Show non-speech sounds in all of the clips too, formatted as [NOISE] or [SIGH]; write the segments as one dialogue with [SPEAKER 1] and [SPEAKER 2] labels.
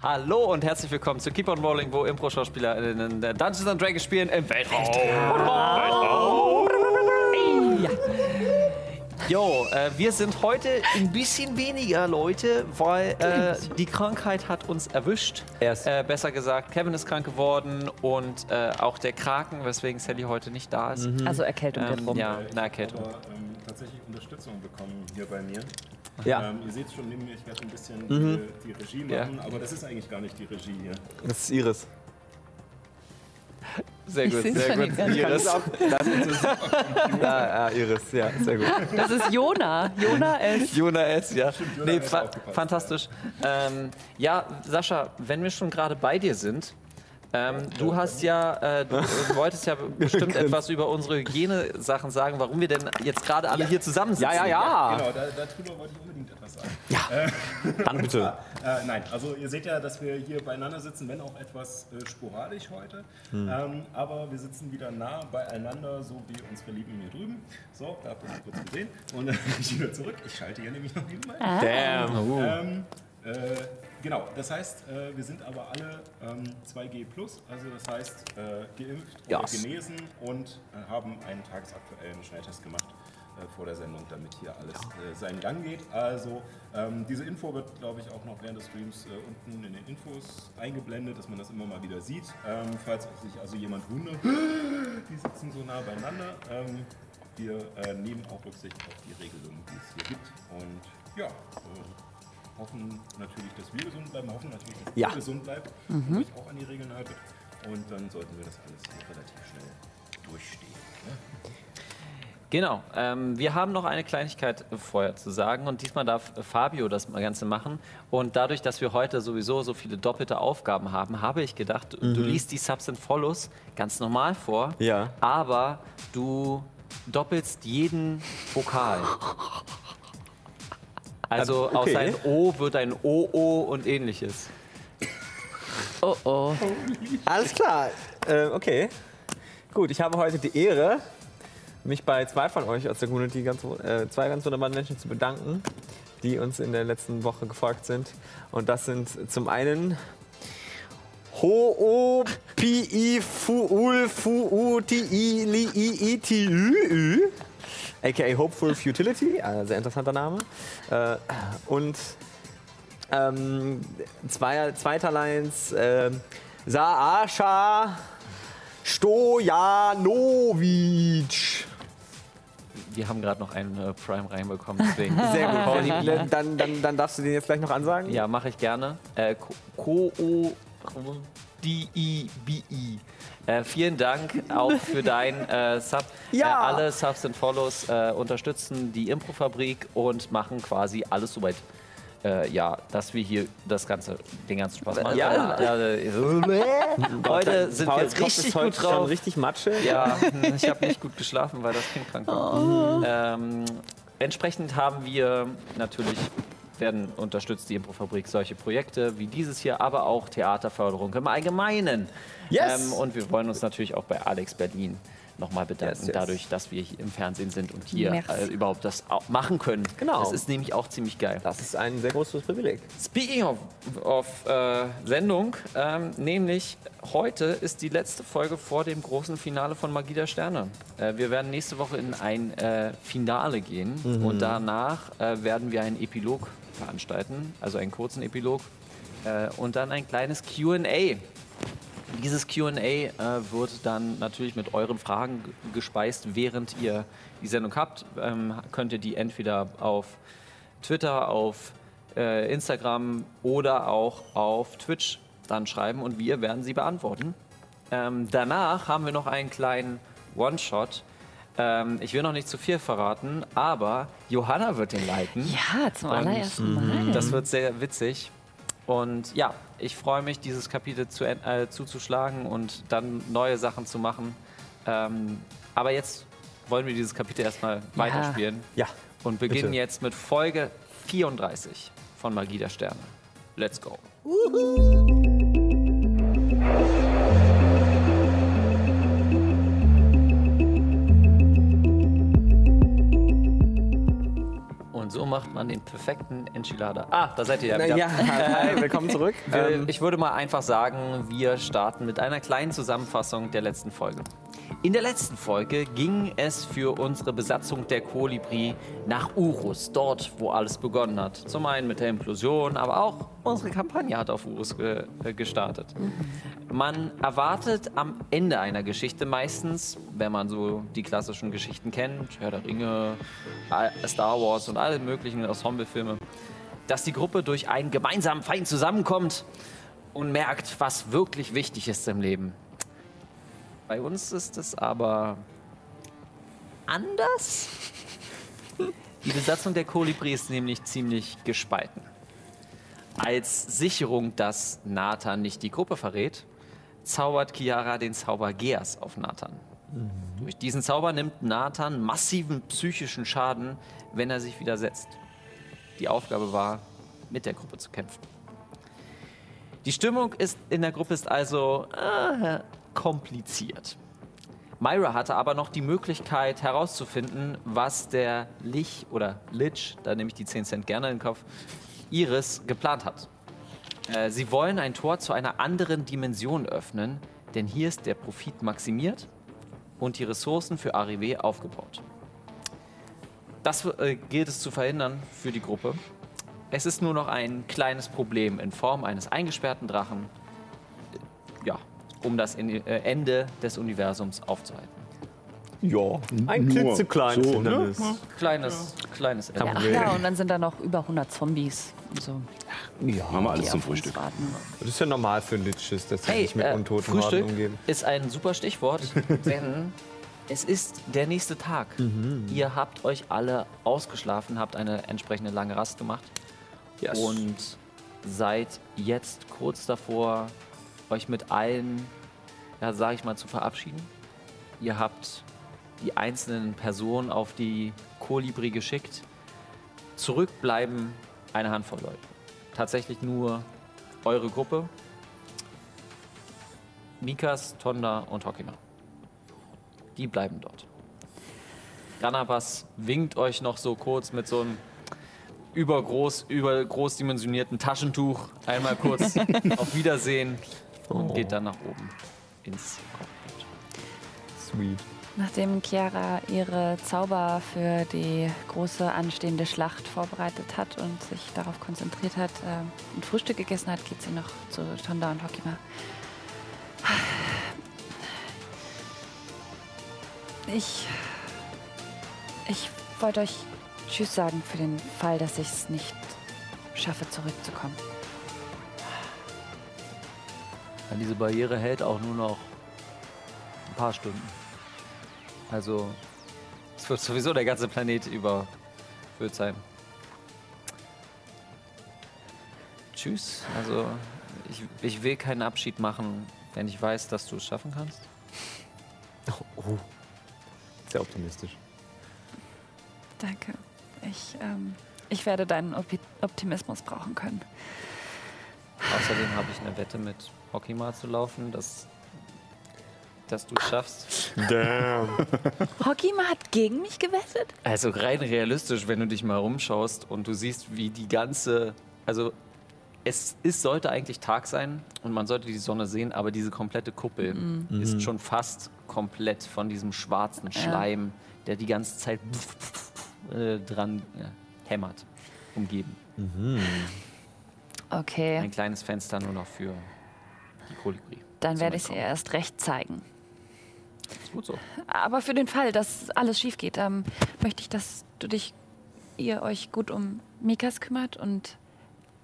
[SPEAKER 1] Hallo und herzlich willkommen zu Keep on Rolling, wo Impro-SchauspielerInnen Dungeons and Dragons spielen im Weltraum. Ja. Jo, äh, wir sind heute ein bisschen weniger Leute, weil äh, die Krankheit hat uns erwischt.
[SPEAKER 2] Erst.
[SPEAKER 1] Äh, besser gesagt, Kevin ist krank geworden und äh, auch der Kraken, weswegen Sally heute nicht da ist.
[SPEAKER 3] Also Erkältung ähm,
[SPEAKER 1] Ähm,
[SPEAKER 3] wiederum.
[SPEAKER 1] ja,
[SPEAKER 4] Ich
[SPEAKER 1] eine
[SPEAKER 4] hab
[SPEAKER 1] Erkältung.
[SPEAKER 4] Aber, ähm, tatsächlich Unterstützung bekommen hier bei mir.
[SPEAKER 2] Ja, Mhm.
[SPEAKER 4] Ähm, ihr seht schon neben mir, ich werde ein bisschen die, die Regie
[SPEAKER 1] Ja.
[SPEAKER 4] machen, aber das ist eigentlich gar nicht die Regie hier.
[SPEAKER 2] das ist Iris.
[SPEAKER 1] Sehr gut,
[SPEAKER 3] find's
[SPEAKER 1] sehr
[SPEAKER 3] schon
[SPEAKER 1] gut.
[SPEAKER 3] die ganze
[SPEAKER 1] Iris.
[SPEAKER 2] Ja, ja, Iris, ja, sehr gut.
[SPEAKER 3] Das ist Jona. Jona S.
[SPEAKER 1] Jona S, ja.
[SPEAKER 4] Jona
[SPEAKER 1] Nee,
[SPEAKER 4] S
[SPEAKER 1] fa
[SPEAKER 4] aufgepasst,
[SPEAKER 1] fantastisch. Ähm, ja, Sascha, wenn wir schon gerade bei dir sind, ähm, du hast ja, äh, du äh, wolltest ja bestimmt etwas über unsere Hygienesachen sagen, warum wir denn jetzt gerade alle hier zusammensitzen.
[SPEAKER 2] Ja, ja, ja.
[SPEAKER 4] Genau, da, darüber wollte ich unbedingt etwas sagen.
[SPEAKER 2] Ah.
[SPEAKER 4] [LAUGHS]
[SPEAKER 2] Dann bitte.
[SPEAKER 4] Äh, nein, also ihr seht ja, dass wir hier beieinander sitzen, wenn auch etwas äh, sporadisch heute.
[SPEAKER 2] Hm.
[SPEAKER 4] Ähm, aber wir sitzen wieder nah beieinander, so wie unsere Lieben hier drüben. So, da habt ihr sie kurz gesehen. Und dann bin [LAUGHS] ich wieder zurück. Ich schalte hier nämlich noch niemals.
[SPEAKER 2] Damn.
[SPEAKER 4] Ähm, äh, genau, das heißt, äh, wir sind aber alle ähm, 2G plus, also das heißt äh, geimpft oder
[SPEAKER 1] Yes.
[SPEAKER 4] genesen und äh, haben einen tagesaktuellen Schnelltest gemacht äh, vor der Sendung, damit hier alles äh, seinen Gang geht. Also ähm, diese Info wird, glaube ich, auch noch während des Streams äh, unten in den Infos eingeblendet, dass man das immer mal wieder sieht. Ähm, falls sich also jemand wundert, die sitzen so nah beieinander. Ähm, wir äh, nehmen auch Rücksicht auf die Regelungen, die es hier gibt. Und ja, äh, hoffen natürlich, dass wir gesund bleiben, hoffen natürlich, dass
[SPEAKER 2] Ja.
[SPEAKER 4] ihr gesund bleibt und euch auch an die Regeln haltet. Und dann sollten wir das alles hier relativ schnell durchstehen.
[SPEAKER 1] Genau. Ähm, wir haben noch eine Kleinigkeit vorher zu sagen und diesmal darf Fabio das Ganze machen. Und dadurch, dass wir heute sowieso so viele doppelte Aufgaben haben, habe ich gedacht, du- du liest die Subs and Follows ganz normal vor,
[SPEAKER 2] Mhm. Ja.
[SPEAKER 1] aber du doppelst jeden Vokal. Also
[SPEAKER 2] Ähm,
[SPEAKER 1] aus
[SPEAKER 2] okay.
[SPEAKER 1] einem O wird ein OO und ähnliches.
[SPEAKER 3] Oh oh.
[SPEAKER 2] Alles klar. Äh, okay. Gut, ich habe heute die Ehre, mich bei zwei von euch aus der Community, ganz, wun- äh, zwei ganz wunderbaren Menschen zu bedanken, die uns in der letzten Woche gefolgt sind. Und das sind zum einen Ho O P I Fu Ul Fu U T I Li I I T Ü Ü aka Hopeful Futility, ein sehr interessanter Name. Äh, und ähm, zwei, zweiterleins äh, Saascha Stojanovic.
[SPEAKER 1] Wir haben gerade noch einen äh, Prime reinbekommen, deswegen.
[SPEAKER 2] Sehr
[SPEAKER 1] [LAUGHS]
[SPEAKER 2] gut, Pauli. Dann, dann, dann darfst du den jetzt gleich noch ansagen.
[SPEAKER 1] Ja, mache ich gerne. Äh, Ko O D I B I. Äh, vielen Dank auch für dein äh, Sub.
[SPEAKER 2] [LAUGHS] Ja.
[SPEAKER 1] Äh, alle Subs und Follows äh, unterstützen die Improfabrik und machen quasi alles soweit. Äh, ja, dass wir hier das ganze, den ganzen Spaß machen.
[SPEAKER 2] Ja.
[SPEAKER 1] Äh, äh,
[SPEAKER 2] [LAUGHS]
[SPEAKER 1] heute sind
[SPEAKER 2] Pauls
[SPEAKER 1] wir
[SPEAKER 2] Kopf ist
[SPEAKER 1] richtig
[SPEAKER 2] heute
[SPEAKER 1] gut drauf.
[SPEAKER 2] Schon richtig Matsche.
[SPEAKER 1] Ja, [LAUGHS] ich habe nicht gut geschlafen, weil das Kind krank war.
[SPEAKER 2] Oh.
[SPEAKER 1] Ähm, entsprechend haben wir natürlich, werden unterstützt die Improfabrik solche Projekte wie dieses hier, aber auch Theaterförderung im Allgemeinen. Ähm,
[SPEAKER 2] Yes!
[SPEAKER 1] und wir wollen uns natürlich auch bei Alex Berlin nochmal bedanken,
[SPEAKER 2] Yes, yes.
[SPEAKER 1] dadurch, dass wir hier im Fernsehen sind und hier
[SPEAKER 3] Merci.
[SPEAKER 1] äh, überhaupt das au- machen können.
[SPEAKER 2] Genau.
[SPEAKER 1] Das ist nämlich auch ziemlich geil.
[SPEAKER 2] Das ist ein sehr großes Privileg.
[SPEAKER 1] Speaking of, of äh, Sendung, ähm, nämlich heute ist die letzte Folge vor dem großen Finale von Magie der Sterne. Äh, wir werden nächste Woche in ein äh, Finale gehen und danach äh, werden wir einen Epilog veranstalten, also einen kurzen Epilog äh, und dann ein kleines QA. Dieses QA äh, wird dann natürlich mit euren Fragen g- gespeist, während ihr die Sendung habt. Ähm, könnt ihr die entweder auf Twitter, auf äh, Instagram oder auch auf Twitch dann schreiben und wir werden sie beantworten. Ähm, danach haben wir noch einen kleinen One-Shot, Ähm, ich will noch nicht zu viel verraten, aber Johanna wird den leiten.
[SPEAKER 5] Ja, zum
[SPEAKER 1] Und, mhm.
[SPEAKER 5] allerersten Mal.
[SPEAKER 1] Das wird sehr witzig. Und ja, ich freue mich, dieses Kapitel zu, en- äh, zuzuschlagen und dann neue Sachen zu machen. Ähm, aber jetzt wollen wir dieses Kapitel erstmal weiterspielen
[SPEAKER 2] Ja.
[SPEAKER 1] und beginnen
[SPEAKER 2] Bitte.
[SPEAKER 1] jetzt mit Folge 34 von Magie der Sterne. Let's go. Und so macht man den perfekten Enchilada. Ah, da seid ihr ja
[SPEAKER 2] Na,
[SPEAKER 1] wieder.
[SPEAKER 2] ja, [LAUGHS] hi, willkommen zurück.
[SPEAKER 1] Äh,
[SPEAKER 2] Ähm,
[SPEAKER 1] Ich würde mal einfach sagen, wir starten mit einer kleinen Zusammenfassung der letzten Folge. In der letzten Folge ging es für unsere Besatzung der Kolibri nach Urus, dort, wo alles begonnen hat. Zum einen mit der Inklusion, aber auch unsere Kampagne hat auf Urus ge äh, gestartet. Man erwartet am Ende einer Geschichte meistens, wenn man so die klassischen Geschichten kennt, Herr der Ringe, äh, Star Wars und alle möglichen Ensemblefilme, dass die Gruppe durch einen gemeinsamen Feind zusammenkommt und merkt, was wirklich wichtig ist im Leben. Bei uns ist es aber anders. Die Besatzung der Kolibri ist nämlich ziemlich gespalten. Als Sicherung, dass Nathan nicht die Gruppe verrät, zaubert Chiara den Zauber Geas auf Nathan. Durch diesen Zauber nimmt Nathan massiven psychischen Schaden, wenn er sich widersetzt die Aufgabe war, mit der Gruppe zu kämpfen. Die Stimmung ist in der Gruppe ist also äh, kompliziert. Myra hatte aber noch die Möglichkeit herauszufinden, was der Lich oder Lich, da nehme ich die 10 Cent gerne in den Kopf, Iris geplant hat. Äh, sie wollen ein Tor zu einer anderen Dimension öffnen, denn hier ist der Profit maximiert und die Ressourcen für Arrivé aufgebaut. Das äh, gilt es zu verhindern für die Gruppe. Es ist nur noch ein kleines Problem in Form eines eingesperrten Drachen, äh, ja, um das in, äh, Ende des Universums aufzuhalten.
[SPEAKER 2] ja, ein
[SPEAKER 6] Nur
[SPEAKER 2] klitzekleines
[SPEAKER 6] so, ne?
[SPEAKER 2] Hindernis.
[SPEAKER 1] Kleines, kleines Ende.
[SPEAKER 5] Ach ja, Genau, und dann sind da noch über 100 Zombies. und So,
[SPEAKER 6] Machen wir alles
[SPEAKER 5] die
[SPEAKER 6] zum
[SPEAKER 5] auf uns
[SPEAKER 6] Frühstück.
[SPEAKER 5] warten.
[SPEAKER 2] Das ist ja normal für Liches, dass sie
[SPEAKER 1] Hey,
[SPEAKER 2] sich mit
[SPEAKER 1] äh,
[SPEAKER 2] untoten Horden
[SPEAKER 1] Frühstück
[SPEAKER 2] umgeben.
[SPEAKER 1] ist ein super Stichwort,
[SPEAKER 2] [LAUGHS]
[SPEAKER 1] denn es ist der nächste Tag.
[SPEAKER 2] Mhm.
[SPEAKER 1] Ihr habt euch alle ausgeschlafen, habt eine entsprechende lange Rast gemacht
[SPEAKER 2] [LAUGHS]
[SPEAKER 1] und seid jetzt kurz davor, euch mit allen, ja, sag ich mal, zu verabschieden. Ihr habt die einzelnen Personen auf die Kolibri geschickt. Zurückbleiben eine Handvoll Leute. Tatsächlich nur eure Gruppe, Mikas, Tonda und Hokima. Die bleiben dort. Granabas winkt euch noch so kurz mit so einem übergroß, übergroß dimensionierten Taschentuch einmal kurz [LAUGHS] auf Wiedersehen und geht dann nach oben ins Cockpit.
[SPEAKER 2] Sweet.
[SPEAKER 3] Nachdem Chiara ihre Zauber für die große anstehende Schlacht vorbereitet hat und sich darauf konzentriert hat äh, und Frühstück gegessen hat, geht sie noch zu Tonda und Hokima. Ich. Ich wollte euch Tschüss sagen für den Fall, dass ich es nicht schaffe, zurückzukommen.
[SPEAKER 1] Weil diese Barriere hält auch nur noch ein paar Stunden. Also es wird sowieso der ganze Planet überfüllt sein. Tschüss. Also ich, ich will keinen Abschied machen, wenn ich weiß, dass du es schaffen kannst.
[SPEAKER 2] Oh. Sehr optimistisch.
[SPEAKER 3] Danke. Ich, ähm, ich werde deinen Opi- Optimismus brauchen können.
[SPEAKER 1] Außerdem habe ich eine Wette mit Hokima zu laufen, dass, dass du es schaffst.
[SPEAKER 2] Damn.
[SPEAKER 3] Hokima hat gegen mich gewettet?
[SPEAKER 1] Also rein realistisch, wenn du dich mal rumschaust und du siehst, wie die ganze, also es ist, sollte eigentlich Tag sein und man sollte die Sonne sehen, aber diese komplette Kuppel
[SPEAKER 3] Mhm.
[SPEAKER 1] ist schon fast komplett von diesem schwarzen Schleim, der die ganze Zeit äh, dran äh, hämmert, umgeben. Ein
[SPEAKER 3] Okay,
[SPEAKER 1] kleines Fenster nur noch für die Kolibri.
[SPEAKER 3] dann
[SPEAKER 1] zum
[SPEAKER 3] werde ich es ihr
[SPEAKER 1] Entkommen.
[SPEAKER 3] erst recht zeigen.
[SPEAKER 1] Ist Gut so.
[SPEAKER 3] Aber für den Fall, dass alles schief geht, ähm, möchte ich, dass du dich, ihr euch gut um Mikas kümmert und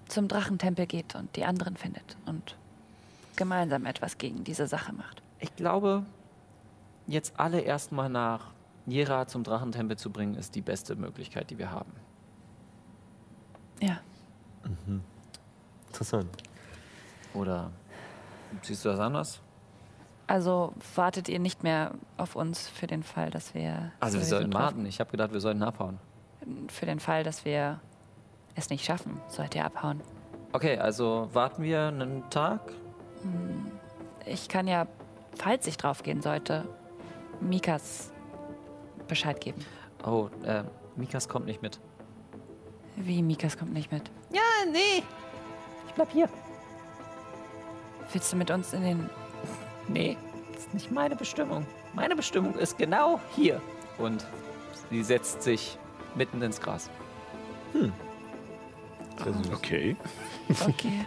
[SPEAKER 3] zum Drachentempel geht und die anderen findet und gemeinsam etwas gegen diese Sache macht.
[SPEAKER 1] Ich glaube, jetzt alle erstmal nach Jera zum Drachentempel zu bringen, ist die beste Möglichkeit, die wir haben.
[SPEAKER 3] Ja.
[SPEAKER 2] Interessant.
[SPEAKER 1] Oder siehst du das anders?
[SPEAKER 3] Also wartet ihr nicht mehr auf uns für den Fall, dass wir.
[SPEAKER 1] Also wir
[SPEAKER 3] sowieso
[SPEAKER 1] sollten
[SPEAKER 3] drauf-
[SPEAKER 1] warten. Ich habe gedacht, wir sollten abhauen.
[SPEAKER 3] Für den Fall, dass wir es nicht schaffen, sollt ihr abhauen.
[SPEAKER 1] Okay, also warten wir einen Tag.
[SPEAKER 3] Ich kann ja, falls ich draufgehen sollte, Mikas Bescheid geben.
[SPEAKER 1] Oh, äh, Mikas kommt nicht mit.
[SPEAKER 3] Wie Mikas kommt nicht mit.
[SPEAKER 1] Ja, nee. Ich bleib hier.
[SPEAKER 3] Willst du mit uns in den.
[SPEAKER 5] [LAUGHS]
[SPEAKER 1] Nee, das ist nicht meine Bestimmung. Meine Bestimmung ist genau hier. Und sie setzt sich mitten ins Gras.
[SPEAKER 4] Okay.
[SPEAKER 3] Okay.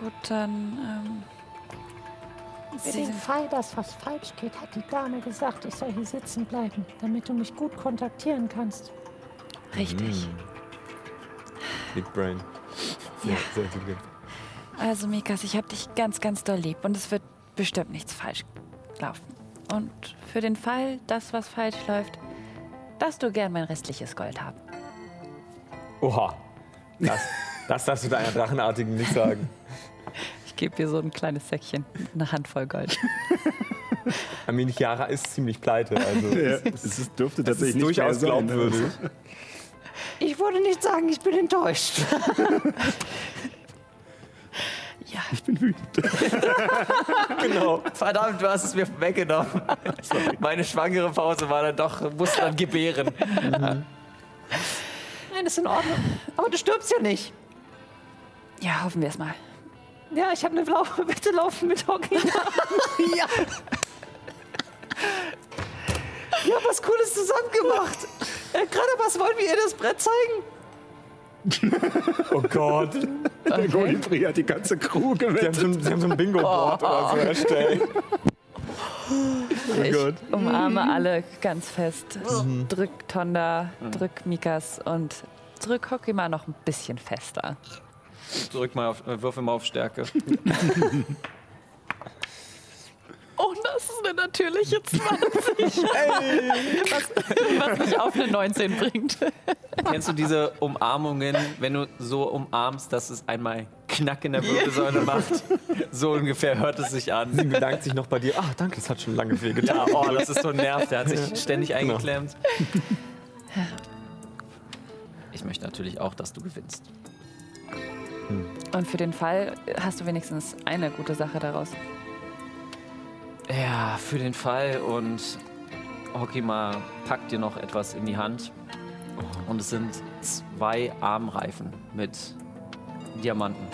[SPEAKER 3] Gut, dann. Ähm,
[SPEAKER 7] Für den Fall, dass was falsch geht, hat die Dame gesagt, ich soll hier sitzen bleiben, damit du mich gut kontaktieren kannst.
[SPEAKER 3] ähm, richtig.
[SPEAKER 5] Mhm.
[SPEAKER 2] Big Brain. Sehr, sehr gut. gemacht.
[SPEAKER 3] Also, Mikas, ich habe dich ganz, ganz doll lieb und es wird bestimmt nichts falsch laufen. Und für den Fall, dass was falsch läuft, darfst du gern mein restliches Gold haben.
[SPEAKER 2] Oha. Das, das darfst du deiner Drachenartigen nicht [LAUGHS] sagen.
[SPEAKER 5] Ich gebe dir so ein kleines Säckchen, eine Handvoll Gold.
[SPEAKER 2] I mean, Chiara ist ziemlich pleite. Also
[SPEAKER 4] Ja, es ist, dürfte
[SPEAKER 2] das
[SPEAKER 4] tatsächlich nicht
[SPEAKER 2] ist
[SPEAKER 4] mehr
[SPEAKER 2] durchaus
[SPEAKER 4] sein, ne?
[SPEAKER 2] glaubwürdig.
[SPEAKER 1] Ich würde nicht sagen, ich bin
[SPEAKER 3] [LAUGHS]
[SPEAKER 1] enttäuscht.
[SPEAKER 4] Ich bin wütend.
[SPEAKER 2] genau.
[SPEAKER 1] Verdammt, du hast es mir weggenommen. Meine schwangere Pause war dann doch, musste dann gebären.
[SPEAKER 7] Nein, ist in Ordnung.
[SPEAKER 1] Aber du stirbst ja nicht.
[SPEAKER 3] Ja, hoffen wir es mal.
[SPEAKER 7] Ja, ich habe eine blaue Bitte laufen mit Hockey.
[SPEAKER 1] Wir haben was Cooles zusammen gemacht. Äh, Gerade was wollen wir ihr das Brett zeigen?
[SPEAKER 2] Oh Gott.
[SPEAKER 4] Der Golibri hat die ganze Crew
[SPEAKER 2] Die haben
[SPEAKER 4] gewettet.
[SPEAKER 2] so ein, die haben so ein Bingo-Board oder so erstellt.
[SPEAKER 3] ich
[SPEAKER 4] Gott.
[SPEAKER 3] umarme
[SPEAKER 1] Mhm.
[SPEAKER 3] alle ganz fest. Drück Tonda, drück Mikas und drück Hockima noch ein bisschen fester.
[SPEAKER 1] Drück mal auf, äh, würfel mal auf Stärke.
[SPEAKER 5] Oh, das ist eine
[SPEAKER 3] [LAUGHS]
[SPEAKER 5] natürliche 20,
[SPEAKER 2] Ey.
[SPEAKER 5] was mich auf eine 19 bringt.
[SPEAKER 1] Kennst du diese Umarmungen, wenn du so umarmst, dass es einmal Knack in der Wirbelsäule macht? So ungefähr hört es sich
[SPEAKER 2] Sie
[SPEAKER 1] an.
[SPEAKER 2] bedankt sich noch bei dir. Ah, danke, es hat schon lange viel getan.
[SPEAKER 1] Ja, oh, das ist so ein Nerv, der hat sich ständig eingeklemmt. Ich möchte natürlich auch, dass du gewinnst.
[SPEAKER 3] Und für den Fall hast du wenigstens eine gute Sache daraus.
[SPEAKER 1] Ja, für den Fall und Hokima packt dir noch etwas in die Hand.
[SPEAKER 2] Oh.
[SPEAKER 1] Und es sind zwei Armreifen mit Diamanten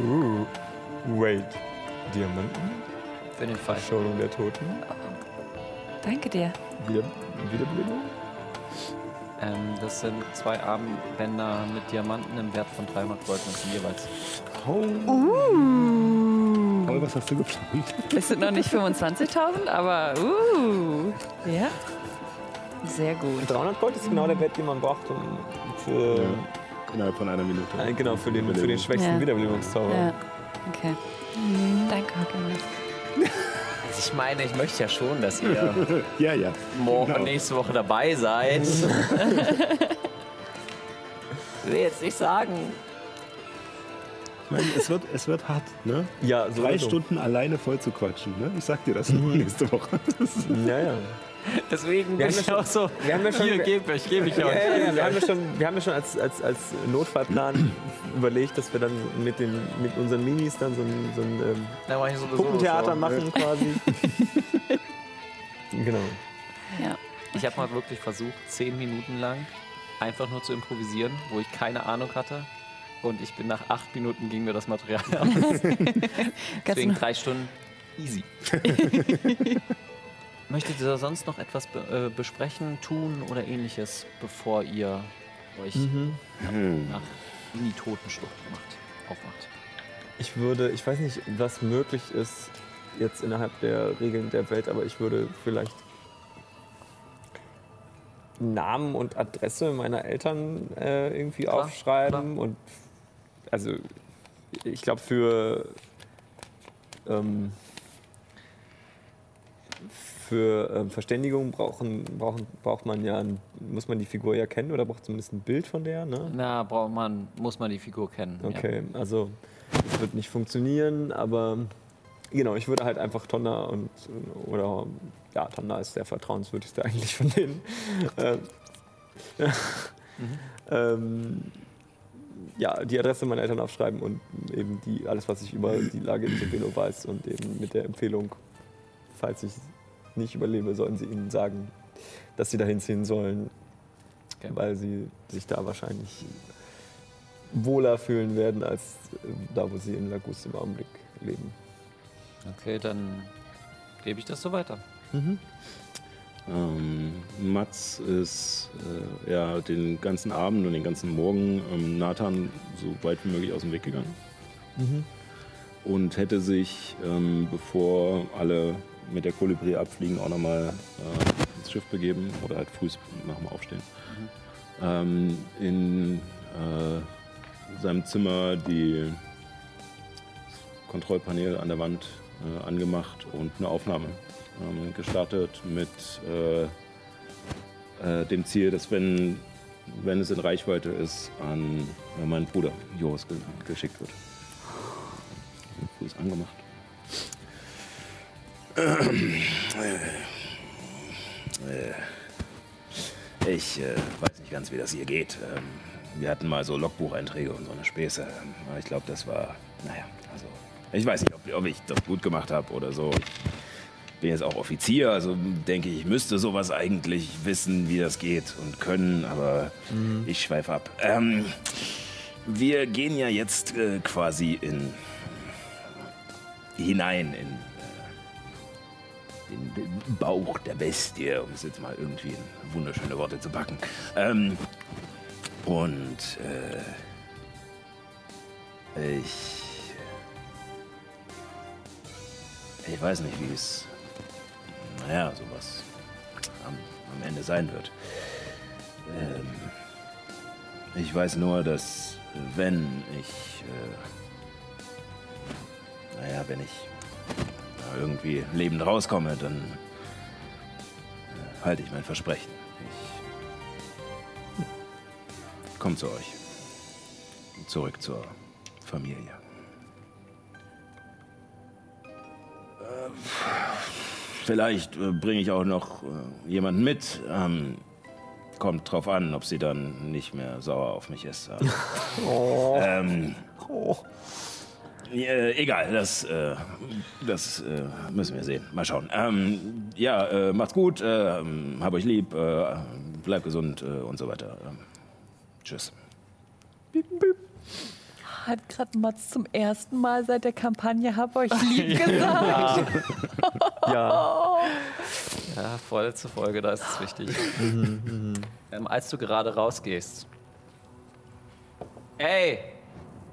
[SPEAKER 2] Uh, wait. Diamanten?
[SPEAKER 1] für den Fall.
[SPEAKER 2] Verschonung der Toten?
[SPEAKER 3] Danke dir.
[SPEAKER 2] Wieder, Wiederbelebung?
[SPEAKER 1] Ähm, das sind zwei Armbänder mit Diamanten im Wert von 300 Goldmünzen jeweils.
[SPEAKER 4] Paul, was hast du geplant?
[SPEAKER 6] [LAUGHS]
[SPEAKER 3] Es sind noch nicht 25.000, aber uh, ja. Sehr gut.
[SPEAKER 2] 300 Gold ist genau der Wert, den man braucht, um für,
[SPEAKER 4] Innerhalb von einer Minute.
[SPEAKER 2] Nein, genau, für, den, für den schwächsten
[SPEAKER 3] Ja.
[SPEAKER 2] Wiederbelebungszauber.
[SPEAKER 3] Ja, okay. Danke, Hockima.
[SPEAKER 1] Also ich meine, ich möchte ja schon, dass
[SPEAKER 2] [LAUGHS]
[SPEAKER 1] ihr
[SPEAKER 4] Ja, ja.
[SPEAKER 1] morgen
[SPEAKER 4] Genau.
[SPEAKER 1] nächste Woche dabei seid. ich will jetzt nicht sagen.
[SPEAKER 4] Ich meine, es wird, es wird hart, ne?
[SPEAKER 2] Ja, so
[SPEAKER 4] Drei
[SPEAKER 2] so.
[SPEAKER 4] Stunden alleine voll zu quatschen, ne? Ich sag dir das nur nächste Woche. [LAUGHS]
[SPEAKER 2] Ja, ja.
[SPEAKER 1] Deswegen
[SPEAKER 2] Wir
[SPEAKER 1] bin
[SPEAKER 2] haben ja
[SPEAKER 1] ich
[SPEAKER 2] schon-
[SPEAKER 1] auch so.
[SPEAKER 2] wir haben ja schon-
[SPEAKER 1] hier, gebt euch, gebe ich
[SPEAKER 2] Ja,
[SPEAKER 1] euch.
[SPEAKER 2] ja, ja, wir haben ja schon, wir haben ja schon als, als, als Notfallplan [CLEARS THROAT] überlegt, dass wir dann mit, den, mit unseren Minis dann so ein, so ein ähm,
[SPEAKER 1] Da mache ich sowieso
[SPEAKER 2] Puppentheater
[SPEAKER 1] so.
[SPEAKER 2] machen [LAUGHS] quasi. genau.
[SPEAKER 3] Ja.
[SPEAKER 1] Ich habe mal wirklich versucht, zehn Minuten lang einfach nur zu improvisieren, wo ich keine Ahnung hatte. Und ich bin nach acht Minuten ging mir das [LAUGHS] Material aus. Deswegen drei Stunden [LAUGHS] easy. Möchtet ihr sonst noch etwas be äh, besprechen, tun oder ähnliches, bevor ihr euch nach in die Totenschlucht macht, aufmacht?
[SPEAKER 2] Ich würde, ich weiß nicht, was möglich ist jetzt innerhalb der Regeln der Welt, aber ich würde vielleicht Namen und Adresse meiner Eltern äh, irgendwie
[SPEAKER 1] Klar,
[SPEAKER 2] aufschreiben und also ich glaube für ähm, für ähm, Verständigung brauchen, brauchen, braucht man ja, ein, muss man die Figur ja kennen oder braucht zumindest ein Bild von der, ne?
[SPEAKER 1] Na, braucht man, muss man die Figur kennen.
[SPEAKER 2] Okay, also es wird nicht funktionieren, aber genau, ich würde halt einfach Tonda und oder ja, Tonda ist der vertrauenswürdigste [LAUGHS] eigentlich von denen. ähm, [LAUGHS] ähm, ja, die Adresse meiner Eltern aufschreiben und eben die, alles, was ich über die Lage in Sovelo weiß und eben mit der Empfehlung, falls ich nicht überlebe, sollen sie ihnen sagen, dass sie dahin ziehen sollen,
[SPEAKER 1] Okay.
[SPEAKER 2] weil sie sich da wahrscheinlich wohler fühlen werden als äh, da, wo sie in Lagus im Augenblick leben.
[SPEAKER 1] Ja. Okay, dann gebe ich das so weiter.
[SPEAKER 8] Ähm, Mats ist äh, ja den ganzen Abend und den ganzen Morgen ähm, Nathan so weit wie möglich aus dem Weg gegangen. Und hätte sich, ähm, bevor alle mit der Kolibri abfliegen, auch nochmal äh, ins Schiff begeben oder halt früh nach dem Aufstehen. Ähm, in äh, seinem Zimmer die Kontrollpanel an der Wand äh, angemacht und eine Aufnahme ähm, gestartet mit äh, äh, dem Ziel, dass wenn, wenn es in Reichweite ist, an äh, meinen Bruder Joris ge geschickt wird. Früh ist angemacht.
[SPEAKER 4] Ich äh, weiß nicht ganz, wie das hier geht. Ähm, wir hatten mal so Logbucheinträge und so eine Späße. Ähm, aber ich glaube, das war, naja, also ich weiß nicht, ob, ob ich das gut gemacht habe oder so. Ich bin jetzt auch Offizier, also denke ich, ich müsste sowas eigentlich wissen, wie das geht und können, aber ich schweife ab. Ähm, wir gehen ja jetzt äh, quasi in hinein in den, den Bauch der Bestie, um es jetzt mal irgendwie in wunderschöne Worte zu packen. Ähm, und äh, ich. äh, Ich weiß nicht, wie es. Naja, sowas am, am Ende sein wird. Ähm, ich weiß nur, dass wenn ich. Äh, naja, wenn ich da irgendwie lebend rauskomme, dann äh, halte ich mein Versprechen. Ich komme zu euch. Zurück zur Familie. Äh, Vielleicht äh, bringe ich auch noch äh, jemanden mit. Ähm, kommt drauf an, ob sie dann nicht mehr sauer auf mich ist. Aber, ähm, äh, egal, das, äh, das äh, müssen wir sehen. Mal schauen. Ähm, ja, äh, macht's gut, äh, ähm, hab euch lieb, äh, bleibt gesund äh, und so weiter. Ähm, tschüss.
[SPEAKER 3] Hat gerade Mats zum ersten Mal seit der Kampagne Hab euch [LAUGHS] lieb gesagt.
[SPEAKER 1] Ah. Ja, vorletzte Folge, da ist es wichtig. ähm, als du gerade rausgehst. Ey,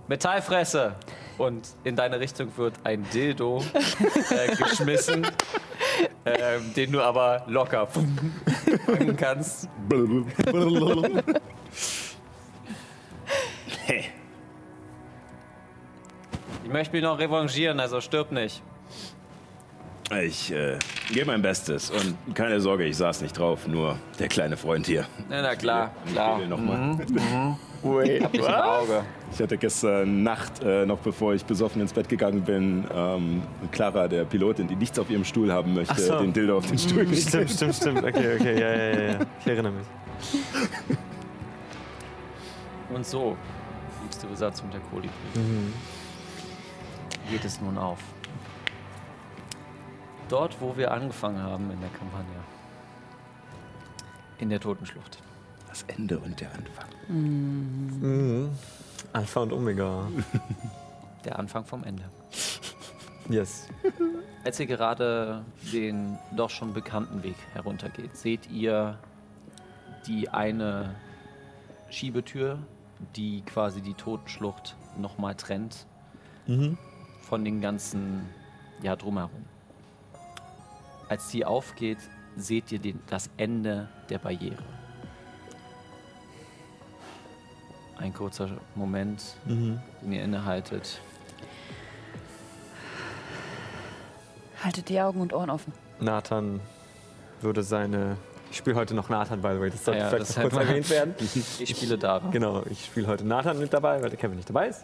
[SPEAKER 1] Metallfresse! Und in deine Richtung wird ein Dildo äh, geschmissen, ähm, den du aber locker fangen kannst.
[SPEAKER 4] Hey,
[SPEAKER 1] Ich möchte mich noch revanchieren, also stirb nicht.
[SPEAKER 4] ich äh, gebe mein Bestes und keine Sorge, ich saß nicht drauf, nur der kleine Freund hier.
[SPEAKER 1] Na, na klar,
[SPEAKER 4] Ja.
[SPEAKER 1] klar.
[SPEAKER 4] Noch mal. [LAUGHS]
[SPEAKER 1] Hab ich im Auge.
[SPEAKER 8] Ich hatte gestern Nacht, äh, noch bevor ich besoffen ins Bett gegangen bin, ähm, Clara, der Pilotin, die nichts auf ihrem Stuhl haben möchte,
[SPEAKER 2] so.
[SPEAKER 8] den Dildo auf den Stuhl gestellt.
[SPEAKER 2] Stimmt, stimmt, stimmt. Okay, okay, ja, ja, ja, ja. Ich erinnere mich.
[SPEAKER 1] Und so, liebste Besatzung der Kolibri. Geht es nun auf. Dort, wo wir angefangen haben in der Kampagne. In der Totenschlucht.
[SPEAKER 4] Das Ende und der Anfang.
[SPEAKER 2] Mhm. Alpha und Omega.
[SPEAKER 1] Der Anfang vom Ende.
[SPEAKER 2] Yes.
[SPEAKER 1] Als ihr gerade den doch schon bekannten Weg heruntergeht, seht ihr die eine Schiebetür, die quasi die Totenschlucht nochmal trennt
[SPEAKER 2] Mhm.
[SPEAKER 1] von den ganzen, ja, drumherum. Als die aufgeht, seht ihr den, das Ende der Barriere. Ein kurzer Moment,
[SPEAKER 2] Mhm.
[SPEAKER 1] den ihr innehaltet.
[SPEAKER 9] Haltet die Augen und Ohren offen.
[SPEAKER 2] Nathan würde seine. Ich spiele heute noch Nathan, by the way, das sollte
[SPEAKER 1] Ah [LAUGHS] ja,
[SPEAKER 2] vielleicht
[SPEAKER 1] das
[SPEAKER 2] noch kurz
[SPEAKER 1] hätte man-
[SPEAKER 2] erwähnt werden.
[SPEAKER 1] Ich spiele Dara.
[SPEAKER 2] Genau, ich spiele heute Nathan mit dabei, weil der Kevin nicht dabei ist.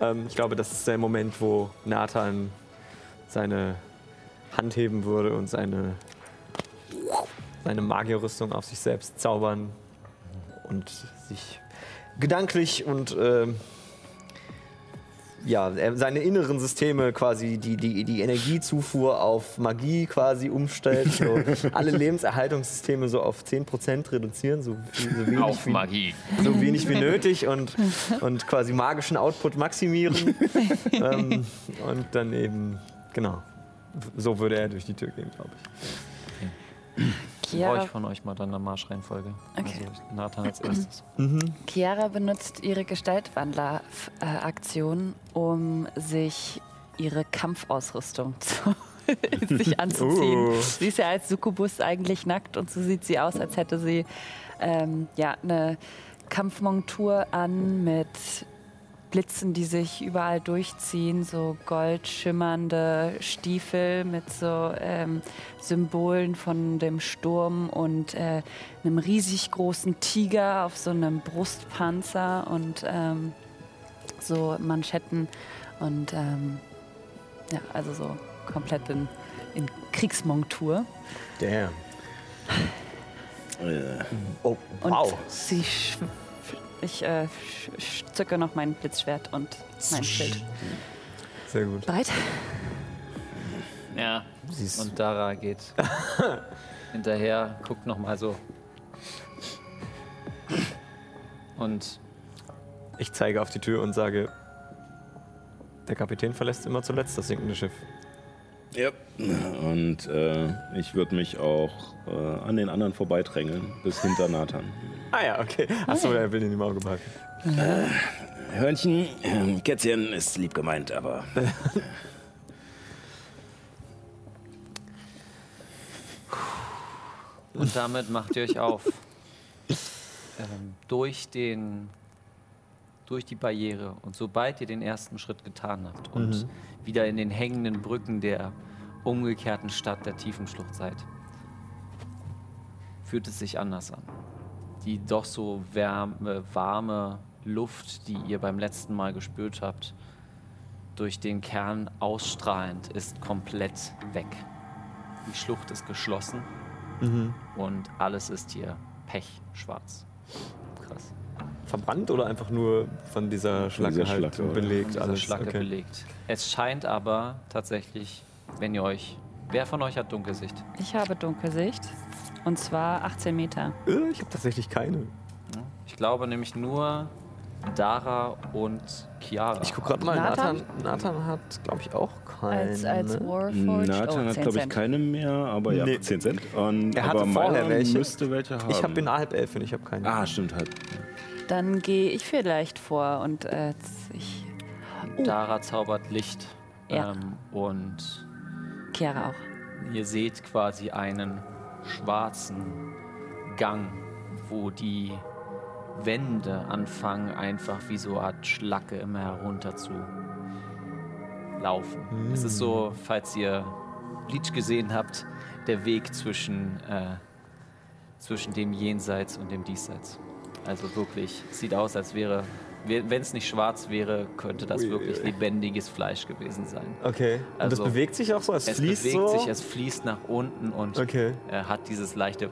[SPEAKER 2] Ähm, ich glaube, das ist der Moment, wo Nathan seine Hand heben würde und seine, seine Magierrüstung auf sich selbst zaubern und sich gedanklich und ähm, ja, er- seine inneren Systeme quasi die, die, die Energiezufuhr auf Magie quasi umstellt. So alle Lebenserhaltungssysteme so auf 10% reduzieren, so, viel- so wenig
[SPEAKER 1] Auf
[SPEAKER 2] wie
[SPEAKER 1] Magie.
[SPEAKER 2] so wenig wie nötig und, und quasi magischen Output maximieren. ähm, und dann eben, genau. So würde er durch die Tür gehen, glaube ich.
[SPEAKER 1] Brauche
[SPEAKER 3] Chiara,
[SPEAKER 1] ich von euch mal dann eine Marschreihenfolge.
[SPEAKER 3] Okay.
[SPEAKER 1] Also Nathan als erstes.
[SPEAKER 3] Chiara benutzt ihre Gestaltwandler-Aktion, um sich ihre Kampfausrüstung [LAUGHS] zu sich anzuziehen. Sie ist ja als Succubus eigentlich nackt und so sieht sie aus, als hätte sie ähm, ja, eine Kampfmontur an mit Blitzen, die sich überall durchziehen, so goldschimmernde Stiefel mit so ähm, Symbolen von dem Sturm und äh, einem riesig großen Tiger auf so einem Brustpanzer und ähm, so Manschetten und ähm, ja, also so komplett in, in Kriegsmontur.
[SPEAKER 2] Damn.
[SPEAKER 4] Äh,
[SPEAKER 2] Oh,
[SPEAKER 3] Und
[SPEAKER 2] wow.
[SPEAKER 3] sie sch- ich äh, sch- sch- zücke noch mein Blitzschwert und mein Schild.
[SPEAKER 2] Sehr gut.
[SPEAKER 3] Bereit?
[SPEAKER 1] [CLEARS THROAT] Ja. Und Dara [LAUGHS] geht hinterher, guckt nochmal so. Und
[SPEAKER 2] Ich zeige auf die Tür und sage, der Kapitän verlässt immer zuletzt das sinkende Schiff.
[SPEAKER 4] ja. Und äh, ich würde mich auch äh, an den anderen vorbeidrängeln, bis hinter Nathan.
[SPEAKER 2] Ah ja, okay. Achso, er will ihn im Auge behalten.
[SPEAKER 10] Hörnchen, ähm, Kätzchen ist lieb gemeint, aber
[SPEAKER 1] Und damit macht ihr euch auf. ähm, durch den durch die Barriere und sobald ihr den ersten Schritt getan habt und wieder in den hängenden Brücken der umgekehrten Stadt der Tiefenschlucht seid, fühlt es sich anders an. Die doch so wärme, warme Luft, die ihr beim letzten Mal gespürt habt, durch den Kern ausstrahlend, ist komplett weg. Die Schlucht ist geschlossen und alles ist hier pechschwarz. Krass.
[SPEAKER 2] Verbrannt oder einfach nur von dieser Schlacke,
[SPEAKER 4] dieser
[SPEAKER 2] halt
[SPEAKER 4] Schlacke, oder?
[SPEAKER 2] belegt?
[SPEAKER 1] Dieser
[SPEAKER 2] alles?
[SPEAKER 1] Schlacke
[SPEAKER 2] okay.
[SPEAKER 1] belegt. Es scheint aber tatsächlich, wenn ihr euch. Wer von euch hat Dunkelsicht?
[SPEAKER 3] Ich habe Dunkelsicht. Und zwar 18 Meter.
[SPEAKER 2] Äh, Ich habe tatsächlich keine.
[SPEAKER 1] Ich glaube nämlich nur Dara und Chiara.
[SPEAKER 2] Ich guck gerade mal,
[SPEAKER 3] Nathan?
[SPEAKER 2] Nathan, Nathan hat, glaube ich, auch keine.
[SPEAKER 3] Als, als Warforged.
[SPEAKER 4] Nathan hat, glaube ich, keine mehr, aber ja,
[SPEAKER 2] Nee.
[SPEAKER 4] 10 Cent. Und,
[SPEAKER 2] Er hatte
[SPEAKER 4] aber
[SPEAKER 2] vorher
[SPEAKER 4] Myron
[SPEAKER 2] welche.
[SPEAKER 4] müsste welche haben.
[SPEAKER 2] Ich habe bin halb elf und ich habe keine.
[SPEAKER 4] Ah, stimmt halt.
[SPEAKER 3] Dann gehe ich vielleicht vor und äh, ich.
[SPEAKER 1] Dara zaubert Licht.
[SPEAKER 3] Ja.
[SPEAKER 1] Ähm, und
[SPEAKER 3] Chiara auch.
[SPEAKER 1] ihr seht quasi einen schwarzen Gang, wo die Wände anfangen, einfach wie so eine Art Schlacke immer herunter zu laufen. Es ist so, falls ihr Bleach gesehen habt, der Weg zwischen, äh, zwischen dem Jenseits und dem Diesseits. Also wirklich, es sieht aus, als wäre, wenn es nicht schwarz wäre, könnte das wirklich lebendiges Fleisch gewesen sein.
[SPEAKER 2] Okay. Und
[SPEAKER 1] Also,
[SPEAKER 2] das bewegt sich auch so, es,
[SPEAKER 1] Es
[SPEAKER 2] fließt
[SPEAKER 1] bewegt
[SPEAKER 2] so.
[SPEAKER 1] sich, es fließt nach unten und
[SPEAKER 2] Okay.
[SPEAKER 1] äh, hat dieses
[SPEAKER 2] [LAUGHS]
[SPEAKER 1] leichte.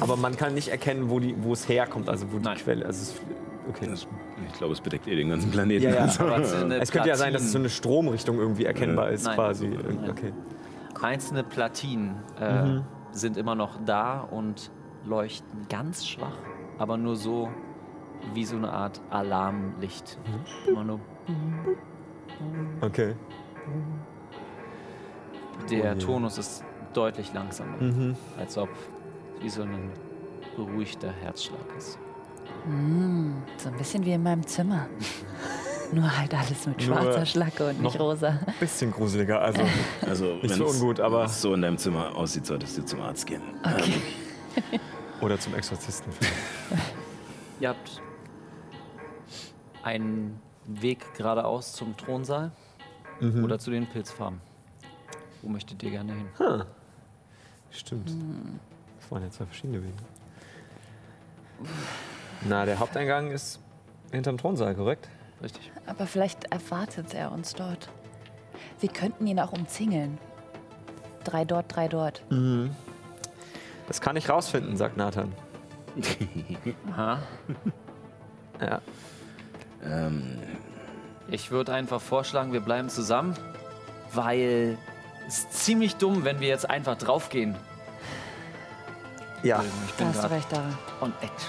[SPEAKER 2] aber man kann nicht erkennen, wo, die, wo es herkommt, also wo die
[SPEAKER 1] Nein.
[SPEAKER 2] Quelle. Also es, okay.
[SPEAKER 4] Das, ich glaube, es bedeckt eh den ganzen Planeten.
[SPEAKER 2] Ja, ja.
[SPEAKER 4] Also,
[SPEAKER 1] Einzelne
[SPEAKER 2] es könnte ja sein, dass es so
[SPEAKER 1] Platinen-
[SPEAKER 2] eine Stromrichtung irgendwie erkennbar ist,
[SPEAKER 1] Nein.
[SPEAKER 2] quasi. Äh,
[SPEAKER 1] Nein.
[SPEAKER 2] Okay.
[SPEAKER 1] einzelne Platinen äh,
[SPEAKER 2] Mhm.
[SPEAKER 1] sind immer noch da und leuchten ganz schwach, aber nur so wie so eine Art Alarmlicht.
[SPEAKER 2] Mhm.
[SPEAKER 1] Immer nur
[SPEAKER 2] okay. Oh
[SPEAKER 1] der Tonus ist deutlich langsamer,
[SPEAKER 2] Mhm.
[SPEAKER 1] als ob wie so ein beruhigter Herzschlag ist.
[SPEAKER 3] So ein bisschen wie in meinem [LAUGHS] Zimmer. Nur halt alles mit schwarzer
[SPEAKER 2] Nur
[SPEAKER 3] Schlacke und nicht
[SPEAKER 2] noch-
[SPEAKER 3] rosa.
[SPEAKER 2] Bisschen gruseliger, also.
[SPEAKER 4] also
[SPEAKER 2] Ist so
[SPEAKER 4] wenn's-
[SPEAKER 2] ungut, aber-
[SPEAKER 4] wenn's so in deinem Zimmer aussieht, solltest du zum Arzt gehen.
[SPEAKER 3] Okay.
[SPEAKER 2] Oder zum Exorzisten.
[SPEAKER 1] Ihr habt einen Weg geradeaus
[SPEAKER 2] Mhm.
[SPEAKER 1] zum Thronsaal oder zu den Pilzfarmen. Wo möchtet ihr gerne hin?
[SPEAKER 2] Stimmt. Das waren ja zwei verschiedene Wege. Na, der Haupteingang ist hinterm Thronsaal, korrekt?
[SPEAKER 1] Richtig.
[SPEAKER 3] Aber vielleicht erwartet er uns dort. Wir könnten ihn auch umzingeln. Drei dort, drei dort.
[SPEAKER 2] Das kann ich rausfinden, sagt Nathan.
[SPEAKER 1] Aha.
[SPEAKER 2] Ja.
[SPEAKER 4] Ähm,
[SPEAKER 1] Ich würde einfach vorschlagen, wir bleiben zusammen, weil es ist ziemlich dumm, wenn wir jetzt einfach draufgehen.
[SPEAKER 2] Ja.
[SPEAKER 1] Ich
[SPEAKER 3] Da
[SPEAKER 1] bin
[SPEAKER 3] hast du
[SPEAKER 1] gerade
[SPEAKER 3] recht, Dara.
[SPEAKER 1] on edge.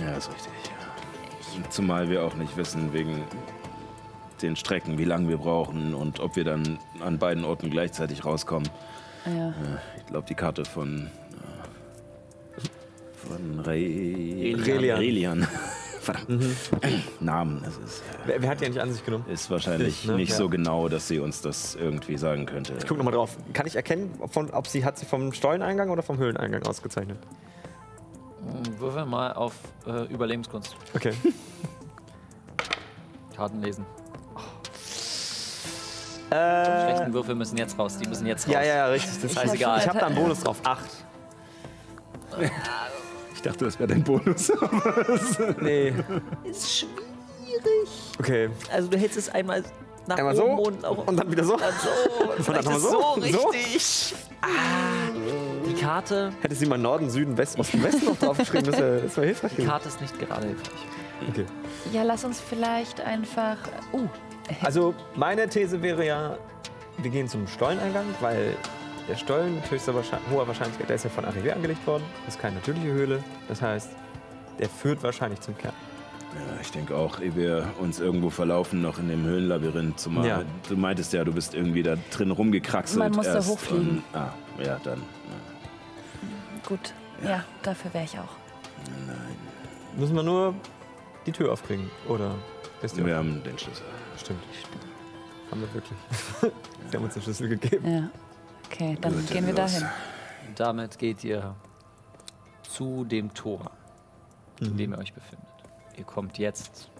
[SPEAKER 10] Ja, ist richtig. ja. Zumal wir auch nicht wissen, wegen den Strecken, wie lange wir brauchen und ob wir dann an beiden Orten gleichzeitig rauskommen.
[SPEAKER 3] Ja.
[SPEAKER 10] Ich glaube, die Karte von. äh, Von Re
[SPEAKER 2] Relian.
[SPEAKER 10] Relian. [LAUGHS] Verdammt. Namen. Es ist,
[SPEAKER 2] Wer, wer hat die eigentlich an sich genommen?
[SPEAKER 10] ist wahrscheinlich
[SPEAKER 2] Ich, ne?
[SPEAKER 10] nicht
[SPEAKER 2] Ja.
[SPEAKER 10] so genau, dass sie uns das irgendwie sagen könnte.
[SPEAKER 2] Ich guck nochmal drauf. Kann ich erkennen, ob, von, ob sie hat sie vom Stolleneingang oder vom Höhleneingang ausgezeichnet?
[SPEAKER 1] Hm, Würfel mal auf äh, Überlebenskunst.
[SPEAKER 2] Okay.
[SPEAKER 1] Karten lesen.
[SPEAKER 2] äh,
[SPEAKER 1] Schlechten Würfel müssen jetzt raus. Die müssen jetzt raus.
[SPEAKER 2] ja, ja, ja, richtig. Das
[SPEAKER 1] Ich hab schon
[SPEAKER 2] Ich habe da einen
[SPEAKER 3] weiter-
[SPEAKER 2] Bonus drauf. Acht.
[SPEAKER 10] Ich dachte, das wäre dein Bonus.
[SPEAKER 2] Nee.
[SPEAKER 11] Ist schwierig.
[SPEAKER 2] Okay.
[SPEAKER 11] Also du hältst es einmal nach
[SPEAKER 2] Einmal so
[SPEAKER 1] Oh,
[SPEAKER 11] oben und auch
[SPEAKER 2] und dann wieder so.
[SPEAKER 11] dann
[SPEAKER 2] [LAUGHS]
[SPEAKER 11] so. Und vielleicht
[SPEAKER 2] dann
[SPEAKER 11] ist
[SPEAKER 2] nochmal so.
[SPEAKER 11] so
[SPEAKER 2] So.
[SPEAKER 11] richtig.
[SPEAKER 1] Die Karte,
[SPEAKER 2] Hätte sie mal Norden, Süden, Westen, Osten, Westen noch draufgeschrieben, das wäre das wär hilfreich
[SPEAKER 1] die
[SPEAKER 2] gewesen.
[SPEAKER 1] Karte ist nicht gerade hilfreich.
[SPEAKER 2] Okay.
[SPEAKER 3] ja, lass uns vielleicht einfach. Uh,
[SPEAKER 2] Also meine These wäre ja, wir gehen zum Stolleneingang, weil der Stollen mit höchster Wahrscheinlichkeit, hoher Wahrscheinlichkeit, der ist ja von Arrivé angelegt worden, ist keine natürliche Höhle. Das heißt, der führt wahrscheinlich zum Kern.
[SPEAKER 10] Ja, ich denke auch, ehe wir uns irgendwo verlaufen, noch in dem Höhlenlabyrinth. Zumal
[SPEAKER 2] Ja.
[SPEAKER 10] du meintest ja, du bist irgendwie da drin rumgekraxelt.
[SPEAKER 3] Man muss da
[SPEAKER 10] erst
[SPEAKER 3] hochfliegen.
[SPEAKER 10] und- ah, ja, dann.
[SPEAKER 3] gut. Ja, dafür wäre ich auch.
[SPEAKER 2] Müssen wir nur die Tür aufkriegen, oder? Ist die
[SPEAKER 10] Wir haben den Schlüssel.
[SPEAKER 2] offen? Stimmt. Haben wir wirklich. [LAUGHS] Sie haben uns den Schlüssel gegeben.
[SPEAKER 3] Ja. Okay, dann
[SPEAKER 10] Gut,
[SPEAKER 3] gehen wir
[SPEAKER 10] dann los.
[SPEAKER 3] dahin.
[SPEAKER 1] Und damit geht ihr zu dem Tor, in dem ihr euch befindet. Ihr kommt jetzt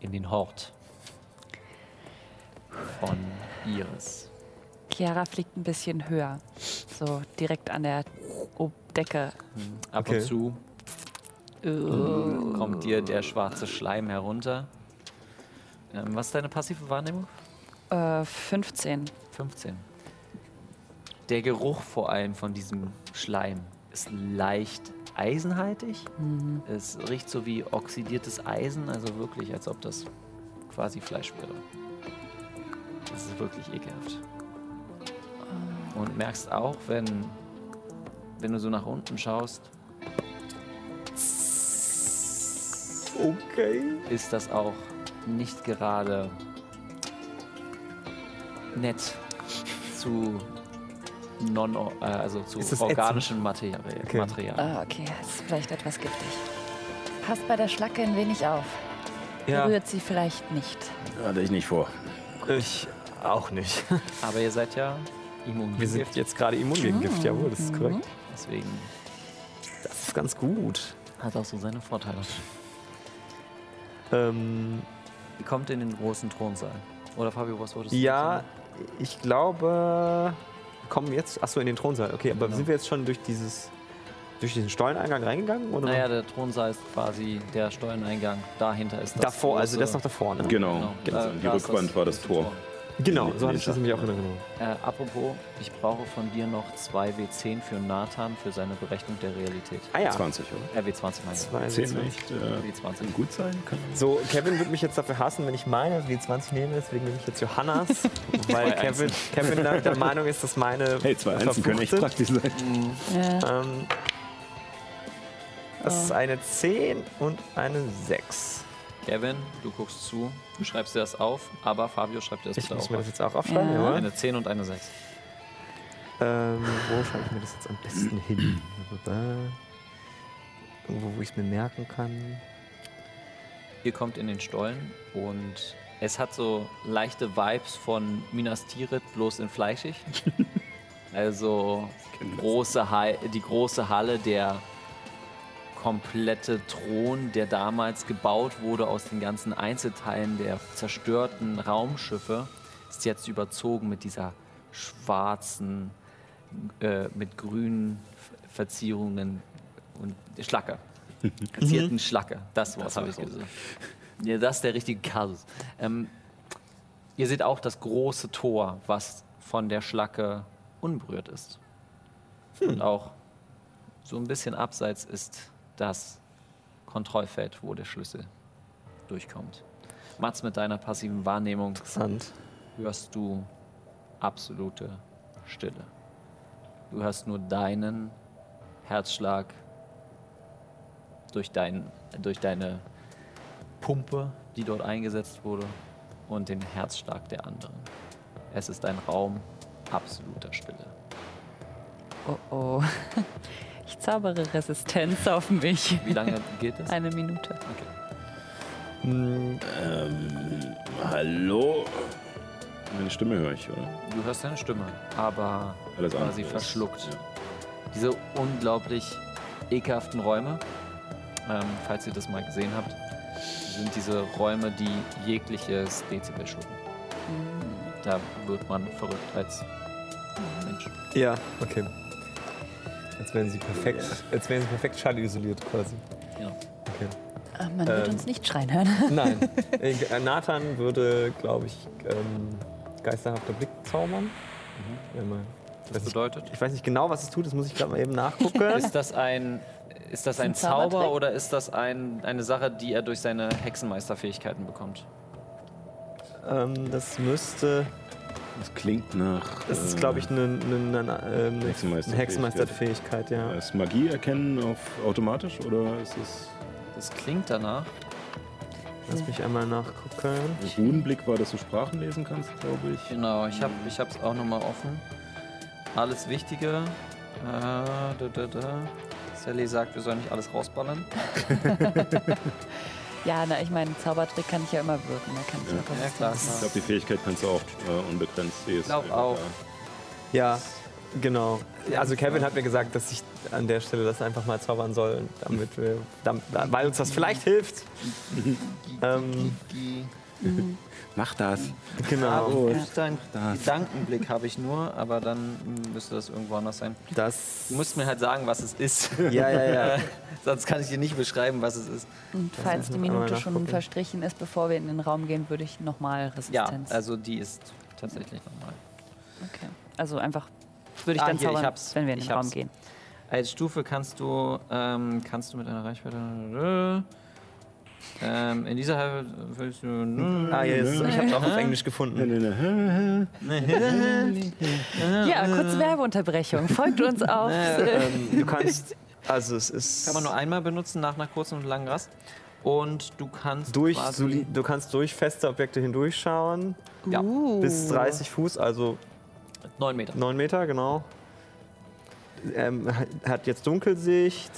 [SPEAKER 1] in den Hort von Iris.
[SPEAKER 3] Chiara fliegt ein bisschen höher. So direkt an der O- Decke.
[SPEAKER 1] Ab
[SPEAKER 2] Okay.
[SPEAKER 1] und zu
[SPEAKER 11] Äh.
[SPEAKER 1] kommt dir der schwarze Schleim herunter. Ähm, was ist deine passive Wahrnehmung?
[SPEAKER 3] Äh, 15.
[SPEAKER 1] 15. Der Geruch vor allem von diesem Schleim ist leicht eisenhaltig. Es riecht so wie oxidiertes Eisen, also wirklich, als ob das quasi Fleisch wäre. Das ist wirklich ekelhaft. Und merkst auch, wenn, wenn du so nach unten schaust,
[SPEAKER 2] Okay.
[SPEAKER 1] ist das auch nicht gerade nett zu non äh, also zu
[SPEAKER 2] Ist das
[SPEAKER 1] organischem Material.
[SPEAKER 2] Okay.
[SPEAKER 1] Material.
[SPEAKER 3] Ah, okay, das ist vielleicht etwas giftig. Passt bei der Schlacke ein wenig auf.
[SPEAKER 2] Ja,
[SPEAKER 3] Berührt sie vielleicht nicht.
[SPEAKER 10] Hatte ich nicht vor.
[SPEAKER 2] ich auch nicht.
[SPEAKER 1] Aber ihr seid ja immun.
[SPEAKER 2] [LAUGHS] Wir sind jetzt gerade immun gegen Gift, jawohl, das ist korrekt.
[SPEAKER 1] Deswegen
[SPEAKER 2] Das ist ganz gut.
[SPEAKER 1] hat auch so seine
[SPEAKER 2] [LAUGHS]
[SPEAKER 1] Vorteile.
[SPEAKER 2] Ähm,
[SPEAKER 1] Ihr kommt in den großen Thronsaal. Oder Fabio, was wolltest du
[SPEAKER 2] Ja, ich glaube, wir kommen jetzt. Achso, in den Thronsaal. Okay, aber sind wir jetzt schon durch dieses durch diesen Stolleneingang reingegangen
[SPEAKER 1] sagen?
[SPEAKER 2] oder?
[SPEAKER 1] Naja, der Thronsaal ist quasi der Stolleneingang. Dahinter ist das.
[SPEAKER 2] davor, also das
[SPEAKER 1] große-
[SPEAKER 2] noch davor. Ne?
[SPEAKER 10] Genau.
[SPEAKER 1] Genau.
[SPEAKER 10] Also
[SPEAKER 1] Da-
[SPEAKER 10] die
[SPEAKER 1] da ist
[SPEAKER 10] Rückwand war das Tor.
[SPEAKER 2] Genau,
[SPEAKER 10] In-
[SPEAKER 2] so
[SPEAKER 10] in
[SPEAKER 2] hatte ich das
[SPEAKER 10] den
[SPEAKER 2] nämlich auch in Erinnerung.
[SPEAKER 1] Äh, apropos, ich brauche von dir noch zwei W10 für Nathan für seine Berechnung der Realität.
[SPEAKER 2] Ah ja. Also
[SPEAKER 10] 20, oder? ne?
[SPEAKER 1] Äh, W20 meine ich.
[SPEAKER 2] Zwei,
[SPEAKER 4] 10
[SPEAKER 2] 20.
[SPEAKER 4] nicht äh,
[SPEAKER 1] W20.
[SPEAKER 4] gut sein kann.
[SPEAKER 2] So, Kevin wird mich jetzt dafür hassen, wenn ich meine W20 nehme, deswegen nehme ich jetzt Johannas, [LAUGHS] weil Kevin, Kevin der, der Meinung ist, dass [LAUGHS] meine.
[SPEAKER 4] Hey, zwei Einsen können echt
[SPEAKER 2] verfluchte-
[SPEAKER 4] praktisch sein.
[SPEAKER 3] Ja.
[SPEAKER 2] ähm, Das ist eine 10 und eine 6.
[SPEAKER 1] Kevin, du guckst zu, du schreibst dir das auf, aber Fabio schreibt dir das
[SPEAKER 2] Ich
[SPEAKER 1] bitte
[SPEAKER 2] muss
[SPEAKER 1] auch
[SPEAKER 2] mir das
[SPEAKER 1] auf.
[SPEAKER 2] jetzt auch aufschreiben,
[SPEAKER 3] Ja.
[SPEAKER 2] ja.
[SPEAKER 1] Eine 10 und eine 6.
[SPEAKER 2] Ähm, wo schreibe ich mir das jetzt am besten hin? Irgendwo, wo ich es mir merken kann.
[SPEAKER 1] Ihr kommt in den Stollen und es hat so leichte Vibes von Minas Tirith, bloß in fleischig.
[SPEAKER 2] [LAUGHS]
[SPEAKER 1] also große Hall, die große Halle, der komplette Thron, der damals gebaut wurde aus den ganzen Einzelteilen der zerstörten Raumschiffe, ist jetzt überzogen mit dieser schwarzen, äh, mit grünen F- Verzierungen und [LAUGHS] Schlacker. Verzierten Schlacker. Das Wort habe ich gesagt. Ja, das ist der richtige Kasus. Ähm, ihr seht auch das große Tor, was von der Schlacke unberührt ist. Und auch so ein bisschen abseits ist das Kontrollfeld, wo der Schlüssel durchkommt. Mats, mit deiner passiven Wahrnehmung
[SPEAKER 2] Interessant.
[SPEAKER 1] hörst du absolute Stille. Du hörst nur deinen Herzschlag durch, dein, durch deine Pumpe, die dort eingesetzt wurde, und den Herzschlag der anderen. Es ist ein Raum absoluter Stille.
[SPEAKER 3] Oh oh. [LAUGHS] Ich zaubere Resistenz auf mich.
[SPEAKER 1] Wie lange geht das?
[SPEAKER 3] Eine Minute.
[SPEAKER 4] Hallo? Meine Stimme höre ich, oder?
[SPEAKER 1] Du hörst deine Stimme, aber
[SPEAKER 4] Alles
[SPEAKER 1] quasi
[SPEAKER 4] andere ist-
[SPEAKER 1] verschluckt.
[SPEAKER 4] ja.
[SPEAKER 1] Diese unglaublich ekelhaften Räume, ähm, falls ihr das mal gesehen habt, sind diese Räume, die jegliches Dezibel schlucken. Mhm. Da wird man verrückt als Mensch.
[SPEAKER 4] Mhm.
[SPEAKER 2] Ja, okay. Als wären sie perfekt, als wären sie perfekt schallisoliert quasi.
[SPEAKER 1] Ja.
[SPEAKER 2] Okay.
[SPEAKER 3] Ah, Man wird
[SPEAKER 2] Ähm.
[SPEAKER 3] uns nicht schreien hören. [LAUGHS]
[SPEAKER 2] Nein. Äh, äh, Nathan würde, glaube ich, ähm, geisterhafter Blick zaubern.
[SPEAKER 1] Mhm.
[SPEAKER 2] Wenn man- ich weiß
[SPEAKER 1] Das
[SPEAKER 2] nicht-
[SPEAKER 1] bedeutet,
[SPEAKER 2] Ich weiß nicht genau, was es tut, das muss ich gerade mal
[SPEAKER 1] [LAUGHS]
[SPEAKER 2] eben nachgucken.
[SPEAKER 1] ist das ein, ist das ein Zauber
[SPEAKER 3] Zaubertrick?
[SPEAKER 1] oder ist das ein, eine Sache, die er durch seine Hexenmeisterfähigkeiten bekommt?
[SPEAKER 2] ähm, das müsste.
[SPEAKER 4] Das klingt nach.
[SPEAKER 2] Das ist,
[SPEAKER 4] äh,
[SPEAKER 2] glaube ich, eine, eine, eine, ähm, eine
[SPEAKER 4] Hexenmeisterfähigkeit.
[SPEAKER 2] Hexenmeisterfähigkeit, ja.
[SPEAKER 10] äh,
[SPEAKER 4] Ist Magie erkennen auf automatisch oder ist es.
[SPEAKER 1] Das klingt danach.
[SPEAKER 2] Lass mich einmal nachgucken.
[SPEAKER 4] Runenblick war, dass du Sprachen lesen kannst, glaube ich.
[SPEAKER 1] Genau, ich habe es auch nochmal offen. Alles Wichtige. Äh, da, da, da. Sally sagt, wir sollen nicht alles rausballern.
[SPEAKER 3] Ja, na, ich meine, Zaubertrick kann ich ja immer wirken. Da kann ich ja,
[SPEAKER 1] Ja, klar.
[SPEAKER 4] Ich
[SPEAKER 1] klar.
[SPEAKER 4] glaube, die Fähigkeit kannst du auch äh, unbegrenzt lesen.
[SPEAKER 1] glaub auch.
[SPEAKER 2] Ja, genau. Also Kevin hat mir gesagt, dass ich an der Stelle das einfach mal zaubern soll, damit wir, dam- weil uns das
[SPEAKER 1] [LAUGHS]
[SPEAKER 2] vielleicht hilft. ähm,
[SPEAKER 10] Mach das.
[SPEAKER 2] genau.
[SPEAKER 1] Oh, Dank, Gedankenblick habe ich nur, aber dann müsste das irgendwo anders sein.
[SPEAKER 2] Das.
[SPEAKER 1] Du musst mir halt sagen, was es ist.
[SPEAKER 2] Ja, ja, ja.
[SPEAKER 1] [LAUGHS] Sonst kann ich dir nicht beschreiben, was es ist.
[SPEAKER 3] Und falls
[SPEAKER 2] uns
[SPEAKER 3] die
[SPEAKER 2] noch einmal
[SPEAKER 3] Minute schon
[SPEAKER 2] nachgucken.
[SPEAKER 3] verstrichen ist, bevor wir in den Raum gehen, würde ich nochmal
[SPEAKER 1] Ja,
[SPEAKER 3] Resistenz.
[SPEAKER 1] also die ist tatsächlich nochmal.
[SPEAKER 3] okay. also einfach würde ich
[SPEAKER 1] Ah,
[SPEAKER 3] dann
[SPEAKER 1] hier, ich
[SPEAKER 3] zaubern,
[SPEAKER 1] hab's.
[SPEAKER 3] wenn wir in
[SPEAKER 1] Ich
[SPEAKER 3] den Raum
[SPEAKER 1] hab's.
[SPEAKER 3] gehen.
[SPEAKER 1] Als Stufe kannst du, ähm, kannst du mit einer Reichweite. Ähm, in dieser halbe willst du.
[SPEAKER 2] Ah, yes. Ich habe auch auf Englisch gefunden. [LAUGHS]
[SPEAKER 3] Ja, kurze Werbeunterbrechung. Folgt uns auf. äh,
[SPEAKER 2] ähm, du kannst. Also es ist.
[SPEAKER 1] Kann man nur einmal benutzen nach einer kurzen und langen Rast. Und du kannst
[SPEAKER 2] durch,
[SPEAKER 1] quasi-
[SPEAKER 2] soli- du kannst durch feste Objekte hindurchschauen.
[SPEAKER 1] Ja,
[SPEAKER 2] Bis 30 Fuß, also
[SPEAKER 1] neun Meter.
[SPEAKER 2] 9 Meter, genau. Ähm, hat jetzt Dunkelsicht.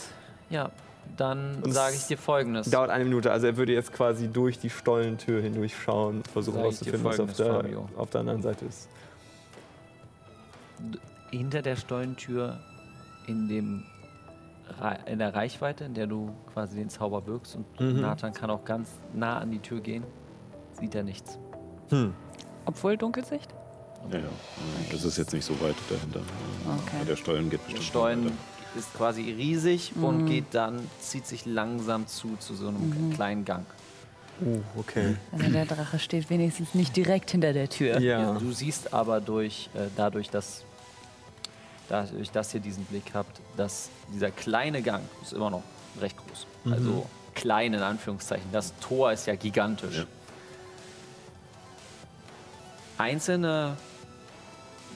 [SPEAKER 1] Ja, dann
[SPEAKER 2] Und
[SPEAKER 1] sage
[SPEAKER 2] es
[SPEAKER 1] ich dir folgendes.
[SPEAKER 2] Dauert eine Minute, also er würde jetzt quasi durch die Stollentür hindurchschauen und versuchen
[SPEAKER 1] Sag ich dir
[SPEAKER 2] herauszufinden, was auf der,
[SPEAKER 1] Folgendes, Fabio.
[SPEAKER 2] auf der anderen Seite ist.
[SPEAKER 1] Hinter der Stollentür in dem Ra- in der Reichweite, in der du quasi den Zauber wirkst und
[SPEAKER 2] Mhm.
[SPEAKER 1] Nathan kann auch ganz nah an die Tür gehen, sieht er nichts.
[SPEAKER 3] Obwohl Dunkelsicht?
[SPEAKER 4] Ja, ja. Das ist jetzt nicht so weit dahinter.
[SPEAKER 3] Okay.
[SPEAKER 4] Der Stollen geht
[SPEAKER 1] Der
[SPEAKER 4] bestimmt.
[SPEAKER 1] Stollen
[SPEAKER 4] weiter.
[SPEAKER 1] ist quasi riesig und geht dann, zieht sich langsam zu, zu so einem kleinen Gang.
[SPEAKER 2] Uh, okay.
[SPEAKER 3] Also der Drache steht wenigstens nicht direkt hinter der Tür.
[SPEAKER 2] Ja.
[SPEAKER 1] Du siehst aber durch, äh, dadurch, dass, dadurch, dass ihr diesen Blick habt, dass dieser kleine Gang ist immer noch recht groß. Also klein in Anführungszeichen. Das Tor ist ja gigantisch. Einzelne,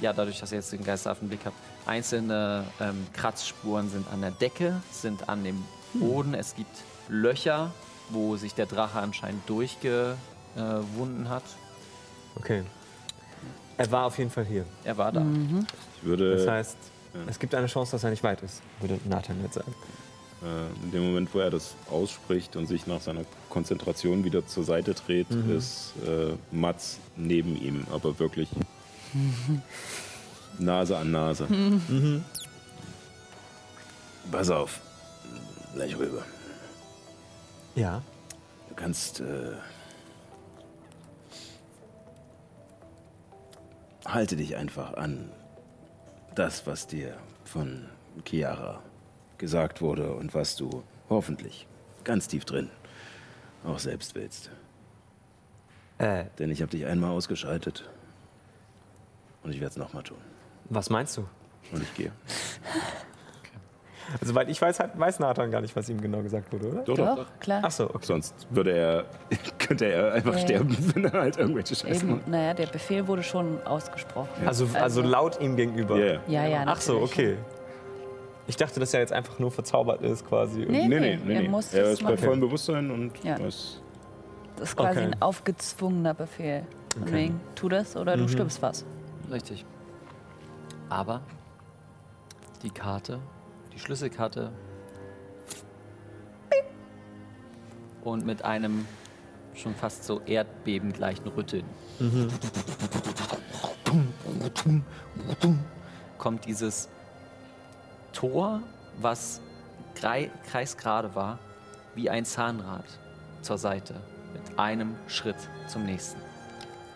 [SPEAKER 1] ja, dadurch, dass ihr jetzt den geisterhaften Blick habt, einzelne ähm, Kratzspuren sind an der Decke, sind an dem Boden. Es gibt Löcher, wo sich der Drache anscheinend durchgewunden äh, wunden hat.
[SPEAKER 2] Okay. Er war auf jeden Fall hier.
[SPEAKER 1] Er war da.
[SPEAKER 4] Ich würde.
[SPEAKER 2] Das heißt, es gibt eine Chance, dass er nicht weit ist, würde Nathan jetzt sagen.
[SPEAKER 4] Äh, In dem Moment, wo er das ausspricht und sich nach seiner Konzentration wieder zur Seite dreht, ist äh, Mats neben ihm, aber wirklich Nase an Nase.
[SPEAKER 10] Mhm. Pass auf. Gleich rüber.
[SPEAKER 2] Ja.
[SPEAKER 10] Du kannst äh, halte dich einfach an das, was dir von Chiara gesagt wurde und was du hoffentlich ganz tief drin auch selbst willst.
[SPEAKER 2] Äh,
[SPEAKER 10] Denn ich habe dich einmal ausgeschaltet und ich werde es nochmal tun.
[SPEAKER 2] was meinst du?
[SPEAKER 10] Und ich gehe.
[SPEAKER 2] Also, Soweit ich weiß, hat, weiß Nathan gar nicht, was ihm genau gesagt wurde, oder?
[SPEAKER 4] doch.
[SPEAKER 3] Doch, klar.
[SPEAKER 2] Achso, okay.
[SPEAKER 4] Sonst würde er, [LAUGHS] könnte er einfach
[SPEAKER 3] Ja.
[SPEAKER 4] sterben, wenn er halt irgendwelche Scheiße
[SPEAKER 3] Eben,
[SPEAKER 4] macht.
[SPEAKER 3] naja, der Befehl wurde schon ausgesprochen.
[SPEAKER 2] Also, also
[SPEAKER 3] Also-
[SPEAKER 2] laut ihm gegenüber.
[SPEAKER 4] Ja, ja.
[SPEAKER 3] Ja, ja.
[SPEAKER 2] Ach so,
[SPEAKER 3] natürlich.
[SPEAKER 2] okay. Ich dachte, dass er jetzt einfach nur verzaubert ist quasi.
[SPEAKER 3] Nee, nee,
[SPEAKER 4] Nee, nee, nee.
[SPEAKER 3] Er
[SPEAKER 4] nee.
[SPEAKER 3] muss
[SPEAKER 4] er
[SPEAKER 3] das
[SPEAKER 4] ist bei
[SPEAKER 3] machen.
[SPEAKER 4] vollem Bewusstsein und
[SPEAKER 3] Ja.
[SPEAKER 4] weiß.
[SPEAKER 3] Das ist quasi
[SPEAKER 2] Okay.
[SPEAKER 3] ein aufgezwungener Befehl. Von wegen, tu das oder du stirbst was.
[SPEAKER 1] Richtig. Aber die Karte, die Schlüsselkarte. Und mit einem schon fast so Erdbeben gleichen Rütteln. Kommt dieses Tor, was grei- kreisgerade war, wie ein Zahnrad zur Seite. Mit einem Schritt zum nächsten.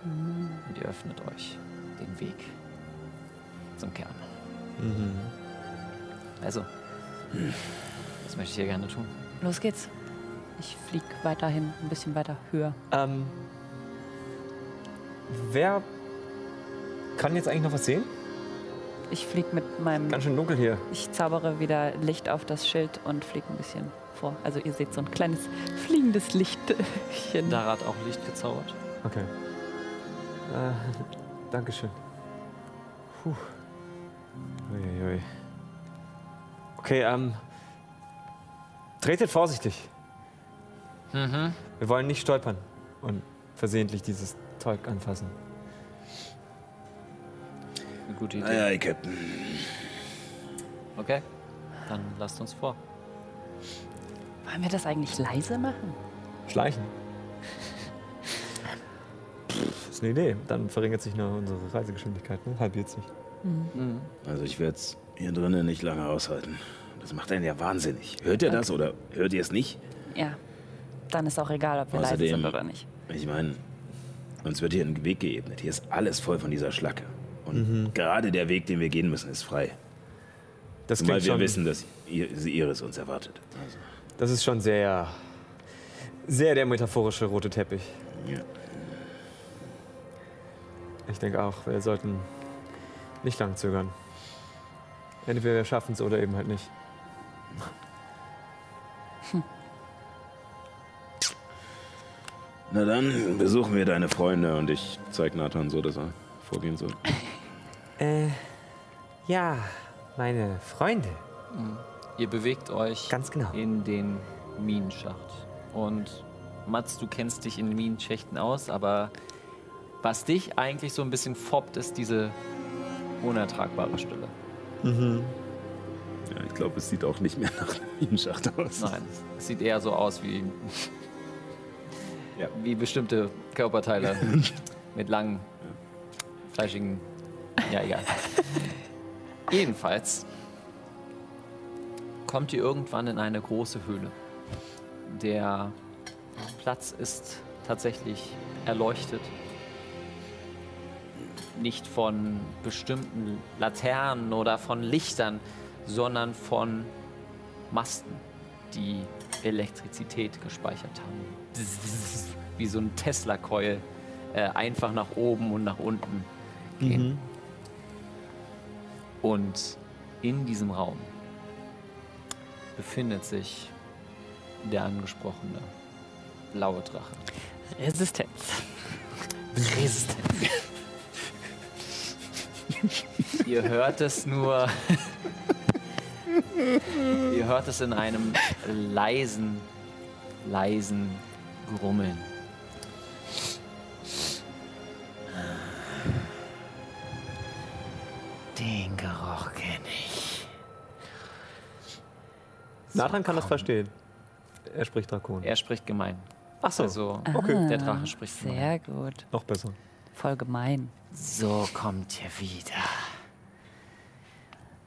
[SPEAKER 1] Und ihr öffnet euch den Weg zum Kern. Also, das möchte ich hier gerne tun.
[SPEAKER 3] Los geht's. Ich flieg weiterhin, ein bisschen weiter höher.
[SPEAKER 2] Ähm, wer kann jetzt eigentlich noch was sehen?
[SPEAKER 3] Ich flieg mit meinem.
[SPEAKER 2] Ganz schön dunkel hier.
[SPEAKER 3] Ich zaubere wieder Licht auf das Schild und flieg ein bisschen vor. Also ihr seht so ein kleines fliegendes Lichtchen.
[SPEAKER 1] Dara hat auch Licht gezaubert.
[SPEAKER 2] Okay. Äh, Dankeschön. Puh. Uiuiui. Okay, ähm. Tretet vorsichtig. Wir wollen nicht stolpern und versehentlich dieses Zeug anfassen.
[SPEAKER 1] Eine gute
[SPEAKER 4] Ah,
[SPEAKER 1] Idee.
[SPEAKER 10] Aye, aye, Captain.
[SPEAKER 1] Okay, dann lasst uns vor.
[SPEAKER 3] Wollen wir das eigentlich leise machen?
[SPEAKER 2] Schleichen. Ist eine Idee. Dann verringert sich nur unsere Reisegeschwindigkeit, ne? Halbiert sich.
[SPEAKER 10] Also ich werde es hier drinnen nicht lange aushalten. Das macht einen ja wahnsinnig. Hört ihr das oder hört ihr es nicht?
[SPEAKER 3] Ja. Dann ist auch egal, ob wir leise
[SPEAKER 10] Außerdem-
[SPEAKER 3] sind oder nicht.
[SPEAKER 10] Ich meine, uns wird hier ein Weg geebnet. Hier ist alles voll von dieser Schlacke. Und
[SPEAKER 2] Mhm.
[SPEAKER 10] gerade der Weg, den wir gehen müssen, ist frei.
[SPEAKER 2] Das
[SPEAKER 10] Zumal
[SPEAKER 2] klingt
[SPEAKER 10] wir
[SPEAKER 2] schon-
[SPEAKER 10] wissen, dass I- sie Iris uns erwartet. Also,
[SPEAKER 2] Das ist schon sehr, sehr der metaphorische rote Teppich.
[SPEAKER 10] ja.
[SPEAKER 2] Ich denke auch, wir sollten nicht lang zögern. Entweder wir schaffen es oder eben halt nicht.
[SPEAKER 10] Na dann besuchen wir deine Freunde und ich zeige Nathan so, dass er vorgehen soll.
[SPEAKER 2] Äh, ja, meine Freunde,
[SPEAKER 1] Ihr bewegt euch
[SPEAKER 2] ganz genau.
[SPEAKER 1] in den Minenschacht. Und Mats, du kennst dich in Minenschächten aus, aber was dich eigentlich so ein bisschen foppt, ist diese unertragbare Stille.
[SPEAKER 4] Ja, ich glaube, es sieht auch nicht mehr nach einem Minenschacht aus.
[SPEAKER 1] Nein, es sieht eher so aus wie,
[SPEAKER 4] Ja.
[SPEAKER 1] wie bestimmte Körperteile mit langen, fleischigen. Ja, egal. Jedenfalls kommt ihr irgendwann in eine große Höhle. Der Platz ist tatsächlich erleuchtet. Nicht von bestimmten Laternen oder von Lichtern, sondern von Masten, die Elektrizität gespeichert haben. Wie so ein Tesla-Coil. Äh, einfach nach oben und nach unten gehen. Und in diesem Raum befindet sich der angesprochene blaue Drache.
[SPEAKER 3] Resistenz.
[SPEAKER 1] [LAUGHS] Ihr hört es nur. Ihr hört es in einem leisen, leisen Grummeln. Den Geruch kenne ich.
[SPEAKER 2] Nathan kann das verstehen. Er spricht Drakon.
[SPEAKER 1] Er spricht gemein.
[SPEAKER 2] Ach so,
[SPEAKER 1] Also,
[SPEAKER 2] okay.
[SPEAKER 1] der Drache spricht gemein.
[SPEAKER 3] Sehr gut.
[SPEAKER 2] noch besser.
[SPEAKER 3] Voll gemein.
[SPEAKER 1] So kommt ihr wieder,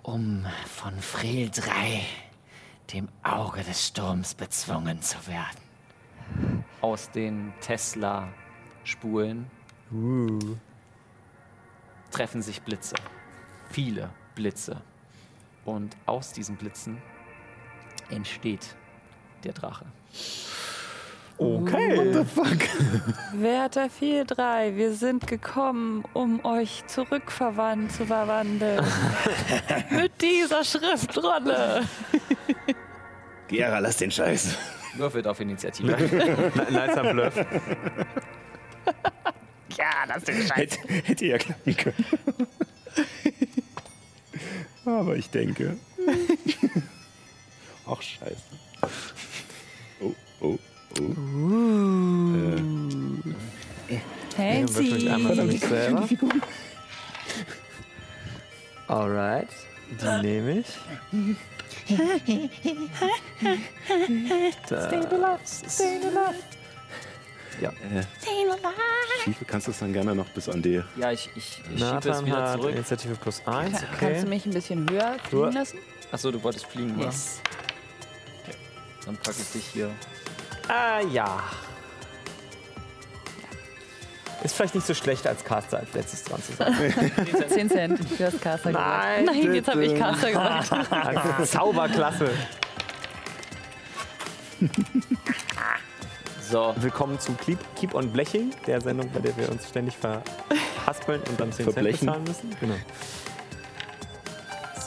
[SPEAKER 1] um von Freel 3, dem Auge des Sturms, bezwungen zu werden. Aus den
[SPEAKER 2] Uh.
[SPEAKER 1] Tesla-Spulen treffen sich Blitze. Viele Blitze. Und aus diesen Blitzen entsteht der Drache.
[SPEAKER 2] Okay. What the fuck?
[SPEAKER 3] Werter 4-3, wir sind gekommen, um euch zurückverwandt zu
[SPEAKER 2] [LAUGHS]
[SPEAKER 3] verwandeln. Mit dieser Schriftrolle.
[SPEAKER 10] Gera, lass den Scheiß.
[SPEAKER 1] Würfelt auf Initiative.
[SPEAKER 2] [LAUGHS] Nicer Bluff.
[SPEAKER 3] Ja, das ist
[SPEAKER 10] Hätte, hätte ja klappen können. Aber ich denke. Ach, Scheiße. Oh, oh, oh.
[SPEAKER 3] fancy.
[SPEAKER 2] selber. Alright, die nehme ich.
[SPEAKER 4] Schiefe kannst du es dann gerne noch bis an die.
[SPEAKER 1] ja, ich, ich, ich schiebe es
[SPEAKER 2] Nathan
[SPEAKER 1] wieder
[SPEAKER 2] hat
[SPEAKER 1] zurück.
[SPEAKER 2] Initiative plus 1.
[SPEAKER 3] Kannst du
[SPEAKER 2] Okay.
[SPEAKER 3] mich ein bisschen höher fliegen lassen?
[SPEAKER 1] Achso, du wolltest fliegen, oder?
[SPEAKER 3] Yes.
[SPEAKER 1] Dann packe ich dich hier.
[SPEAKER 2] Ah ja. Ist vielleicht nicht so schlecht als Caster als letztes dran [LAUGHS] zu sein.
[SPEAKER 3] 10 Cent für das Caster
[SPEAKER 2] Nein,
[SPEAKER 3] gesagt. Nein, jetzt habe ich
[SPEAKER 2] bitte.
[SPEAKER 3] Caster gesagt.
[SPEAKER 2] Also, Zauberklasse.
[SPEAKER 1] So,
[SPEAKER 2] [LAUGHS] Willkommen zu Keep, Keep on Bleching, der Sendung, bei der wir uns ständig verhaspeln und dann 10 Cent
[SPEAKER 4] Verblechen.
[SPEAKER 2] bezahlen müssen. Genau.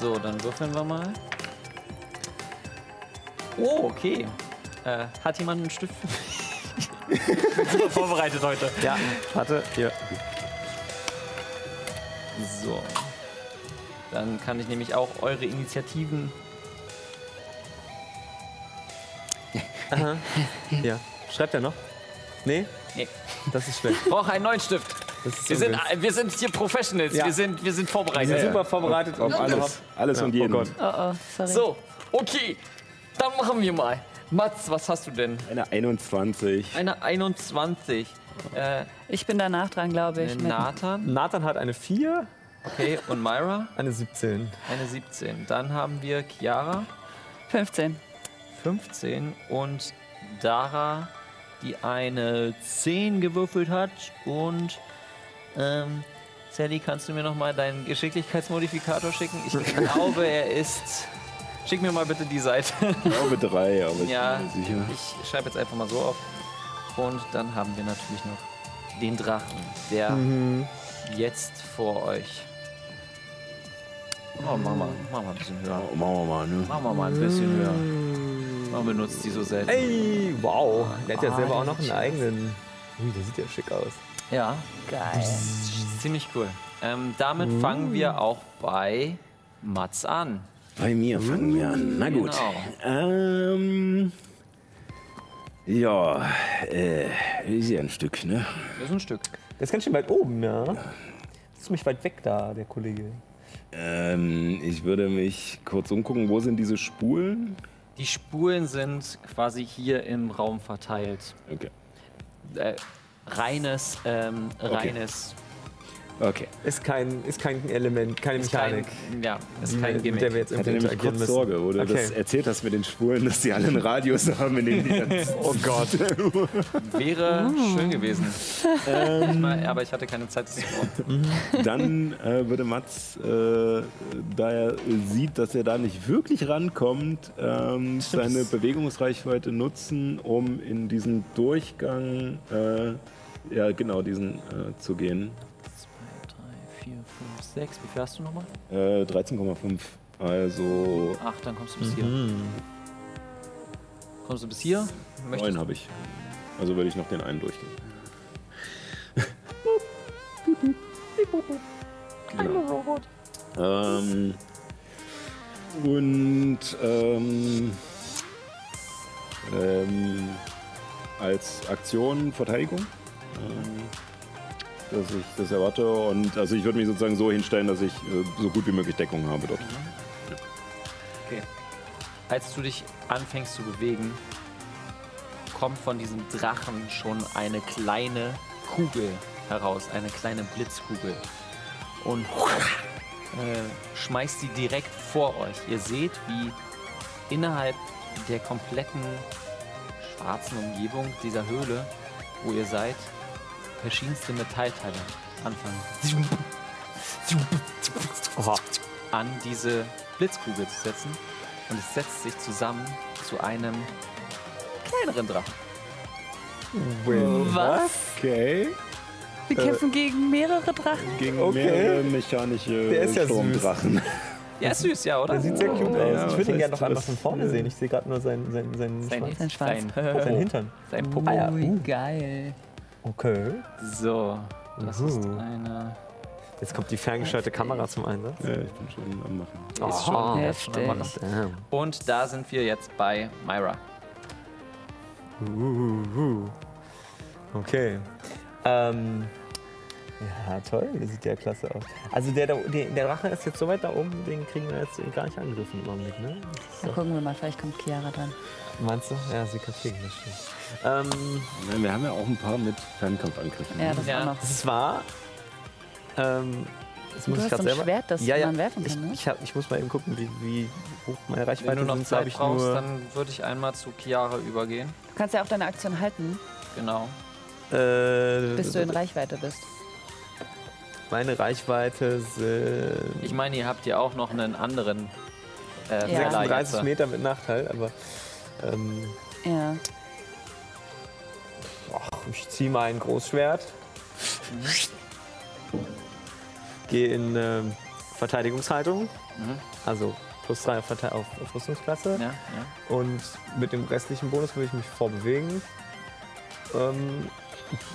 [SPEAKER 1] so, dann würfeln wir mal. Oh, okay. Äh, hat jemand einen Stift für mich?
[SPEAKER 2] [LAUGHS] Vorbereitet heute. Ja, warte, hier.
[SPEAKER 1] So. Dann kann ich nämlich auch eure Initiativen.
[SPEAKER 2] Ja. Schreibt er noch? Nee?
[SPEAKER 1] Nee.
[SPEAKER 2] Das ist schlecht.
[SPEAKER 1] Brauche einen neuen Stift.
[SPEAKER 2] Das ist
[SPEAKER 1] Wir sind,
[SPEAKER 2] unwiss.
[SPEAKER 1] äh, wir sind hier Professionals.
[SPEAKER 2] Ja.
[SPEAKER 1] Wir, sind, wir sind
[SPEAKER 2] Wir
[SPEAKER 1] vorbereitet.
[SPEAKER 2] sind super vorbereitet auf alles.
[SPEAKER 4] Alles, alles und jeden.
[SPEAKER 2] Gott.
[SPEAKER 3] Oh, oh, sorry.
[SPEAKER 1] So, okay. Dann machen wir mal. Mats, was hast du denn?
[SPEAKER 4] Eine 21.
[SPEAKER 1] Eine 21. Äh,
[SPEAKER 3] Ich bin danach dran, glaube ich. mit-
[SPEAKER 1] Nathan,
[SPEAKER 2] Nathan hat eine 4,
[SPEAKER 1] okay, und Myra,
[SPEAKER 2] eine 17.
[SPEAKER 1] eine 17. Dann haben wir Chiara,
[SPEAKER 3] 15.
[SPEAKER 1] 15. Und Dara, die eine 10 gewürfelt hat. Und ähm, Sally, kannst du mir nochmal deinen Geschicklichkeitsmodifikator schicken? Ich glaube, er ist. Schick mir mal bitte die Seite.
[SPEAKER 4] Ich glaube drei, aber ich
[SPEAKER 1] Ja,
[SPEAKER 4] bin mir sicher.
[SPEAKER 1] ich schreibe jetzt einfach mal so auf. Und dann haben wir natürlich noch den Drachen, der jetzt vor euch. Oh, mach mal, mach mal ein bisschen höher.
[SPEAKER 4] Oh, machen wir mal, ne?
[SPEAKER 1] Mach mal, mal ein bisschen höher. Man benutzt die so selten.
[SPEAKER 2] Ey, wow. Ah, Der hat ja selber auch noch einen eigenen. Ui, der sieht ja schick aus.
[SPEAKER 1] Ja. Geil. Ziemlich cool. Ähm, damit fangen wir auch bei Mats an.
[SPEAKER 4] Bei mir fangen wir an. Na gut.
[SPEAKER 1] Genau.
[SPEAKER 4] Ähm. Ja, äh, ist ja ein Stück, ne?
[SPEAKER 1] Das ist ein Stück.
[SPEAKER 2] Der ist ganz schön weit oben, ja. Ist ziemlich weit weg da, der Kollege.
[SPEAKER 4] Ähm, ich würde mich kurz umgucken, wo sind diese Spulen?
[SPEAKER 1] Die Spulen sind quasi hier im Raum verteilt.
[SPEAKER 4] Okay.
[SPEAKER 1] Äh, reines, ähm, reines
[SPEAKER 4] Okay.
[SPEAKER 2] Ist kein, ist kein Element, keine Mechanik.
[SPEAKER 1] Kein, ja, ist
[SPEAKER 2] die wir-
[SPEAKER 1] kein
[SPEAKER 2] mit der wir
[SPEAKER 1] Gimmick.
[SPEAKER 2] jetzt
[SPEAKER 4] Ich hatte nämlich
[SPEAKER 2] interagieren
[SPEAKER 4] kurz
[SPEAKER 2] müssen.
[SPEAKER 4] Sorge, wo du das
[SPEAKER 2] Okay.
[SPEAKER 4] erzählt hast mit den Spulen, dass die alle einen Radius haben, in dem die dann
[SPEAKER 2] Oh Gott.
[SPEAKER 1] [LAUGHS] Wäre schön gewesen. Ich meine, aber ich hatte keine Zeit. [LAUGHS] Das
[SPEAKER 4] [LAUGHS] Dann äh, würde Mats, äh, da er sieht, dass er da nicht wirklich rankommt, ähm, seine Bewegungsreichweite nutzen, um in diesen Durchgang, äh, ja genau, diesen äh, zu gehen.
[SPEAKER 1] 4, 5, 6. Wie viel hast du nochmal?
[SPEAKER 4] Äh, 13,5. Also
[SPEAKER 1] 8, dann kommst du bis hier. Kommst du bis hier? Möchtest
[SPEAKER 4] 9 habe ich. Also würde ich noch den einen durchgehen. genau. Ähm, und ähm, ähm, als Aktion Verteidigung. Ähm, dass ich das erwarte und also ich würde mich sozusagen so hinstellen, dass ich äh, so gut wie möglich Deckung habe dort.
[SPEAKER 1] Als du dich anfängst zu bewegen, kommt von diesem Drachen schon eine kleine Kugel heraus, eine kleine Blitzkugel. Und äh, schmeißt die direkt vor euch. Ihr seht, wie innerhalb der kompletten schwarzen Umgebung dieser Höhle, wo ihr seid, verschiedenste Metallteile anfangen an diese Blitzkugel zu setzen. Und es setzt sich zusammen zu einem kleineren Drachen.
[SPEAKER 3] Was?
[SPEAKER 4] Okay.
[SPEAKER 5] Wir
[SPEAKER 1] Äh.
[SPEAKER 5] kämpfen gegen mehrere Drachen.
[SPEAKER 4] Gegen
[SPEAKER 2] Okay.
[SPEAKER 4] mehrere mechanische
[SPEAKER 2] Der ist ja
[SPEAKER 4] Sturmdrachen.
[SPEAKER 1] Ja, ist süß, ja, oder?
[SPEAKER 2] Der sieht sehr cute aus.
[SPEAKER 4] ja, Oh,
[SPEAKER 2] ich würde ihn
[SPEAKER 4] das
[SPEAKER 2] gerne
[SPEAKER 4] heißt,
[SPEAKER 2] noch einmal
[SPEAKER 4] das-
[SPEAKER 2] von vorne sehen. Ich sehe gerade nur seinen, seinen, seinen, Schwanz.
[SPEAKER 3] Sein Schwanz.
[SPEAKER 1] Sein,
[SPEAKER 2] seinen Hintern.
[SPEAKER 1] sein Popo.
[SPEAKER 2] Ah, ja.
[SPEAKER 3] Ui, geil.
[SPEAKER 2] Okay.
[SPEAKER 1] So, das ist
[SPEAKER 2] Mhm.
[SPEAKER 1] eine.
[SPEAKER 2] Jetzt kommt die ferngesteuerte Kamera zum Einsatz.
[SPEAKER 4] [LAUGHS] Ja, ich bin schon am Machen.
[SPEAKER 1] die Ist schon
[SPEAKER 2] Aha.
[SPEAKER 3] Heftig.
[SPEAKER 2] Oh, Damn.
[SPEAKER 1] Und da sind wir jetzt bei Myra.
[SPEAKER 2] Uh, uh, uh. Okay. Ähm, ja, toll. Der sieht ja klasse aus. Also der, da- der, der Drache ist jetzt so weit da oben, den kriegen wir jetzt gar nicht angegriffen im Augenblick, ne?
[SPEAKER 3] Dann gucken wir mal, vielleicht kommt Chiara dran.
[SPEAKER 2] Meinst du? Ja, sie kapieren das schon. Ähm,
[SPEAKER 4] Nein, wir haben ja auch ein paar mit Fernkampfangriffen.
[SPEAKER 3] Ja, das
[SPEAKER 1] Ja.
[SPEAKER 3] auch noch.
[SPEAKER 2] es war... Ähm, das muss
[SPEAKER 3] Du
[SPEAKER 2] ich
[SPEAKER 3] hast
[SPEAKER 2] grad
[SPEAKER 3] so ein
[SPEAKER 2] selber...
[SPEAKER 3] Schwert, das
[SPEAKER 2] ja, ja.
[SPEAKER 3] man werfen
[SPEAKER 2] ich,
[SPEAKER 3] kann, ne?
[SPEAKER 2] ich, hab, ich muss mal eben gucken, wie, wie hoch meine
[SPEAKER 1] Wenn
[SPEAKER 2] Reichweite
[SPEAKER 1] du noch
[SPEAKER 2] sind. Da hab
[SPEAKER 1] Zeit
[SPEAKER 2] ich
[SPEAKER 1] brauchst,
[SPEAKER 2] nur,
[SPEAKER 1] dann würde ich einmal zu Chiara übergehen.
[SPEAKER 3] Du kannst ja auch deine Aktion halten,
[SPEAKER 1] Genau.
[SPEAKER 2] äh,
[SPEAKER 3] bis du in Reichweite bist.
[SPEAKER 2] Meine Reichweite sind...
[SPEAKER 1] Ich meine, ihr habt ja auch noch einen anderen äh,
[SPEAKER 3] Ja.
[SPEAKER 1] Verleih jetzt.
[SPEAKER 2] 36 Meter mit Nachteil, aber ähm,
[SPEAKER 3] Ja.
[SPEAKER 2] ich ziehe mein Großschwert. Gehe in ähm, Verteidigungshaltung. Also plus 3 auf, Verte- auf, auf Rüstungsklasse.
[SPEAKER 1] Mhm. Ja, ja.
[SPEAKER 2] Und mit dem restlichen Bonus würde ich mich vorbewegen. Ähm,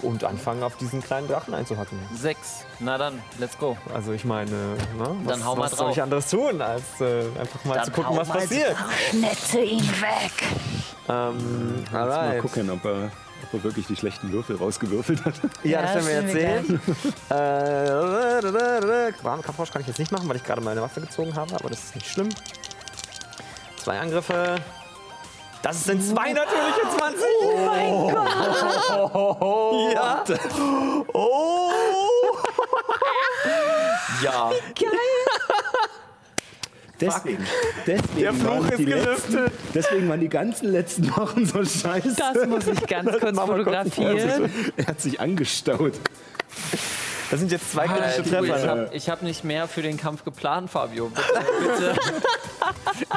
[SPEAKER 2] und anfangen, auf diesen kleinen Drachen einzuhacken.
[SPEAKER 1] Sechs. Na dann, let's go.
[SPEAKER 2] Also ich meine, ne, was,
[SPEAKER 1] Dann hau mal
[SPEAKER 2] was soll
[SPEAKER 1] drauf.
[SPEAKER 2] ich anderes tun, als äh, einfach mal
[SPEAKER 1] Dann
[SPEAKER 2] zu gucken,
[SPEAKER 1] hau
[SPEAKER 2] was
[SPEAKER 1] mal
[SPEAKER 2] passiert.
[SPEAKER 3] Schnetze ihn weg!
[SPEAKER 2] Ähm,
[SPEAKER 4] Mal
[SPEAKER 2] alright.
[SPEAKER 4] gucken, ob er, ob er wirklich die schlechten Würfel rausgewürfelt hat.
[SPEAKER 2] Ja,
[SPEAKER 3] Ja,
[SPEAKER 2] das werden
[SPEAKER 3] das
[SPEAKER 2] wir jetzt sehen. Äh, da, da, da, da. Warmen Kampfrausch kann ich jetzt nicht machen, weil ich gerade meine Waffe gezogen habe, aber das ist nicht schlimm. Zwei Angriffe. Das sind zwei natürliche 20. Oh mein Gott. Ja. [LAUGHS] Oh.
[SPEAKER 1] Ja.
[SPEAKER 4] Deswegen, deswegen,
[SPEAKER 2] Der Fluch
[SPEAKER 4] waren
[SPEAKER 2] ist
[SPEAKER 4] die
[SPEAKER 2] gelüftet.
[SPEAKER 4] letzten, deswegen waren die ganzen letzten Wochen so scheiße.
[SPEAKER 3] Das muss
[SPEAKER 4] [LAUGHS]
[SPEAKER 2] [LAUGHS]
[SPEAKER 3] ich ganz kurz fotografieren.
[SPEAKER 4] Er hat sich angestaut.
[SPEAKER 2] Das sind jetzt zwei kritische
[SPEAKER 1] Äh, du, ich
[SPEAKER 2] Treffer.
[SPEAKER 1] habe hab nicht mehr für den Kampf geplant, Fabio. Bitte, bitte.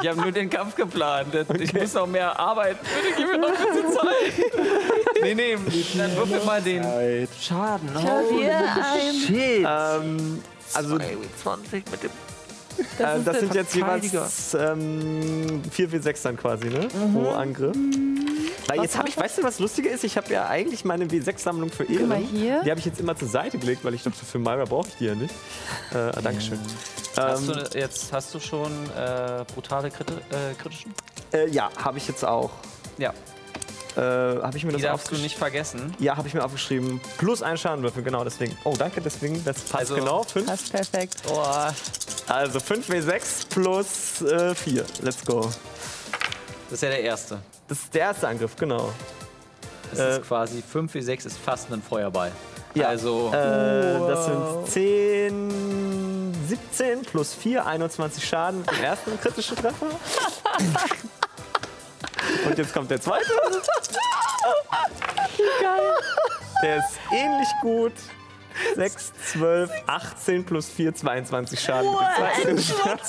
[SPEAKER 1] Ich habe nur den Kampf geplant. Ich muss noch mehr arbeiten. Bitte gib mir noch ein [LAUGHS] bisschen Zeit. Nee, nee, dann würfel mal den Schaden. Oh,
[SPEAKER 2] Shit. Ähm, also, äh,
[SPEAKER 11] 20 mit dem
[SPEAKER 2] das sind jetzt
[SPEAKER 1] Verteidiger. Mhm.
[SPEAKER 2] jeweils ähm, 4 w 6 dann quasi, ne? Pro Angriff. Weil jetzt habe ich, weißt du, was lustiger ist? Ich habe ja eigentlich meine W6-Sammlung für Ehren.
[SPEAKER 3] mal hier.
[SPEAKER 2] Die habe ich jetzt immer zur Seite gelegt, weil ich dachte, für Myra brauche ich die ja nicht. Äh, Dankeschön.
[SPEAKER 1] Hast
[SPEAKER 2] Ähm,
[SPEAKER 1] du, jetzt hast du schon äh, brutale Kriti äh, kritischen?
[SPEAKER 2] äh, ja, habe ich jetzt auch.
[SPEAKER 1] Ja,
[SPEAKER 2] Äh, habe ich mir
[SPEAKER 1] die
[SPEAKER 2] das
[SPEAKER 1] darfst du
[SPEAKER 2] aufgeschrieben?
[SPEAKER 1] nicht vergessen.
[SPEAKER 2] Ja, habe ich mir aufgeschrieben. Plus ein Schadenwürfel, genau deswegen. Oh, danke, deswegen. Das passt
[SPEAKER 1] Also-
[SPEAKER 2] genau. Fünf.
[SPEAKER 3] Passt perfekt.
[SPEAKER 1] Boah,
[SPEAKER 2] Also 5W6 plus äh, 4. Let's go.
[SPEAKER 1] das ist ja der erste.
[SPEAKER 2] Das ist der erste Angriff, genau.
[SPEAKER 1] Das
[SPEAKER 2] Äh,
[SPEAKER 1] ist quasi 5 wie 6 ist fast ein Feuerball.
[SPEAKER 2] Ja.
[SPEAKER 1] Also,
[SPEAKER 2] Äh, das sind 10, 17 plus 4, 21 Schaden mit dem ersten kritischen Treffer. Und jetzt kommt der zweite. Geil. Der ist ähnlich gut. 6, 12, 18 plus 4, 22 Schaden. mit dem zweiten.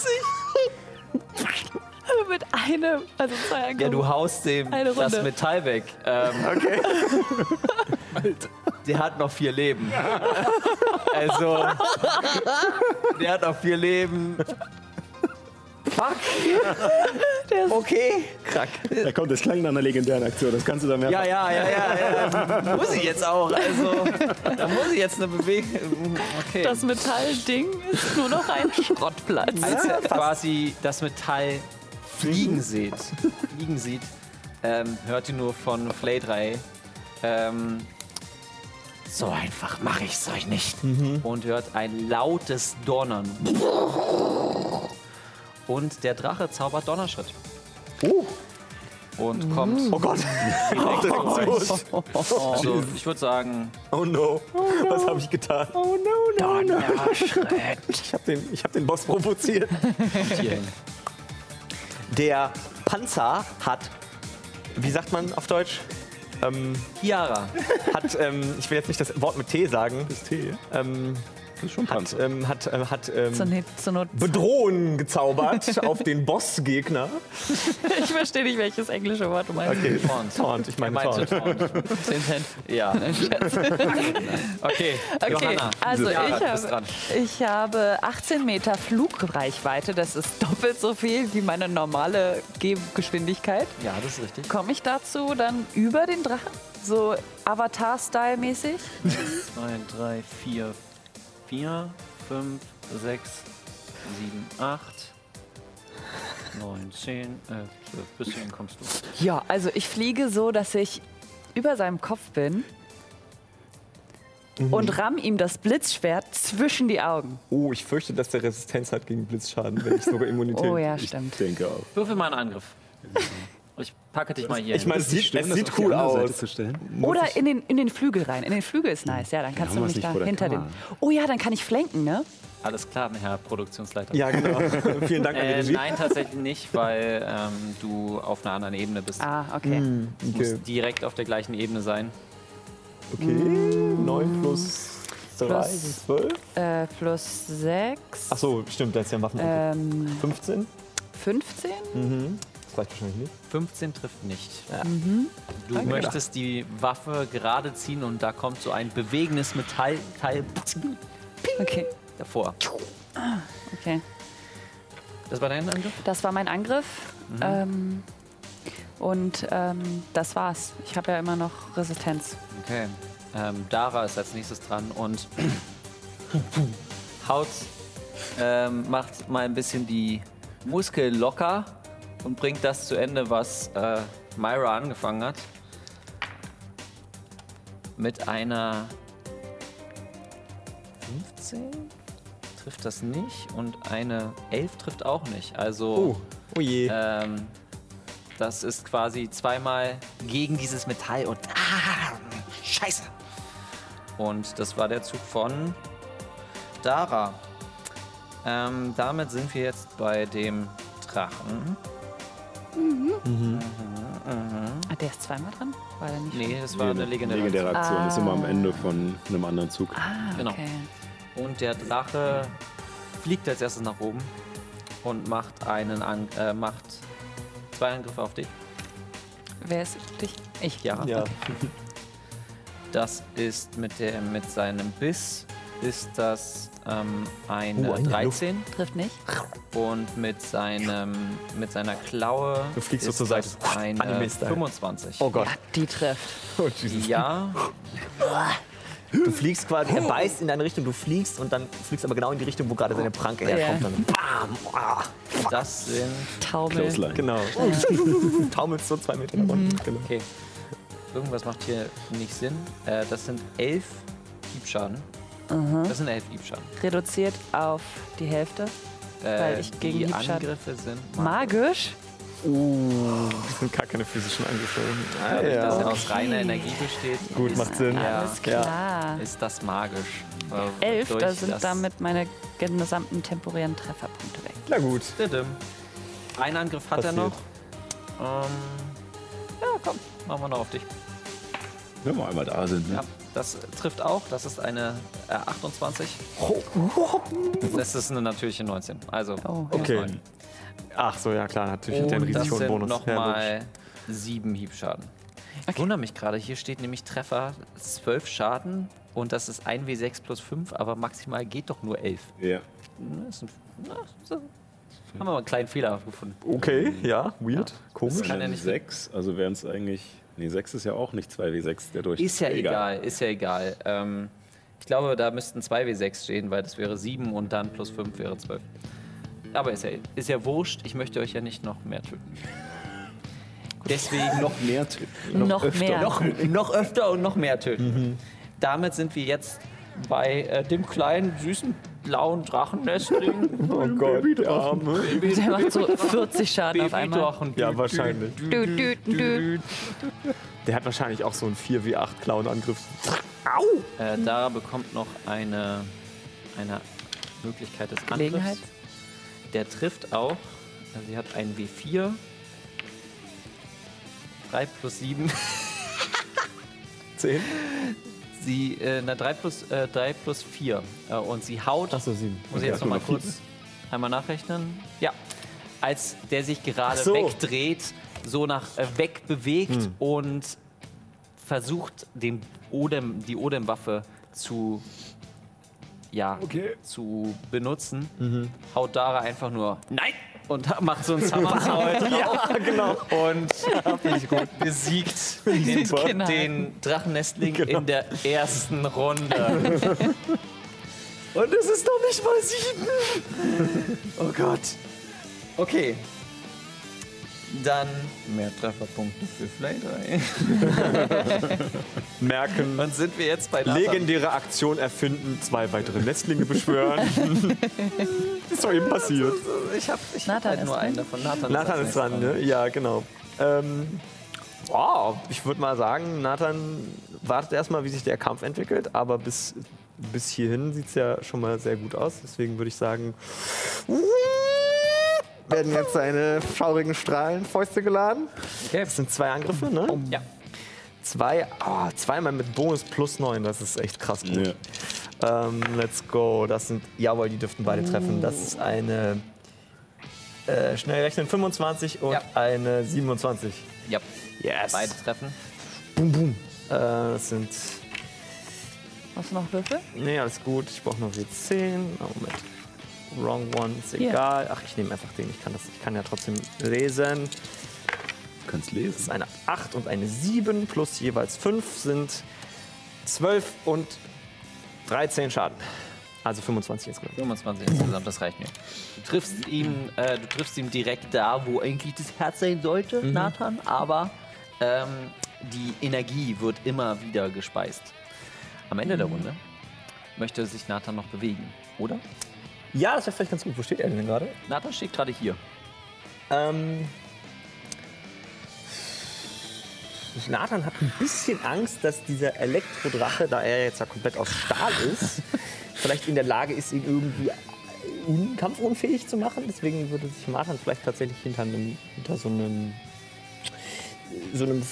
[SPEAKER 5] Mit einem, also zwei
[SPEAKER 1] ja,
[SPEAKER 5] Angriffen.
[SPEAKER 1] du haust dem
[SPEAKER 5] Eine
[SPEAKER 1] das
[SPEAKER 5] Runde.
[SPEAKER 1] Metall weg. Ähm, okay. [LAUGHS] Der hat noch vier Leben. Also, der hat noch vier Leben.
[SPEAKER 2] Okay. Krack.
[SPEAKER 4] Da kommt, das klang nach einer legendären Aktion. Das kannst du da mehr.
[SPEAKER 1] Ja, ja, ja, ja, ja. Muss ich jetzt auch. Also, da muss ich jetzt eine Bewegung. Okay.
[SPEAKER 5] Das Metallding ist nur noch ein Schrottplatz.
[SPEAKER 1] als ihr quasi das Metall fliegen seht, fliegen sieht, ähm, hört ihr nur von Flay 3. Ähm, so einfach mache ich's euch nicht. Und hört ein lautes Donnern. Und der Drache zaubert Donnerschritt. Und kommt.
[SPEAKER 5] Mhm.
[SPEAKER 2] Oh [LAUGHS] Gott.
[SPEAKER 1] also, ich würde sagen,
[SPEAKER 2] Oh no. Was habe ich getan? Oh no, no, no. Ich habe den, ich hab den Boss provoziert.
[SPEAKER 1] hier.
[SPEAKER 2] [LAUGHS] Der Panzer hat, wie sagt man auf Deutsch? Ähm,
[SPEAKER 1] Chiara.
[SPEAKER 2] hat, ähm, ich will jetzt nicht das Wort mit T sagen.
[SPEAKER 4] Das T.
[SPEAKER 2] Ähm,
[SPEAKER 4] Das ist schon
[SPEAKER 2] hat,
[SPEAKER 4] Panzer.
[SPEAKER 2] ähm, hat, ähm, hat ähm,
[SPEAKER 3] Zur, Not- zur Not.
[SPEAKER 2] Bedrohen gezaubert [LAUGHS] auf den Bossgegner.
[SPEAKER 3] Ich verstehe nicht, welches englische Wort du meinst.
[SPEAKER 2] Okay,
[SPEAKER 1] Taunt.
[SPEAKER 2] Taunt, ich meine
[SPEAKER 1] Meinst du
[SPEAKER 2] Taunt.
[SPEAKER 1] Taunt? [LAUGHS]
[SPEAKER 3] 10 Cent.
[SPEAKER 1] Ja. okay,
[SPEAKER 3] Okay,
[SPEAKER 1] Johanna.
[SPEAKER 3] also
[SPEAKER 1] Ja,
[SPEAKER 3] ich,
[SPEAKER 1] du bist
[SPEAKER 3] habe,
[SPEAKER 1] dran.
[SPEAKER 3] ich habe 18 Meter Flugreichweite. Das ist doppelt so viel wie meine normale Gehgeschwindigkeit.
[SPEAKER 1] Ja, das ist richtig.
[SPEAKER 3] Komme ich dazu dann über den Drachen? So Avatar-Style-mäßig?
[SPEAKER 1] 2, 3, 4, 4, 5, 6, 7, 8, 9, 10, 11, 12. Bis hierhin kommst du.
[SPEAKER 3] Ja, also ich fliege so, dass ich über seinem Kopf bin
[SPEAKER 4] Mhm.
[SPEAKER 3] und ramm ihm das Blitzschwert zwischen die Augen.
[SPEAKER 2] Oh, ich fürchte, dass der Resistenz hat gegen Blitzschaden, wenn ich [LAUGHS] sogar Immunität.
[SPEAKER 3] Oh ja, stimmt.
[SPEAKER 4] Ich denke auch.
[SPEAKER 1] Würfel mal einen Angriff. Ich packe dich mal hier
[SPEAKER 2] Ich
[SPEAKER 1] hin.
[SPEAKER 2] meine, es sieht, es
[SPEAKER 4] das auf
[SPEAKER 2] sieht
[SPEAKER 4] die
[SPEAKER 2] cool
[SPEAKER 4] andere Seite
[SPEAKER 2] aus.
[SPEAKER 4] zu stellen?
[SPEAKER 3] Oder in den, in den Flügel rein. In den Flügel
[SPEAKER 4] Hm.
[SPEAKER 3] ist nice. Ja, dann kannst du
[SPEAKER 4] haben wir's
[SPEAKER 3] nämlich da
[SPEAKER 4] nicht vor der
[SPEAKER 3] hinter den.
[SPEAKER 4] Kamera.
[SPEAKER 3] Oh ja, dann kann ich flanken, ne?
[SPEAKER 1] Alles klar, Herr Produktionsleiter.
[SPEAKER 2] Ja, [LAUGHS] genau. Vielen Dank an die
[SPEAKER 1] Äh,
[SPEAKER 2] Regie.
[SPEAKER 1] nein, tatsächlich nicht, weil ähm, du auf einer anderen Ebene bist.
[SPEAKER 3] Ah, okay.
[SPEAKER 4] Hm.
[SPEAKER 1] Du musst direkt auf der gleichen Ebene sein.
[SPEAKER 2] Okay, 9 plus 3
[SPEAKER 3] Plus-
[SPEAKER 2] ist 12.
[SPEAKER 3] Äh, plus 6,
[SPEAKER 2] Achso, stimmt, da ist ja ein Waffenangriff.
[SPEAKER 3] ähm,
[SPEAKER 2] 15?
[SPEAKER 3] 15?
[SPEAKER 4] Hm.
[SPEAKER 2] Das reicht wahrscheinlich nicht.
[SPEAKER 1] 15 trifft nicht. Mhm. Du möchtest die Waffe gerade ziehen und da kommt so ein bewegendes Metallteil
[SPEAKER 3] Okay,
[SPEAKER 1] davor.
[SPEAKER 3] okay.
[SPEAKER 1] Das war dein Angriff?
[SPEAKER 3] Das war mein Angriff.
[SPEAKER 1] Mhm.
[SPEAKER 3] Ähm, und ähm, das war's. Ich habe ja immer noch Resistenz.
[SPEAKER 1] Okay. Ähm, Dara ist als nächstes dran und haut, ähm, macht mal ein bisschen die Muskel locker und bringt das zu Ende, was äh, Myra angefangen hat. Mit einer 15 trifft das nicht und eine 11 trifft auch nicht. Also
[SPEAKER 2] Oh, oh je.
[SPEAKER 1] ähm, das ist quasi zweimal gegen dieses Metall und ah, scheiße. Und das war der Zug von Dara. Ähm, damit sind wir jetzt bei dem Drachen.
[SPEAKER 3] Ah, der ist zweimal dran? War der nicht?
[SPEAKER 1] Nee, das war eine legendäre.
[SPEAKER 4] legendäre Aktion. Das ist immer am Ende von einem anderen Zug.
[SPEAKER 3] Ah,
[SPEAKER 1] genau.
[SPEAKER 3] okay.
[SPEAKER 1] Und der Drache fliegt als erstes nach oben und macht einen An äh, macht zwei Angriffe auf dich.
[SPEAKER 3] Wer ist dich? Ich.
[SPEAKER 1] Ja.
[SPEAKER 2] ja.
[SPEAKER 1] Das ist mit der mit seinem Biss ist das ähm, eine
[SPEAKER 2] Oh, eine
[SPEAKER 1] 13
[SPEAKER 3] Trifft nicht.
[SPEAKER 1] und mit seinem mit seiner Klaue
[SPEAKER 2] Du fliegst so
[SPEAKER 1] ist
[SPEAKER 2] zur Seite.
[SPEAKER 1] das eine
[SPEAKER 2] Anime-Style.
[SPEAKER 1] 25.
[SPEAKER 2] Oh Gott.
[SPEAKER 3] Ah, die trifft.
[SPEAKER 2] Oh, Jesus.
[SPEAKER 1] Ja,
[SPEAKER 2] Du fliegst quasi, er beißt in deine Richtung, du fliegst und dann fliegst aber genau in die Richtung, wo gerade seine Pranke herkommt. Dann bam! Ah,
[SPEAKER 1] das sind
[SPEAKER 3] Taumel.
[SPEAKER 4] Ausleihen.
[SPEAKER 2] genau. [LAUGHS] Taumelst so zwei Meter nach unten. Genau.
[SPEAKER 1] okay. Irgendwas macht hier nicht Sinn. Äh, das sind elf Diebschaden.
[SPEAKER 3] Mhm.
[SPEAKER 1] Das sind elf Diebschaden.
[SPEAKER 3] Reduziert auf die Hälfte.
[SPEAKER 1] Äh,
[SPEAKER 3] Weil ich gegen
[SPEAKER 1] die
[SPEAKER 3] Diebschaden-
[SPEAKER 1] Angriffe sind
[SPEAKER 3] Magisch?
[SPEAKER 2] Das sind gar keine physischen Angriffe.
[SPEAKER 1] Dadurch, dass er
[SPEAKER 2] Ah, ja.
[SPEAKER 1] aus reiner Energie besteht,
[SPEAKER 2] Gut, macht Sinn.
[SPEAKER 1] Alles
[SPEAKER 3] Klar.
[SPEAKER 1] ist das magisch. Äh,
[SPEAKER 3] Elf, da
[SPEAKER 1] Durch
[SPEAKER 3] sind
[SPEAKER 1] das-
[SPEAKER 3] damit meine gesamten temporären Trefferpunkte weg.
[SPEAKER 2] Na gut.
[SPEAKER 1] Didim. Einen Angriff hat er
[SPEAKER 2] Passiert.
[SPEAKER 1] noch. Ähm, ja, komm, machen wir noch auf dich.
[SPEAKER 4] Wenn wir einmal da sind. Ne?
[SPEAKER 1] Ja, das trifft auch. Das ist eine äh, 28.
[SPEAKER 2] Oh,
[SPEAKER 1] Das ist eine natürliche 19. Also,
[SPEAKER 3] Oh, ja.
[SPEAKER 2] Okay. Ach so, ja klar, natürlich hat er einen
[SPEAKER 1] Und das
[SPEAKER 2] riesig hohen
[SPEAKER 1] sind
[SPEAKER 2] Bonus. Ja, logisch.
[SPEAKER 1] nochmal sieben Hiebschaden. Ich wundere mich gerade, hier steht nämlich Treffer 12 Schaden und das ist 1W6 plus 5, aber maximal geht doch nur 11.
[SPEAKER 4] Ja.
[SPEAKER 1] Ne, ist ein, na, so. Haben wir mal einen kleinen Fehler gefunden.
[SPEAKER 2] okay, ja, weird,
[SPEAKER 4] Das
[SPEAKER 2] komisch.
[SPEAKER 1] kann ja
[SPEAKER 4] sind
[SPEAKER 1] nicht-
[SPEAKER 4] 6, also wären es eigentlich. Nee, 6 ist ja auch nicht 2W6, der durch.
[SPEAKER 1] Ist ja egal, ist ja egal. Ähm, ich glaube, da müssten 2W6 stehen, weil das wäre 7 und dann plus 5 wäre 12. Aber ist ja, ist ja wurscht, ich möchte euch ja nicht noch mehr
[SPEAKER 2] [LAUGHS]
[SPEAKER 1] töten. Deswegen noch,
[SPEAKER 4] Noch mehr. Tri-
[SPEAKER 3] Noch mehr.
[SPEAKER 1] noch, noch öfter und noch mehr töten.
[SPEAKER 2] Mhm.
[SPEAKER 1] Damit sind wir jetzt bei äh, dem kleinen, süßen, blauen Drachennestling.
[SPEAKER 2] Oh Gott, der Arme.
[SPEAKER 3] Der macht so 40 Schaden auf einmal.
[SPEAKER 1] Babydrachen.
[SPEAKER 2] Ja, wahrscheinlich.
[SPEAKER 3] Dü, dü, dü.
[SPEAKER 2] Der hat wahrscheinlich auch so einen 4W8 Clown-Angriff.
[SPEAKER 1] Äh, Dara bekommt noch eine, eine Möglichkeit des Angriffs.
[SPEAKER 3] Gelegenheit.
[SPEAKER 1] Der trifft auch. Also sie hat einen W4. 3 plus 7.
[SPEAKER 2] 10.
[SPEAKER 1] [LAUGHS] Sie, äh, na, 3 plus, äh, 3 plus 4. Äh, und sie haut.
[SPEAKER 2] Achso, sieben.
[SPEAKER 1] Muss ich
[SPEAKER 2] Okay.
[SPEAKER 1] jetzt nochmal kurz einmal nachrechnen? Ja. Als der sich gerade
[SPEAKER 2] Ach so. Hm.
[SPEAKER 1] wegdreht, so nach äh, wegbewegt und versucht, den Odem, die Odem-Waffe zu, ja, zu benutzen, haut Dara einfach nur Nein! Und [LAUGHS] macht so einen Summer drauf.
[SPEAKER 2] Ja, genau.
[SPEAKER 1] Und besiegt den, den Drachennestling in der ersten Runde.
[SPEAKER 2] Und es ist doch nicht mal sieben.
[SPEAKER 1] Oh Gott. Okay. Dann mehr Trefferpunkte für Fly 3.
[SPEAKER 2] Merken.
[SPEAKER 1] Und sind wir jetzt bei Nathan.
[SPEAKER 2] Legendäre Aktion erfinden, zwei weitere Nestlinge beschwören. [LAUGHS] ist doch eben passiert.
[SPEAKER 1] Ich habe ich hab
[SPEAKER 3] Nathan
[SPEAKER 1] halt
[SPEAKER 3] ist
[SPEAKER 1] nur
[SPEAKER 3] dran.
[SPEAKER 1] einen davon. Nathan,
[SPEAKER 2] Nathan
[SPEAKER 1] als
[SPEAKER 2] ist dran,
[SPEAKER 1] nächster.
[SPEAKER 2] ne? Ja, genau. Ähm, wow, ich würde mal sagen, Nathan wartet erstmal, wie sich der Kampf entwickelt, aber bis, bis hierhin sieht es ja schon mal sehr gut aus. Deswegen würde ich sagen, werden jetzt seine schaurigen Strahlenfäuste geladen.
[SPEAKER 1] Okay.
[SPEAKER 2] Das sind zwei Angriffe, ne?
[SPEAKER 1] Ja.
[SPEAKER 2] Zwei, oh, zweimal mit Bonus plus neun, das ist echt krass gut. Ähm, let's go. Das sind, jawohl, die dürften beide treffen. Das ist eine, äh, schnell rechnen, 25 und
[SPEAKER 1] Ja.
[SPEAKER 2] eine 27.
[SPEAKER 1] ja.
[SPEAKER 2] Yes.
[SPEAKER 1] Beide treffen.
[SPEAKER 2] Boom, boom. Äh, das sind,
[SPEAKER 3] Hast du noch Würfel?
[SPEAKER 2] nee, alles gut. Ich brauche noch W10. Oh, Moment. Wrong one, ist egal. Ach, ich nehme einfach den. Ich kann, das, ich kann ja trotzdem lesen.
[SPEAKER 4] Kannst
[SPEAKER 2] Das
[SPEAKER 4] lesen.
[SPEAKER 2] ist eine 8 und eine 7 plus jeweils 5 sind 12 und 13 Schaden. Also 25 insgesamt.
[SPEAKER 1] 25 insgesamt, das reicht mir. Du triffst ihm, äh, du triffst ihm direkt da, wo eigentlich das Herz sein sollte, Nathan, aber ähm, die Energie wird immer wieder gespeist. Am Ende der Runde möchte sich Nathan noch bewegen, oder?
[SPEAKER 2] Ja, das wäre vielleicht ganz gut. Wo steht er denn gerade?
[SPEAKER 1] Nathan steht gerade hier.
[SPEAKER 2] Ähm. Nathan hat ein bisschen Angst, dass dieser Elektrodrache, da er jetzt ja komplett aus Stahl ist, vielleicht in der Lage ist, ihn irgendwie un kampfunfähig zu machen. Deswegen würde sich Nathan vielleicht tatsächlich hinter, einem, hinter so einem, so einem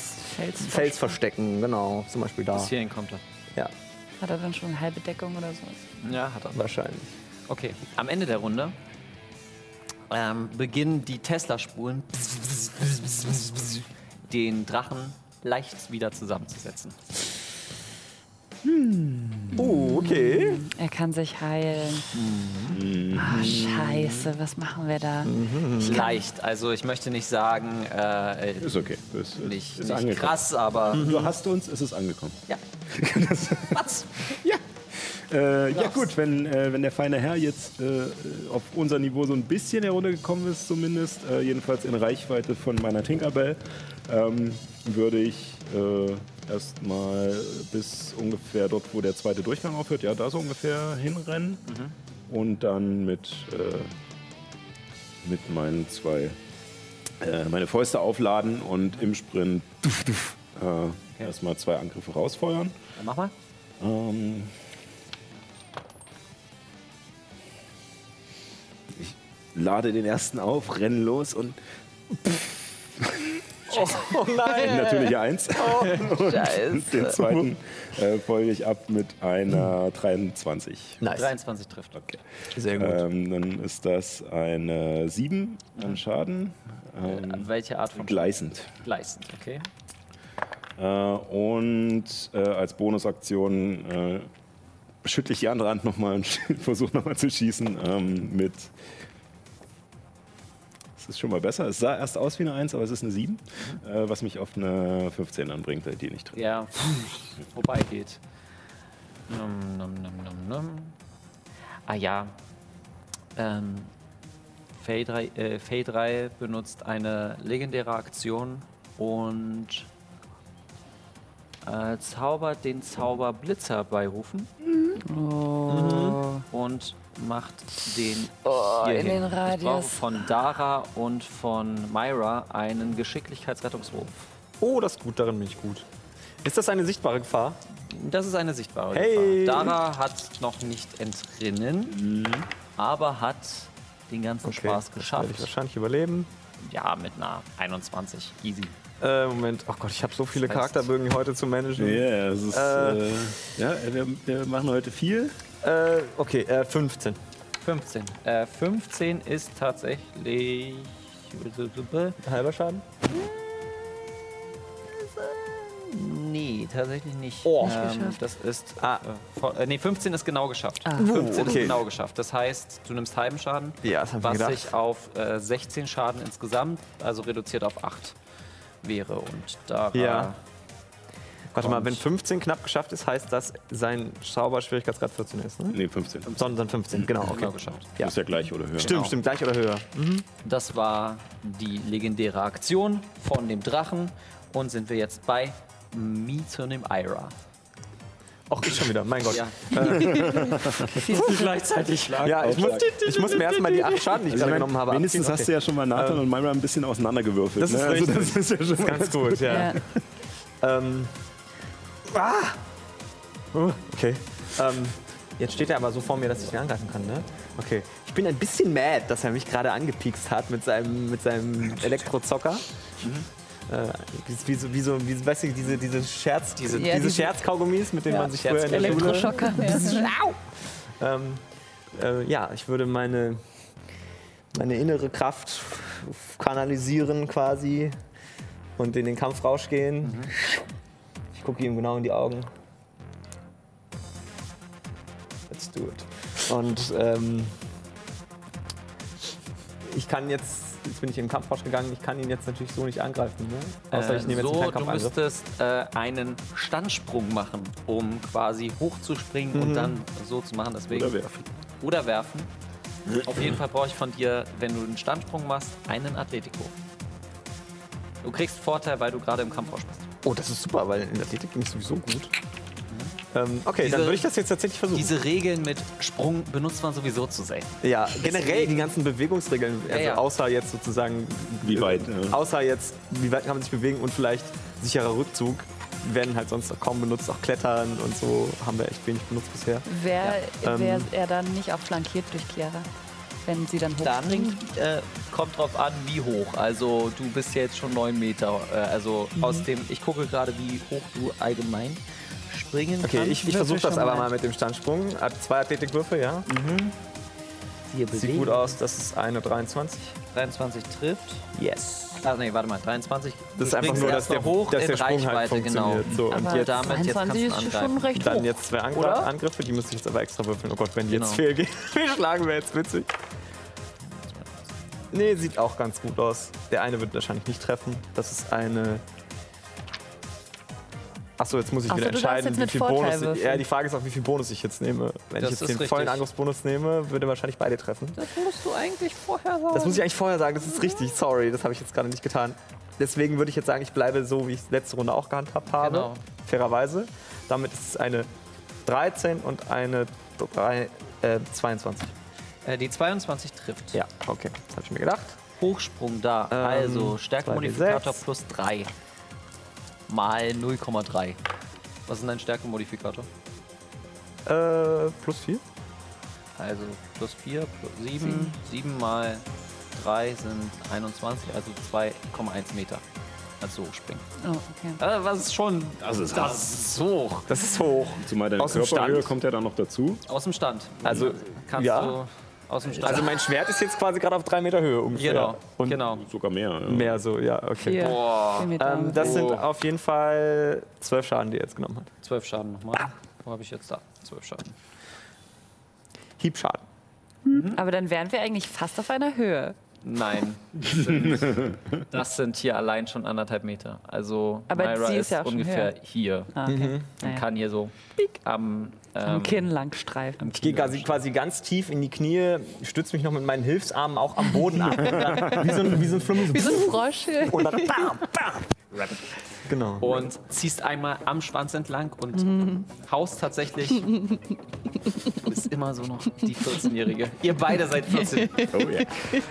[SPEAKER 2] Fels, verstecken. Genau, zum Beispiel da.
[SPEAKER 1] Bis hierhin kommt er.
[SPEAKER 2] Ja,
[SPEAKER 3] Hat er dann schon halbe Deckung oder sowas?
[SPEAKER 1] Ja, hat er.
[SPEAKER 2] wahrscheinlich.
[SPEAKER 1] Okay, am Ende der Runde ähm, beginnen die Tesla-Spuren den Drachen leicht wieder zusammenzusetzen.
[SPEAKER 2] Oh, okay.
[SPEAKER 3] Er kann sich heilen.
[SPEAKER 2] Mhm.
[SPEAKER 3] Ah, scheiße, was machen wir da?
[SPEAKER 1] Leicht, also ich möchte nicht sagen, äh,
[SPEAKER 4] Ist okay. Ist, ist,
[SPEAKER 1] nicht,
[SPEAKER 4] ist
[SPEAKER 1] nicht
[SPEAKER 4] angekommen.
[SPEAKER 1] krass, aber
[SPEAKER 4] Du hast uns, es ist angekommen.
[SPEAKER 1] ja. Was?
[SPEAKER 4] Ja. Äh, ja gut, wenn, äh, wenn der feine Herr jetzt äh, auf unser Niveau so ein bisschen heruntergekommen ist, zumindest, äh, jedenfalls in Reichweite von meiner Tinkerbell, ähm, würde ich äh, erstmal bis ungefähr dort, wo der zweite Durchgang aufhört, ja, da so ungefähr hinrennen und dann mit, äh, mit meinen zwei, äh, meine Fäuste aufladen und im Sprint tuff, tuff, äh, erstmal zwei Angriffe rausfeuern.
[SPEAKER 1] Dann mach mal.
[SPEAKER 4] Ähm, ich lade den ersten auf, renne los und
[SPEAKER 2] Oh
[SPEAKER 1] [LAUGHS]
[SPEAKER 2] nein.
[SPEAKER 4] natürlich eins. [LAUGHS] und den zweiten äh, folge ich ab mit einer 23.
[SPEAKER 2] Nice.
[SPEAKER 1] 23 trifft.
[SPEAKER 2] Sehr gut.
[SPEAKER 4] Ähm, dann ist das eine 7 an Schaden. Ähm,
[SPEAKER 1] Welche Art von
[SPEAKER 4] gleißend.
[SPEAKER 1] Leisten? Okay.
[SPEAKER 4] Äh, und äh, als Bonusaktion äh, schüttle ich die andere Hand nochmal und [LAUGHS] versuche nochmal zu schießen ähm, mit. Das ist schon mal besser. Es sah erst aus wie eine 1, aber es ist eine 7, äh, was mich auf eine 15 anbringt, die nicht drin
[SPEAKER 1] [LAUGHS] Ja, vorbeigeht. Num, num, num, num, num. Ah ja. Ähm, Fey 3, äh, Fey 3 benutzt eine legendäre Aktion und äh, zaubert den Zauber Blitzer herbeirufen. Mhm. Und macht den
[SPEAKER 3] Oh, in
[SPEAKER 1] hierhin.
[SPEAKER 3] den
[SPEAKER 1] Ich brauche
[SPEAKER 3] Radius.
[SPEAKER 1] von Dara und von Myra einen Geschicklichkeitsrettungswurf.
[SPEAKER 2] Oh, das ist gut, darin bin ich gut. Ist das eine sichtbare Gefahr?
[SPEAKER 1] Das ist eine sichtbare
[SPEAKER 2] Hey. Mhm.
[SPEAKER 1] Gefahr. Dara hat noch nicht entrinnen, aber hat den ganzen Spaß
[SPEAKER 2] Das werde ich
[SPEAKER 1] geschafft.
[SPEAKER 2] wahrscheinlich überleben.
[SPEAKER 1] Ja, mit einer 21. Easy.
[SPEAKER 2] Äh, Moment, oh Gott, ich habe so viele Charakterbögen hier heute zu managen.
[SPEAKER 4] Ja, es ist,
[SPEAKER 2] Äh.
[SPEAKER 4] äh, ja wir, wir machen heute viel.
[SPEAKER 2] Äh, okay, äh, 15.
[SPEAKER 1] 15. Äh, 15 ist tatsächlich. Äh,
[SPEAKER 2] Halber Schaden?
[SPEAKER 1] Nee, tatsächlich nicht.
[SPEAKER 2] Oh.
[SPEAKER 1] Ähm, das ist. Äh, vor- äh, nee, 15 ist genau geschafft. 15 ist
[SPEAKER 2] Oh, okay.
[SPEAKER 1] genau geschafft. Das heißt, du nimmst halben Schaden,
[SPEAKER 2] Ja, das hab ich mir
[SPEAKER 1] was
[SPEAKER 2] gedacht.
[SPEAKER 1] sich auf äh, 16 Schaden insgesamt, also reduziert auf 8 wäre. Und da.
[SPEAKER 2] Ja. Warte mal,
[SPEAKER 1] Und-
[SPEAKER 2] wenn 15 knapp geschafft ist, heißt das, sein Zauberschwierigkeitsgrad 14 ist, ne?
[SPEAKER 4] Nee, 15. Okay.
[SPEAKER 2] Sondern 15, genau, okay.
[SPEAKER 1] Genau geschafft.
[SPEAKER 2] Ja.
[SPEAKER 4] Ist ja Genau. gleich oder höher.
[SPEAKER 2] Stimmt, stimmt, gleich oder höher.
[SPEAKER 1] Das war die legendäre Aktion von dem Drachen. Und sind wir jetzt bei Mizunim Ira.
[SPEAKER 2] Ach, ich schon wieder, mein Gott. Ja,
[SPEAKER 1] Ja. [LAUGHS] gleichzeitig lag.
[SPEAKER 2] ich, muss, ich muss mir erstmal die 8 Schaden, die
[SPEAKER 4] Also
[SPEAKER 2] ich
[SPEAKER 4] ich
[SPEAKER 2] gerade
[SPEAKER 4] mein,
[SPEAKER 2] genommen habe,
[SPEAKER 4] wenigstens
[SPEAKER 2] abziehen.
[SPEAKER 4] hast du ja schon mal Nathan und Myra ein bisschen auseinandergewürfelt.
[SPEAKER 2] Das ist
[SPEAKER 4] ne? also das ist ja schon mal
[SPEAKER 2] Ganz gut, ja.
[SPEAKER 3] Ja.
[SPEAKER 2] Ähm, ah! Uh, okay. Ähm, jetzt steht er aber so vor mir, dass ich ihn angreifen kann, ne? Okay. Ich bin ein bisschen mad, dass er mich gerade angepiekst hat mit seinem, mit seinem Elektrozocker. Äh, wie, wie, so, wie, so, wie, weißt du, diese, diese Scherz, diese,
[SPEAKER 3] Ja,
[SPEAKER 2] diese
[SPEAKER 3] diese-
[SPEAKER 2] Scherzkaugummis, mit denen man sich
[SPEAKER 1] Scherz-
[SPEAKER 2] früher in der Schule...
[SPEAKER 3] Elektroschocker.
[SPEAKER 2] [LAUGHS] Ähm, äh, ja, ich würde meine, meine innere Kraft kanalisieren quasi und in den Kampfrausch gehen.
[SPEAKER 1] Mhm.
[SPEAKER 2] Ich gucke ihm genau in die Augen. Let's do it. Und ähm, ich kann jetzt, jetzt bin ich in den Kampfrausch gegangen, ich kann ihn jetzt natürlich so nicht angreifen. Ne? Außer ich nehme
[SPEAKER 1] Äh,
[SPEAKER 2] jetzt
[SPEAKER 1] so,
[SPEAKER 2] einen
[SPEAKER 1] du
[SPEAKER 2] Fernkampfangriff.
[SPEAKER 1] müsstest äh, einen Standsprung machen, um quasi hochzuspringen
[SPEAKER 2] Mhm.
[SPEAKER 1] und dann so zu machen. Deswegen
[SPEAKER 4] Oder werfen.
[SPEAKER 1] Oder werfen. Auf jeden Fall brauche ich von dir, wenn du einen Standsprung machst, einen Athletico. Du kriegst Vorteil, weil du gerade im Kampfrausch bist.
[SPEAKER 2] Oh, das ist super, weil in der Athletik bin ich sowieso gut. Ähm, okay,
[SPEAKER 1] Mhm. Diese-
[SPEAKER 2] dann würde ich das jetzt tatsächlich versuchen.
[SPEAKER 1] Diese Regeln mit Sprung benutzt man sowieso zu selten.
[SPEAKER 2] Ja, generell die ganzen Bewegungsregeln, also
[SPEAKER 1] ja.
[SPEAKER 2] außer jetzt sozusagen,
[SPEAKER 4] Wie weit?
[SPEAKER 2] äh, außer jetzt, wie weit kann man sich bewegen und vielleicht sicherer Rückzug, die werden halt sonst kaum benutzt, auch Klettern und so haben wir echt wenig benutzt bisher.
[SPEAKER 3] Wäre
[SPEAKER 2] Ja.
[SPEAKER 3] wär
[SPEAKER 2] Ähm.
[SPEAKER 3] er dann nicht auch flankiert durch Chiara? Wenn sie dann hochspringt?
[SPEAKER 1] Dann äh, kommt drauf an, wie hoch. Also du bist jetzt schon 9 Meter. Äh, also
[SPEAKER 2] Mhm.
[SPEAKER 1] aus dem, ich gucke gerade, wie hoch du allgemein springen
[SPEAKER 2] Okay,
[SPEAKER 1] kannst.
[SPEAKER 2] ich, ich versuche das aber mal mit dem Standsprung. Ab Zwei Athletikwürfe, ja.
[SPEAKER 1] Hier
[SPEAKER 2] Sieht gut aus, das ist eine 23.
[SPEAKER 1] 23 trifft.
[SPEAKER 2] Yes.
[SPEAKER 1] Ah, nee, warte mal, 23.
[SPEAKER 2] Das ist
[SPEAKER 1] Du
[SPEAKER 2] einfach
[SPEAKER 1] springst
[SPEAKER 2] nur,
[SPEAKER 1] erst
[SPEAKER 2] dass
[SPEAKER 1] mal
[SPEAKER 2] der, dass
[SPEAKER 1] in
[SPEAKER 2] der Sprung halt
[SPEAKER 1] Reichweite,
[SPEAKER 2] funktioniert.
[SPEAKER 1] Genau.
[SPEAKER 2] So, und
[SPEAKER 3] Aber
[SPEAKER 2] jetzt,
[SPEAKER 1] damit- jetzt kannst
[SPEAKER 3] 23
[SPEAKER 1] du
[SPEAKER 3] ist schon
[SPEAKER 1] angreifen.
[SPEAKER 3] recht
[SPEAKER 2] dann
[SPEAKER 3] hoch.
[SPEAKER 2] jetzt zwei Angr
[SPEAKER 3] oder?
[SPEAKER 2] Angriffe, die müsste ich jetzt aber extra würfeln. Oh Gott, wenn die jetzt
[SPEAKER 1] Genau.
[SPEAKER 2] fehlgehen, [LAUGHS] wir schlagen wir jetzt witzig. Nee, sieht auch ganz gut aus. Der eine wird wahrscheinlich nicht treffen. Das ist eine. Achso, jetzt muss ich
[SPEAKER 3] Ach so,
[SPEAKER 2] wieder
[SPEAKER 3] du darfst
[SPEAKER 2] entscheiden,
[SPEAKER 3] jetzt
[SPEAKER 2] wie
[SPEAKER 3] mit
[SPEAKER 2] viel
[SPEAKER 3] Vorteil
[SPEAKER 2] Bonus. Ich,
[SPEAKER 3] würfeln.
[SPEAKER 2] ja, die Frage ist auch, wie viel Bonus ich jetzt nehme. Wenn
[SPEAKER 1] Das
[SPEAKER 2] ich jetzt
[SPEAKER 1] ist
[SPEAKER 2] den
[SPEAKER 1] richtig.
[SPEAKER 2] vollen Angriffsbonus nehme, würde wahrscheinlich beide treffen.
[SPEAKER 11] Das musst du eigentlich vorher sagen.
[SPEAKER 2] Das muss ich eigentlich vorher sagen, das ist richtig. Sorry, das habe ich jetzt gerade nicht getan. Deswegen würde ich jetzt sagen, ich bleibe so, wie ich es letzte Runde auch gehandhabt habe.
[SPEAKER 1] Genau.
[SPEAKER 2] Fairerweise. Damit ist es eine 13 und eine drei- äh, 22.
[SPEAKER 1] Äh, die 22 trifft.
[SPEAKER 2] Ja, okay. Das habe ich mir gedacht.
[SPEAKER 1] Hochsprung da.
[SPEAKER 2] Ähm,
[SPEAKER 1] also Stärkemodifikator
[SPEAKER 2] 2d6.
[SPEAKER 1] plus 3. Mal 0,3. Was ist denn dein Stärkemodifikator?
[SPEAKER 2] Äh, plus 4.
[SPEAKER 1] Also plus 4, plus 7. 7 mal 3 sind 21, also 2,1 Meter. Also hochspringen.
[SPEAKER 3] Oh, okay.
[SPEAKER 1] Äh, was ist schon.
[SPEAKER 4] Das ist hart.
[SPEAKER 1] Das ist hoch.
[SPEAKER 2] Das ist hoch.
[SPEAKER 4] Zumal deine
[SPEAKER 2] Aus dem
[SPEAKER 4] Körperhöhe
[SPEAKER 2] Stand.
[SPEAKER 4] kommt ja dann noch dazu.
[SPEAKER 1] Aus dem Stand.
[SPEAKER 2] Also,
[SPEAKER 1] kannst
[SPEAKER 2] ja.
[SPEAKER 1] du aus dem Stand.
[SPEAKER 2] Also mein Schwert ist jetzt quasi gerade auf 3 Meter Höhe ungefähr.
[SPEAKER 1] genau,
[SPEAKER 2] Und
[SPEAKER 1] genau.
[SPEAKER 4] Sogar mehr. Ja.
[SPEAKER 2] mehr so, ja, okay.
[SPEAKER 3] Vier.
[SPEAKER 1] Boah,
[SPEAKER 3] Vier Meter
[SPEAKER 2] Ähm,
[SPEAKER 3] ungefähr.
[SPEAKER 2] das
[SPEAKER 1] Oh.
[SPEAKER 2] sind auf jeden Fall 12 Schaden, die er jetzt genommen hat.
[SPEAKER 1] 12 Schaden nochmal.
[SPEAKER 2] Ah.
[SPEAKER 1] Wo habe ich jetzt da? 12 Schaden.
[SPEAKER 2] Hiebschaden.
[SPEAKER 3] Aber dann wären wir eigentlich fast auf einer Höhe.
[SPEAKER 1] Nein. Das sind, [LAUGHS] das sind hier allein schon anderthalb Meter. Also
[SPEAKER 3] Aber
[SPEAKER 1] Myra
[SPEAKER 3] sie ist
[SPEAKER 1] ist,
[SPEAKER 3] ja auch schon
[SPEAKER 1] ungefähr hier.
[SPEAKER 3] Ah, okay.
[SPEAKER 1] Und
[SPEAKER 3] Naja.
[SPEAKER 1] kann hier so piek am, ähm,
[SPEAKER 3] Am Kinn langstreifen.
[SPEAKER 2] Ich gehe quasi, quasi ganz tief in die Knie, stütze mich noch mit meinen Hilfsarmen auch am Boden [LAUGHS] ab. wie so ein, wie so ein Flummel.
[SPEAKER 3] Wie so ein Frosch.
[SPEAKER 2] Und dann [LAUGHS] bam, bam. Genau.
[SPEAKER 1] und ziehst einmal am Schwanz entlang und
[SPEAKER 3] Mhm.
[SPEAKER 1] haust
[SPEAKER 3] [LAUGHS]
[SPEAKER 1] tatsächlich. Du bist immer so noch die
[SPEAKER 3] [LAUGHS]
[SPEAKER 1] 14-Jährige. Ihr beide seid 14.
[SPEAKER 4] Oh, ja.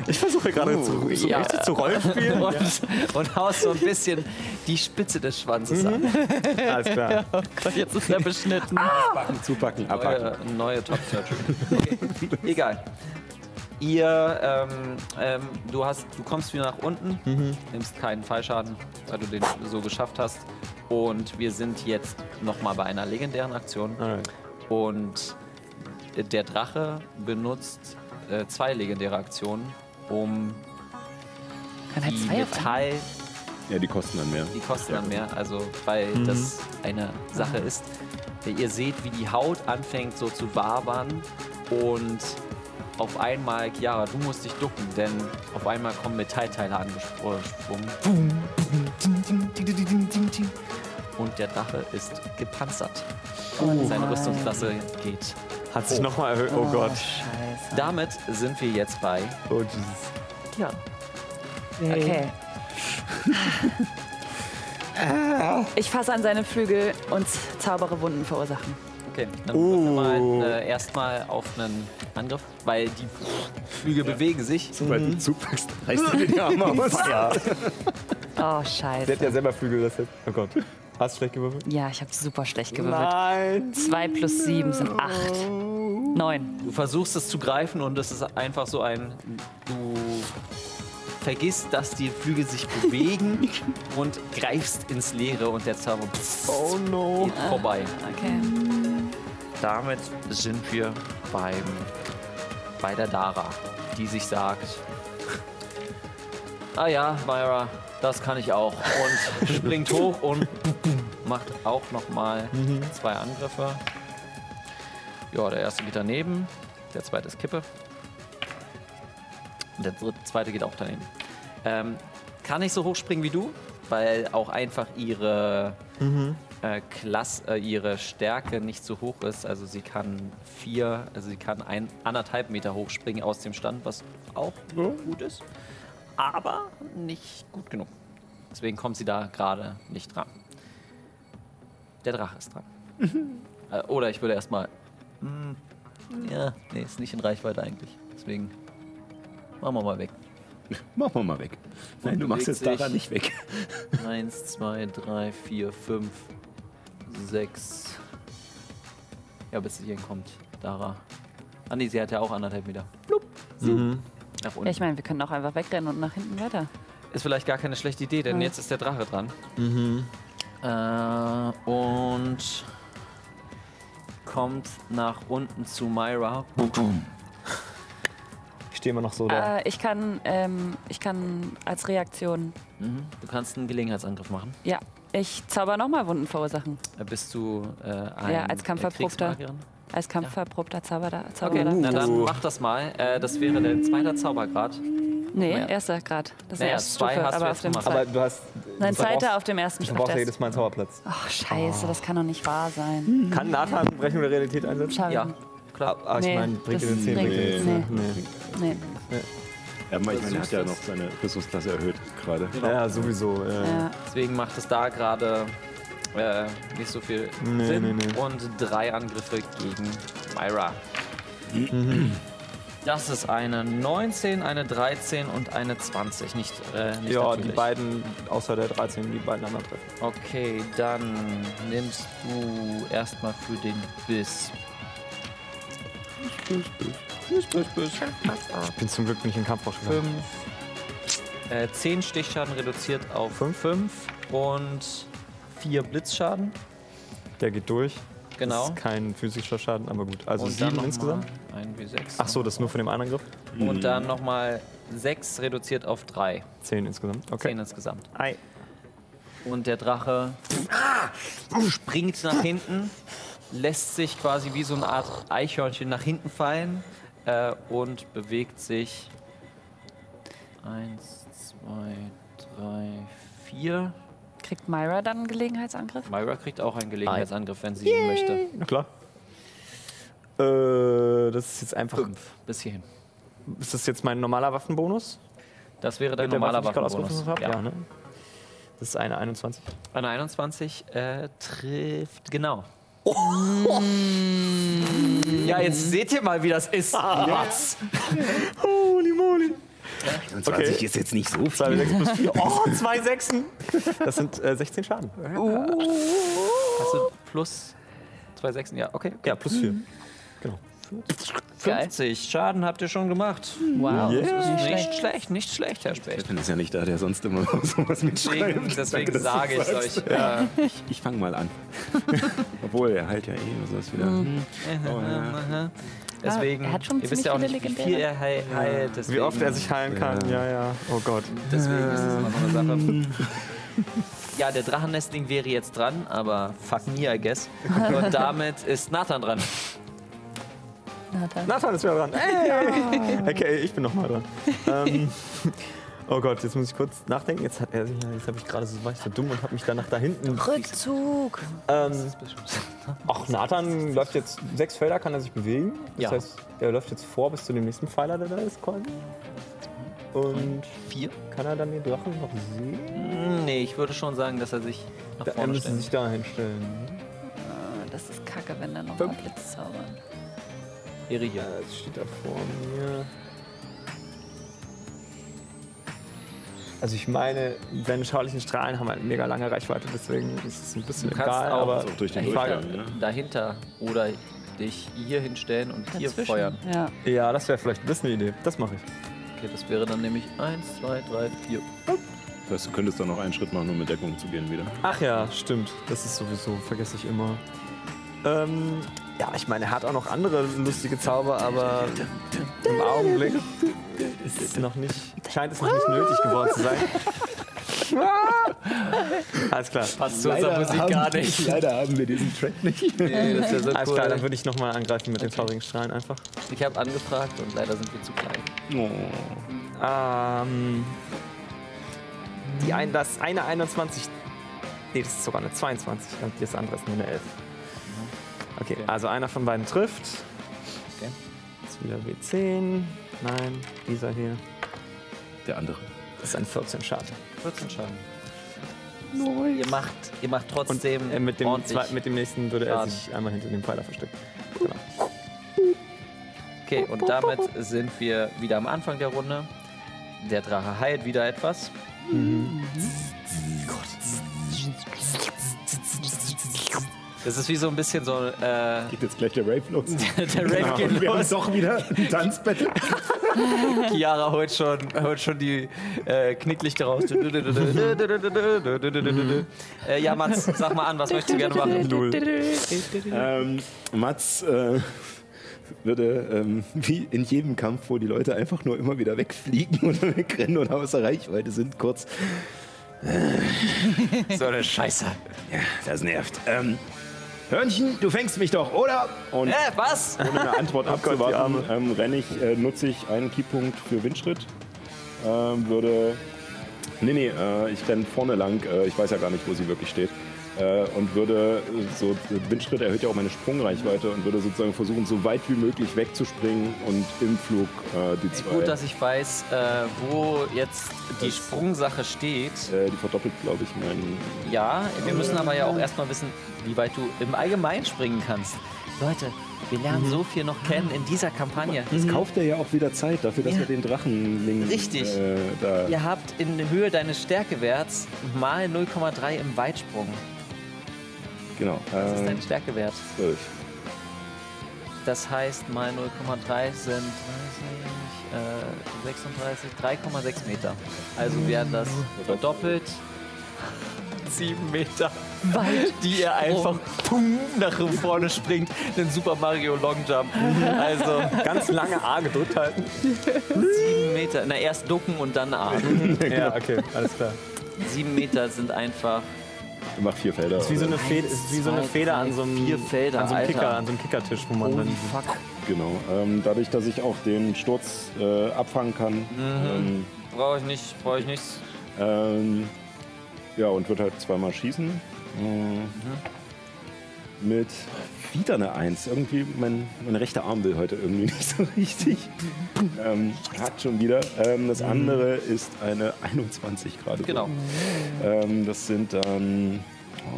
[SPEAKER 2] Ich versuche gerade zu, so
[SPEAKER 1] ja.
[SPEAKER 2] richtig zu Rollenspielen. [LAUGHS]
[SPEAKER 1] Und, und haust so ein bisschen die Spitze des Schwanzes
[SPEAKER 3] Mhm.
[SPEAKER 1] an.
[SPEAKER 2] Alles klar. Oh,
[SPEAKER 1] Jetzt ist er beschnitten. äh,
[SPEAKER 4] Zupacken, abhacken.
[SPEAKER 1] Neue, neue Top Surgery. Okay. Egal. Ihr, ähm, ähm, du, hast, du kommst wieder nach unten, nimmst keinen Fallschaden, weil du den so geschafft hast. Und wir sind jetzt nochmal bei einer legendären Aktion. Und der Drache benutzt äh, zwei legendäre Aktionen, um
[SPEAKER 3] Kann halt
[SPEAKER 1] die
[SPEAKER 3] zwei auf einmal.
[SPEAKER 1] Metall,
[SPEAKER 4] [LAUGHS] Ja, die kosten dann mehr.
[SPEAKER 1] die kosten dann mehr, also weil
[SPEAKER 2] Mhm.
[SPEAKER 1] das eine Sache ist. Ihr seht, wie die Haut anfängt so zu wabern und auf einmal, Chiara, du musst dich ducken, denn auf einmal kommen Metallteile angesprungen. Und der Drache ist gepanzert. Und seine Rüstungsklasse geht.
[SPEAKER 2] Oh. Hat sich nochmal erhöht. Oh Gott.
[SPEAKER 1] Damit sind wir jetzt bei
[SPEAKER 2] Oh Jesus.
[SPEAKER 3] Okay.
[SPEAKER 2] [LAUGHS]
[SPEAKER 3] Ich fasse an seine Flügel und zaubere Wunden verursachen.
[SPEAKER 1] Okay, dann
[SPEAKER 2] Oh.
[SPEAKER 1] würfeln wir mal äh, erstmal auf einen Angriff, weil die Flügel bewegen sich.
[SPEAKER 4] Sobald du zupackst, reißt du dir die Arme aus.
[SPEAKER 2] Ja.
[SPEAKER 3] Oh,
[SPEAKER 2] Der hat ja
[SPEAKER 3] scheiße.
[SPEAKER 2] selber Flügel, das jetzt. Oh Gott. Hast du schlecht gewürfelt?
[SPEAKER 3] Ja, ich habe super schlecht gewürfelt.
[SPEAKER 2] Nein.
[SPEAKER 3] 2 plus 7 sind 8. 9.
[SPEAKER 1] Du versuchst es zu greifen und es ist einfach so ein. Du vergisst, dass die Flügel sich bewegen und greifst ins Leere und der Zauber
[SPEAKER 2] Oh no.
[SPEAKER 1] geht vorbei.
[SPEAKER 3] Okay.
[SPEAKER 1] Damit sind wir beim, bei der Dara, die sich sagt: Ah ja, Myra, das kann ich auch. Und springt hoch und macht auch nochmal zwei Angriffe. Ja, der erste geht daneben, der zweite ist Kippe. Und der dritte, zweite geht auch daneben. Ähm, kann nicht so hoch springen wie du, weil auch einfach ihre äh, Klasse, äh, ihre Stärke nicht so hoch ist. Also sie kann vier, also sie kann ein, anderthalb Meter hoch springen aus dem Stand, was auch gut ist, aber nicht gut genug. Deswegen kommt sie da gerade nicht dran. Der Drache ist dran. äh, oder ich würde erstmal. Mm, ja, nee, ist nicht in Reichweite eigentlich. Deswegen machen wir mal weg.
[SPEAKER 4] Machen wir mal weg. Nein, du machst jetzt
[SPEAKER 1] bewegt
[SPEAKER 4] daran
[SPEAKER 1] sich.
[SPEAKER 4] nicht weg.
[SPEAKER 1] Eins, zwei, drei, vier, fünf, sechs. Ja, bis sie hinkommt. Dara. Ah nee, sie hat ja auch anderthalb Meter. Blub. Nach unten.
[SPEAKER 3] Ja, ich meine, wir können auch einfach wegrennen und nach hinten weiter.
[SPEAKER 1] ist vielleicht gar keine schlechte Idee,
[SPEAKER 3] Hm.
[SPEAKER 1] denn jetzt ist der Drache dran. Äh, und kommt nach unten zu Myra.
[SPEAKER 2] Ich stehe immer noch so da.
[SPEAKER 3] Äh, ich, kann, ähm, ich kann als Reaktion,
[SPEAKER 1] Du kannst einen Gelegenheitsangriff machen.
[SPEAKER 3] ja, ich zauber nochmal Wunden verursachen.
[SPEAKER 1] Äh, Bist du äh, ein
[SPEAKER 3] Ja, als Kampferprobter.
[SPEAKER 1] Kriegsmagierin?
[SPEAKER 3] Als kampfverprobter Zauberer.
[SPEAKER 1] Okay,
[SPEAKER 3] Zauberer.
[SPEAKER 1] na dann mach das mal. Äh, das wäre der zweite Zaubergrad.
[SPEAKER 3] Nee,
[SPEAKER 1] Naja.
[SPEAKER 3] erster Grad. Das ist
[SPEAKER 1] Naja,
[SPEAKER 3] der erste
[SPEAKER 1] zwei
[SPEAKER 3] Stufe,
[SPEAKER 1] hast du
[SPEAKER 3] aber
[SPEAKER 1] jetzt
[SPEAKER 3] auf dem
[SPEAKER 1] gemacht.
[SPEAKER 2] Aber
[SPEAKER 3] zweiten.
[SPEAKER 2] du hast.
[SPEAKER 3] Nein,
[SPEAKER 2] du verbrauchst-
[SPEAKER 3] zweiter auf dem ersten
[SPEAKER 2] Du
[SPEAKER 3] Stufe.
[SPEAKER 2] brauchst ja jedes Mal einen Zauberplatz.
[SPEAKER 3] Ach, scheiße, das kann doch nicht wahr sein.
[SPEAKER 2] Kann Nathan Brechung der Realität einsetzen?
[SPEAKER 3] Schade.
[SPEAKER 1] Ja, klar.
[SPEAKER 2] Ah, ich
[SPEAKER 3] Nee,
[SPEAKER 2] meine, bringt
[SPEAKER 3] das
[SPEAKER 2] dir den 10
[SPEAKER 3] bringt-
[SPEAKER 2] Punkte.
[SPEAKER 3] nee. Nee.
[SPEAKER 4] Ja, aber ich meine, er hat ja noch seine Rüstungsklasse erhöht gerade.
[SPEAKER 2] Ja, sowieso. Genau. Ja.
[SPEAKER 3] Ja.
[SPEAKER 1] Deswegen macht es da gerade äh, nicht so viel Sinn. Und drei Angriffe gegen Myra.
[SPEAKER 2] Mhm.
[SPEAKER 1] Das ist eine 19, eine 13 und eine 20. Nicht, äh, nicht
[SPEAKER 2] Ja, die
[SPEAKER 1] natürlich.
[SPEAKER 2] beiden, außer der 13, die beiden anderen treffen.
[SPEAKER 1] Okay, dann nimmst du erstmal für den Biss.
[SPEAKER 2] Ich bin zum Glück nicht in Kampf rausgegangen.
[SPEAKER 1] 5. Äh, 10 Stichschaden reduziert auf 5 und 4 Blitzschaden.
[SPEAKER 2] Der geht durch. Das
[SPEAKER 1] Genau.
[SPEAKER 2] ist kein physischer Schaden, aber gut. Also
[SPEAKER 1] Und dann
[SPEAKER 2] sieben
[SPEAKER 1] noch mal
[SPEAKER 2] insgesamt.
[SPEAKER 1] Ein wie 6.
[SPEAKER 2] Ach so, das ist nur von dem einen Angriff.
[SPEAKER 1] Und dann nochmal 6 reduziert auf 3.
[SPEAKER 2] Zehn insgesamt.
[SPEAKER 1] 10
[SPEAKER 2] Okay.
[SPEAKER 1] insgesamt.
[SPEAKER 2] Ei.
[SPEAKER 1] Und der Drache
[SPEAKER 2] Ah!
[SPEAKER 1] springt nach hinten, lässt sich quasi wie so eine Art Eichhörnchen nach hinten fallen äh, und bewegt sich 1, 2, 3, 4.
[SPEAKER 3] Kriegt Myra dann einen Gelegenheitsangriff?
[SPEAKER 1] Myra kriegt auch einen Gelegenheitsangriff, wenn sie ihn möchte.
[SPEAKER 2] Na klar. Äh, das ist jetzt einfach.
[SPEAKER 1] Fünf. Bis hierhin.
[SPEAKER 2] Ist das jetzt mein normaler Waffenbonus?
[SPEAKER 1] Das wäre dein
[SPEAKER 2] Mit der
[SPEAKER 1] normaler
[SPEAKER 2] Waffe, die ich gerade
[SPEAKER 1] Waffenbonus.
[SPEAKER 2] ausgerüstet habe? Ja. ne? Das ist eine 21.
[SPEAKER 1] Eine 21 äh, trifft genau.
[SPEAKER 2] Oh.
[SPEAKER 1] Ja, jetzt seht ihr mal, wie das ist.
[SPEAKER 2] Ah.
[SPEAKER 1] Was?
[SPEAKER 2] Holy moly.
[SPEAKER 4] 21 ist jetzt nicht so viel.
[SPEAKER 2] 2 6 plus 4. Oh, zwei Sechsen. Das sind äh, 16 Schaden.
[SPEAKER 1] Hast du plus zwei Also Sechsen? Ja, okay.
[SPEAKER 2] Ja, plus 4. geführt?
[SPEAKER 1] 50 Schaden habt ihr schon gemacht. Das
[SPEAKER 3] Wow.
[SPEAKER 1] ist
[SPEAKER 3] Nicht
[SPEAKER 1] nicht
[SPEAKER 3] schlecht.
[SPEAKER 1] schlecht, nicht schlecht, Herr Specht.
[SPEAKER 4] Steffen ist ja nicht da, der sonst immer sowas
[SPEAKER 2] [LAUGHS]
[SPEAKER 1] Deswegen,
[SPEAKER 4] mitschreibt.
[SPEAKER 1] deswegen
[SPEAKER 4] dass du
[SPEAKER 1] sage ich
[SPEAKER 4] sagst.
[SPEAKER 1] euch. Ja.
[SPEAKER 4] Ich, ich fange [LAUGHS] mal an. Obwohl, er halt ja eh immer sowas wieder. Oh, ja.
[SPEAKER 1] Deswegen,
[SPEAKER 3] er hat schon
[SPEAKER 1] ihr wisst
[SPEAKER 3] ziemlich
[SPEAKER 1] ja auch
[SPEAKER 3] viele
[SPEAKER 1] nicht, wie viel
[SPEAKER 3] Legendäre.
[SPEAKER 1] er heil, heilt. Deswegen,
[SPEAKER 2] Wie oft er sich heilen kann. Ja, ja. Oh Gott.
[SPEAKER 1] Deswegen ist es immer so
[SPEAKER 2] Ähm.
[SPEAKER 1] eine Sache. [LAUGHS] Ja, der Drachennestling wäre jetzt dran, aber fuck me, I guess. Und damit ist Nathan dran.
[SPEAKER 2] Nathan ist wieder dran. Ey. Okay, ich bin nochmal dran. Ähm, [LAUGHS] oh Gott, jetzt muss ich kurz nachdenken. Jetzt, hat er sich- jetzt habe ich gerade so, war ich so dumm und habe mich danach da hinten.
[SPEAKER 3] Rückzug.
[SPEAKER 2] Ähm, ach, Nathan läuft jetzt sechs Felder, kann er sich bewegen. Das
[SPEAKER 1] Ja.
[SPEAKER 2] heißt, er läuft jetzt vor bis zu dem nächsten Pfeiler, der da ist, quasi. Und
[SPEAKER 1] Vier?
[SPEAKER 2] kann er dann den Drachen noch sehen?
[SPEAKER 1] Nee, ich würde schon sagen, dass er sich nach
[SPEAKER 2] Da, er
[SPEAKER 1] vorne
[SPEAKER 2] müsste
[SPEAKER 1] stellt.
[SPEAKER 2] sich da hinstellen.
[SPEAKER 3] Das ist kacke, wenn da nochmal Blitz zaubern.
[SPEAKER 1] Eri hier.
[SPEAKER 2] Ja, Äh, es steht da vor mir. Also ich meine, seine schaulichen Strahlen haben halt mega lange Reichweite, deswegen ist es ein bisschen
[SPEAKER 1] Du kannst
[SPEAKER 2] egal,
[SPEAKER 1] auch
[SPEAKER 2] aber
[SPEAKER 1] so
[SPEAKER 4] Durch den
[SPEAKER 1] Dahinter,
[SPEAKER 4] Durchgang, ne?
[SPEAKER 1] dahinter oder dich hier hinstellen und hier feuern.
[SPEAKER 3] Ja.
[SPEAKER 2] ja, das wäre vielleicht ein bisschen eine Idee. Das mache ich.
[SPEAKER 1] Okay, das wäre dann nämlich 1, 2, 3, 4.
[SPEAKER 4] Das heißt, du könntest dann noch einen Schritt machen, um mit Deckung zu gehen wieder.
[SPEAKER 2] Ach ja, stimmt. Das ist sowieso, vergesse ich immer. Ähm, ja, ich meine, er hat auch noch andere lustige Zauber, aber im Augenblick ist es noch nicht, scheint es noch nicht nötig geworden
[SPEAKER 1] [LAUGHS]
[SPEAKER 2] zu sein. Alles klar.
[SPEAKER 1] Passt zu unserer Musik gar nicht.
[SPEAKER 4] [LAUGHS] Leider haben wir diesen Track nicht.
[SPEAKER 1] Nee, das wäre so
[SPEAKER 2] Alles klar, dann
[SPEAKER 1] cool.
[SPEAKER 2] würde ich nochmal angreifen mit den traurigen Strahlen einfach.
[SPEAKER 1] Ich habe angefragt und leider sind wir zu klein.
[SPEAKER 2] Ähm, die ein, das eine 21. Nee, das ist sogar eine 22 und das andere ist nur eine 11. Okay,
[SPEAKER 1] Okay.
[SPEAKER 2] also einer von beiden trifft.
[SPEAKER 1] Okay.
[SPEAKER 2] Jetzt wieder W10. Nein, dieser hier.
[SPEAKER 4] Der andere.
[SPEAKER 2] Das ist ein 14 Schaden.
[SPEAKER 1] 14 Schaden. Ihr macht, ihr macht
[SPEAKER 2] Und
[SPEAKER 1] trotzdem
[SPEAKER 2] äh, mit, dem
[SPEAKER 1] ordentlich.
[SPEAKER 2] zweiten, mit dem nächsten würde er
[SPEAKER 1] Schaden.
[SPEAKER 2] sich einmal hinter dem Pfeiler verstecken. Genau.
[SPEAKER 1] Okay, und damit sind wir wieder am Anfang der Runde. Der Drache heilt wieder etwas. Das ist wie so ein bisschen so äh, der
[SPEAKER 4] Geht jetzt gleich der Rape
[SPEAKER 1] [LAUGHS]
[SPEAKER 4] los.
[SPEAKER 1] Rave geht
[SPEAKER 4] Wir haben doch wieder ein Tanzbattle.
[SPEAKER 1] Chiara holt schon, holt schon die äh, Knicklichter raus. äh, ja, Mats, sag mal an, was möchtest du gerne machen?
[SPEAKER 4] Ähm, Mats äh, würde ähm, wie in jedem Kampf, wo die Leute einfach nur immer wieder wegfliegen [LAUGHS] oder wegrennen und außer Reichweite sind, kurz.
[SPEAKER 1] So eine Scheiße.
[SPEAKER 4] Ja, das nervt. Ähm, Hörnchen, du fängst mich doch, oder? Und
[SPEAKER 1] Äh, was?
[SPEAKER 4] ohne eine Antwort abzuwarten, ähm, renne ich, äh, nutze ich einen Keypunkt für Windschritt. Ähm, würde. Nee, nee, äh, ich renne vorne lang. Äh, ich weiß ja gar nicht, wo sie wirklich steht. Äh, und würde äh, so. Windschritt erhöht ja auch meine Sprungreichweite und würde sozusagen versuchen, so weit wie möglich wegzuspringen und im Flug äh, die zwei.
[SPEAKER 1] Gut, dass ich weiß, äh, wo jetzt die Sprungsache steht.
[SPEAKER 4] äh, die verdoppelt, glaube ich, meinen.
[SPEAKER 1] Ja, wir müssen aber ja auch erstmal wissen, wie weit du im Allgemeinen springen kannst. Leute, wir lernen so viel noch kennen in dieser Kampagne.
[SPEAKER 4] Das kauft er ja auch wieder Zeit dafür, dass wir den Drachenling.
[SPEAKER 1] Mhm. Richtig.
[SPEAKER 4] Äh, da.
[SPEAKER 1] Ihr habt in der Höhe deines Stärkewerts mal 0,3 im Weitsprung.
[SPEAKER 4] Genau.
[SPEAKER 1] Das ist
[SPEAKER 4] Äh,
[SPEAKER 1] dein Stärkewert.
[SPEAKER 4] 12.
[SPEAKER 1] Das heißt, mal 0,3 sind 30, äh, 36, 3,6 Meter. Also wären das verdoppelt 7 Meter, die er einfach pum, nach vorne springt. Den Super Mario Long Jump. Also
[SPEAKER 2] Ganz lange A gedrückt halten.
[SPEAKER 1] 7 Meter. Na, erst ducken und dann atmen.
[SPEAKER 2] [LAUGHS] ja, okay, alles klar.
[SPEAKER 1] 7 Meter sind einfach.
[SPEAKER 4] Mach vier Felder.
[SPEAKER 2] Ist wie so
[SPEAKER 4] oder?
[SPEAKER 2] eine, Feder, ist wie so eine
[SPEAKER 1] zwei,
[SPEAKER 2] Feder
[SPEAKER 1] drei,
[SPEAKER 2] an so einem,
[SPEAKER 1] vier Felder,
[SPEAKER 2] an so einem
[SPEAKER 1] Alter.
[SPEAKER 2] Kicker, an so einem Kickertisch, wo man
[SPEAKER 1] Holy
[SPEAKER 2] dann
[SPEAKER 1] fuck.
[SPEAKER 4] Genau. Ähm, dadurch, dass ich auch den Sturz äh, abfangen kann. Ähm,
[SPEAKER 1] Brauche ich nicht, brauche ich nichts.
[SPEAKER 4] ähm, ja, und wird halt zweimal schießen. Ähm, Mit wieder eine Eins. Irgendwie, mein, mein rechter Arm will heute irgendwie [LAUGHS] nicht so richtig. Ähm, hat schon wieder. Ähm, das andere ist eine 21 gerade. so.
[SPEAKER 1] Genau.
[SPEAKER 4] Ähm, das sind dann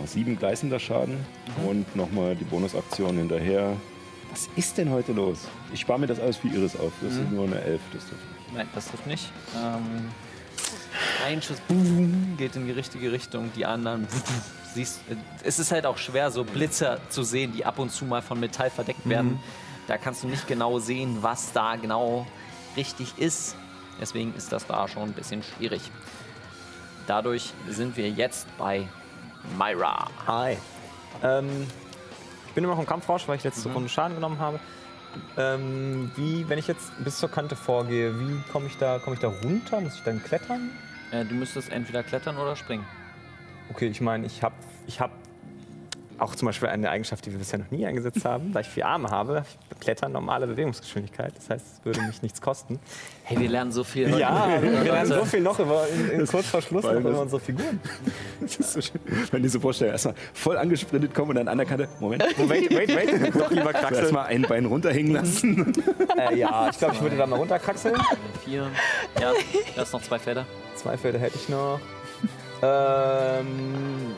[SPEAKER 4] oh, sieben gleißender Schaden und nochmal die Bonusaktion hinterher. Was ist denn heute los? Ich spare mir das alles für Iris auf. Das ist nur eine Elf. Das dürfte ich.
[SPEAKER 1] Nein, das trifft nicht. Ähm, ein Schuss boom, geht in die richtige Richtung, die anderen. äh, Siehst, es ist halt auch schwer, so Blitzer zu sehen, die ab und zu mal von Metall verdeckt werden. Da kannst du nicht genau sehen, was da genau richtig ist. Deswegen ist das da schon ein bisschen schwierig. Dadurch sind wir jetzt bei Myra.
[SPEAKER 2] Hi. Ähm, ich bin immer noch im Kampfrausch, weil ich letzte Runde Schaden genommen habe. Ähm, wie, wenn ich jetzt bis zur Kante vorgehe, wie komme ich da, komme ich da runter? Muss ich dann klettern?
[SPEAKER 1] Äh, du müsstest entweder klettern oder springen.
[SPEAKER 2] Okay, ich meine, ich habe ich hab auch zum Beispiel eine Eigenschaft, die wir bisher noch nie eingesetzt haben, da ich vier Arme habe. Ich kletter normale Bewegungsgeschwindigkeit, das heißt, es würde mich nichts kosten.
[SPEAKER 1] Hey, wir lernen so viel. [LAUGHS]
[SPEAKER 2] Ja,
[SPEAKER 1] heute.
[SPEAKER 2] wir lernen so
[SPEAKER 1] Leute.
[SPEAKER 2] viel noch über, in, in kurz vor Schluss noch
[SPEAKER 4] Weil das-
[SPEAKER 2] über unsere Figuren.
[SPEAKER 4] Das ist so schön. Wenn ich so vorstelle, erstmal voll angesprintet kommen und dann an der Kante, Moment, [LAUGHS]
[SPEAKER 2] Moment, wait, wait, doch lieber kraxeln.
[SPEAKER 4] erstmal ein Bein runterhängen lassen.
[SPEAKER 2] Äh, ja, ich glaube, ich würde da mal runterkraxeln.
[SPEAKER 1] Vier. Ja, da ist noch zwei Felder.
[SPEAKER 2] Zwei Felder hätte ich noch. Ähm,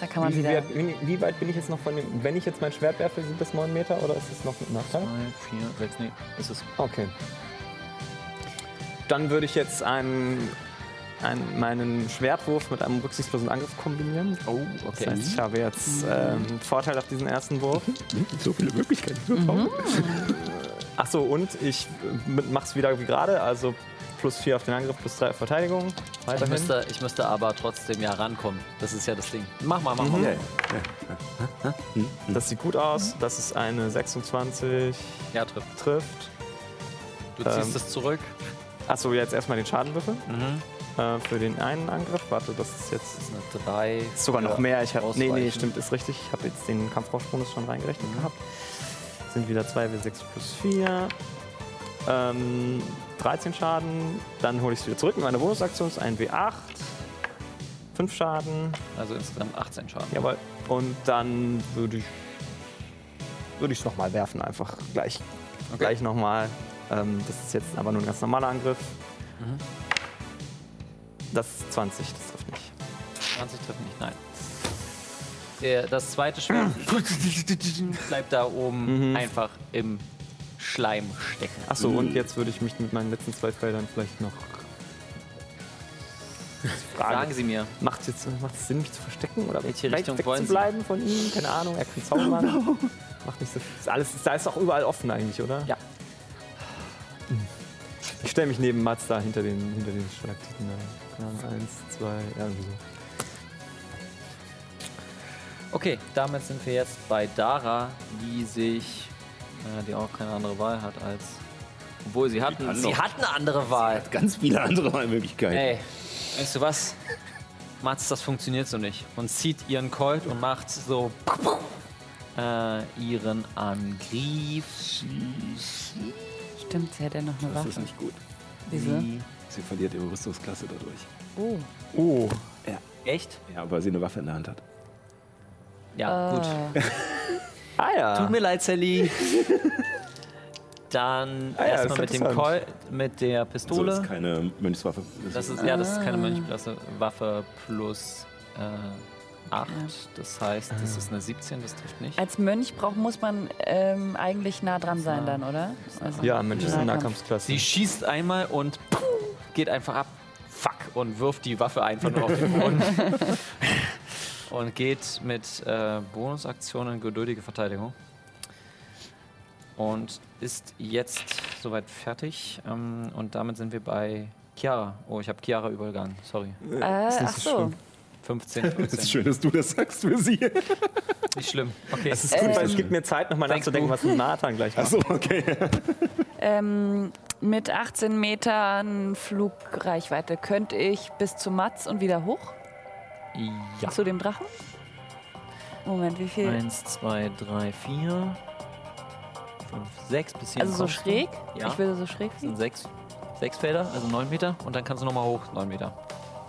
[SPEAKER 3] Da kann man
[SPEAKER 2] wie,
[SPEAKER 3] wieder.
[SPEAKER 2] wie, wie weit bin ich jetzt noch von dem. Wenn ich jetzt mein Schwert werfe, sind das 9 Meter oder ist es noch mit Nachteil?
[SPEAKER 1] Drei, vier, sechs, nee, ist es.
[SPEAKER 2] Okay. Dann würde ich jetzt einen, einen, meinen Schwertwurf mit einem rücksichtslosen Angriff kombinieren. Oh, okay. Das heißt, ich habe
[SPEAKER 3] Mhm.
[SPEAKER 2] jetzt ähm, Vorteil auf diesen ersten Wurf.
[SPEAKER 4] So viele Möglichkeiten. So
[SPEAKER 2] Achso, und ich mache es wieder wie gerade, also plus 4 auf den Angriff, plus 3 auf Verteidigung.
[SPEAKER 1] Ich
[SPEAKER 2] Weiterhin.
[SPEAKER 1] müsste, ich müsste aber trotzdem ja rankommen. Das ist ja das Ding. Mach mal, mach mal.
[SPEAKER 2] Das sieht gut aus. Das ist eine 26,
[SPEAKER 1] Ja, trifft.
[SPEAKER 2] trifft.
[SPEAKER 1] Du
[SPEAKER 2] Ähm.
[SPEAKER 1] ziehst es zurück.
[SPEAKER 2] Achso, jetzt erstmal den Schaden würfeln. Äh, für den einen Angriff. Warte, das ist jetzt
[SPEAKER 1] Eine drei.
[SPEAKER 2] ist sogar noch
[SPEAKER 1] Ja,
[SPEAKER 2] mehr. Ich hab, nee, nee,
[SPEAKER 1] ausweichen.
[SPEAKER 2] stimmt, ist richtig. Ich habe jetzt den Kampfrauschbonus schon reingerechnet gehabt. Sind wieder 2 W6 plus 4. Ähm, 13 Schaden. Dann hole ich es wieder zurück mit meiner Bonusaktion. Ist ein W8. 5 Schaden.
[SPEAKER 1] Also insgesamt 18 Schaden.
[SPEAKER 2] Jawohl. Und dann würde ich würde ich es nochmal werfen, einfach gleich. Gleich nochmal. Ähm, das ist jetzt aber nur ein ganz normaler Angriff. Das ist 20, das trifft nicht.
[SPEAKER 1] 20 treffen nicht, nein. Der, das zweite Schwert
[SPEAKER 2] [LAUGHS]
[SPEAKER 1] bleibt da oben
[SPEAKER 2] Mhm.
[SPEAKER 1] einfach im Schleim stecken.
[SPEAKER 2] Achso, und jetzt würde ich mich mit meinen letzten zwei Feldern vielleicht noch.
[SPEAKER 1] Sagen Sie mir,
[SPEAKER 2] Macht es jetzt- macht es Sinn, mich zu verstecken oder
[SPEAKER 1] Welche
[SPEAKER 2] vielleicht
[SPEAKER 1] Richtung wollen Sie?
[SPEAKER 2] wegzubleiben von ihm? Keine Ahnung, er kann [LAUGHS] zaubern. Macht nicht so viel. Ist Alles, da ist auch überall offen eigentlich, oder? Hm.
[SPEAKER 1] Ja.
[SPEAKER 2] Ich stelle mich neben Mazda hinter den, hinter den Stalaktiten. ein. Keine Ahnung, Ah. eins, zwei, ja, irgendwie so.
[SPEAKER 1] Okay, damit sind wir jetzt bei Dara, die sich, äh, die auch keine andere Wahl hat als, obwohl sie hatten,
[SPEAKER 4] kann
[SPEAKER 1] sie
[SPEAKER 4] doch.
[SPEAKER 1] hat eine andere Wahl.
[SPEAKER 4] Ganz viele andere Wahlmöglichkeiten.
[SPEAKER 1] Ey, weißt du was? Mats, das funktioniert so nicht. Und zieht ihren Colt und macht so äh, ihren Angriff.
[SPEAKER 3] Stimmt, sie hat ja noch eine
[SPEAKER 4] Das ist
[SPEAKER 3] Waffe.
[SPEAKER 4] nicht gut.
[SPEAKER 3] Wieso?
[SPEAKER 4] Sie verliert ihre Rüstungsklasse dadurch.
[SPEAKER 3] Oh.
[SPEAKER 2] Oh,
[SPEAKER 1] Echt?
[SPEAKER 4] Ja, weil sie eine Waffe in der Hand hat. Also
[SPEAKER 1] Ja, gut. [LAUGHS]
[SPEAKER 2] ah ja.
[SPEAKER 1] Tut mir leid, Sally. Dann
[SPEAKER 2] Ah ja,
[SPEAKER 1] erstmal
[SPEAKER 2] ist
[SPEAKER 1] mit dem
[SPEAKER 2] interessant.
[SPEAKER 1] Colt, mit der
[SPEAKER 4] So
[SPEAKER 1] Pistole.
[SPEAKER 4] ist keine Mönchswaffe.
[SPEAKER 1] Das ist, ja, das ist keine Mönchklasse. Waffe plus äh, 8. Das heißt, das ist eine 17, das trifft nicht.
[SPEAKER 3] Als Mönch braucht, muss man ähm, eigentlich nah dran sein dann, oder? Also
[SPEAKER 2] Ja, Mensch, das ist eine
[SPEAKER 3] Nahkampf.
[SPEAKER 2] Nahkampfklasse.
[SPEAKER 1] Sie schießt einmal und geht einfach ab. Fuck. Und wirft die Waffe einfach nur auf den
[SPEAKER 2] [LAUGHS]
[SPEAKER 1] Boden. [LAUGHS] und geht mit äh, Bonusaktionen geduldige Verteidigung. Und ist jetzt soweit fertig. Ähm, und damit sind wir bei Chiara. Oh, ich habe Chiara übergangen. Sorry.
[SPEAKER 3] Äh, ach so.
[SPEAKER 1] 15, 15.
[SPEAKER 2] [LAUGHS]
[SPEAKER 4] ist schön, dass du das sagst für sie.
[SPEAKER 1] Nicht schlimm. Okay.
[SPEAKER 2] Das ist gut, weil es gibt mir Zeit, nochmal nachzudenken, was ein Nathan gleich macht.
[SPEAKER 4] Achso, okay.
[SPEAKER 3] Ähm, mit 18 Metern Flugreichweite könnte ich bis zu Matz und wieder hoch?
[SPEAKER 1] Ja.
[SPEAKER 3] Zu dem Drachen? Moment, wie viel?
[SPEAKER 1] Eins, zwei, drei, vier, fünf, sechs bis hier.
[SPEAKER 3] also so
[SPEAKER 1] kommst du.
[SPEAKER 3] schräg?
[SPEAKER 1] Ja.
[SPEAKER 3] Ich würde so schräg
[SPEAKER 1] Das
[SPEAKER 3] fliegen.
[SPEAKER 1] sind sechs, sechs Felder, also neun Meter. Und dann kannst du nochmal hoch, neun Meter.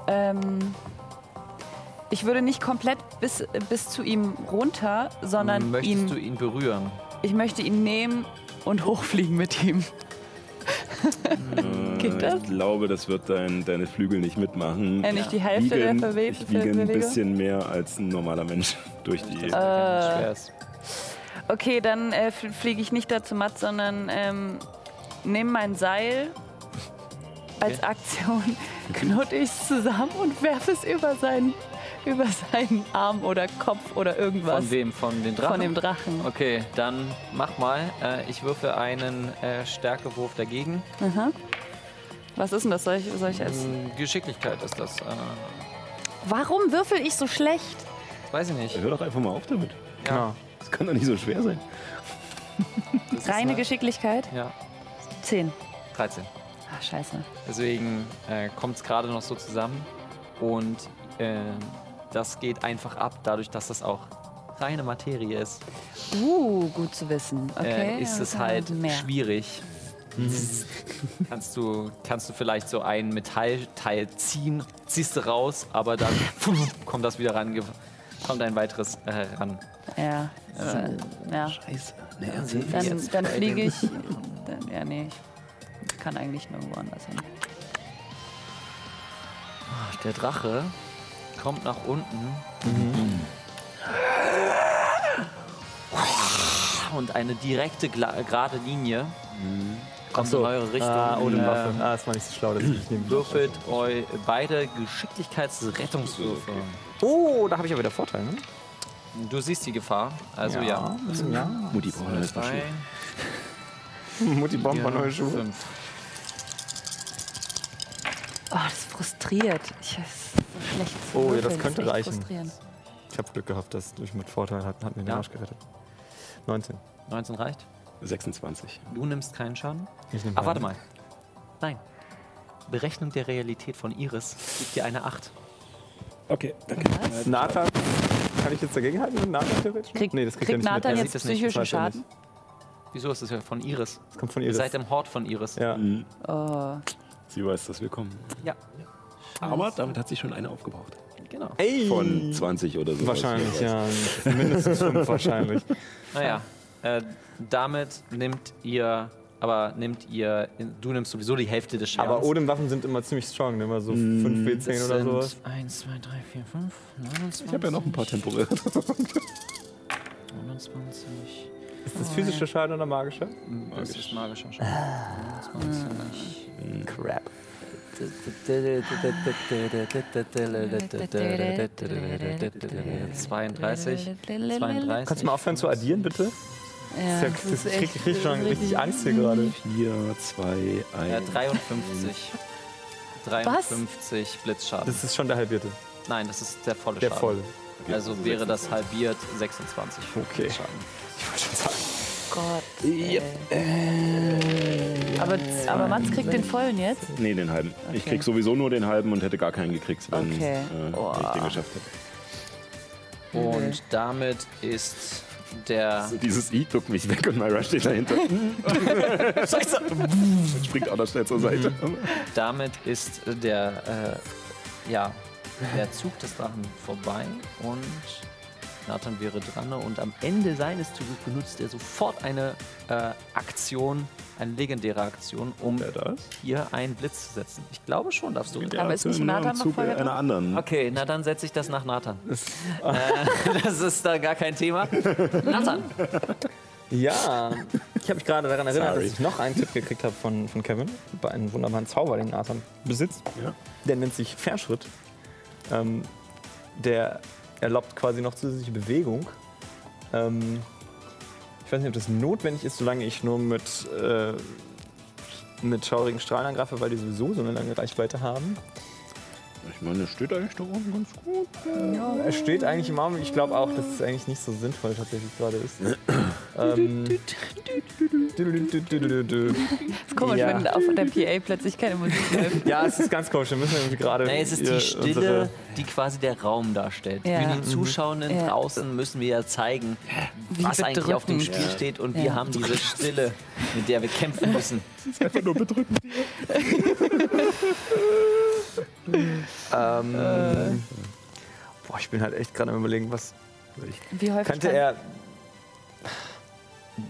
[SPEAKER 3] Ähm, ich würde nicht komplett bis, bis zu ihm runter, sondern
[SPEAKER 1] Möchtest
[SPEAKER 3] ihn,
[SPEAKER 1] du ihn berühren?
[SPEAKER 3] ich möchte ihn nehmen und [LAUGHS] hochfliegen mit ihm. Geht das?
[SPEAKER 4] Ich glaube, das wird dein, deine Flügel nicht mitmachen.
[SPEAKER 3] Äh, nicht die Hälfte der Verwe-
[SPEAKER 4] Ich wiege ein
[SPEAKER 3] Bewegung?
[SPEAKER 4] bisschen mehr als ein normaler Mensch [LAUGHS] durch die.
[SPEAKER 3] Äh.
[SPEAKER 1] Schwer ist.
[SPEAKER 3] Okay, dann äh, fl- fliege ich nicht dazu matt, sondern ähm, nehme mein Seil [LAUGHS] als Aktion, knote ich es zusammen und werfe es über seinen über seinen Arm oder Kopf oder irgendwas.
[SPEAKER 1] Von wem? Von den Drachen?
[SPEAKER 3] Von dem Drachen.
[SPEAKER 1] Okay, dann mach mal. Äh, ich würfe einen äh, Stärkewurf dagegen.
[SPEAKER 3] Aha. Was ist denn das? Soll ich, soll ich als.
[SPEAKER 1] Mm, Geschicklichkeit ist das. Äh,
[SPEAKER 3] Warum würfel ich so schlecht?
[SPEAKER 1] weiß ich nicht.
[SPEAKER 4] Hör doch einfach mal auf damit.
[SPEAKER 1] Ja.
[SPEAKER 4] Das kann doch nicht so schwer sein.
[SPEAKER 3] Reine
[SPEAKER 1] eine-
[SPEAKER 3] Geschicklichkeit?
[SPEAKER 1] Ja,
[SPEAKER 3] Zehn.
[SPEAKER 1] 13.
[SPEAKER 3] Ah, scheiße.
[SPEAKER 1] Deswegen äh, kommt es gerade noch so zusammen. Und äh, das geht einfach ab, dadurch, dass das auch reine Materie ist.
[SPEAKER 3] Uh, gut zu wissen. Okay.
[SPEAKER 1] äh, ist
[SPEAKER 3] ja,
[SPEAKER 1] es
[SPEAKER 3] dann
[SPEAKER 1] halt
[SPEAKER 3] also mehr.
[SPEAKER 1] schwierig. Mhm. kannst, du, kannst du vielleicht so ein Metallteil ziehen, ziehst du raus, aber dann kommt das wieder ran, kommt ein weiteres äh, ran.
[SPEAKER 3] Ja. Äh, ja.
[SPEAKER 4] Scheiße.
[SPEAKER 3] Dann, dann fliege ich. Dann, ja, nee. Ich kann eigentlich nirgendwo anders hin.
[SPEAKER 1] Der Drache kommt nach unten. Und eine direkte, gla- gerade Linie kommt in eure Richtung.
[SPEAKER 2] Ah, ohne
[SPEAKER 1] Äh,
[SPEAKER 2] Waffe. Ah, das war nicht so schlau, dass ich nicht nehme.
[SPEAKER 1] Würfelt eu beide Geschicklichkeitsrettungswürfe.
[SPEAKER 2] Oh, da habe ich ja wieder Vorteil, ne? Ah,
[SPEAKER 1] Du siehst die Gefahr, also ja.
[SPEAKER 2] Ja.
[SPEAKER 4] Mutti braucht eine
[SPEAKER 1] Zwei,
[SPEAKER 4] Tasche.
[SPEAKER 2] Mutti Bomber,
[SPEAKER 1] vier,
[SPEAKER 2] neue Schuhe.
[SPEAKER 1] fünf.
[SPEAKER 3] Oh, das frustriert. Ich weiß, so schlecht. zu
[SPEAKER 2] Oh, ja,
[SPEAKER 3] würfeln,
[SPEAKER 2] das könnte
[SPEAKER 3] ist echt
[SPEAKER 2] reichen.
[SPEAKER 3] frustrierend.
[SPEAKER 2] Ich habe Glück gehabt, dass du mich mit Vorteil hatten, hat mir den
[SPEAKER 1] Ja.
[SPEAKER 2] Arsch gerettet. 19.
[SPEAKER 1] 19 reicht.
[SPEAKER 4] 26.
[SPEAKER 1] Du nimmst keinen Schaden.
[SPEAKER 2] Ich nehm
[SPEAKER 1] Ach, warte
[SPEAKER 2] keinen.
[SPEAKER 1] mal. Nein. Berechnung der Realität von Iris gibt dir eine 8.
[SPEAKER 4] Okay, danke.
[SPEAKER 2] Nathan, kann ich jetzt dagegenhalten mit Nathan theoretisch?
[SPEAKER 3] Kriegt,
[SPEAKER 2] nee, das kriegt,
[SPEAKER 3] kriegt
[SPEAKER 2] er nicht
[SPEAKER 1] Er
[SPEAKER 3] Nathan
[SPEAKER 2] mit.
[SPEAKER 1] sieht
[SPEAKER 3] jetzt
[SPEAKER 1] das nicht, das
[SPEAKER 3] psychischen
[SPEAKER 2] weiß er
[SPEAKER 3] Schaden?
[SPEAKER 1] Wieso ist das ja von Iris?
[SPEAKER 2] Das kommt von
[SPEAKER 1] Ihr
[SPEAKER 2] ihr.
[SPEAKER 1] seid im Hort von Iris.
[SPEAKER 2] ja.
[SPEAKER 3] Oh,
[SPEAKER 4] Sie weiß, dass wir kommen.
[SPEAKER 1] Ja.
[SPEAKER 4] Aber damit hat sich schon eine aufgebraucht.
[SPEAKER 1] genau.
[SPEAKER 2] Ey!
[SPEAKER 4] Von 20 oder so.
[SPEAKER 2] wahrscheinlich, ja. Mindestens [LAUGHS] 5 wahrscheinlich.
[SPEAKER 1] Naja, äh, damit nimmt ihr, aber nimmt ihr, du nimmst sowieso die Hälfte des Schadens.
[SPEAKER 2] Aber Odin Waffen sind immer ziemlich strong, ne? immer so 5 W10 oder sowas.
[SPEAKER 1] 1, 2, 3, 4, 5,
[SPEAKER 4] Ich habe ja noch ein paar temporäre.
[SPEAKER 1] 29.
[SPEAKER 2] Ist das physischer Schaden oder magischer?
[SPEAKER 1] Das ist magischer Schaden. 29.
[SPEAKER 2] Ah. Crap.
[SPEAKER 1] Äh, 32. 32.
[SPEAKER 2] Kannst du mal aufhören zu addieren, bitte?
[SPEAKER 3] ja,
[SPEAKER 2] Das ist ja, ich krieg schon richtig Angst hier gerade.
[SPEAKER 4] 4, 2,
[SPEAKER 1] Äh,
[SPEAKER 4] 1.
[SPEAKER 1] 53. 53 Blitzschaden.
[SPEAKER 2] Das ist schon der halbierte.
[SPEAKER 1] Nein, das ist der volle
[SPEAKER 2] Der
[SPEAKER 1] Schaden.
[SPEAKER 2] volle.
[SPEAKER 1] Also wäre das halbiert 26.
[SPEAKER 2] Okay.
[SPEAKER 3] Gott.
[SPEAKER 2] Äh.
[SPEAKER 3] ey. Aber, aber Mats kriegt den vollen jetzt.
[SPEAKER 4] Nee, den halben. Ich krieg sowieso nur den halben und hätte gar keinen gekriegt, wenn
[SPEAKER 3] Okay.
[SPEAKER 4] äh, ich
[SPEAKER 3] Boah.
[SPEAKER 4] den geschafft hätte.
[SPEAKER 1] Und damit ist der.
[SPEAKER 4] Also Dieses I duckt mich weg und Myra steht
[SPEAKER 3] [LAUGHS]
[SPEAKER 4] dahinter. Scheiße! und springt auch noch schnell zur Seite.
[SPEAKER 1] Damit ist der. Äh, ja. Der Zug des Drachen vorbei und Nathan wäre dran. Und am Ende seines Zuges benutzt er sofort eine äh, Aktion, eine legendäre Aktion, um
[SPEAKER 4] Wer da ist?
[SPEAKER 1] hier einen Blitz zu setzen. Ich glaube schon, darfst du.
[SPEAKER 4] Der
[SPEAKER 3] Aber ist nicht
[SPEAKER 4] Aktion nur
[SPEAKER 3] Nathan
[SPEAKER 4] im
[SPEAKER 3] noch
[SPEAKER 4] Zuge
[SPEAKER 3] vorher dran?
[SPEAKER 4] einer anderen.
[SPEAKER 1] Okay, na dann setze ich das nach Nathan. äh, [LAUGHS] das ist da gar kein Thema. Nathan!
[SPEAKER 2] Ja, ich habe mich gerade daran erinnert,
[SPEAKER 4] Sorry.
[SPEAKER 2] dass ich noch einen Tipp gekriegt habe von, von Kevin, bei einem wunderbaren Zauber, den Nathan besitzt.
[SPEAKER 4] Ja.
[SPEAKER 2] Der nennt sich Verschritt. Ähm, der erlaubt quasi noch zusätzliche Bewegung. Ähm, ich weiß nicht, ob das notwendig ist, solange ich nur mit, äh, mit schaurigen Strahlen angreife, weil die sowieso so eine lange Reichweite haben.
[SPEAKER 4] Ich meine, der steht eigentlich da oben ganz gut.
[SPEAKER 2] Er steht eigentlich im Arm. Ich glaube auch, dass es eigentlich nicht so sinnvoll tatsächlich gerade ist. ähm,
[SPEAKER 3] ist komisch,
[SPEAKER 2] Ja.
[SPEAKER 3] wenn auf der PA plötzlich keine [LAUGHS] Musik läuft.
[SPEAKER 2] Ja, es ist ganz komisch. Wir müssen irgendwie gerade.
[SPEAKER 1] Nee, es ist
[SPEAKER 2] hier
[SPEAKER 1] die Stille,
[SPEAKER 2] Äh, unsere- Mhm.
[SPEAKER 1] die quasi der Raum darstellt.
[SPEAKER 3] Ja.
[SPEAKER 1] Wir den Zuschauenden
[SPEAKER 3] Ja.
[SPEAKER 1] draußen müssen wir ja zeigen, was eigentlich auf dem Spiel
[SPEAKER 3] bedrückend.
[SPEAKER 1] steht. Und wir haben diese Stille, mit der wir kämpfen müssen.
[SPEAKER 2] Ähm, boah, ich bin halt echt gerade am Überlegen, was.
[SPEAKER 3] Wie häufig Also
[SPEAKER 2] Könnte
[SPEAKER 3] kann-
[SPEAKER 2] er,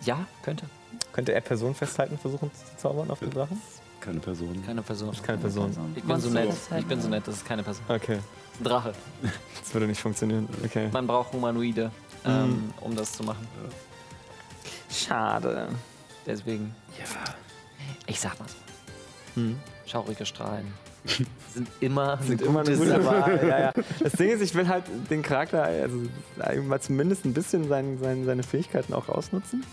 [SPEAKER 1] Ja, könnte.
[SPEAKER 2] könnte er Personen festhalten versuchen zu zaubern auf den Drachen?
[SPEAKER 4] Keine Person.
[SPEAKER 1] Keine Person.
[SPEAKER 2] Äh, Keine Person.
[SPEAKER 1] Ich bin so nett. Ich bin so nett, das ist keine Person.
[SPEAKER 2] Okay,
[SPEAKER 1] Drache.
[SPEAKER 2] das würde nicht funktionieren. Okay.
[SPEAKER 1] Man braucht Humanoide,
[SPEAKER 2] Mhm.
[SPEAKER 1] ähm, um das zu machen.
[SPEAKER 2] Schade. [LAUGHS]
[SPEAKER 1] Deswegen. Ich sag mal. Schaurige Strahlen. Sind immer
[SPEAKER 2] Mhm. sind immer eine gute Wahl. Ja, ja. Das Ding ist, ich will halt den Charakter, also mal zumindest ein bisschen sein, sein, seine Fähigkeiten auch ausnutzen.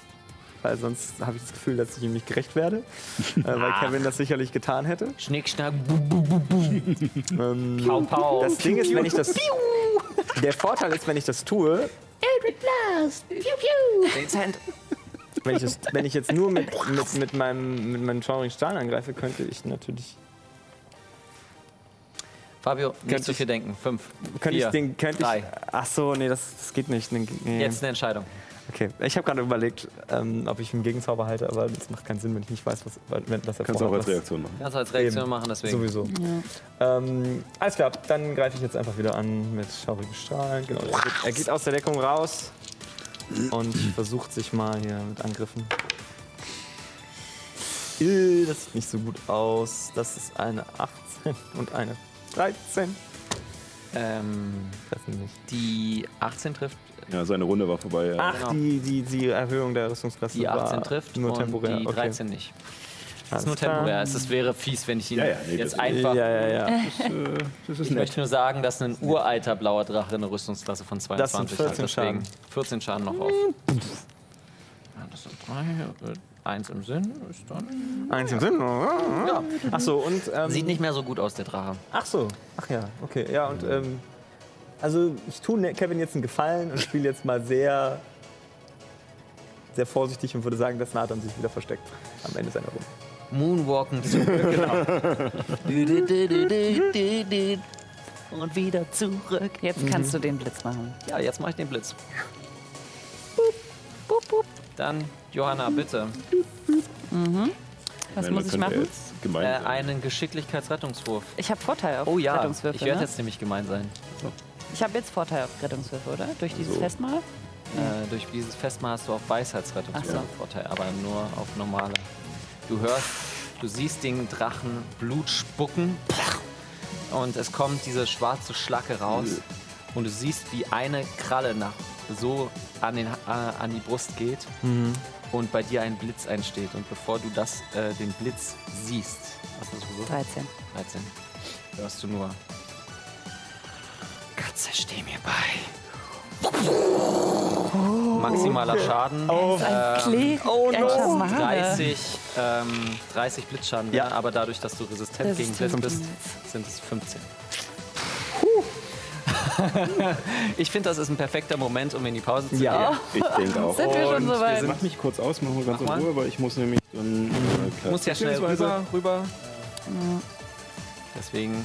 [SPEAKER 2] Weil sonst habe ich das Gefühl, dass ich ihm nicht gerecht werde. äh, weil Kevin das sicherlich getan hätte.
[SPEAKER 1] Schnick, schnack, bu, bu, bu, bu.
[SPEAKER 2] [LAUGHS] Ähm,
[SPEAKER 1] Pau, pau.
[SPEAKER 2] Das Ding ist, wenn ich das. Der Vorteil ist, wenn ich das tue,
[SPEAKER 7] Eldritch Blast! Pew, pew!
[SPEAKER 1] Dezent.
[SPEAKER 2] wenn ich, das, wenn ich jetzt nur mit, mit, mit meinem, mit meinem schaurigen Stahl angreife, könnte ich natürlich.
[SPEAKER 1] Fabio, nicht
[SPEAKER 2] Könnte
[SPEAKER 1] zu
[SPEAKER 2] ich-
[SPEAKER 1] viel denken. Fünf.
[SPEAKER 2] Könnte
[SPEAKER 1] vier,
[SPEAKER 2] ich den. Könnte ich,
[SPEAKER 1] drei.
[SPEAKER 2] ach so, nee, das, das geht nicht. Nee, nee.
[SPEAKER 1] Jetzt eine Entscheidung.
[SPEAKER 2] Okay, ich habe gerade überlegt, ähm, ob ich einen Gegenzauber halte, aber das macht keinen Sinn, wenn ich nicht weiß, was, wenn, was er
[SPEAKER 4] Kannst du auch
[SPEAKER 2] vorhat,
[SPEAKER 4] als
[SPEAKER 2] was-
[SPEAKER 4] Reaktion machen.
[SPEAKER 1] Kannst du als Reaktion
[SPEAKER 2] Eben.
[SPEAKER 1] machen, deswegen.
[SPEAKER 2] Sowieso. Ähm, alles klar, dann greife ich jetzt einfach wieder an mit schaurigem Strahlen. Genau, er geht, er geht aus der Deckung raus und versucht sich mal hier mit Angriffen. Äh, Das sieht nicht so gut aus. Das ist eine 18 [LAUGHS] und eine 13.
[SPEAKER 1] Ähm,
[SPEAKER 2] Treffen nicht.
[SPEAKER 1] die 18 trifft.
[SPEAKER 4] Ja, seine Runde war vorbei.
[SPEAKER 2] Ach,
[SPEAKER 1] genau.
[SPEAKER 2] die, die, die Erhöhung der Rüstungsklasse
[SPEAKER 1] Die 18
[SPEAKER 2] war
[SPEAKER 1] trifft
[SPEAKER 2] nur
[SPEAKER 1] und
[SPEAKER 2] temporär.
[SPEAKER 1] die
[SPEAKER 2] okay.
[SPEAKER 1] 13 nicht. Das
[SPEAKER 2] Alles
[SPEAKER 1] ist nur
[SPEAKER 2] klar.
[SPEAKER 1] temporär. Es ist- wäre fies, wenn ich ihn
[SPEAKER 4] Ja, ja, nee,
[SPEAKER 1] jetzt
[SPEAKER 4] das-
[SPEAKER 1] einfach.
[SPEAKER 2] Ja, ja, ja.
[SPEAKER 4] Das ist
[SPEAKER 1] Ich möchte nur sagen, dass ein uralter blauer Drache eine Rüstungsklasse von 22
[SPEAKER 2] Das sind Hm. 14
[SPEAKER 1] hat. Deswegen 14 Schaden noch auf. Ja, Das sind drei, äh, eins im Sinn. Ist dann
[SPEAKER 2] Eins im Sinn. Ja. Ach so, und. Ähm,
[SPEAKER 1] Sieht nicht mehr so gut aus, der Drache.
[SPEAKER 2] Ach so. Ach ja, okay. Ja, und. Ähm, also, ich tue ne- Kevin jetzt einen Gefallen und spiele jetzt mal sehr. sehr vorsichtig und würde sagen, dass Nathan sich wieder versteckt. Am Ende seiner Runde.
[SPEAKER 1] Moonwalken zu.
[SPEAKER 2] [LAUGHS]
[SPEAKER 1] genau. Du, du, du, du, du, du, du. Und wieder zurück.
[SPEAKER 3] Jetzt kannst du den Blitz machen.
[SPEAKER 1] Ja, jetzt mache ich den Blitz. Dann, Johanna, bitte.
[SPEAKER 3] Was muss ich machen?
[SPEAKER 1] Äh,
[SPEAKER 4] Gemeinsam.
[SPEAKER 1] einen Geschicklichkeitsrettungswurf.
[SPEAKER 3] Ich habe Vorteil auf
[SPEAKER 1] Oh ja, ich
[SPEAKER 3] Rettungswürfe.
[SPEAKER 1] werde
[SPEAKER 3] ne?
[SPEAKER 1] jetzt nämlich gemein sein.
[SPEAKER 3] ich habe jetzt Vorteil auf Rettungswürfe, oder? Durch
[SPEAKER 1] Also
[SPEAKER 3] dieses Festmahl?
[SPEAKER 1] Äh, durch dieses Festmahl hast du auf Weisheitsrettungswürfe
[SPEAKER 3] Ach so.
[SPEAKER 1] Vorteil, aber nur auf normale. Du hörst, du siehst den Drachen Blut spucken und es kommt diese schwarze Schlacke raus und du siehst, wie eine Kralle nach so an, den, äh, an die Brust geht
[SPEAKER 3] Mhm.
[SPEAKER 1] und bei dir ein Blitz entsteht. Und bevor du das, äh, den Blitz siehst, was hast du gewürfelt?
[SPEAKER 3] 13.
[SPEAKER 1] 13. Hörst du nur. Katze, steh mir bei. Maximaler Schaden.
[SPEAKER 3] Ein Klee.
[SPEAKER 1] Oh
[SPEAKER 3] ein Schamane.
[SPEAKER 1] 30, ähm, 30 Blitzschaden,
[SPEAKER 2] Ja.
[SPEAKER 1] ja. aber dadurch, dass du resistent
[SPEAKER 3] Das
[SPEAKER 1] gegen
[SPEAKER 3] ist
[SPEAKER 1] Blitz
[SPEAKER 3] 15.
[SPEAKER 1] bist, sind es 15. ich finde, das ist ein perfekter Moment, um in die Pause zu
[SPEAKER 2] Ja.
[SPEAKER 1] gehen.
[SPEAKER 3] [LAUGHS]
[SPEAKER 4] Ich denke auch.
[SPEAKER 3] Sind wir schon
[SPEAKER 4] Und
[SPEAKER 3] so
[SPEAKER 4] wir
[SPEAKER 3] weit?
[SPEAKER 4] sind- Mach mich kurz aus, machen wir ganz
[SPEAKER 1] Mach
[SPEAKER 4] in
[SPEAKER 1] mal.
[SPEAKER 4] Ruhe, weil ich muss nämlich dann. Äh,
[SPEAKER 1] Du musst ja schnell
[SPEAKER 4] beziehungsweise-
[SPEAKER 1] rüber, rüber. Deswegen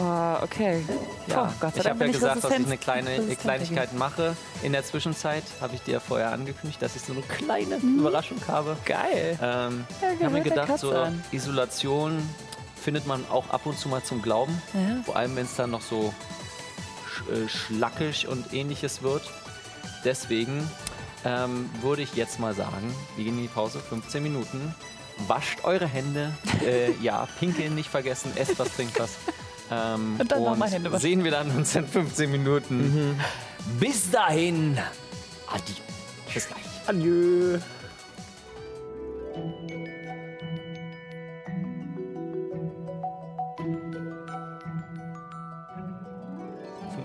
[SPEAKER 5] Ah,
[SPEAKER 3] Oh, okay.
[SPEAKER 1] Ja,
[SPEAKER 3] oh Gott sei
[SPEAKER 1] ich
[SPEAKER 3] Dank
[SPEAKER 1] habe ja
[SPEAKER 3] bin ich
[SPEAKER 1] gesagt, dass ich
[SPEAKER 3] resistent-
[SPEAKER 1] eine kleine
[SPEAKER 3] resistent
[SPEAKER 1] Kleinigkeit mache. In der Zwischenzeit habe ich dir vorher angekündigt, dass ich so eine kleine Überraschung habe. Geil. Ähm, ich habe mir
[SPEAKER 3] Hm? gehört der
[SPEAKER 1] gedacht,
[SPEAKER 3] Katze
[SPEAKER 1] so
[SPEAKER 3] an.
[SPEAKER 1] Isolation findet man auch ab und zu mal zum Glauben.
[SPEAKER 3] Ja.
[SPEAKER 1] Vor allem, wenn es dann noch so sch äh, schlackig und ähnliches wird. Deswegen ähm, würde ich jetzt mal sagen, wir gehen in die Pause, 15 Minuten. Wascht eure
[SPEAKER 3] [LAUGHS]
[SPEAKER 1] Hände. Äh, ja, pinkeln nicht vergessen, esst was, trinkt was. Ähm,
[SPEAKER 3] Und dann noch mal Hände waschen. Mhm.
[SPEAKER 1] Sehen wir dann uns in 15 Minuten. Bis dahin. Adi. Bis gleich.
[SPEAKER 2] Adieu.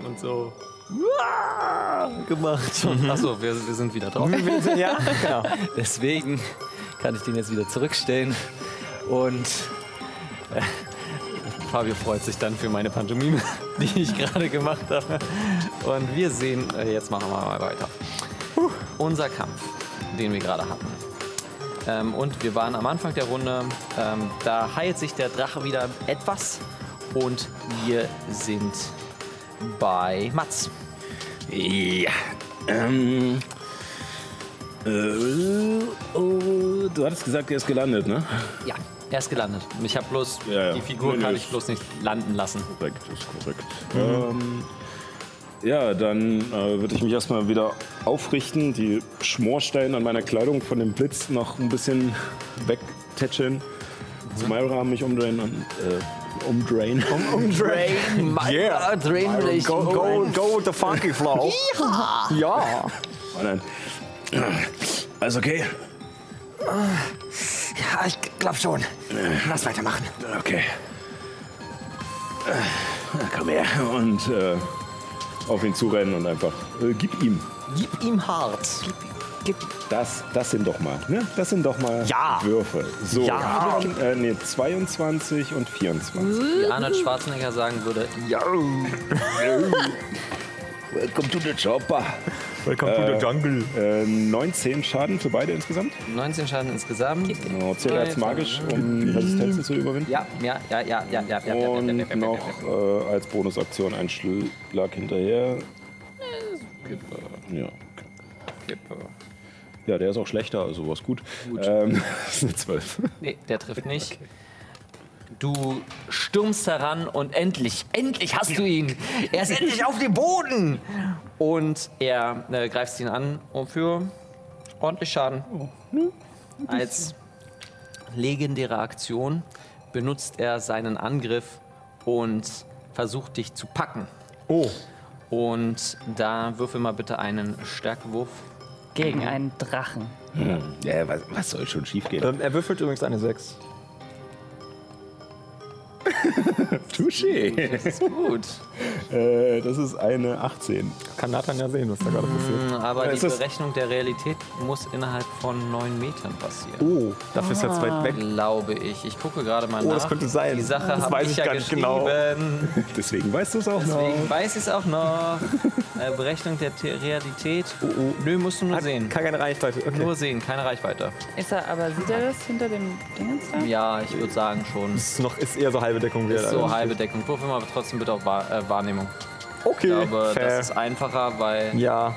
[SPEAKER 2] Und so. [LAUGHS] gemacht.
[SPEAKER 1] Achso, wir, wir sind wieder drauf. [LAUGHS]
[SPEAKER 2] ja, genau.
[SPEAKER 1] Deswegen kann ich den jetzt wieder zurückstellen. Und äh, Fabio freut sich dann für meine Pantomime, [LAUGHS] die ich gerade gemacht habe. Und wir sehen, äh, jetzt machen wir mal weiter. Unser Kampf, den wir gerade hatten. Ähm, und wir waren am Anfang der Runde. Ähm, da heilt sich der Drache wieder etwas. Und wir sind bei Mats.
[SPEAKER 4] Ja. Ähm. Äh, oh, du hattest gesagt, er ist gelandet, ne?
[SPEAKER 1] Ja, er ist gelandet. Ich habe bloß,
[SPEAKER 4] Ja, ja.
[SPEAKER 1] die Figur
[SPEAKER 4] Nö, nö,
[SPEAKER 1] kann
[SPEAKER 4] ist-
[SPEAKER 1] ich bloß nicht landen lassen.
[SPEAKER 4] Korrekt, ist korrekt. Ähm, ja, dann äh, würde ich mich erstmal wieder aufrichten, die Schmorstellen an meiner Kleidung von dem Blitz noch ein bisschen wegtätscheln. Zu Myra mich umdrehen und äh, umdrehen. [LAUGHS]
[SPEAKER 2] Drain. Yeah. Drain. Go, go, go with the funky flow. ja.
[SPEAKER 4] Oh nein. Ah, Alles okay?
[SPEAKER 2] Ah, Ja, ich glaube schon. Lass weitermachen.
[SPEAKER 4] Okay. Ah, Komm her. Und äh, auf ihn zurennen und einfach, äh, gib ihm.
[SPEAKER 2] Gib ihm hart.
[SPEAKER 4] Das, das sind doch mal, ne? Das sind doch mal
[SPEAKER 12] Ja.
[SPEAKER 4] Würfe. So,
[SPEAKER 12] Ja.
[SPEAKER 4] Aaron, äh, nee, 22 und
[SPEAKER 2] Mhm.
[SPEAKER 4] 24.
[SPEAKER 1] Wie Arnold Schwarzenegger sagen würde, ja,
[SPEAKER 10] Welcome to the Chopper.
[SPEAKER 2] Welcome to the jungle.
[SPEAKER 4] Ah. Äh, 19 Schaden für beide insgesamt.
[SPEAKER 1] 19 Schaden insgesamt.
[SPEAKER 4] Genau,
[SPEAKER 2] Äh,
[SPEAKER 4] zählt als magisch, um Resistenzen zu überwinden.
[SPEAKER 1] Ja, ja, ja, ja, ja, ja, ja, ja, ja, ja, ja,
[SPEAKER 4] Und
[SPEAKER 1] ja, ja.
[SPEAKER 4] noch äh, als Bonusaktion ein Schlag hinterher. Ja. Ja, der ist auch schlechter, also war's gut. Ähm, [LAUGHS] das ist eine 12.
[SPEAKER 1] Nee, der trifft nicht. Du stürmst heran und endlich, endlich hast du ihn. Er ist endlich auf dem Boden. Und er äh, greifst ihn an und für ordentlich Schaden.
[SPEAKER 4] Oh, ne?
[SPEAKER 1] Als legendäre Aktion benutzt er seinen Angriff und versucht dich zu packen.
[SPEAKER 2] Oh.
[SPEAKER 1] Und da würfel mal bitte einen
[SPEAKER 4] [LAUGHS]
[SPEAKER 1] Stärkewurf.
[SPEAKER 3] Gegen einen Drachen.
[SPEAKER 10] Ja, was, was soll schon schief
[SPEAKER 4] Äh,
[SPEAKER 10] gehen?
[SPEAKER 2] Ähm, er würfelt übrigens eine 6.
[SPEAKER 4] Touché!
[SPEAKER 1] Das ist gut.
[SPEAKER 4] Äh, das ist eine 18.
[SPEAKER 2] Kann Nathan ja sehen, was da gerade passiert.
[SPEAKER 1] Aber
[SPEAKER 4] Ja,
[SPEAKER 1] die
[SPEAKER 4] es ist-
[SPEAKER 1] Berechnung der Realität muss innerhalb von neun Metern passieren.
[SPEAKER 2] Oh, dafür ist er zu weit weg.
[SPEAKER 1] Glaube ich. Ich gucke gerade mal
[SPEAKER 2] Oh,
[SPEAKER 1] nach.
[SPEAKER 2] das könnte sein.
[SPEAKER 1] Die Sache
[SPEAKER 2] Das
[SPEAKER 1] habe
[SPEAKER 2] weiß
[SPEAKER 1] ich,
[SPEAKER 2] ich
[SPEAKER 1] ja
[SPEAKER 2] gar nicht
[SPEAKER 1] geschrieben.
[SPEAKER 2] genau.
[SPEAKER 4] Deswegen weißt du es auch
[SPEAKER 1] Deswegen
[SPEAKER 4] noch.
[SPEAKER 1] weiß ich es auch
[SPEAKER 2] [LAUGHS]
[SPEAKER 1] noch. äh, Berechnung der Te- Realität.
[SPEAKER 2] Oh,
[SPEAKER 1] Nö, musst du nur sehen.
[SPEAKER 2] Kann keine Reichweite. Okay.
[SPEAKER 1] Nur sehen, keine Reichweite.
[SPEAKER 5] Ist er, aber sieht er das hinter dem Dingens da?
[SPEAKER 1] Ja, ich würde sagen schon.
[SPEAKER 2] Ist, noch, ist eher so halbe Deckung wert.
[SPEAKER 1] Ist so
[SPEAKER 2] also.
[SPEAKER 1] halbe Deckung. Würfel mal trotzdem bitte auf Wahr äh, Wahrnehmung.
[SPEAKER 2] Okay,
[SPEAKER 1] Ich glaube,
[SPEAKER 2] fair.
[SPEAKER 1] das ist einfacher, weil
[SPEAKER 2] ja.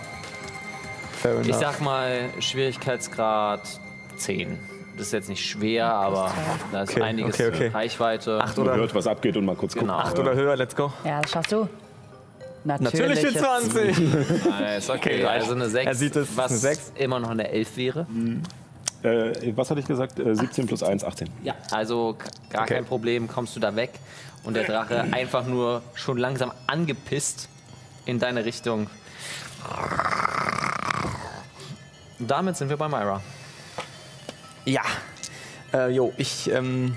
[SPEAKER 2] Fair enough.
[SPEAKER 1] ich sag mal Schwierigkeitsgrad 10. Das ist jetzt nicht schwer, aber da ist
[SPEAKER 2] Okay,
[SPEAKER 1] einiges
[SPEAKER 2] okay, okay.
[SPEAKER 1] Reichweite.
[SPEAKER 2] Acht
[SPEAKER 4] Man
[SPEAKER 2] oder,
[SPEAKER 4] hört, was abgeht und mal kurz gucken.
[SPEAKER 1] Genau.
[SPEAKER 2] acht oder höher, let's go.
[SPEAKER 3] Ja, das schaffst du.
[SPEAKER 2] Natürlich die 20.
[SPEAKER 1] Ja, ist okay.
[SPEAKER 2] Okay,
[SPEAKER 1] also eine 6,
[SPEAKER 2] er sieht es,
[SPEAKER 1] was
[SPEAKER 2] eine Sechs.
[SPEAKER 1] immer noch eine 11 wäre.
[SPEAKER 4] Mhm. Äh, was hatte ich gesagt? Äh, 17 plus 1, 18.
[SPEAKER 1] Ja. Also k- gar
[SPEAKER 2] Okay.
[SPEAKER 1] kein Problem, kommst du da weg. Und der Drache
[SPEAKER 4] Mhm.
[SPEAKER 1] einfach nur schon langsam angepisst in deine Richtung. Und damit sind wir bei Myra.
[SPEAKER 2] Ja. Äh, jo, ich. Ähm,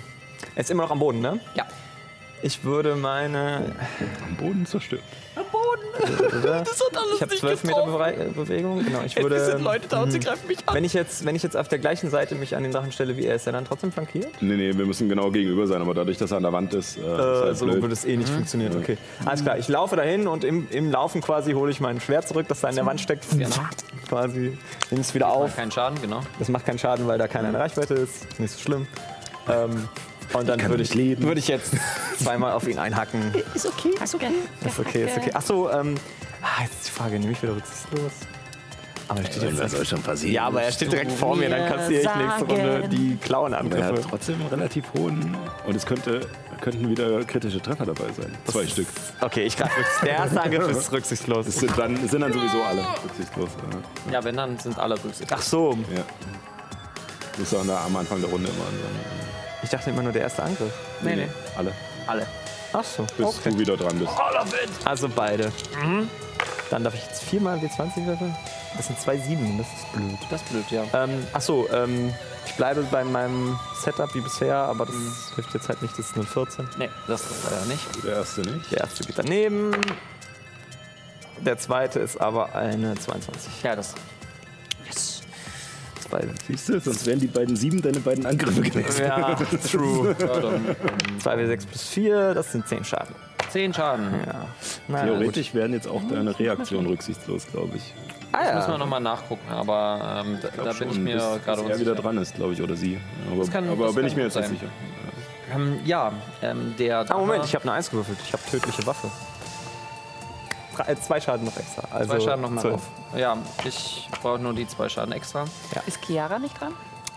[SPEAKER 2] er ist immer noch am Boden, ne?
[SPEAKER 1] Ja.
[SPEAKER 2] Ich würde [LAUGHS] meine.
[SPEAKER 4] Am Boden zerstört.
[SPEAKER 2] Das hat alles ich habe 12 Meter Bewei- äh, Bewegung. Genau, ich würde.
[SPEAKER 1] da
[SPEAKER 2] hm.
[SPEAKER 1] und sie greifen mich
[SPEAKER 2] wenn, ich jetzt, wenn ich jetzt auf der gleichen Seite mich an den Drachen stelle wie er, ist er dann trotzdem flankiert?
[SPEAKER 4] Nee, nee, wir müssen genau gegenüber sein, aber dadurch, dass er an der Wand ist, äh, ist
[SPEAKER 2] Äh,
[SPEAKER 4] halt
[SPEAKER 2] so
[SPEAKER 4] blöd.
[SPEAKER 2] würde es eh nicht funktionieren. Okay. Alles klar, ich laufe dahin und im, im Laufen quasi hole ich mein Schwert zurück, das da in der Wand steckt.
[SPEAKER 1] Genau.
[SPEAKER 2] [LAUGHS] quasi nehme es wieder auf.
[SPEAKER 1] Kein Schaden, genau.
[SPEAKER 2] Das macht keinen Schaden, weil da keiner in Reichweite ist. Ist nicht so schlimm. Ähm, und dann würde ich, würde ich jetzt zweimal auf
[SPEAKER 4] [LAUGHS]
[SPEAKER 2] ihn einhacken.
[SPEAKER 7] Ist okay, ist okay.
[SPEAKER 2] Ist okay, ist okay. Achso, ähm, ah, jetzt ist die Frage, nehme ich wieder rücksichtslos? Aber er steht
[SPEAKER 4] Äh,
[SPEAKER 2] jetzt
[SPEAKER 10] Das
[SPEAKER 2] direkt,
[SPEAKER 10] soll schon passieren.
[SPEAKER 2] ja, aber er steht direkt vor mir, dann kassiere ich nächste Runde die
[SPEAKER 4] Er hat
[SPEAKER 2] Klauenangriffe.
[SPEAKER 4] trotzdem einen relativ hohen. Und es könnte, könnten wieder kritische Treffer dabei sein. Zwei Stück.
[SPEAKER 2] Okay, ich greife rücksichts- Der erste
[SPEAKER 4] [LAUGHS]
[SPEAKER 2] Angriff ist
[SPEAKER 4] Es
[SPEAKER 2] rücksichtslos.
[SPEAKER 4] sind dann, es sind dann sowieso alle
[SPEAKER 1] Genau.
[SPEAKER 4] rücksichtslos.
[SPEAKER 1] Ja, wenn dann sind alle berücksichtigt.
[SPEAKER 2] Ach so,
[SPEAKER 4] Ja. ja. Muss auch da am Anfang der Runde immer ansagen.
[SPEAKER 2] ich dachte immer nur der erste Angriff.
[SPEAKER 1] nee, nee.
[SPEAKER 4] Alle.
[SPEAKER 1] Alle.
[SPEAKER 2] Ach so,
[SPEAKER 4] Bis du wieder dran bist.
[SPEAKER 2] Also beide.
[SPEAKER 1] Mhm.
[SPEAKER 2] Dann darf ich jetzt viermal W20 werfen? Das sind zwei Sieben, das ist blöd.
[SPEAKER 1] Das ist blöd, ja.
[SPEAKER 2] Ähm, Achso, ähm, ich bleibe bei meinem Setup wie bisher, aber das
[SPEAKER 1] Mhm.
[SPEAKER 2] hilft jetzt halt nicht, das ist nur 14.
[SPEAKER 1] Nee, das ist leider nicht.
[SPEAKER 4] Der erste nicht.
[SPEAKER 2] Der erste geht daneben. Der zweite ist aber eine 22.
[SPEAKER 1] Ja, das.
[SPEAKER 2] Zwei.
[SPEAKER 4] Siehst du, sonst wären die beiden sieben deine beiden Angriffe gewesen.
[SPEAKER 2] Ja, true.
[SPEAKER 1] Ja, dann
[SPEAKER 2] 2W6 plus 4, das sind 10 Schaden.
[SPEAKER 1] 10 Schaden.
[SPEAKER 2] Ja. Na,
[SPEAKER 4] Theoretisch wären jetzt auch deine Reaktionen rücksichtslos, glaube ich.
[SPEAKER 2] Ah,
[SPEAKER 1] Das müssen wir
[SPEAKER 2] ja.
[SPEAKER 1] nochmal nachgucken, aber ähm, da, da bin ich
[SPEAKER 4] Schon,
[SPEAKER 1] mir gerade
[SPEAKER 4] bis- bis er wieder
[SPEAKER 1] unsicher.
[SPEAKER 4] dran ist, glaube ich, oder sie. Aber,
[SPEAKER 1] kann-
[SPEAKER 4] aber
[SPEAKER 1] das
[SPEAKER 4] bin
[SPEAKER 1] kann
[SPEAKER 4] ich mir
[SPEAKER 1] gut
[SPEAKER 4] jetzt nicht
[SPEAKER 1] sein.
[SPEAKER 4] sicher.
[SPEAKER 1] Ähm, ja, ähm, der.
[SPEAKER 2] Ah, Moment,
[SPEAKER 1] Drache-
[SPEAKER 2] ich habe eine 1 gewürfelt. Ich habe tödliche Waffe. Drei, äh, zwei Schaden noch extra. Also
[SPEAKER 1] Zwei Schaden nochmal
[SPEAKER 2] zwölf.
[SPEAKER 1] drauf. Ja, ich brauche nur die zwei Schaden extra.
[SPEAKER 3] Ist Chiara nicht dran?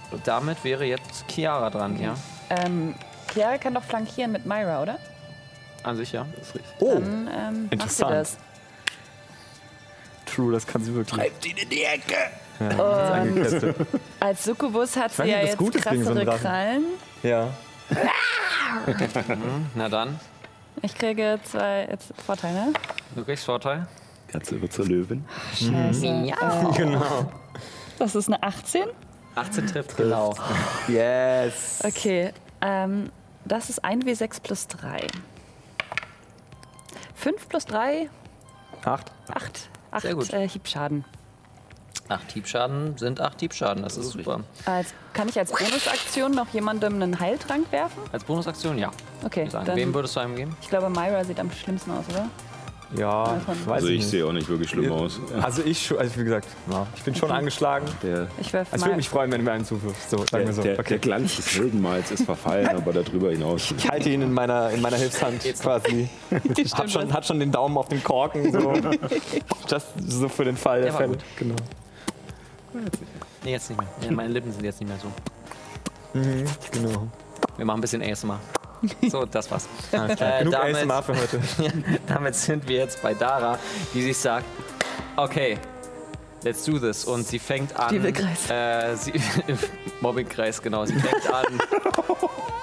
[SPEAKER 1] Und damit wäre jetzt Chiara dran,
[SPEAKER 2] Mhm.
[SPEAKER 1] ja?
[SPEAKER 5] Ähm, Chiara kann doch flankieren mit Myra, oder?
[SPEAKER 1] An sich, ja.
[SPEAKER 2] Oh,
[SPEAKER 5] Dann ähm, macht sie
[SPEAKER 2] Interessant.
[SPEAKER 5] das.
[SPEAKER 2] true, das kann sie wirklich.
[SPEAKER 10] Treibt ihn in die Ecke!
[SPEAKER 2] Angekettet.
[SPEAKER 5] Als Succubus hat sie
[SPEAKER 2] weiß nicht,
[SPEAKER 5] ja
[SPEAKER 2] ob das
[SPEAKER 5] jetzt
[SPEAKER 2] gut ist gegen so einen
[SPEAKER 5] krassere
[SPEAKER 2] Drachen.
[SPEAKER 5] Krallen.
[SPEAKER 2] ja.
[SPEAKER 1] Na dann,
[SPEAKER 5] Ich kriege zwei jetzt Vorteile.
[SPEAKER 1] du kriegst Vorteil.
[SPEAKER 4] Katze wird zur Löwin.
[SPEAKER 5] Scheiße. Äh,
[SPEAKER 2] Genau.
[SPEAKER 5] das ist eine 18.
[SPEAKER 1] 18 trifft,
[SPEAKER 2] Äh.
[SPEAKER 1] genau.
[SPEAKER 2] Yes.
[SPEAKER 5] Okay. Ähm, das ist 1W6 plus 3.
[SPEAKER 3] 5 plus 3,
[SPEAKER 2] Acht.
[SPEAKER 3] 8. 8
[SPEAKER 1] Sehr gut.
[SPEAKER 3] äh, Hiebschaden.
[SPEAKER 1] Acht Hiebschaden sind acht Hiebschaden, das ist super.
[SPEAKER 3] Als, kann ich als Bonusaktion noch jemandem einen Heiltrank werfen?
[SPEAKER 1] Als Bonusaktion, ja.
[SPEAKER 3] Okay,
[SPEAKER 1] Ich Sagen.
[SPEAKER 3] dann-
[SPEAKER 1] Wem würdest du einem geben?
[SPEAKER 3] Ich glaube, Myra sieht am schlimmsten aus, oder?
[SPEAKER 2] Ja,
[SPEAKER 3] Davon.
[SPEAKER 2] ich weiß
[SPEAKER 4] Also ich
[SPEAKER 2] nicht.
[SPEAKER 4] sehe auch nicht wirklich schlimm aus.
[SPEAKER 2] Also ich, scho- also wie gesagt, ja, ich bin schon angeschlagen.
[SPEAKER 4] Der,
[SPEAKER 3] Ich werfe
[SPEAKER 2] Also ich würde
[SPEAKER 3] Mhm. mal.
[SPEAKER 2] mich freuen, wenn du mir einen zuwirfst. So, sagen
[SPEAKER 4] der,
[SPEAKER 2] wir so.
[SPEAKER 4] der, der
[SPEAKER 2] Okay.
[SPEAKER 4] Glanz des Heldenmals ist verfallen, aber darüber hinaus.
[SPEAKER 2] Ich halte ihn in meiner, in meiner Hilfshand [LAUGHS] quasi. Hab schon, hat schon den Daumen auf dem Korken. [LAUGHS] So. Just so für den Fall der,
[SPEAKER 1] war
[SPEAKER 2] Fälle.
[SPEAKER 1] gut.
[SPEAKER 2] Genau.
[SPEAKER 1] Nee, jetzt nicht mehr. Nee, meine Lippen sind jetzt nicht mehr so.
[SPEAKER 2] Mhm, genau.
[SPEAKER 1] Wir machen ein bisschen [LAUGHS] ASMR. So, das war's.
[SPEAKER 2] Alles Ah, klar.
[SPEAKER 1] Äh,
[SPEAKER 2] [LAUGHS] Genug
[SPEAKER 1] damit-
[SPEAKER 2] ASMR für heute.
[SPEAKER 1] [LAUGHS] Damit sind wir jetzt bei Dara, die sich sagt, okay, let's do this. Und sie fängt an.
[SPEAKER 3] Mobbingkreis.
[SPEAKER 1] Äh, sie, [LAUGHS] Im Mobbingkreis, genau. Sie fängt an.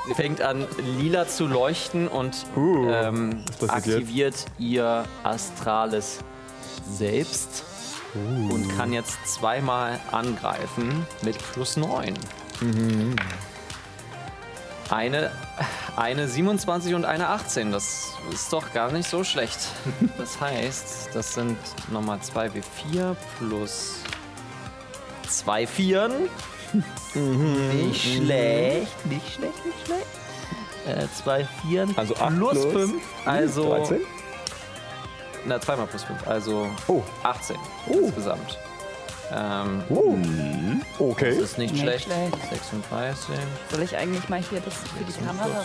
[SPEAKER 1] sie fängt an, lila zu leuchten und ähm,
[SPEAKER 2] passiert
[SPEAKER 1] aktiviert ihr astrales Selbst. Und kann jetzt zweimal angreifen mit plus 9. Eine, eine 27 und eine 18. Das ist doch gar nicht so
[SPEAKER 2] [LAUGHS]
[SPEAKER 1] schlecht. Das heißt, das sind nochmal 2 W4 plus 2 Vieren.
[SPEAKER 2] Mhm.
[SPEAKER 1] Nicht schlecht, nicht schlecht, nicht schlecht. Äh, Zwei Vieren
[SPEAKER 2] Also acht
[SPEAKER 1] plus
[SPEAKER 2] plus
[SPEAKER 1] 5, also
[SPEAKER 2] 13?
[SPEAKER 1] na, zweimal plus 5, also
[SPEAKER 2] Oh.
[SPEAKER 1] 18 insgesamt. Ähm,
[SPEAKER 2] Okay.
[SPEAKER 1] ist nicht,
[SPEAKER 3] Nicht
[SPEAKER 1] schlecht.
[SPEAKER 3] schlecht.
[SPEAKER 1] 36.
[SPEAKER 3] Soll ich eigentlich mal hier das für die Kamera rücken?
[SPEAKER 2] [LAUGHS]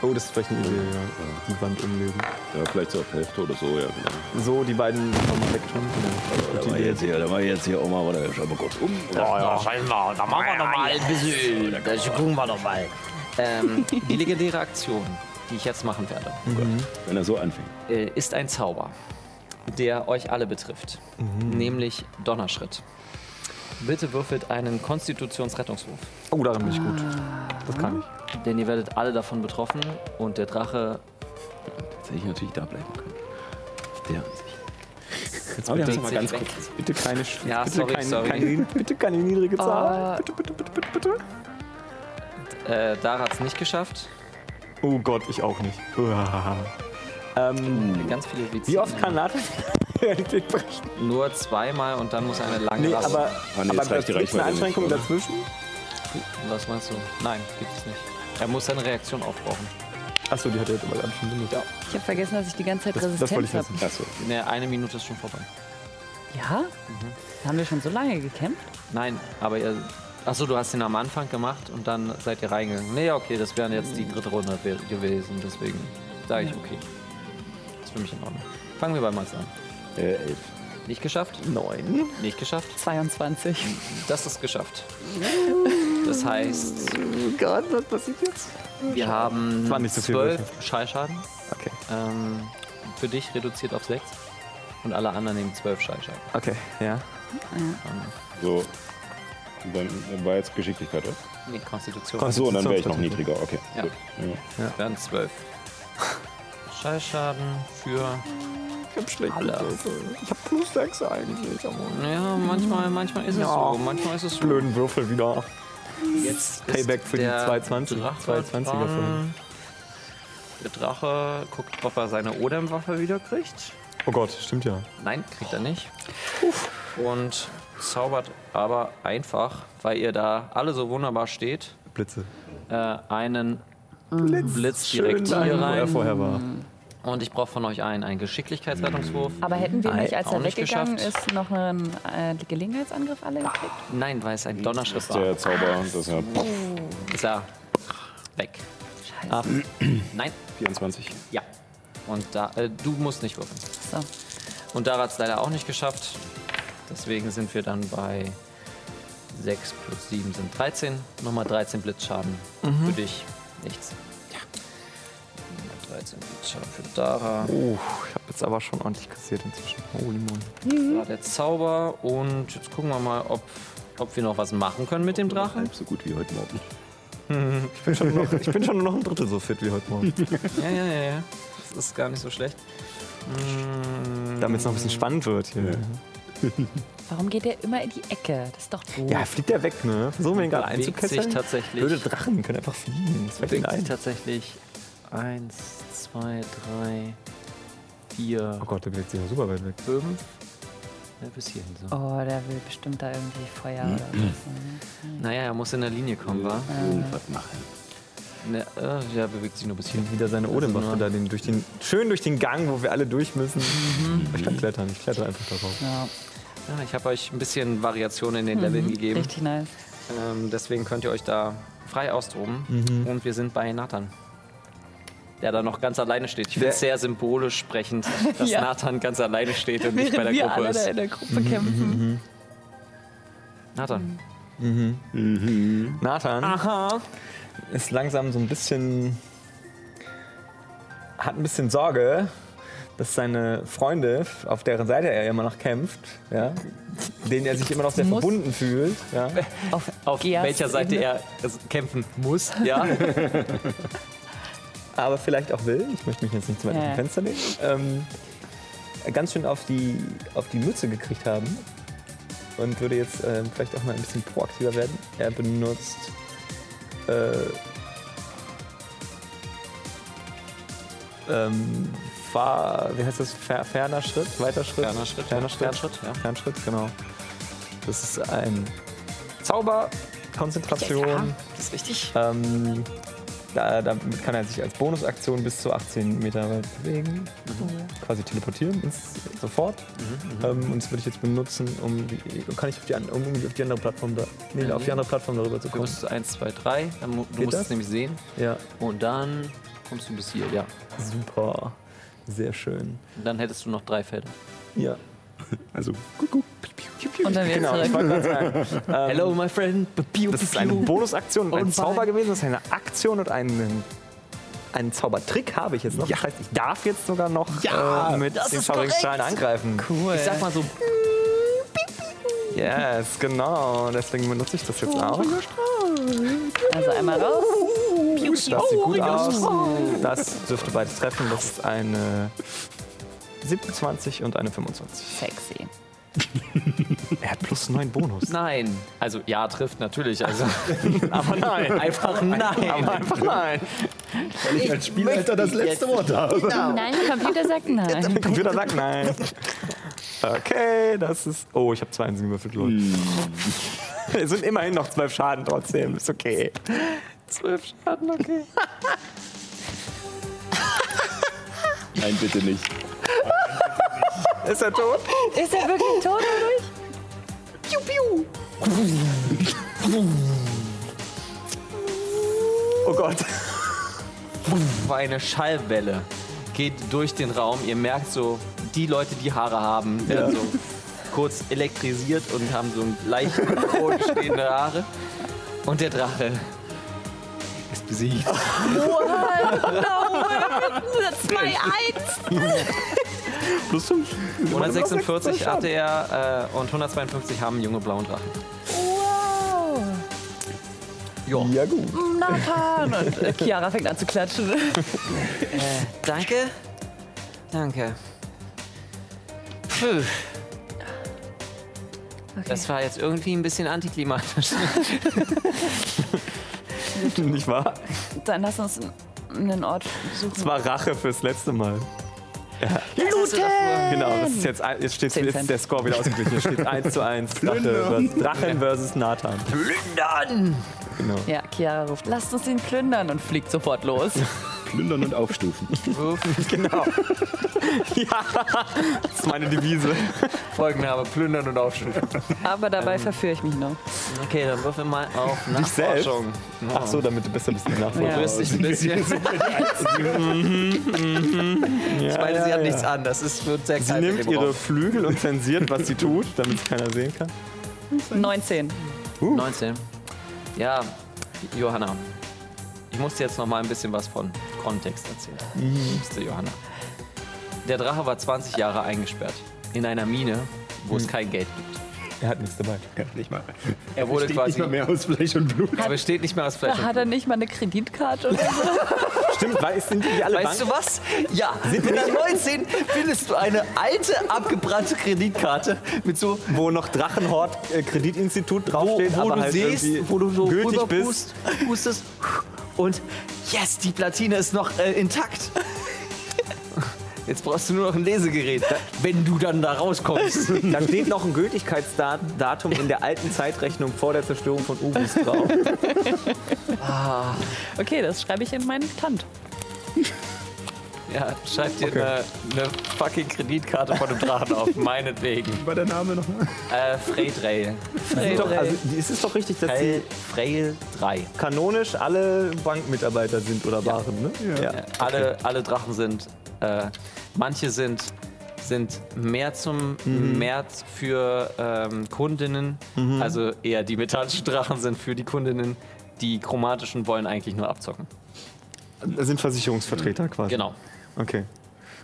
[SPEAKER 2] Oh, das ist vielleicht eine Idee, ja. Die Wand umlegen.
[SPEAKER 4] Ja, vielleicht so auf Hälfte oder so, ja. Genau.
[SPEAKER 2] So, die beiden nochmal wegtun. Genau.
[SPEAKER 4] Da war jetzt hier, da war jetzt hier auch mal runter. Schau mal kurz um.
[SPEAKER 1] Da machen wir noch mal ein bisschen. Das gucken wir noch mal. Ähm, die legendäre Aktion, die ich jetzt machen werde,
[SPEAKER 4] Wenn er so anfängt.
[SPEAKER 1] äh, ist ein Zauber, der euch alle betrifft.
[SPEAKER 2] Mhm.
[SPEAKER 1] Nämlich Donnerschritt. Bitte würfelt einen Konstitutionsrettungswurf.
[SPEAKER 2] Oh, darin bin ich gut. Das kann ich.
[SPEAKER 1] Denn ihr werdet alle davon betroffen und der Drache
[SPEAKER 4] Jetzt hätte ich natürlich da bleiben können. Der an sich.
[SPEAKER 1] jetzt
[SPEAKER 4] Aber wir
[SPEAKER 1] bewegt
[SPEAKER 4] haben es mal
[SPEAKER 1] sich
[SPEAKER 4] ganz
[SPEAKER 1] weg.
[SPEAKER 2] Bitte keine, Sch-
[SPEAKER 1] Ja,
[SPEAKER 2] bitte
[SPEAKER 1] sorry,
[SPEAKER 2] keine,
[SPEAKER 1] sorry.
[SPEAKER 2] Keine, bitte keine niedrige Zahl.
[SPEAKER 3] Äh,
[SPEAKER 1] Äh, Dara hat es nicht geschafft.
[SPEAKER 2] Oh Gott, ich auch nicht. Uah. Ähm,
[SPEAKER 1] Ganz viele Vizier.
[SPEAKER 2] wie oft kann Nathan [LAUGHS] Realität brechen?
[SPEAKER 1] Nur zweimal und dann muss eine lange
[SPEAKER 2] Nee,
[SPEAKER 1] Rast-
[SPEAKER 2] aber,
[SPEAKER 4] Ah, nee,
[SPEAKER 2] aber
[SPEAKER 4] jetzt reicht die
[SPEAKER 2] gibt's eine
[SPEAKER 4] Reichweite
[SPEAKER 2] Einschränkung
[SPEAKER 4] nicht, oder?
[SPEAKER 2] dazwischen?
[SPEAKER 1] Was meinst du? Nein, gibt es nicht. Er muss seine Reaktion aufbrauchen.
[SPEAKER 2] Achso, die hat jetzt aber ganz schön Limit. Ja.
[SPEAKER 3] ich habe vergessen, dass ich die ganze Zeit
[SPEAKER 2] Das, das wollte
[SPEAKER 3] Resistenz
[SPEAKER 2] ich
[SPEAKER 3] habe.
[SPEAKER 2] wissen.
[SPEAKER 4] Achso.
[SPEAKER 1] Ne, eine Minute ist schon vorbei.
[SPEAKER 3] Ja? Haben wir schon so lange gekämpft?
[SPEAKER 1] Nein, aber ihr. Achso, du hast ihn am Anfang gemacht und dann seid ihr reingegangen. Nee, okay, das wären jetzt die dritte Runde we- gewesen, deswegen sage ich okay. Das ist für mich in Ordnung. Fangen wir bei Mats an.
[SPEAKER 4] Äh, elf.
[SPEAKER 1] Nicht geschafft?
[SPEAKER 2] Neun.
[SPEAKER 1] Nicht geschafft?
[SPEAKER 3] 22.
[SPEAKER 1] Das ist geschafft. Das heißt,
[SPEAKER 2] Oh Gott, was passiert jetzt?
[SPEAKER 1] wir haben
[SPEAKER 2] Das waren nicht so viele
[SPEAKER 1] zwölf Schallschaden.
[SPEAKER 2] Okay.
[SPEAKER 1] Ähm, für dich reduziert auf 6 und alle anderen nehmen 12 Schallschaden.
[SPEAKER 2] Okay, ja.
[SPEAKER 4] So. Und Dann war jetzt Geschicklichkeit, oder?
[SPEAKER 1] Nee, Konstitution.
[SPEAKER 4] Achso, und dann wäre ich noch
[SPEAKER 2] Konstitution.
[SPEAKER 4] niedriger. Okay.
[SPEAKER 1] Ja.
[SPEAKER 4] Gut.
[SPEAKER 1] Das wären 12. Schallschaden für.
[SPEAKER 2] Ich hab schlecht.
[SPEAKER 1] Alle.
[SPEAKER 2] Ich hab plus sechs eigentlich. aber-
[SPEAKER 1] Ja, manchmal, manchmal ist es
[SPEAKER 2] Ja.
[SPEAKER 1] so. Manchmal ist es so.
[SPEAKER 2] Blöden Würfel wieder.
[SPEAKER 1] Jetzt ist
[SPEAKER 2] Payback für die
[SPEAKER 1] der
[SPEAKER 2] 220.
[SPEAKER 1] Drache
[SPEAKER 2] 220er
[SPEAKER 1] dran.
[SPEAKER 2] vorhin.
[SPEAKER 1] Der Drache guckt, ob er seine Odem-Waffe wiederkriegt.
[SPEAKER 2] Oh Gott, stimmt ja.
[SPEAKER 1] Nein, kriegt er nicht. Und zaubert aber einfach, weil ihr da alle so wunderbar steht,
[SPEAKER 2] Blitze.
[SPEAKER 1] äh, einen Blitz, direkt hier
[SPEAKER 2] Wo er
[SPEAKER 1] rein.
[SPEAKER 2] vorher war.
[SPEAKER 1] Und ich brauche von euch einen, einen Geschicklichkeitsrettungswurf.
[SPEAKER 2] Mhm.
[SPEAKER 3] Aber hätten wir
[SPEAKER 1] Nein,
[SPEAKER 3] nicht, als
[SPEAKER 1] auch
[SPEAKER 3] er
[SPEAKER 1] nicht
[SPEAKER 3] weggegangen
[SPEAKER 1] geschafft.
[SPEAKER 3] ist, noch einen äh, Gelegenheitsangriff alle gekriegt?
[SPEAKER 1] Nein, weil es ein Donnerschritt war.
[SPEAKER 4] Der Zauber, deshalb
[SPEAKER 1] Ist er weg.
[SPEAKER 3] Scheiße.
[SPEAKER 1] Ah, nein,
[SPEAKER 4] 24.
[SPEAKER 1] ja. Und da, äh, du musst nicht würfeln.
[SPEAKER 3] So.
[SPEAKER 1] Und Dara hat es leider auch nicht geschafft. Deswegen sind wir dann bei 6 plus 7 sind 13. Nochmal 13 Blitzschaden für dich. Nichts. Ja. 13 Blitzschaden für Dara.
[SPEAKER 2] Oh, ich hab jetzt aber schon ordentlich kassiert inzwischen. Holy moly.
[SPEAKER 1] Das war der Zauber. Und jetzt gucken wir mal, ob, ob wir noch was machen können mit dem Drachen.
[SPEAKER 4] Halb so gut wie heute Morgen.
[SPEAKER 2] Ich bin, schon nur noch, ich bin schon nur noch ein Drittel so fit wie heute Morgen.
[SPEAKER 1] Ja, ja, ja. ja. Das ist gar nicht so schlecht.
[SPEAKER 2] [LAUGHS] Damit es noch ein bisschen spannend wird hier.
[SPEAKER 3] Warum geht der immer in die Ecke? Das ist doch doof.
[SPEAKER 2] Ja, fliegt der weg, ne? Versuchen wir ihn gerade
[SPEAKER 1] Bewegt sich
[SPEAKER 2] einzukesseln.
[SPEAKER 1] tatsächlich.
[SPEAKER 2] Blöde Drachen die können einfach fliegen. Das fällt ihnen
[SPEAKER 1] Bewegt sich
[SPEAKER 2] ein.
[SPEAKER 1] tatsächlich 1, 2, 3, vier,
[SPEAKER 2] Oh Gott, der bewegt sich noch super weit weg.
[SPEAKER 1] fünf. Ja, bis hierhin so.
[SPEAKER 3] Oh, der will bestimmt da irgendwie Feuer
[SPEAKER 5] Mhm.
[SPEAKER 3] oder was.
[SPEAKER 5] Oh.
[SPEAKER 1] Naja, er muss in der Linie kommen, wa?
[SPEAKER 10] Irgendwas machen.
[SPEAKER 1] Ne, äh, ja, bewegt sich nur bis hier.
[SPEAKER 2] Wieder seine Odem-Waffe da, den, durch den, schön durch den Gang, wo wir alle durch müssen. Ich kann klettern, ich klettere einfach darauf.
[SPEAKER 3] Mhm. Ja,
[SPEAKER 1] Ja, ich habe euch ein bisschen Variationen in
[SPEAKER 5] Mhm,
[SPEAKER 1] den Leveln gegeben.
[SPEAKER 3] richtig nice.
[SPEAKER 1] Ähm, deswegen könnt ihr euch da frei austoben.
[SPEAKER 5] Mhm.
[SPEAKER 1] Und wir sind bei Nathan. Der da noch ganz alleine steht. Ich finde es sehr symbolisch sprechend,
[SPEAKER 5] [LAUGHS]
[SPEAKER 1] dass
[SPEAKER 5] Ja.
[SPEAKER 1] Nathan ganz alleine steht und nicht bei
[SPEAKER 5] Während
[SPEAKER 1] der
[SPEAKER 5] wir
[SPEAKER 1] Gruppe
[SPEAKER 5] alle da
[SPEAKER 1] ist. Mhm.
[SPEAKER 5] in der Gruppe kämpfen. Mhm.
[SPEAKER 1] Nathan.
[SPEAKER 2] Nathan ist langsam so ein bisschen. hat ein bisschen Sorge, dass seine Freunde, auf deren Seite er immer noch kämpft, ja, denen er sich immer noch sehr
[SPEAKER 3] Muss.
[SPEAKER 2] verbunden fühlt, ja,
[SPEAKER 3] Auf,
[SPEAKER 1] Auf
[SPEAKER 3] Geas
[SPEAKER 1] welcher Seite
[SPEAKER 3] Ebene.
[SPEAKER 1] er es kämpfen muss, ja.
[SPEAKER 2] [LAUGHS] aber vielleicht auch will, ich möchte mich jetzt nicht zu weit
[SPEAKER 3] Ja.
[SPEAKER 2] aus dem Fenster legen, ähm, ganz schön auf die, auf die Mütze gekriegt haben und würde jetzt ähm, vielleicht auch mal ein bisschen proaktiver werden. Er benutzt. Äh, ähm, fahr, wie heißt das? Fer, ferner Schritt? Weiter Schritt?
[SPEAKER 1] Ferner Schritt,
[SPEAKER 2] Ferner
[SPEAKER 1] ja.
[SPEAKER 2] Schritt.
[SPEAKER 1] Fernschritt, ja.
[SPEAKER 2] Fernschritt, genau. Das ist ein Zauber, Konzentration.
[SPEAKER 1] Das ist richtig.
[SPEAKER 2] Ähm, da, damit kann er sich als Bonusaktion bis zu 18 Meter weit bewegen. Quasi teleportieren ins, sofort. ähm, und das würde ich jetzt benutzen, um die, kann ich auf die, an- um irgendwie auf die andere Plattform da, nee, auf die andere Plattform darüber zu
[SPEAKER 1] Du
[SPEAKER 2] kommen.
[SPEAKER 1] musst 1, 2, 3. Dann, mu- du
[SPEAKER 2] Geht
[SPEAKER 1] musst
[SPEAKER 2] das?
[SPEAKER 1] es nämlich sehen.
[SPEAKER 2] Ja,
[SPEAKER 1] Und dann kommst du bis hier, ja.
[SPEAKER 2] super. Sehr schön.
[SPEAKER 1] Und dann hättest du noch drei Felder.
[SPEAKER 2] Ja. Genau,
[SPEAKER 4] Also, guck,
[SPEAKER 3] Und dann wieder
[SPEAKER 2] ich
[SPEAKER 3] zurück.
[SPEAKER 2] wollte gerade sagen. Ähm,
[SPEAKER 1] Hello, Oh, my friend. Piu,
[SPEAKER 2] Das ist
[SPEAKER 1] piu,
[SPEAKER 2] eine
[SPEAKER 1] piu.
[SPEAKER 2] Bonusaktion und ein
[SPEAKER 3] Und
[SPEAKER 2] Zauber
[SPEAKER 3] bye.
[SPEAKER 2] gewesen. Das ist eine Aktion und einen, einen Zaubertrick habe ich jetzt noch. Das heißt, ich darf jetzt sogar noch äh, mit den Fabrikstrahlen angreifen. Cool. Ich sag mal so. Yes, genau. Deswegen benutze ich das jetzt auch.
[SPEAKER 3] Also einmal raus.
[SPEAKER 2] Das sieht gut aus. Das dürfte beides treffen. Das ist eine 27 und eine 25.
[SPEAKER 3] Sexy.
[SPEAKER 2] Er hat plus 9 Bonus.
[SPEAKER 1] Nein. Also ja, trifft natürlich. Also
[SPEAKER 2] Aber [LAUGHS] [LAUGHS]
[SPEAKER 1] [LAUGHS]
[SPEAKER 2] nein.
[SPEAKER 1] einfach nein.
[SPEAKER 2] Aber einfach nein.
[SPEAKER 4] ich als Spielleiter das letzte Wort habe.
[SPEAKER 3] Nein, der Computer
[SPEAKER 5] [LAUGHS]
[SPEAKER 3] sagt nein.
[SPEAKER 2] Computer sagt nein. Okay, das ist. Oh, ich habe zwei Einsen gewürfelt, Leute. Es sind immerhin noch zwölf Schaden trotzdem. Ist okay. Zwölf Schaden, okay.
[SPEAKER 4] Nein, bitte nicht.
[SPEAKER 2] Ist er tot?
[SPEAKER 3] Ist er wirklich tot oder nicht?
[SPEAKER 2] Oh Gott.
[SPEAKER 1] War eine Schallwelle. Geht durch den Raum. Ihr merkt so, die Leute, die Haare haben, werden so kurz elektrisiert und haben so einen leichten Boden stehende Haare. Und der Drache ist besiegt.
[SPEAKER 3] Zwei eins.
[SPEAKER 2] Plus fünf.
[SPEAKER 1] 146 hatte er äh, und 152 haben junge blauen Drachen.
[SPEAKER 2] Ja, gut.
[SPEAKER 3] Nathan! Und äh, Chiara fängt an zu klatschen.
[SPEAKER 1] Danke. Danke. Puh. Das war jetzt irgendwie ein bisschen antiklimatisch.
[SPEAKER 2] Nicht wahr?
[SPEAKER 3] Dann lass uns einen Ort suchen.
[SPEAKER 2] Das war Rache fürs letzte Mal.
[SPEAKER 3] Lute!
[SPEAKER 2] Genau, das ist jetzt, ein- jetzt steht
[SPEAKER 3] Zehn
[SPEAKER 2] jetzt ist
[SPEAKER 3] Cent.
[SPEAKER 2] der Score wieder ausgeglichen. Jetzt steht 1 zu 1. Drache versus, Drachen versus Nathan.
[SPEAKER 3] Ja, Chiara ruft, lasst uns ihn plündern und fliegt sofort los.
[SPEAKER 4] Plündern und aufstufen.
[SPEAKER 2] [LAUGHS]
[SPEAKER 1] [LAUGHS]
[SPEAKER 2] Genau. ja, das ist meine Devise.
[SPEAKER 1] Folgenhabe, plündern und aufschütteln.
[SPEAKER 3] Aber dabei
[SPEAKER 5] Ähm.
[SPEAKER 3] verführe ich mich noch.
[SPEAKER 1] Okay, dann würfeln wir mal auf
[SPEAKER 2] selbst?
[SPEAKER 1] Nachforschung.
[SPEAKER 2] Ach so, damit du besser bist im Nachfolger.
[SPEAKER 3] Ja.
[SPEAKER 1] Du bist dich ein bisschen.
[SPEAKER 2] [LAUGHS]
[SPEAKER 1] ich meine, sie hat nichts an. Das ist, wird sehr
[SPEAKER 2] Sie
[SPEAKER 1] kalt in
[SPEAKER 2] nimmt
[SPEAKER 1] dem
[SPEAKER 2] ihre
[SPEAKER 1] Raum.
[SPEAKER 2] Flügel und zensiert, was sie tut, damit es keiner sehen kann.
[SPEAKER 3] 19.
[SPEAKER 1] 19. Ja, Johanna. Ich musste jetzt noch mal ein bisschen was von Kontext erzählen.
[SPEAKER 2] Mhm.
[SPEAKER 1] Musste Johanna. Der Drache war 20 Jahre eingesperrt. In einer Mine, wo
[SPEAKER 2] Mhm.
[SPEAKER 1] es kein Geld gibt.
[SPEAKER 2] Er hat nichts dabei.
[SPEAKER 4] Ja, nicht mal.
[SPEAKER 1] Er wurde
[SPEAKER 4] Steht nicht
[SPEAKER 1] quasi.
[SPEAKER 4] mal mehr aus Fleisch und Blut.
[SPEAKER 1] Er besteht nicht mehr aus Fleisch.
[SPEAKER 2] Also
[SPEAKER 5] Da hat er nicht mal eine Kreditkarte oder so.
[SPEAKER 2] Stimmt, weil es sind die alle
[SPEAKER 1] Weißt du
[SPEAKER 2] Banken.
[SPEAKER 1] was? Ja, mit der 19 findest du eine alte, abgebrannte Kreditkarte mit so,
[SPEAKER 2] Wo noch Drachenhort äh, Kreditinstitut
[SPEAKER 1] wo,
[SPEAKER 2] draufsteht,
[SPEAKER 1] wo
[SPEAKER 2] aber
[SPEAKER 1] du
[SPEAKER 2] halt
[SPEAKER 1] siehst,
[SPEAKER 2] irgendwie
[SPEAKER 1] wo du so
[SPEAKER 2] gültig
[SPEAKER 1] rüber
[SPEAKER 2] bist.
[SPEAKER 1] pust- pustest und yes, die Platine ist noch äh, intakt. Jetzt brauchst du nur noch ein Lesegerät, wenn du dann da rauskommst.
[SPEAKER 2] Da steht noch ein Gültigkeitsdatum in der alten Zeitrechnung vor der Zerstörung von Ubis
[SPEAKER 1] [LAUGHS]
[SPEAKER 2] drauf.
[SPEAKER 3] Okay, das schreibe ich in meinen Tand.
[SPEAKER 1] Ja, schreib dir eine ne fucking Kreditkarte von dem Drachen auf, meinetwegen.
[SPEAKER 4] War der Name nochmal?
[SPEAKER 1] Äh, Freydrail.
[SPEAKER 2] Doch, also, es ist doch richtig, dass sie
[SPEAKER 1] Freyl 3.
[SPEAKER 2] kanonisch alle Bankmitarbeiter sind oder waren, ne?
[SPEAKER 1] Alle, alle Drachen sind, äh, manche sind, sind mehr zum mehr für ähm, Kundinnen, also eher die metallischen Drachen sind für die Kundinnen. Die chromatischen wollen eigentlich nur abzocken.
[SPEAKER 2] Sind Versicherungsvertreter quasi.
[SPEAKER 1] Genau.
[SPEAKER 2] Okay.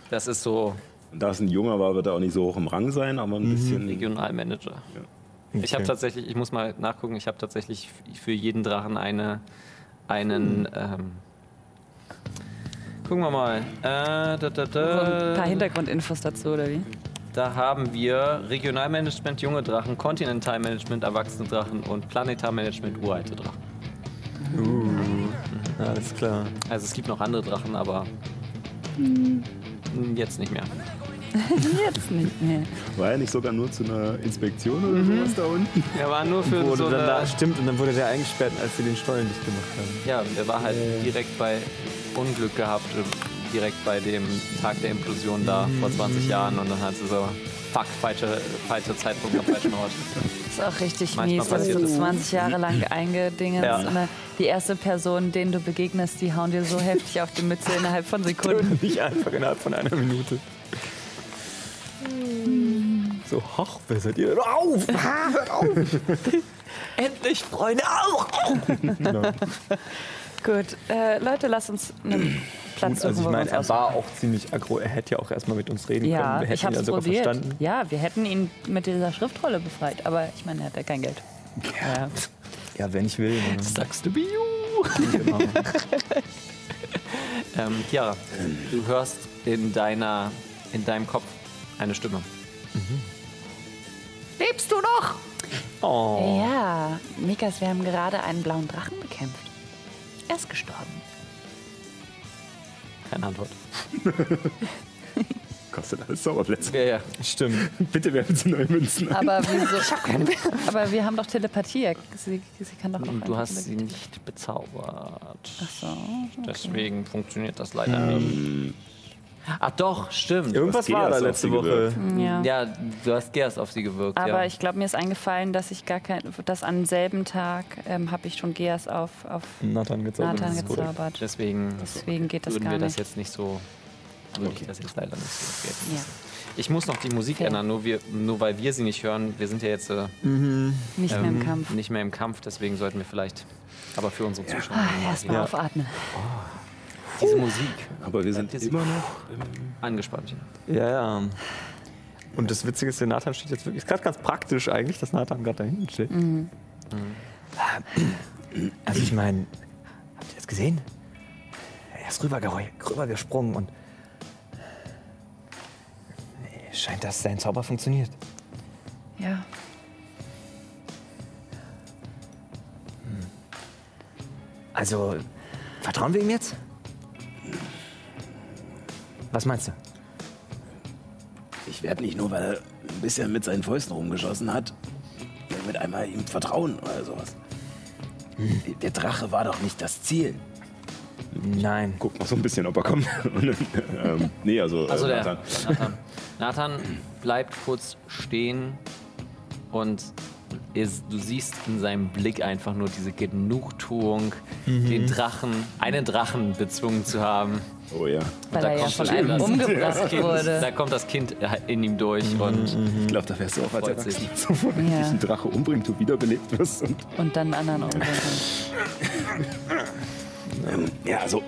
[SPEAKER 1] Das ist so
[SPEAKER 4] Und da es ein junger war, wird er auch nicht so hoch im Rang sein, aber ein bisschen.
[SPEAKER 1] Regionalmanager. Ich habe
[SPEAKER 2] Okay.
[SPEAKER 1] tatsächlich, ich muss mal nachgucken, ich habe tatsächlich f- für jeden Drachen eine, einen. Ähm, gucken wir mal. Äh, da, da,
[SPEAKER 3] So ein paar
[SPEAKER 1] da,
[SPEAKER 3] Hintergrundinfos dazu, oder wie?
[SPEAKER 1] da haben wir Regionalmanagement junge Drachen, Kontinentalmanagement erwachsene Drachen und Planetarmanagement uralte Drachen.
[SPEAKER 2] Alles klar.
[SPEAKER 1] Also es gibt noch andere Drachen, aber
[SPEAKER 3] Hm.
[SPEAKER 1] jetzt nicht mehr.
[SPEAKER 3] Jetzt nicht mehr.
[SPEAKER 4] War er nicht sogar nur zu einer Inspektion oder sowas da unten? [LAUGHS]
[SPEAKER 1] Er war nur für
[SPEAKER 2] Wurde
[SPEAKER 1] so
[SPEAKER 2] dann da,
[SPEAKER 1] eine,
[SPEAKER 2] stimmt, und dann wurde der eingesperrt, als sie den Stollen dicht gemacht haben.
[SPEAKER 1] Ja, er war halt direkt bei Unglück gehabt, äh, direkt bei dem Tag der Implosion da vor 20 Jahren und dann hat sie so, fuck, falscher falscher Zeitpunkt am falschen Ort.
[SPEAKER 3] Ist auch richtig
[SPEAKER 1] Manchmal
[SPEAKER 3] mies, dass
[SPEAKER 1] passiert
[SPEAKER 3] du
[SPEAKER 1] das.
[SPEAKER 3] 20 Jahre
[SPEAKER 2] [LAUGHS]
[SPEAKER 3] lang eingedingens
[SPEAKER 2] Ja.
[SPEAKER 3] und dann die erste Person, denen du begegnest, die hauen dir so heftig auf die Mütze innerhalb von
[SPEAKER 2] [LAUGHS]
[SPEAKER 3] Sekunden.
[SPEAKER 2] [LAUGHS] Nicht einfach innerhalb von einer Minute. So, hoch, wer seid ihr? Hör auf! Ah, [LAUGHS] Hört auf!
[SPEAKER 1] Endlich, Freunde, auch!
[SPEAKER 2] [LAUGHS]
[SPEAKER 3] Gut, äh, Leute, lasst uns einen Platz suchen,
[SPEAKER 2] Also ich
[SPEAKER 3] wo wir
[SPEAKER 2] meine,
[SPEAKER 3] uns
[SPEAKER 2] er war auch ziemlich aggro. Er hätte ja auch erstmal mit uns reden können.
[SPEAKER 3] Ja,
[SPEAKER 2] Wir hätten
[SPEAKER 3] ich habe
[SPEAKER 2] ihn ja
[SPEAKER 3] es
[SPEAKER 2] sogar
[SPEAKER 3] probiert.
[SPEAKER 2] verstanden.
[SPEAKER 3] Ja, wir hätten ihn mit dieser Schriftrolle befreit, aber ich meine, er hat ja kein Geld. Ja.
[SPEAKER 2] Ja, wenn ich will. ne?
[SPEAKER 1] [LAUGHS] Sagst du Biu? Genau. [LAUGHS] ähm, Chiara, du hörst in deiner, in deinem Kopf eine Stimme.
[SPEAKER 3] Lebst du noch?
[SPEAKER 2] Oh.
[SPEAKER 3] Ja, Mikas, wir haben gerade einen blauen Drachen bekämpft. Er ist gestorben.
[SPEAKER 1] Keine Antwort.
[SPEAKER 4] Kostet alles Zauberplätze. [LAUGHS]
[SPEAKER 1] Ja, ja.
[SPEAKER 2] Stimmt.
[SPEAKER 4] Bitte werfen Sie neue Münzen ein.
[SPEAKER 3] [LAUGHS] Aber wieso? aber wir haben doch Telepathie. Sie, sie kann doch auch
[SPEAKER 1] Hm, Du hast sie
[SPEAKER 3] Telepathie.
[SPEAKER 1] nicht bezaubert.
[SPEAKER 3] Ach so.
[SPEAKER 1] Deswegen funktioniert das leider nicht. Ach Hm. Ah, doch, stimmt.
[SPEAKER 2] Irgendwas
[SPEAKER 4] geht
[SPEAKER 2] war da
[SPEAKER 4] erst auf
[SPEAKER 2] letzte
[SPEAKER 4] sie
[SPEAKER 2] Woche.
[SPEAKER 4] gewirkt?
[SPEAKER 3] Ja.
[SPEAKER 1] Ja, du hast Gerst auf sie gewirkt.
[SPEAKER 3] Aber
[SPEAKER 1] ja.
[SPEAKER 3] ich glaube, mir ist eingefallen, dass ich gar kein, dass am selben Tag ähm, habe ich schon Geas auf, auf
[SPEAKER 2] Nathan
[SPEAKER 3] Hm.
[SPEAKER 2] gezaubert.
[SPEAKER 3] Nathan
[SPEAKER 2] Das ist gut.
[SPEAKER 3] gezaubert.
[SPEAKER 1] Deswegen
[SPEAKER 3] Deswegen geht das
[SPEAKER 1] würden
[SPEAKER 3] gar
[SPEAKER 1] wir
[SPEAKER 3] nicht.
[SPEAKER 1] das jetzt nicht so. Würde ich das jetzt leider nicht so gelten
[SPEAKER 3] Ja.
[SPEAKER 1] lassen. Ich muss noch die Musik
[SPEAKER 3] Fair.
[SPEAKER 1] ändern, nur, wir, nur weil wir sie nicht hören. Wir sind ja jetzt äh,
[SPEAKER 3] Nicht mehr im Kampf.
[SPEAKER 1] nicht mehr im Kampf, deswegen sollten wir vielleicht. Aber für unsere
[SPEAKER 3] Ah,
[SPEAKER 1] Zuschauer.
[SPEAKER 3] Erstmal aufatmen.
[SPEAKER 1] Diese Musik
[SPEAKER 4] [LAUGHS] Aber wir sind
[SPEAKER 1] Bleibt ihr
[SPEAKER 4] immer noch.
[SPEAKER 1] angespannt.
[SPEAKER 2] Ja, ja. Und das Witzige ist, der Nathan steht jetzt wirklich. Ist gerade ganz praktisch eigentlich, dass Nathan gerade da hinten steht.
[SPEAKER 3] Mhm.
[SPEAKER 2] Also ich meine, habt ihr das gesehen? Er ist rübergereu- rübergesprungen und scheint, dass sein Zauber funktioniert.
[SPEAKER 3] Ja.
[SPEAKER 2] Also, vertrauen wir ihm jetzt? Was meinst du?
[SPEAKER 10] Ich werde nicht nur, weil er ein bisschen mit seinen Fäusten rumgeschossen hat, mit einmal ihm vertrauen oder sowas.
[SPEAKER 4] Hm.
[SPEAKER 10] Der Drache war doch nicht das Ziel.
[SPEAKER 2] Nein.
[SPEAKER 4] Guck mal so ein bisschen, ob er kommt. [LAUGHS] ähm, nee, also.
[SPEAKER 1] Also
[SPEAKER 4] äh,
[SPEAKER 1] der
[SPEAKER 4] Nathan.
[SPEAKER 1] Nathan. Nathan bleibt kurz stehen und ist, du siehst in seinem Blick einfach nur diese Genugtuung, den Drachen, einen Drachen bezwungen zu haben.
[SPEAKER 4] Oh ja.
[SPEAKER 3] Weil er ja von
[SPEAKER 1] das
[SPEAKER 3] einem
[SPEAKER 1] Kind- [LAUGHS]
[SPEAKER 3] umgebracht
[SPEAKER 1] das kind,
[SPEAKER 3] wurde.
[SPEAKER 1] Da kommt das Kind in ihm durch
[SPEAKER 2] Mhm.
[SPEAKER 1] und
[SPEAKER 4] Ich glaube, da wärst du auch als
[SPEAKER 1] Freut sich.
[SPEAKER 4] Erwachsener [LAUGHS] sofort wenn dich ein Drache umbringt, du wiederbelebt wirst. Und,
[SPEAKER 3] Und dann einen anderen umbringen.
[SPEAKER 10] Ähm, ja, also.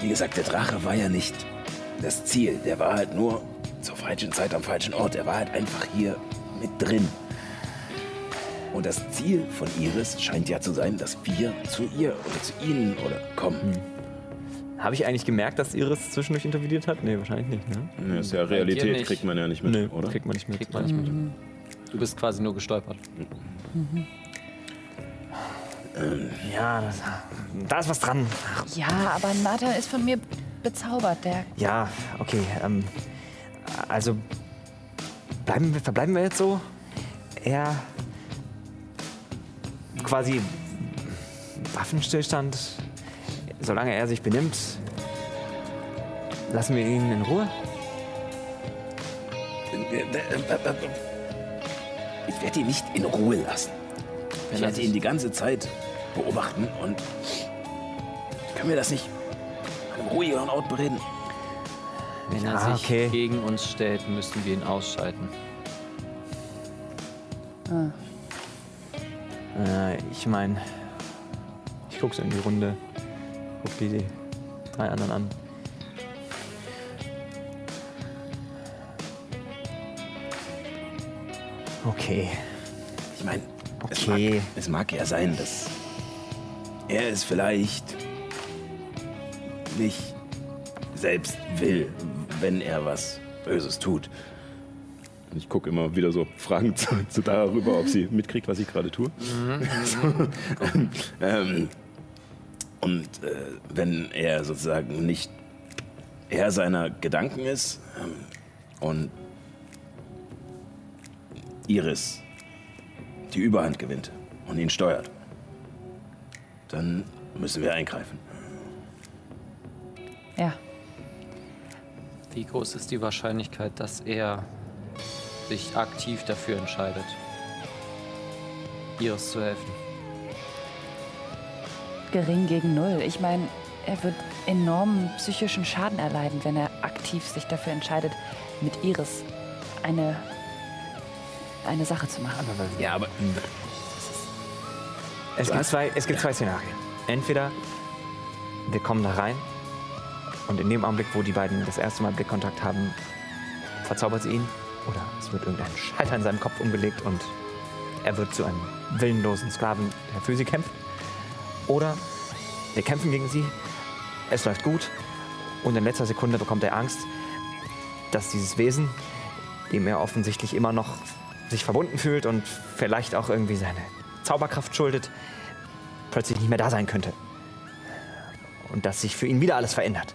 [SPEAKER 10] Wie gesagt, der Drache war ja nicht das Ziel. Der war halt nur zur falschen Zeit am falschen Ort. Er war halt einfach hier mit drin. Und das Ziel von Iris scheint ja zu sein, dass wir zu ihr oder zu ihnen oder kommen.
[SPEAKER 2] Habe ich eigentlich gemerkt, dass Iris zwischendurch interveniert hat? Nee, wahrscheinlich nicht, ne?
[SPEAKER 4] nee, ist Hm. ja
[SPEAKER 1] dir
[SPEAKER 4] Realität,
[SPEAKER 1] nicht.
[SPEAKER 4] kriegt man ja nicht mit, oder?
[SPEAKER 2] kriegt man nicht mit.
[SPEAKER 1] kriegt Mhm. man nicht mit. Du bist quasi nur gestolpert.
[SPEAKER 2] Ja, das, da ist was dran. Ach,
[SPEAKER 3] Ja, aber Nathan ist von mir bezaubert. Der
[SPEAKER 2] Ja, okay. Ähm, also bleiben wir, verbleiben wir jetzt so? Er quasi Waffenstillstand. Solange er sich benimmt, lassen wir ihn in Ruhe.
[SPEAKER 10] Ich werde ihn nicht in Ruhe lassen. Ich werde ihn die ganze Zeit beobachten und können wir das nicht an einem ruhigeren Ort bereden?
[SPEAKER 1] Wenn er
[SPEAKER 2] Ah,
[SPEAKER 1] sich
[SPEAKER 2] okay.
[SPEAKER 1] gegen uns stellt, müssen wir ihn ausschalten.
[SPEAKER 2] Äh, ich meine, ich gucke so in die Runde, guck die, die drei anderen an. Okay.
[SPEAKER 10] Ich meine,
[SPEAKER 2] Okay.
[SPEAKER 10] es, mag, es mag ja sein, dass er es vielleicht nicht selbst will, wenn er was Böses tut.
[SPEAKER 4] Ich gucke immer wieder so Fragen [LAUGHS] zu, zu darüber, ob sie mitkriegt, was ich gerade tue.
[SPEAKER 10] Mhm.
[SPEAKER 4] [LAUGHS]
[SPEAKER 10] Ähm, und äh, wenn er sozusagen nicht Herr seiner Gedanken ist ähm, und Iris die Überhand gewinnt und ihn steuert, dann müssen wir eingreifen.
[SPEAKER 3] ja,
[SPEAKER 1] Wie groß ist die Wahrscheinlichkeit, dass er sich aktiv dafür entscheidet, Iris zu helfen?
[SPEAKER 3] gering gegen null. Ich meine, er wird enormen psychischen Schaden erleiden, wenn er aktiv sich dafür entscheidet, mit Iris eine, eine Sache zu machen.
[SPEAKER 10] Ja, aber
[SPEAKER 2] Es gibt, zwei, es gibt zwei Szenarien. Entweder wir kommen da rein und in dem Augenblick, wo die beiden das erste Mal Blickkontakt haben, verzaubert sie ihn. Oder es wird irgendein Schalter in seinem Kopf umgelegt und er wird zu einem willenlosen Sklaven, der für sie kämpft. Oder wir kämpfen gegen sie, es läuft gut und in letzter Sekunde bekommt er Angst, dass dieses Wesen, dem er offensichtlich immer noch sich verbunden fühlt und vielleicht auch irgendwie seine Zauberkraft schuldet, plötzlich nicht mehr da sein könnte. Und dass sich für ihn wieder alles verändert.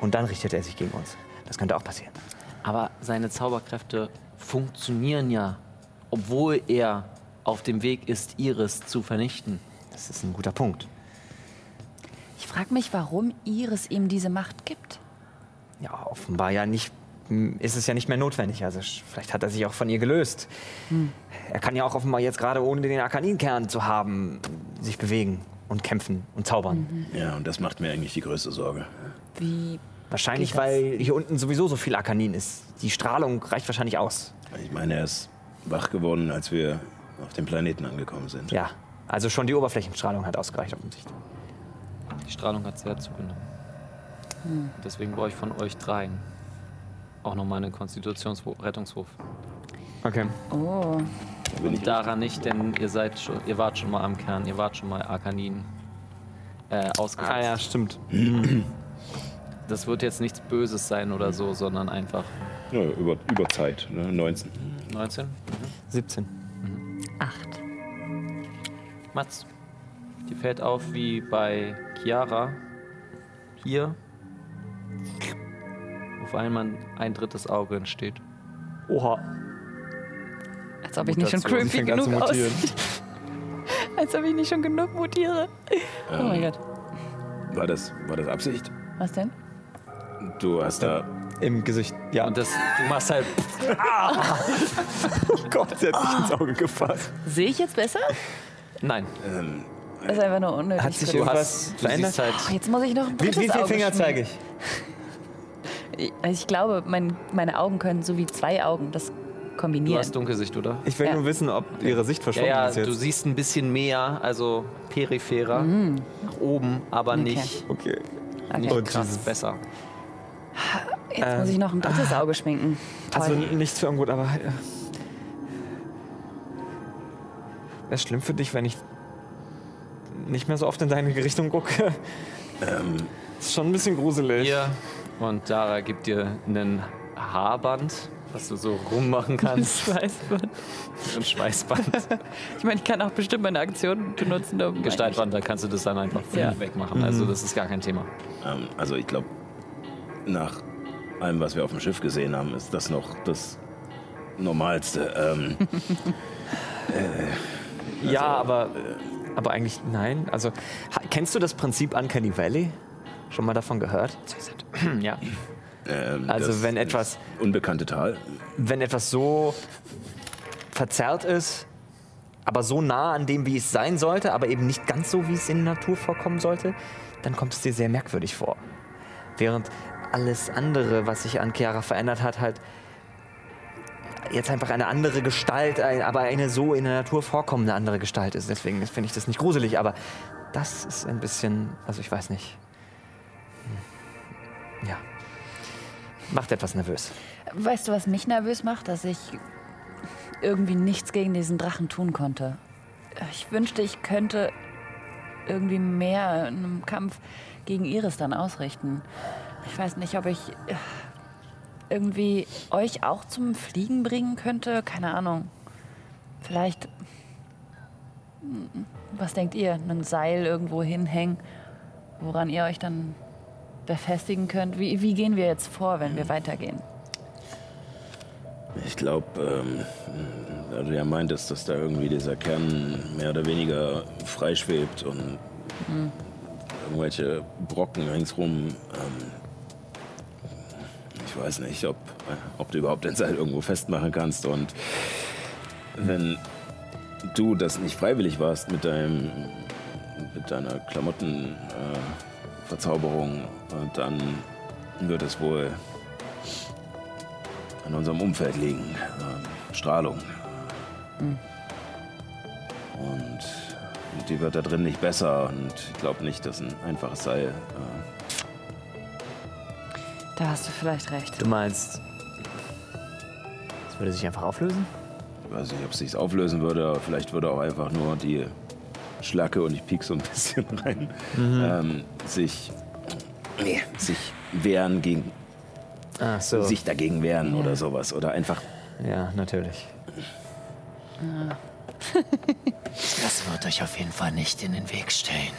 [SPEAKER 2] Und dann richtet er sich gegen uns. Das könnte auch passieren.
[SPEAKER 1] Aber seine Zauberkräfte funktionieren ja, obwohl er auf dem Weg ist, Iris zu vernichten.
[SPEAKER 2] Das ist ein guter Punkt.
[SPEAKER 3] Ich frage mich, warum Iris ihm diese Macht gibt.
[SPEAKER 2] Ja, offenbar ja nicht, m, ist es ja nicht mehr notwendig. Also sch- vielleicht hat er sich auch von ihr gelöst.
[SPEAKER 3] Hm.
[SPEAKER 2] Er kann ja auch offenbar jetzt gerade ohne den Arkaninkern zu haben, sich bewegen und kämpfen und zaubern.
[SPEAKER 3] Mhm.
[SPEAKER 10] ja, und das macht mir eigentlich die größte Sorge.
[SPEAKER 3] Wie
[SPEAKER 2] Wahrscheinlich,
[SPEAKER 3] Geht das?
[SPEAKER 2] weil hier unten sowieso so viel Arkanin ist. Die Strahlung reicht wahrscheinlich aus.
[SPEAKER 10] Ich meine, er ist wach geworden, als wir auf dem Planeten angekommen sind.
[SPEAKER 2] Ja, also schon die Oberflächenstrahlung hat ausgereicht offensichtlich.
[SPEAKER 1] Die Strahlung hat sehr zugenommen. Deswegen brauche ich von euch dreien auch nochmal einen Konstitutionsrettungswurf.
[SPEAKER 2] Okay.
[SPEAKER 3] Oh,
[SPEAKER 1] Und daran nicht, denn ihr seid schon, ihr wart schon mal am Kern, ihr wart schon mal Arkanin äh, ausgesetzt.
[SPEAKER 2] Ah ja, stimmt.
[SPEAKER 1] Das wird jetzt nichts Böses sein oder so, sondern einfach
[SPEAKER 4] Ja, über, über Zeit, ne? 19.
[SPEAKER 1] 19.
[SPEAKER 2] 17.
[SPEAKER 3] acht.
[SPEAKER 1] Mats, dir fällt auf wie bei Chiara hier auf einmal ein drittes Auge entsteht.
[SPEAKER 2] Oha.
[SPEAKER 3] Als ob ich nicht schon
[SPEAKER 1] Mutation.
[SPEAKER 3] creepy
[SPEAKER 2] Fängt an zu
[SPEAKER 3] genug
[SPEAKER 2] mutieren.
[SPEAKER 3] aussehe. [LAUGHS] Als ob ich nicht schon genug mutiere.
[SPEAKER 2] Ähm.
[SPEAKER 3] Oh mein Gott.
[SPEAKER 10] War, das, war das Absicht?
[SPEAKER 3] Was denn?
[SPEAKER 10] Du hast da
[SPEAKER 2] Im Gesicht. Ja,
[SPEAKER 1] Und das, du machst halt
[SPEAKER 2] oh Gott, der hat sich
[SPEAKER 1] Ah.
[SPEAKER 2] ins Auge gefasst.
[SPEAKER 3] Sehe ich jetzt besser?
[SPEAKER 1] Nein,
[SPEAKER 3] Das ist einfach nur unnötig.
[SPEAKER 2] Hat sich
[SPEAKER 3] für dich.
[SPEAKER 1] du
[SPEAKER 2] irgendwas-
[SPEAKER 1] hast, du
[SPEAKER 2] verändert?
[SPEAKER 1] siehst halt,
[SPEAKER 3] Oh, jetzt muss ich noch ein
[SPEAKER 2] Wie,
[SPEAKER 3] drittes
[SPEAKER 2] wie viele
[SPEAKER 3] Auge
[SPEAKER 2] Finger
[SPEAKER 3] schmieren.
[SPEAKER 2] zeige ich?
[SPEAKER 3] Ich, also ich glaube, mein, meine Augen können so wie zwei Augen das
[SPEAKER 1] du
[SPEAKER 3] kombinieren.
[SPEAKER 1] hast Dunkelsicht, oder?
[SPEAKER 2] Ich will
[SPEAKER 3] Ja.
[SPEAKER 2] nur wissen, ob ihre Sicht
[SPEAKER 1] Ja,
[SPEAKER 2] verschwunden
[SPEAKER 1] ja,
[SPEAKER 2] ist
[SPEAKER 1] du
[SPEAKER 2] jetzt.
[SPEAKER 1] siehst ein bisschen mehr, also peripherer, nach oben, aber
[SPEAKER 3] Okay.
[SPEAKER 1] nicht,
[SPEAKER 2] Okay.
[SPEAKER 1] nicht
[SPEAKER 2] Und
[SPEAKER 1] krass
[SPEAKER 2] dieses-
[SPEAKER 1] besser.
[SPEAKER 3] jetzt
[SPEAKER 2] ähm,
[SPEAKER 3] muss ich noch ein drittes
[SPEAKER 2] ah.
[SPEAKER 3] Auge schminken. Toll.
[SPEAKER 2] Also nichts für ungut, aber. Äh, Wäre es schlimm für dich, wenn ich nicht mehr so oft in deine Richtung gucke?
[SPEAKER 1] Ähm.
[SPEAKER 2] Ist schon ein bisschen gruselig.
[SPEAKER 1] Hier und Dara gibt dir einen Haarband was du so rummachen kannst.
[SPEAKER 3] Schweißband.
[SPEAKER 1] Ein Schweißband.
[SPEAKER 3] Ich meine, ich kann auch bestimmt meine Aktion benutzen, um.
[SPEAKER 1] Gestaltwand, da kannst du das dann einfach
[SPEAKER 3] Ja.
[SPEAKER 1] wegmachen. Also das ist gar kein Thema.
[SPEAKER 4] Ähm, also ich glaube, nach allem, was wir auf dem Schiff gesehen haben, ist das noch das Normalste. Ähm,
[SPEAKER 2] Ja,
[SPEAKER 1] also-
[SPEAKER 2] aber, aber eigentlich nein. Also, ha- kennst du das Prinzip Uncanny Valley? Schon mal davon gehört?
[SPEAKER 1] [CLEARS THROAT]
[SPEAKER 2] ja.
[SPEAKER 4] ähm,
[SPEAKER 2] Also,
[SPEAKER 4] das
[SPEAKER 2] wenn etwas-
[SPEAKER 4] Unbekannte Tal.
[SPEAKER 2] Wenn etwas so verzerrt ist, aber so nah an dem, wie es sein sollte, aber eben nicht ganz so, wie es in der Natur vorkommen sollte, dann kommt es dir sehr merkwürdig vor. Während alles andere, was sich an Chiara verändert hat, halt jetzt einfach eine andere Gestalt, ein- aber eine so in der Natur vorkommende andere Gestalt ist. Deswegen finde ich das nicht gruselig, aber das ist ein bisschen, also ich weiß nicht. Hm. Ja. Macht etwas nervös.
[SPEAKER 3] Weißt du, was mich nervös macht? Dass ich irgendwie nichts gegen diesen Drachen tun konnte. Ich wünschte, ich könnte irgendwie mehr in einem Kampf gegen Iris dann ausrichten. Ich weiß nicht, ob ich äh, irgendwie euch auch zum Fliegen bringen könnte. Keine Ahnung. Vielleicht. hm, Was denkt ihr? Ein Seil irgendwo hinhängen, woran ihr euch dann befestigen könnt? Wie, wie gehen wir jetzt vor, wenn wir weitergehen?
[SPEAKER 4] Ich glaube, ähm, da du ja meintest, dass da irgendwie dieser Kern mehr oder weniger freischwebt und irgendwelche Brocken ringsrum. Ähm, ich weiß nicht, ob, äh, ob du überhaupt den Seil irgendwo festmachen kannst. Und wenn du das nicht freiwillig warst mit, deinem, mit deiner Klamottenverzauberung, äh, dann wird es wohl an unserem Umfeld liegen. Ähm, Strahlung.
[SPEAKER 2] Hm.
[SPEAKER 4] Und die wird da drin nicht besser. Und ich glaube nicht, dass ein einfaches Seil. Äh,
[SPEAKER 3] Da hast du vielleicht recht.
[SPEAKER 2] Du meinst, es würde sich einfach auflösen?
[SPEAKER 4] ich weiß nicht, ob es sich auflösen würde. Aber vielleicht würde auch einfach nur die Schlacke und ich piek so ein [LAUGHS] bisschen rein.
[SPEAKER 2] Mhm.
[SPEAKER 4] Ähm, sich, nee, sich wehren gegen.
[SPEAKER 2] Ach so.
[SPEAKER 4] Sich dagegen wehren oder sowas. Oder einfach.
[SPEAKER 2] Ja, natürlich.
[SPEAKER 13] Das wird euch auf jeden Fall nicht in den Weg stehen.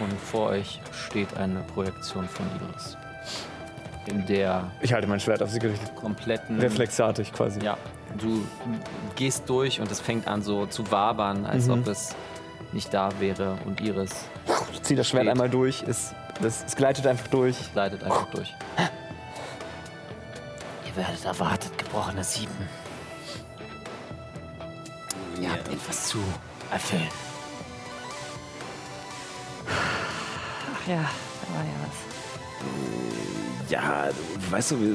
[SPEAKER 1] Und vor euch steht eine Projektion von Iris. In der
[SPEAKER 2] Ich halte mein Schwert auf sie gerichtet. Mhm.
[SPEAKER 1] kompletten.
[SPEAKER 2] Reflexartig quasi.
[SPEAKER 1] Ja, du gehst durch und es fängt an so zu wabern, als
[SPEAKER 2] Mhm.
[SPEAKER 1] ob es nicht da wäre. Und Iris
[SPEAKER 2] Ich ziehe das Schwert
[SPEAKER 1] Steht.
[SPEAKER 2] einmal durch. Es, das, es gleitet einfach durch.
[SPEAKER 1] leitet einfach durch.
[SPEAKER 13] Ihr werdet erwartet, gebrochene Sieben. Ihr habt etwas zu erfüllen.
[SPEAKER 3] Ach ja, da war ja was.
[SPEAKER 4] Ja, du- weißt du, wir-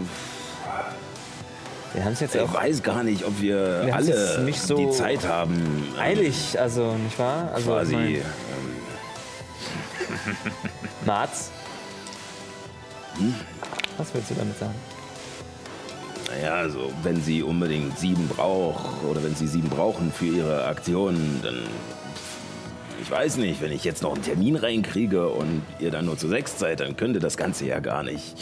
[SPEAKER 2] Wir haben es jetzt
[SPEAKER 4] ich
[SPEAKER 2] auch
[SPEAKER 4] weiß gar nicht, ob wir,
[SPEAKER 2] Wir haben's jetzt
[SPEAKER 4] alle
[SPEAKER 2] nicht so
[SPEAKER 4] die Zeit haben. ähm,
[SPEAKER 2] eilig, also nicht wahr? Also
[SPEAKER 4] quasi.
[SPEAKER 2] mein-
[SPEAKER 4] ähm,
[SPEAKER 2] Marz? Hm. Was willst du damit sagen?
[SPEAKER 4] Naja, also wenn sie unbedingt sieben braucht oder wenn sie sieben brauchen für ihre Aktionen, dann ich weiß nicht, wenn ich jetzt noch einen Termin reinkriege und ihr dann nur zu sechs seid, dann könnte das Ganze ja gar nicht.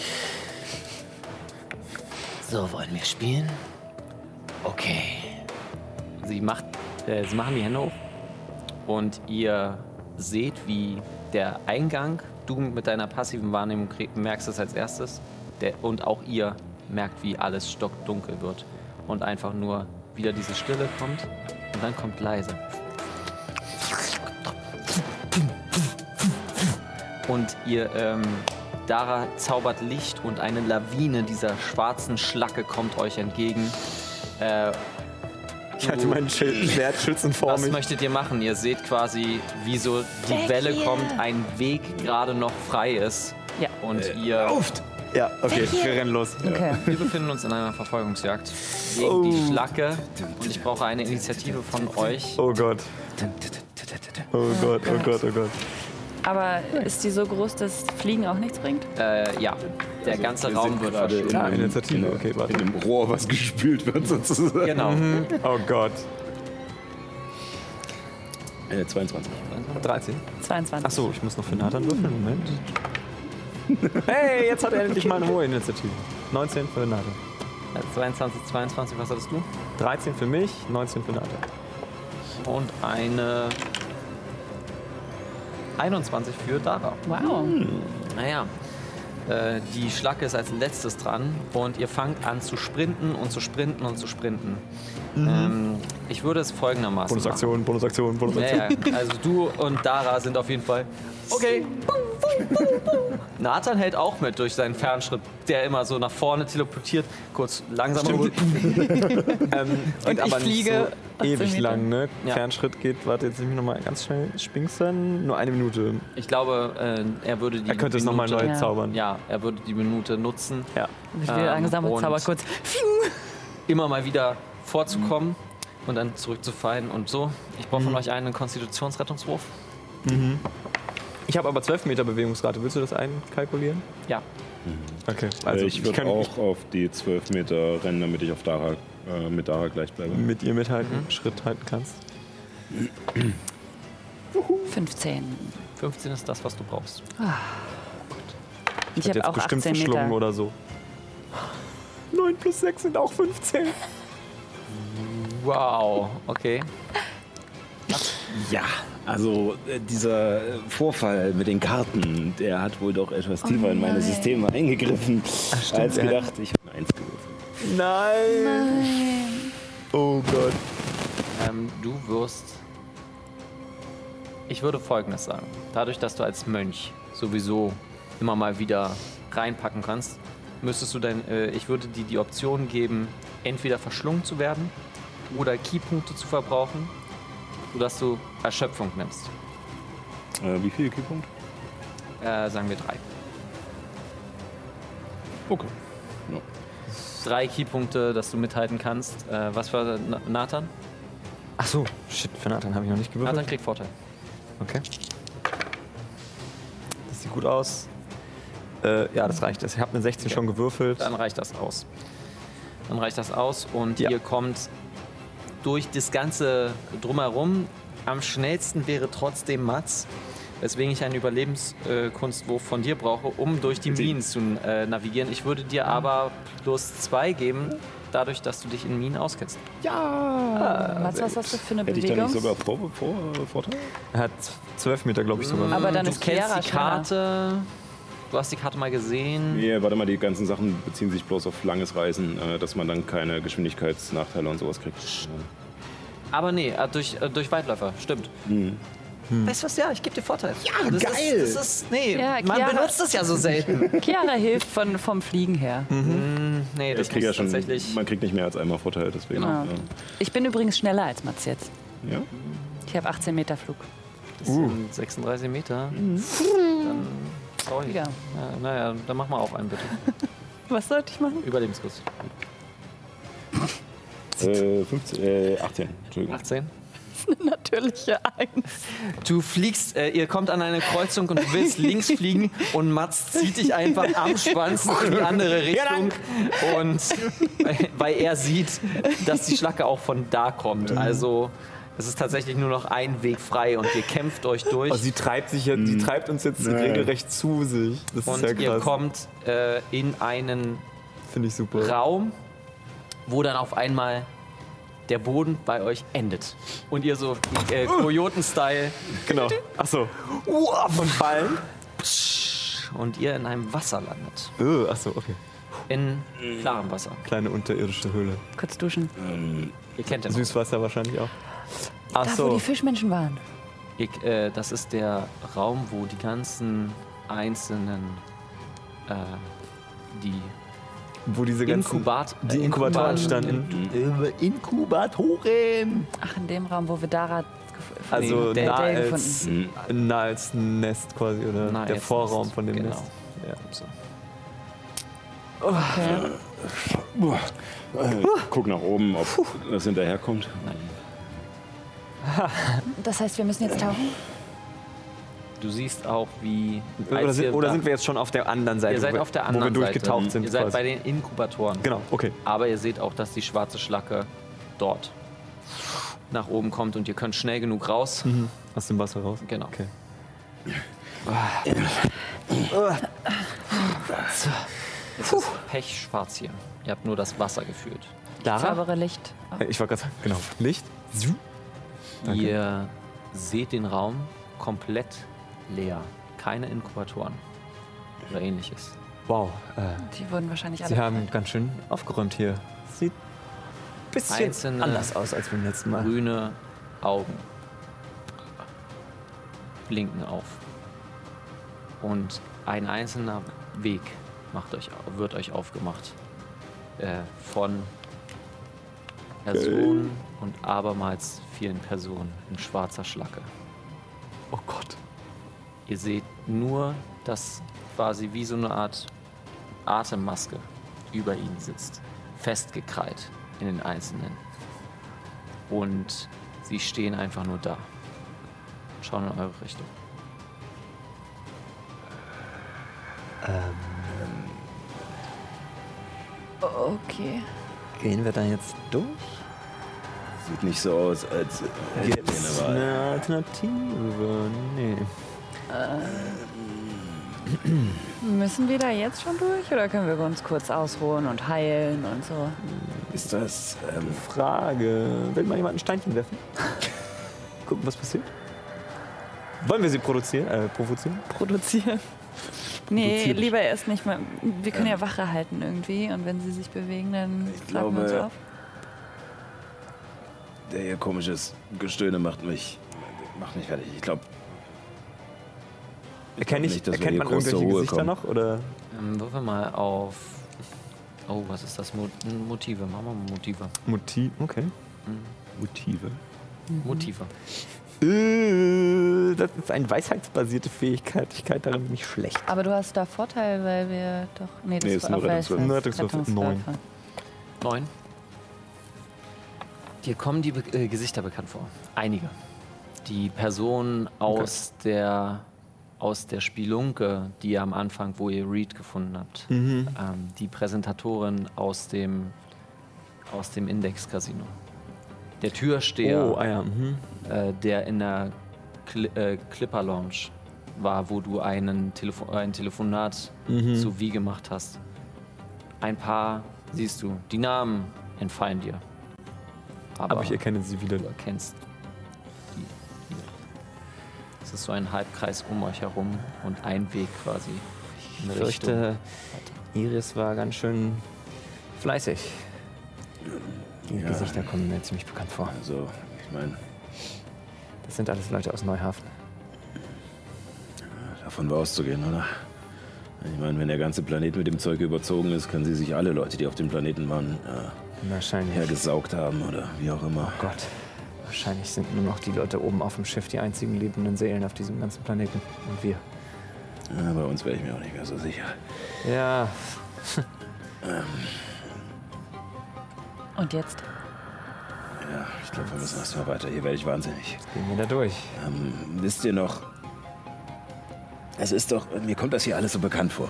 [SPEAKER 13] So, wollen wir spielen? Okay.
[SPEAKER 1] Sie, macht, äh, sie machen die Hände hoch und ihr seht, wie der Eingang, du mit deiner passiven Wahrnehmung krie- merkst es als erstes, der, und auch ihr merkt, wie alles stockdunkel wird und einfach nur wieder diese Stille kommt und dann kommt leise. Und ihr, ähm, Dara zaubert Licht und eine Lawine dieser schwarzen Schlacke kommt euch entgegen. Äh,
[SPEAKER 2] Ich halte
[SPEAKER 1] du-
[SPEAKER 2] mein [LAUGHS] Schild, Schwert schützend vor
[SPEAKER 1] was
[SPEAKER 2] mich.
[SPEAKER 1] möchtet ihr machen? Ihr seht quasi, wie so die
[SPEAKER 13] Weg
[SPEAKER 1] Welle
[SPEAKER 13] hier.
[SPEAKER 1] kommt, ein Weg gerade noch frei ist.
[SPEAKER 3] Ja.
[SPEAKER 1] Und ihr.
[SPEAKER 2] Ja, okay,
[SPEAKER 13] Weg hier.
[SPEAKER 2] wir rennen los.
[SPEAKER 3] Okay.
[SPEAKER 1] Wir befinden uns in einer Verfolgungsjagd gegen die Schlacke. Und ich brauche eine Initiative von euch.
[SPEAKER 2] Oh Gott. Oh Gott, oh Gott, oh Gott.
[SPEAKER 3] Aber ist die so groß, dass Fliegen auch nichts bringt?
[SPEAKER 1] Äh, ja, der
[SPEAKER 4] Also,
[SPEAKER 1] ganze Raum wird verschoben.
[SPEAKER 2] Ja, Initiative, okay, warte.
[SPEAKER 14] Genau. In dem Rohr, was gespült wird sozusagen.
[SPEAKER 1] Genau.
[SPEAKER 2] Oh Gott.
[SPEAKER 4] Äh, 22.
[SPEAKER 2] 13.
[SPEAKER 3] 22.
[SPEAKER 2] Achso, ich muss noch für Nathan würfeln. [LAUGHS] Moment. Hey, jetzt hat er endlich mal eine hohe Initiative. 19 für Nathan.
[SPEAKER 1] 22, 22, Äh, was hattest du?
[SPEAKER 2] 13 für mich, 19 für Nathan.
[SPEAKER 1] Und eine 21 für Dara.
[SPEAKER 3] Wow.
[SPEAKER 1] Naja. Äh, die Schlacke ist als letztes dran und ihr fangt an zu sprinten und zu sprinten und zu sprinten.
[SPEAKER 2] Mhm.
[SPEAKER 1] Ähm, ich würde es folgendermaßen
[SPEAKER 2] Bonusaktion, Bonusaktion,
[SPEAKER 1] machen.
[SPEAKER 2] Bonusaktion.
[SPEAKER 1] Ja, ja. Also du und Dara sind auf jeden Fall. Okay. Nathan hält auch mit durch seinen Fernschritt, der immer so nach vorne teleportiert, kurz langsam
[SPEAKER 2] Stimmt. ähm,
[SPEAKER 3] [LAUGHS] Und
[SPEAKER 2] geht aber
[SPEAKER 3] ich fliege
[SPEAKER 2] nicht so
[SPEAKER 3] 18
[SPEAKER 2] ewig
[SPEAKER 3] Meter.
[SPEAKER 2] lang, ne?
[SPEAKER 1] Ja.
[SPEAKER 2] Fernschritt geht, warte, jetzt nehme ich nochmal ganz schnell Spinkstern. Nur eine Minute.
[SPEAKER 1] Ich glaube, äh, er würde die
[SPEAKER 2] Er könnte es noch mal
[SPEAKER 1] Minute-
[SPEAKER 2] neu Ja. zaubern.
[SPEAKER 1] Ja, er würde die Minute nutzen.
[SPEAKER 2] Ja.
[SPEAKER 3] Ich
[SPEAKER 2] Ah,
[SPEAKER 3] will langsam und zauber kurz.
[SPEAKER 1] Immer mal wieder vorzukommen und dann zurückzufallen und so. Ich brauche von euch einen Konstitutionsrettungswurf.
[SPEAKER 2] Mhm. Ich habe aber 12 Meter Bewegungsrate. Willst du das einkalkulieren?
[SPEAKER 1] Ja.
[SPEAKER 2] Okay.
[SPEAKER 4] Also
[SPEAKER 2] Also
[SPEAKER 4] ich
[SPEAKER 2] ich
[SPEAKER 4] würde
[SPEAKER 2] kann-
[SPEAKER 4] auch auf die 12 Meter rennen, damit ich auf Dara, äh, mit Dara gleich bleibe.
[SPEAKER 2] Mit ihr mithalten,
[SPEAKER 3] Mhm.
[SPEAKER 2] Schritt halten kannst.
[SPEAKER 3] 15.
[SPEAKER 1] 15 ist das, was du brauchst.
[SPEAKER 3] Ah. Ich
[SPEAKER 2] Hat
[SPEAKER 3] habe
[SPEAKER 2] jetzt
[SPEAKER 3] auch
[SPEAKER 2] bestimmt
[SPEAKER 3] 18
[SPEAKER 2] verschlungen
[SPEAKER 3] Meter.
[SPEAKER 2] oder so. 9 plus 6 sind auch 15.
[SPEAKER 1] Wow, okay.
[SPEAKER 10] Ja, also äh, dieser äh, Vorfall mit den Karten, der hat wohl doch etwas tiefer in meine
[SPEAKER 4] nein.
[SPEAKER 10] Systeme eingegriffen
[SPEAKER 4] stimmt,
[SPEAKER 10] als
[SPEAKER 4] ja.
[SPEAKER 10] gedacht. Ich habe eine Eins gewürfelt.
[SPEAKER 2] Nein. Oh Gott.
[SPEAKER 1] Ähm, du wirst. Ich würde Folgendes sagen. Dadurch, dass du als Mönch sowieso immer mal wieder reinpacken kannst, müsstest du dein. Äh, ich würde dir die Option geben, entweder verschlungen zu werden oder Keypunkte zu verbrauchen, sodass du Erschöpfung nimmst.
[SPEAKER 4] Äh, wie viel Keypunkte?
[SPEAKER 1] Äh, sagen wir drei.
[SPEAKER 4] Okay.
[SPEAKER 1] Drei Keypunkte, dass du mithalten kannst. Äh, was war Na- Nathan?
[SPEAKER 2] Ach so, shit, für Nathan habe ich noch nicht gewürfelt.
[SPEAKER 1] Nathan kriegt Vorteil.
[SPEAKER 2] Okay. Das sieht gut aus. Äh, ja, das reicht. Ich habe eine 16 schon gewürfelt.
[SPEAKER 1] Dann reicht das aus. Dann reicht das aus und ihr kommt durch das ganze Drumherum. Am schnellsten wäre trotzdem Mats, weswegen ich einen Überlebenskunstwurf äh, Kunstwurf von dir brauche, um durch die Minen zu äh, navigieren. Ich würde dir aber plus zwei geben, dadurch, dass du dich in Minen auskennst.
[SPEAKER 3] Ja. was hast du für eine Bewegung?
[SPEAKER 4] vor, Vorteil?
[SPEAKER 2] Er hat 12 Meter, glaube ich, sogar.
[SPEAKER 3] Aber
[SPEAKER 1] Ähm,
[SPEAKER 3] dann
[SPEAKER 1] du
[SPEAKER 3] ist
[SPEAKER 1] kennst
[SPEAKER 3] Chiara
[SPEAKER 1] die
[SPEAKER 3] schneller.
[SPEAKER 1] Karte. Du hast die Karte mal gesehen.
[SPEAKER 4] Nee, warte mal, die ganzen Sachen beziehen sich bloß auf langes Reisen, äh, dass man dann keine Geschwindigkeitsnachteile und sowas kriegt. Äh,
[SPEAKER 1] Aber nee, äh, durch, äh, durch Weitläufer, stimmt.
[SPEAKER 4] Mhm.
[SPEAKER 1] Weißt du was, ja, ich gebe dir Vorteil. Ja, das
[SPEAKER 11] geil.
[SPEAKER 1] Ist, das ist, nee,
[SPEAKER 3] Hm. Ja,
[SPEAKER 1] man
[SPEAKER 3] Chiara-
[SPEAKER 1] benutzt das ja so selten.
[SPEAKER 4] [LAUGHS]
[SPEAKER 3] Chiara hilft von, vom Fliegen her.
[SPEAKER 1] Mhm. Nee, das
[SPEAKER 4] Ich krieg
[SPEAKER 1] muss
[SPEAKER 4] ja schon,
[SPEAKER 1] tatsächlich.
[SPEAKER 4] man kriegt nicht mehr als einmal Vorteil, deswegen.
[SPEAKER 3] Genau.
[SPEAKER 4] ja.
[SPEAKER 3] Ich bin übrigens schneller als Mats jetzt.
[SPEAKER 4] Ja?
[SPEAKER 3] Ich habe 18 Meter Flug.
[SPEAKER 1] Das
[SPEAKER 4] Uh.
[SPEAKER 1] sind 36 Meter. Dann, sorry.
[SPEAKER 3] Mhm. Ja.
[SPEAKER 1] Na, naja, dann mach mal auch einen bitte.
[SPEAKER 3] Was sollte ich machen? [LAUGHS]
[SPEAKER 1] Überlebenskurs.
[SPEAKER 4] Äh, 15, äh, 18, Entschuldigung.
[SPEAKER 1] 18.
[SPEAKER 3] Natürliche Eins.
[SPEAKER 1] Du fliegst, äh, ihr kommt an eine Kreuzung und du willst links fliegen und Mats zieht dich einfach am Schwanz in die andere
[SPEAKER 11] Ja,
[SPEAKER 1] Richtung. und weil- weil er sieht, dass die Schlacke auch von da kommt.
[SPEAKER 2] Mhm.
[SPEAKER 1] Also es ist tatsächlich nur noch ein Weg frei und ihr kämpft euch durch.
[SPEAKER 2] Oh, sie treibt sich jetzt, sie treibt uns jetzt
[SPEAKER 1] Mhm. Nein.
[SPEAKER 2] regelrecht zu sich. Das
[SPEAKER 1] und
[SPEAKER 2] ist ja
[SPEAKER 1] ihr
[SPEAKER 2] krass.
[SPEAKER 1] kommt äh, in einen
[SPEAKER 2] Finde ich super.
[SPEAKER 1] Raum, wo dann auf einmal der Boden bei euch endet. Und ihr so äh, Kojoten-Style.
[SPEAKER 2] Genau. Achso. Von Fallen.
[SPEAKER 1] Und ihr in einem Wasser landet.
[SPEAKER 2] Äh, Achso, okay.
[SPEAKER 1] In klarem Wasser.
[SPEAKER 2] Kleine unterirdische Höhle.
[SPEAKER 3] Kurz duschen.
[SPEAKER 1] Ihr kennt den
[SPEAKER 2] Süßwasser wahrscheinlich
[SPEAKER 3] Da,
[SPEAKER 2] auch.
[SPEAKER 3] wo
[SPEAKER 2] Achso.
[SPEAKER 3] die Fischmenschen waren.
[SPEAKER 1] Ich, äh, das ist der Raum, wo die ganzen einzelnen äh, die
[SPEAKER 2] Wo diese ganzen.
[SPEAKER 1] Inkubat
[SPEAKER 2] die
[SPEAKER 1] äh,
[SPEAKER 2] Inkubatoren
[SPEAKER 1] Inkubat-
[SPEAKER 2] standen.
[SPEAKER 1] äh, Inkubatoren.
[SPEAKER 3] Ach, in dem Raum, wo wir Dara gef-
[SPEAKER 2] Also
[SPEAKER 3] nee,
[SPEAKER 2] nah,
[SPEAKER 3] Dale
[SPEAKER 2] als,
[SPEAKER 3] gefunden.
[SPEAKER 2] nah als Nest quasi, oder?
[SPEAKER 1] Na,
[SPEAKER 2] der
[SPEAKER 1] jetzt
[SPEAKER 2] Vorraum
[SPEAKER 1] ist-
[SPEAKER 2] von dem
[SPEAKER 1] genau.
[SPEAKER 2] Nest. Ja.
[SPEAKER 3] Okay.
[SPEAKER 4] Boah. Äh, guck nach oben, ob das hinterherkommt.
[SPEAKER 3] Das heißt, wir müssen jetzt tauchen?
[SPEAKER 1] Du siehst auch, wie.
[SPEAKER 2] Oder,
[SPEAKER 1] als
[SPEAKER 2] sind,
[SPEAKER 1] ihr
[SPEAKER 2] oder
[SPEAKER 1] da-
[SPEAKER 2] sind wir jetzt schon auf der anderen Seite?
[SPEAKER 1] Ihr seid
[SPEAKER 2] wo wir-
[SPEAKER 1] auf der anderen
[SPEAKER 2] Wo wir durchgetaucht
[SPEAKER 1] Seite.
[SPEAKER 2] sind.
[SPEAKER 1] Ihr seid
[SPEAKER 2] quasi.
[SPEAKER 1] bei den Inkubatoren.
[SPEAKER 2] Genau, okay.
[SPEAKER 1] Aber ihr seht auch, dass die schwarze Schlacke dort nach oben kommt und ihr könnt schnell genug raus.
[SPEAKER 2] Mhm. Aus dem Wasser raus.
[SPEAKER 1] Genau.
[SPEAKER 2] Okay.
[SPEAKER 1] So. Es ist pechschwarz hier. Ihr habt nur das Wasser gefühlt.
[SPEAKER 3] Saubere Licht.
[SPEAKER 2] Ich wollte gerade sagen, genau. Licht. Danke.
[SPEAKER 1] Ihr seht den Raum komplett leer. Keine Inkubatoren oder ähnliches.
[SPEAKER 2] Wow. Äh,
[SPEAKER 3] Die wurden wahrscheinlich alle.
[SPEAKER 2] Sie haben ganz schön aufgeräumt hier. Sieht ein bisschen
[SPEAKER 1] Einzelne
[SPEAKER 2] anders aus als beim letzten Mal.
[SPEAKER 1] Grüne Augen blinken auf. Und ein einzelner Weg macht euch, wird euch aufgemacht. Äh, von Personen und abermals vielen Personen in schwarzer Schlacke.
[SPEAKER 2] Oh Gott.
[SPEAKER 1] Ihr seht nur, dass quasi wie so eine Art Atemmaske über ihnen sitzt, festgekrallt in den Einzelnen. Und sie stehen einfach nur da. Schauen in eure Richtung.
[SPEAKER 3] Okay.
[SPEAKER 2] Gehen wir da jetzt durch?
[SPEAKER 10] Sieht nicht so aus, als hätten
[SPEAKER 2] Gibt's
[SPEAKER 10] wir eine Wahl.
[SPEAKER 2] eine Alternative? Nee.
[SPEAKER 3] Müssen wir da jetzt schon durch oder können wir uns kurz ausruhen und heilen und so?
[SPEAKER 10] Ist das. Ähm,
[SPEAKER 2] Frage. Will mal jemand ein
[SPEAKER 10] [LAUGHS]
[SPEAKER 2] Steinchen werfen? Gucken, was passiert. Wollen wir sie produzieren, äh, provozieren?
[SPEAKER 3] Produzieren. Nee,
[SPEAKER 2] Produzieren.
[SPEAKER 3] lieber erst nicht mal. Wir können ja
[SPEAKER 10] Ähm.
[SPEAKER 3] Wache halten irgendwie und wenn sie sich bewegen, dann tragen wir uns
[SPEAKER 10] glaube-
[SPEAKER 3] auf.
[SPEAKER 10] der hier komisches Gestöhne macht mich. macht mich fertig. Ich glaube.
[SPEAKER 2] Erkenne ich,
[SPEAKER 10] dass wir
[SPEAKER 2] erkennt
[SPEAKER 10] hier
[SPEAKER 2] man
[SPEAKER 10] groß zur
[SPEAKER 2] irgendwelche
[SPEAKER 10] Ruhe
[SPEAKER 2] Gesichter
[SPEAKER 10] kommen.
[SPEAKER 2] noch? Oder?
[SPEAKER 1] Ähm, würfel mal auf. Oh, was ist das? Mo Motive. Machen wir mal Motive.
[SPEAKER 2] Motiv, okay. Motive.
[SPEAKER 1] Motive.
[SPEAKER 2] Äh, das ist eine weisheitsbasierte Fähigkeit. Ich kann darin mich schlecht.
[SPEAKER 3] Aber du hast da Vorteil, weil wir doch. Nee, das
[SPEAKER 2] Nee,
[SPEAKER 3] nee,
[SPEAKER 2] ist
[SPEAKER 3] ist
[SPEAKER 2] nur
[SPEAKER 3] auf Rettungswürfe.
[SPEAKER 2] Rettungswürfe. Nur Rettungswürfe.
[SPEAKER 3] Rettungswürfe.
[SPEAKER 1] Neun. Dir kommen die Be äh, Gesichter bekannt vor. Einige. Die Personen aus der aus der Spielunke, die ihr am Anfang, wo ihr Reed gefunden habt.
[SPEAKER 2] Mhm.
[SPEAKER 1] Ähm, die Präsentatorin aus dem aus dem Index Casino. Der Türsteher,
[SPEAKER 2] Oh, ah ja. Mhm.
[SPEAKER 1] äh, der in der Cli äh, Clipper Lounge war, wo du einen Telefo ein Telefonat
[SPEAKER 2] Mhm.
[SPEAKER 1] zu wie gemacht hast. Ein paar siehst du, die Namen entfallen dir.
[SPEAKER 2] Aber, ich erkenne sie wieder.
[SPEAKER 1] Du erkennst die. die. Es ist so ein Halbkreis um euch herum und ein Weg quasi in
[SPEAKER 2] Ich
[SPEAKER 1] Richtung.
[SPEAKER 2] fürchte, Iris war ganz schön fleißig. Die
[SPEAKER 10] Ja.
[SPEAKER 2] Gesichter kommen mir ziemlich bekannt vor.
[SPEAKER 10] Also, ich meine,
[SPEAKER 2] Das sind alles Leute aus Neuhafen.
[SPEAKER 10] davon war auszugehen, oder? Ich meine, wenn der ganze Planet mit dem Zeug überzogen ist, können sie sich alle Leute, die auf dem Planeten waren, äh,
[SPEAKER 2] Wahrscheinlich.
[SPEAKER 10] hergesaugt haben oder wie auch immer.
[SPEAKER 2] Gott, wahrscheinlich sind nur noch die Leute oben auf dem Schiff die einzigen lebenden Seelen auf diesem ganzen Planeten. Und wir.
[SPEAKER 10] Ja, bei uns wäre ich mir auch nicht mehr so sicher.
[SPEAKER 2] Ja,
[SPEAKER 3] Und jetzt?
[SPEAKER 10] Ja, ich glaube, wir müssen erstmal weiter. Hier werde ich wahnsinnig.
[SPEAKER 2] gehen wir da durch.
[SPEAKER 10] Ähm, wisst ihr noch? Es ist doch. Mir kommt das hier alles so bekannt vor.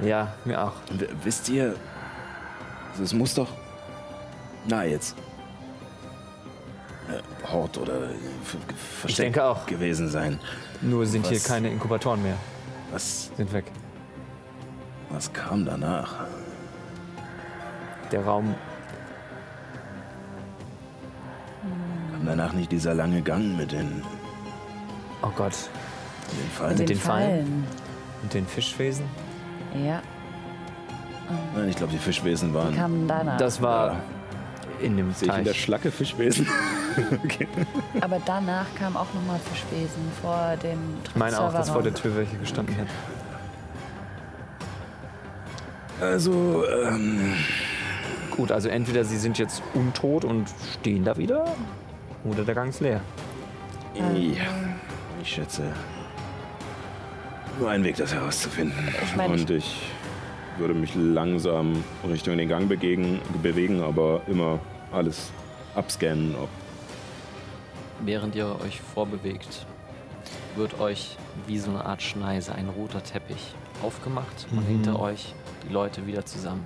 [SPEAKER 2] Ja, mir auch.
[SPEAKER 10] W wisst ihr. Also es muss doch. Na, jetzt. Äh, Hort oder. F G- Versteck
[SPEAKER 2] denke auch.
[SPEAKER 10] gewesen sein.
[SPEAKER 2] Nur sind hier
[SPEAKER 10] Was?
[SPEAKER 2] keine Inkubatoren mehr.
[SPEAKER 10] Was,
[SPEAKER 2] Sind weg.
[SPEAKER 10] was kam danach?
[SPEAKER 2] Der Raum.
[SPEAKER 10] Kam danach nicht dieser lange Gang mit den,
[SPEAKER 2] Oh Gott.
[SPEAKER 10] mit den
[SPEAKER 3] Mit
[SPEAKER 10] Fallen?
[SPEAKER 3] den,
[SPEAKER 2] den Fallen?
[SPEAKER 3] Fallen.
[SPEAKER 2] Und den Fischwesen?
[SPEAKER 3] Ja,
[SPEAKER 10] Nein, ich glaube, die Fischwesen
[SPEAKER 3] die
[SPEAKER 10] waren.
[SPEAKER 3] kamen danach.
[SPEAKER 2] Das war in dem
[SPEAKER 10] Sehe ich in der
[SPEAKER 2] Teich.
[SPEAKER 10] Schlacke Fischwesen? [LAUGHS] okay.
[SPEAKER 3] Aber danach kam auch nochmal Fischwesen vor dem
[SPEAKER 2] Ich meine auch, dass vor der
[SPEAKER 3] Serverraum.
[SPEAKER 2] Tür welche gestanden hat.
[SPEAKER 10] Also, ähm.
[SPEAKER 2] Gut, also entweder sie sind jetzt untot und stehen da wieder, oder der Gang ist leer.
[SPEAKER 3] Ähm.
[SPEAKER 10] Ja, ich schätze. Nur ein Weg, das herauszufinden.
[SPEAKER 3] Ich meine,
[SPEAKER 4] Und ich würde mich langsam Richtung den Gang begegen, bewegen, aber immer alles abscannen, ob
[SPEAKER 1] Während ihr euch vorbewegt, wird euch wie so eine Art Schneise, ein roter Teppich aufgemacht und hinter euch die Leute wieder zusammen.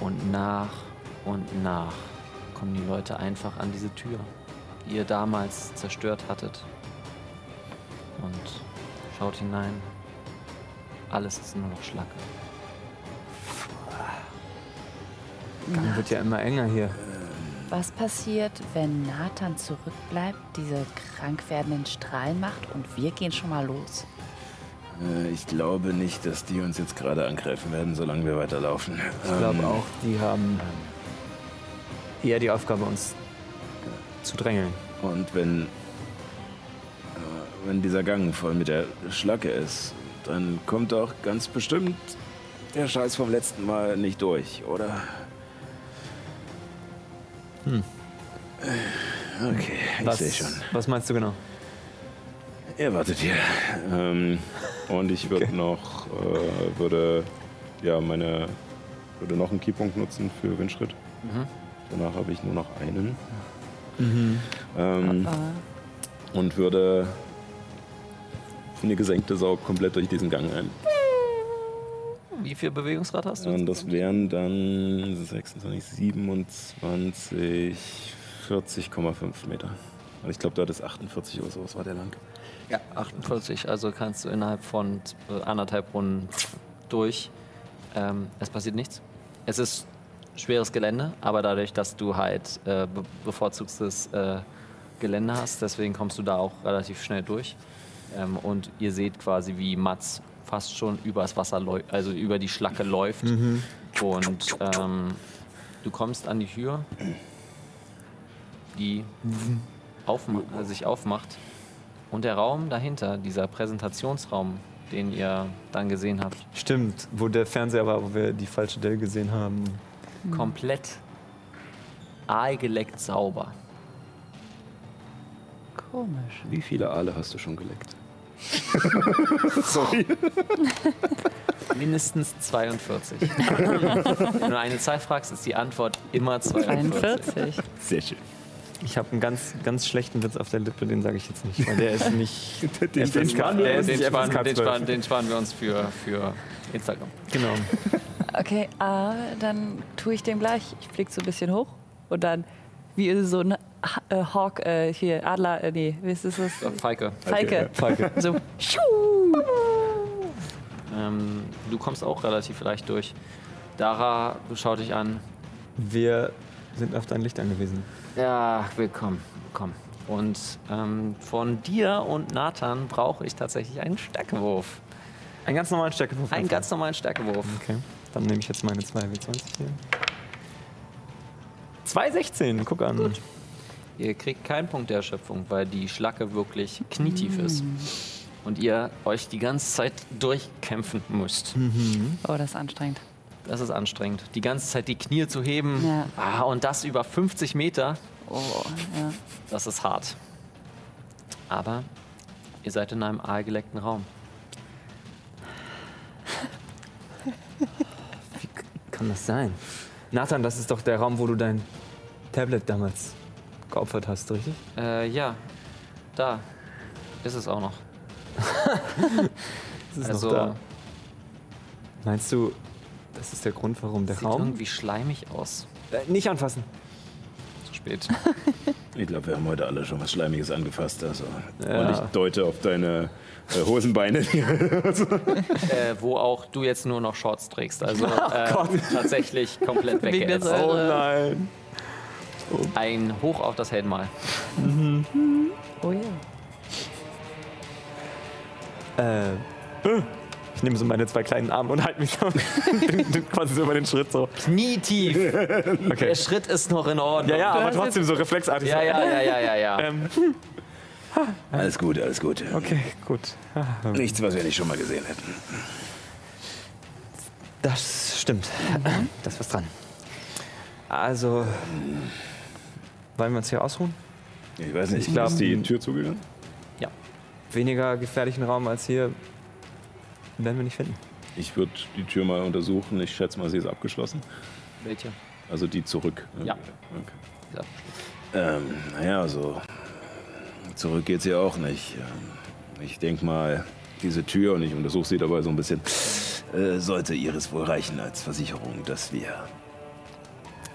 [SPEAKER 1] Und nach und nach kommen die Leute einfach an diese Tür, die ihr damals zerstört hattet. Und schaut hinein. Alles ist nur noch Schlacke.
[SPEAKER 2] Gang wird ja immer enger hier.
[SPEAKER 3] Was passiert, wenn Nathan zurückbleibt, diese krank werdenden Strahlen macht und wir gehen schon mal los?
[SPEAKER 15] Äh, Ich glaube nicht, dass die uns jetzt gerade angreifen werden, solange wir weiterlaufen.
[SPEAKER 2] Ich glaube auch, die haben eher die Aufgabe, uns zu drängeln.
[SPEAKER 15] Und wenn, äh, wenn dieser Gang voll mit der Schlacke ist, dann kommt doch ganz bestimmt der Scheiß vom letzten Mal nicht durch, oder?
[SPEAKER 2] Hm.
[SPEAKER 15] Okay, ich
[SPEAKER 2] Was-
[SPEAKER 15] sehe schon.
[SPEAKER 2] Was meinst du genau?
[SPEAKER 15] Ihr wartet hier.
[SPEAKER 4] Ähm, und ich würde noch, äh, würde, ja, meine, würde noch einen Keypunkt nutzen für Windschritt.
[SPEAKER 15] Mhm.
[SPEAKER 4] Danach habe ich nur noch einen.
[SPEAKER 15] Mhm.
[SPEAKER 4] Ähm, und würde eine gesenkte Sau komplett durch diesen Gang ein.
[SPEAKER 1] Wie viel Bewegungsrad hast du?
[SPEAKER 4] Und das wären dann 26, 27, 40,5 Meter. Also ich glaube, da hat es 48 oder so, was war der lang?
[SPEAKER 1] Ja, 48. Also kannst du innerhalb von äh, anderthalb Runden durch. Ähm, es passiert nichts. Es ist schweres Gelände, aber dadurch, dass du halt äh, be bevorzugtes äh, Gelände hast, deswegen kommst du da auch relativ schnell durch. Ähm, und ihr seht quasi, wie Mats fast schon übers Wasser läuft, also über die Schlacke läuft.
[SPEAKER 2] Mhm.
[SPEAKER 1] Und ähm, du kommst an die Tür, die aufma äh, sich aufmacht. Und der Raum dahinter, dieser Präsentationsraum, den ihr dann gesehen habt,
[SPEAKER 2] Stimmt, wo der Fernseher war, wo wir die falsche Dell gesehen haben.
[SPEAKER 1] komplett aalgeleckt sauber.
[SPEAKER 3] Komisch.
[SPEAKER 4] Wie viele Aale hast du schon geleckt?
[SPEAKER 1] Sorry. Mindestens
[SPEAKER 3] [LAUGHS]
[SPEAKER 1] 42. Wenn du eine Zahl fragst, ist die Antwort immer 42.
[SPEAKER 3] 42.
[SPEAKER 4] Sehr schön.
[SPEAKER 2] Ich habe einen ganz, ganz schlechten Witz auf der Lippe, den sage ich jetzt nicht, weil
[SPEAKER 1] [LAUGHS]
[SPEAKER 2] der ist nicht.
[SPEAKER 4] Den
[SPEAKER 2] FSK
[SPEAKER 1] sparen wir
[SPEAKER 2] der
[SPEAKER 1] uns.
[SPEAKER 2] ist
[SPEAKER 1] Den
[SPEAKER 2] nicht
[SPEAKER 1] sparen-
[SPEAKER 2] FSK
[SPEAKER 1] den
[SPEAKER 2] 12.
[SPEAKER 1] sparen- den sparen wir uns für, für Instagram.
[SPEAKER 2] Genau.
[SPEAKER 3] Okay, ah, dann tue ich dem gleich. Ich flieg so ein bisschen hoch und dann, wie so ein Ha- äh, Hawk, äh, hier, Adler, äh, nee, wie ist es? das?
[SPEAKER 1] Falke.
[SPEAKER 3] Falke.
[SPEAKER 2] Falke.
[SPEAKER 3] So, schuh.
[SPEAKER 1] Ähm, du kommst auch relativ leicht durch. Dara, du schau dich an.
[SPEAKER 2] Wir sind auf dein Licht angewiesen.
[SPEAKER 1] Ja, willkommen. Komm. Und ähm, von dir und Nathan brauche ich tatsächlich einen Stärkewurf.
[SPEAKER 2] Einen ganz normalen Stärkewurf.
[SPEAKER 1] Einen
[SPEAKER 2] einfach.
[SPEAKER 1] ganz normalen Stärkewurf.
[SPEAKER 2] Okay, dann nehme ich jetzt meine 2W20 hier. 2,16, guck an.
[SPEAKER 1] Ihr kriegt keinen Punkt der Erschöpfung, weil die Schlacke wirklich
[SPEAKER 3] Mm.
[SPEAKER 1] knietief ist. Und ihr euch die ganze Zeit durchkämpfen müsst.
[SPEAKER 3] Oh, das ist anstrengend.
[SPEAKER 1] Das ist anstrengend. Die ganze Zeit die Knie zu heben.
[SPEAKER 3] Ja.
[SPEAKER 1] Ah, und das über 50 Meter.
[SPEAKER 3] Oh, ja.
[SPEAKER 1] Das ist hart. Aber ihr seid in einem aalgeleckten Raum.
[SPEAKER 2] Kann das sein? Nathan, das ist doch der Raum, wo du dein Tablet damals geopfert hast, richtig?
[SPEAKER 1] Äh, ja, da ist es auch noch.
[SPEAKER 2] Es ist noch da. Meinst du, das ist der Grund, warum der
[SPEAKER 1] sieht
[SPEAKER 2] Raum...
[SPEAKER 1] irgendwie schleimig aus.
[SPEAKER 2] Äh, nicht anfassen.
[SPEAKER 1] Zu spät.
[SPEAKER 4] Ich glaube, wir haben heute alle schon was Schleimiges angefasst. Also.
[SPEAKER 2] Ja.
[SPEAKER 4] Und ich deute auf deine äh, Hosenbeine.
[SPEAKER 1] äh, wo auch du jetzt nur noch Shorts trägst. Also äh, tatsächlich komplett
[SPEAKER 3] Wegen der
[SPEAKER 1] weggeätzt.
[SPEAKER 3] Säure. Oh
[SPEAKER 2] nein.
[SPEAKER 1] Ein Hoch auf das Heldenmal.
[SPEAKER 3] Oh ja.
[SPEAKER 2] Äh, äh, ich nehme so meine zwei kleinen Arme und halte mich da bin, [LAUGHS] bin quasi so über den Schritt so.
[SPEAKER 1] Knietief.
[SPEAKER 2] [LAUGHS]
[SPEAKER 1] Der
[SPEAKER 2] Okay.
[SPEAKER 1] Schritt ist noch in Ordnung.
[SPEAKER 2] Ja, ja, aber trotzdem so reflexartig.
[SPEAKER 1] Ja,
[SPEAKER 2] so.
[SPEAKER 1] ja, ja, ja, ja, ja.
[SPEAKER 2] Ähm,
[SPEAKER 15] [LAUGHS] Alles gut, alles gut.
[SPEAKER 2] okay, gut. Ah,
[SPEAKER 15] Nichts, was wir nicht schon mal gesehen hätten.
[SPEAKER 2] Das stimmt. Das was dran. Also, wollen wir uns hier ausruhen?
[SPEAKER 4] Ich weiß nicht,
[SPEAKER 2] Ich glaub, hm.
[SPEAKER 4] ist die Tür zugegangen?
[SPEAKER 2] Weniger gefährlichen Raum als hier werden wir nicht finden.
[SPEAKER 4] Ich würde die Tür mal untersuchen. Ich schätze mal, sie ist abgeschlossen.
[SPEAKER 1] Welche?
[SPEAKER 4] Also die zurück.
[SPEAKER 1] Ja.
[SPEAKER 4] Okay.
[SPEAKER 1] Ja.
[SPEAKER 15] Ähm, naja, so. Zurück geht's ja auch nicht. Ähm, Ich denke mal, diese Tür, und ich untersuche sie dabei so ein bisschen, äh, sollte ihres wohl reichen als Versicherung, dass wir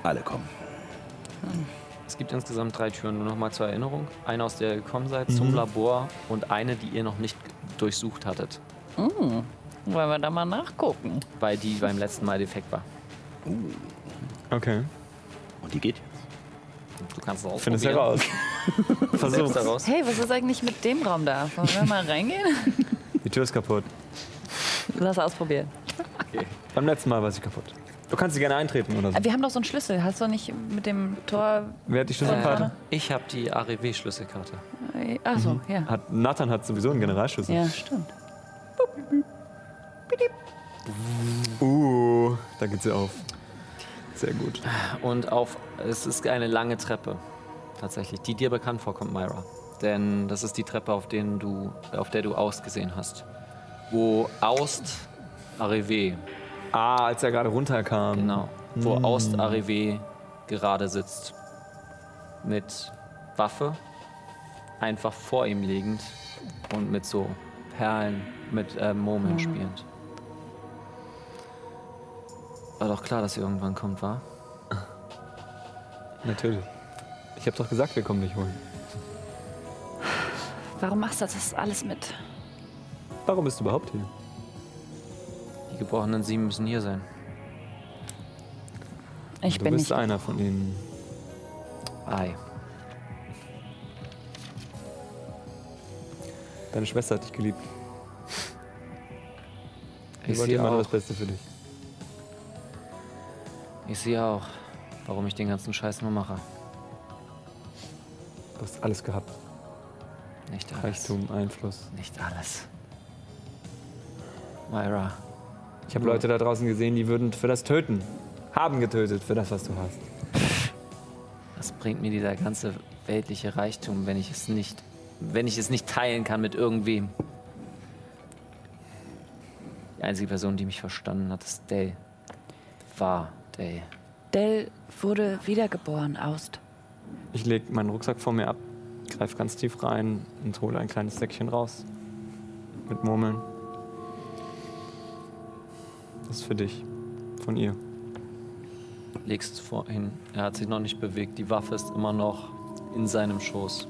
[SPEAKER 15] alle kommen.
[SPEAKER 1] Es gibt insgesamt drei Türen, nur nochmal zur Erinnerung. Eine, aus der
[SPEAKER 2] Mhm.
[SPEAKER 1] ihr gekommen seid, zum Labor und eine, die ihr noch nicht durchsucht hattet.
[SPEAKER 3] Wollen wir da mal nachgucken?
[SPEAKER 1] Weil die beim letzten Mal defekt war.
[SPEAKER 2] Okay.
[SPEAKER 4] Und die geht?
[SPEAKER 1] Du kannst es auch
[SPEAKER 2] Findest du heraus. [LAUGHS] Versuch's.
[SPEAKER 1] Daraus.
[SPEAKER 3] Hey, was ist eigentlich mit dem Raum da? Wollen wir mal reingehen?
[SPEAKER 2] Die Tür ist kaputt.
[SPEAKER 3] [LAUGHS] Lass ausprobieren.
[SPEAKER 2] Beim letzten Mal war sie kaputt. Du kannst sie gerne eintreten oder so.
[SPEAKER 3] Äh, Wir haben doch so einen Schlüssel. Hast du nicht mit dem Tor.
[SPEAKER 2] Wer hat die Schlüsselkarte?
[SPEAKER 1] Ich habe die E AREW-Schlüsselkarte.
[SPEAKER 3] Achso, äh, ja.
[SPEAKER 2] Hat, Nathan hat sowieso einen Generalschlüssel.
[SPEAKER 3] Ja, Mhm. Ah, stimmt.
[SPEAKER 2] Uh, da geht sie auf. Sehr gut.
[SPEAKER 1] Und auf, es ist eine lange Treppe, tatsächlich, die dir bekannt vorkommt, Myra. Denn das ist die Treppe, auf, denen du, auf der du Aust gesehen hast. Wo Aust Arrivé,
[SPEAKER 2] Ah, als er gerade runterkam.
[SPEAKER 1] genau, wo Aust Arrivé gerade sitzt. Mit Waffe einfach vor ihm liegend und mit so Perlen, mit äh, Murmeln spielend. War doch klar, dass ihr irgendwann kommt, war?
[SPEAKER 2] Natürlich. Ich habe doch gesagt, wir kommen dich holen.
[SPEAKER 3] Warum machst du das alles mit?
[SPEAKER 2] Warum bist du überhaupt hier?
[SPEAKER 1] Die gebrochenen sieben müssen hier sein.
[SPEAKER 3] Ich
[SPEAKER 2] du
[SPEAKER 3] bin
[SPEAKER 2] bist
[SPEAKER 3] nicht.
[SPEAKER 2] einer von ihnen.
[SPEAKER 1] Ei.
[SPEAKER 2] Deine Schwester hat dich geliebt.
[SPEAKER 1] Ich
[SPEAKER 2] Ich wollte
[SPEAKER 1] sie
[SPEAKER 2] immer nur
[SPEAKER 1] auch.
[SPEAKER 2] das Beste für dich.
[SPEAKER 1] Ich sehe auch, warum ich den ganzen Scheiß nur mache.
[SPEAKER 2] Du hast alles gehabt.
[SPEAKER 1] Nicht alles.
[SPEAKER 2] Reichtum, Einfluss.
[SPEAKER 1] Nicht alles. Myra,
[SPEAKER 2] Ich habe Leute da draußen gesehen, die würden für das töten. Haben getötet für das, was du hast.
[SPEAKER 1] was bringt mir dieser ganze weltliche Reichtum, wenn ich es nicht, wenn ich es nicht teilen kann mit irgendwem? Die einzige Person, die mich verstanden hat, ist Dale. War Dale.
[SPEAKER 3] Dell wurde wiedergeboren, Aust.
[SPEAKER 2] Ich lege meinen Rucksack vor mir ab, greife ganz tief rein und hole ein kleines Säckchen raus. Mit Murmeln. Das ist für dich. Von ihr.
[SPEAKER 1] Legst vorhin. Er hat sich noch nicht bewegt. Die Waffe ist immer noch in seinem Schoß.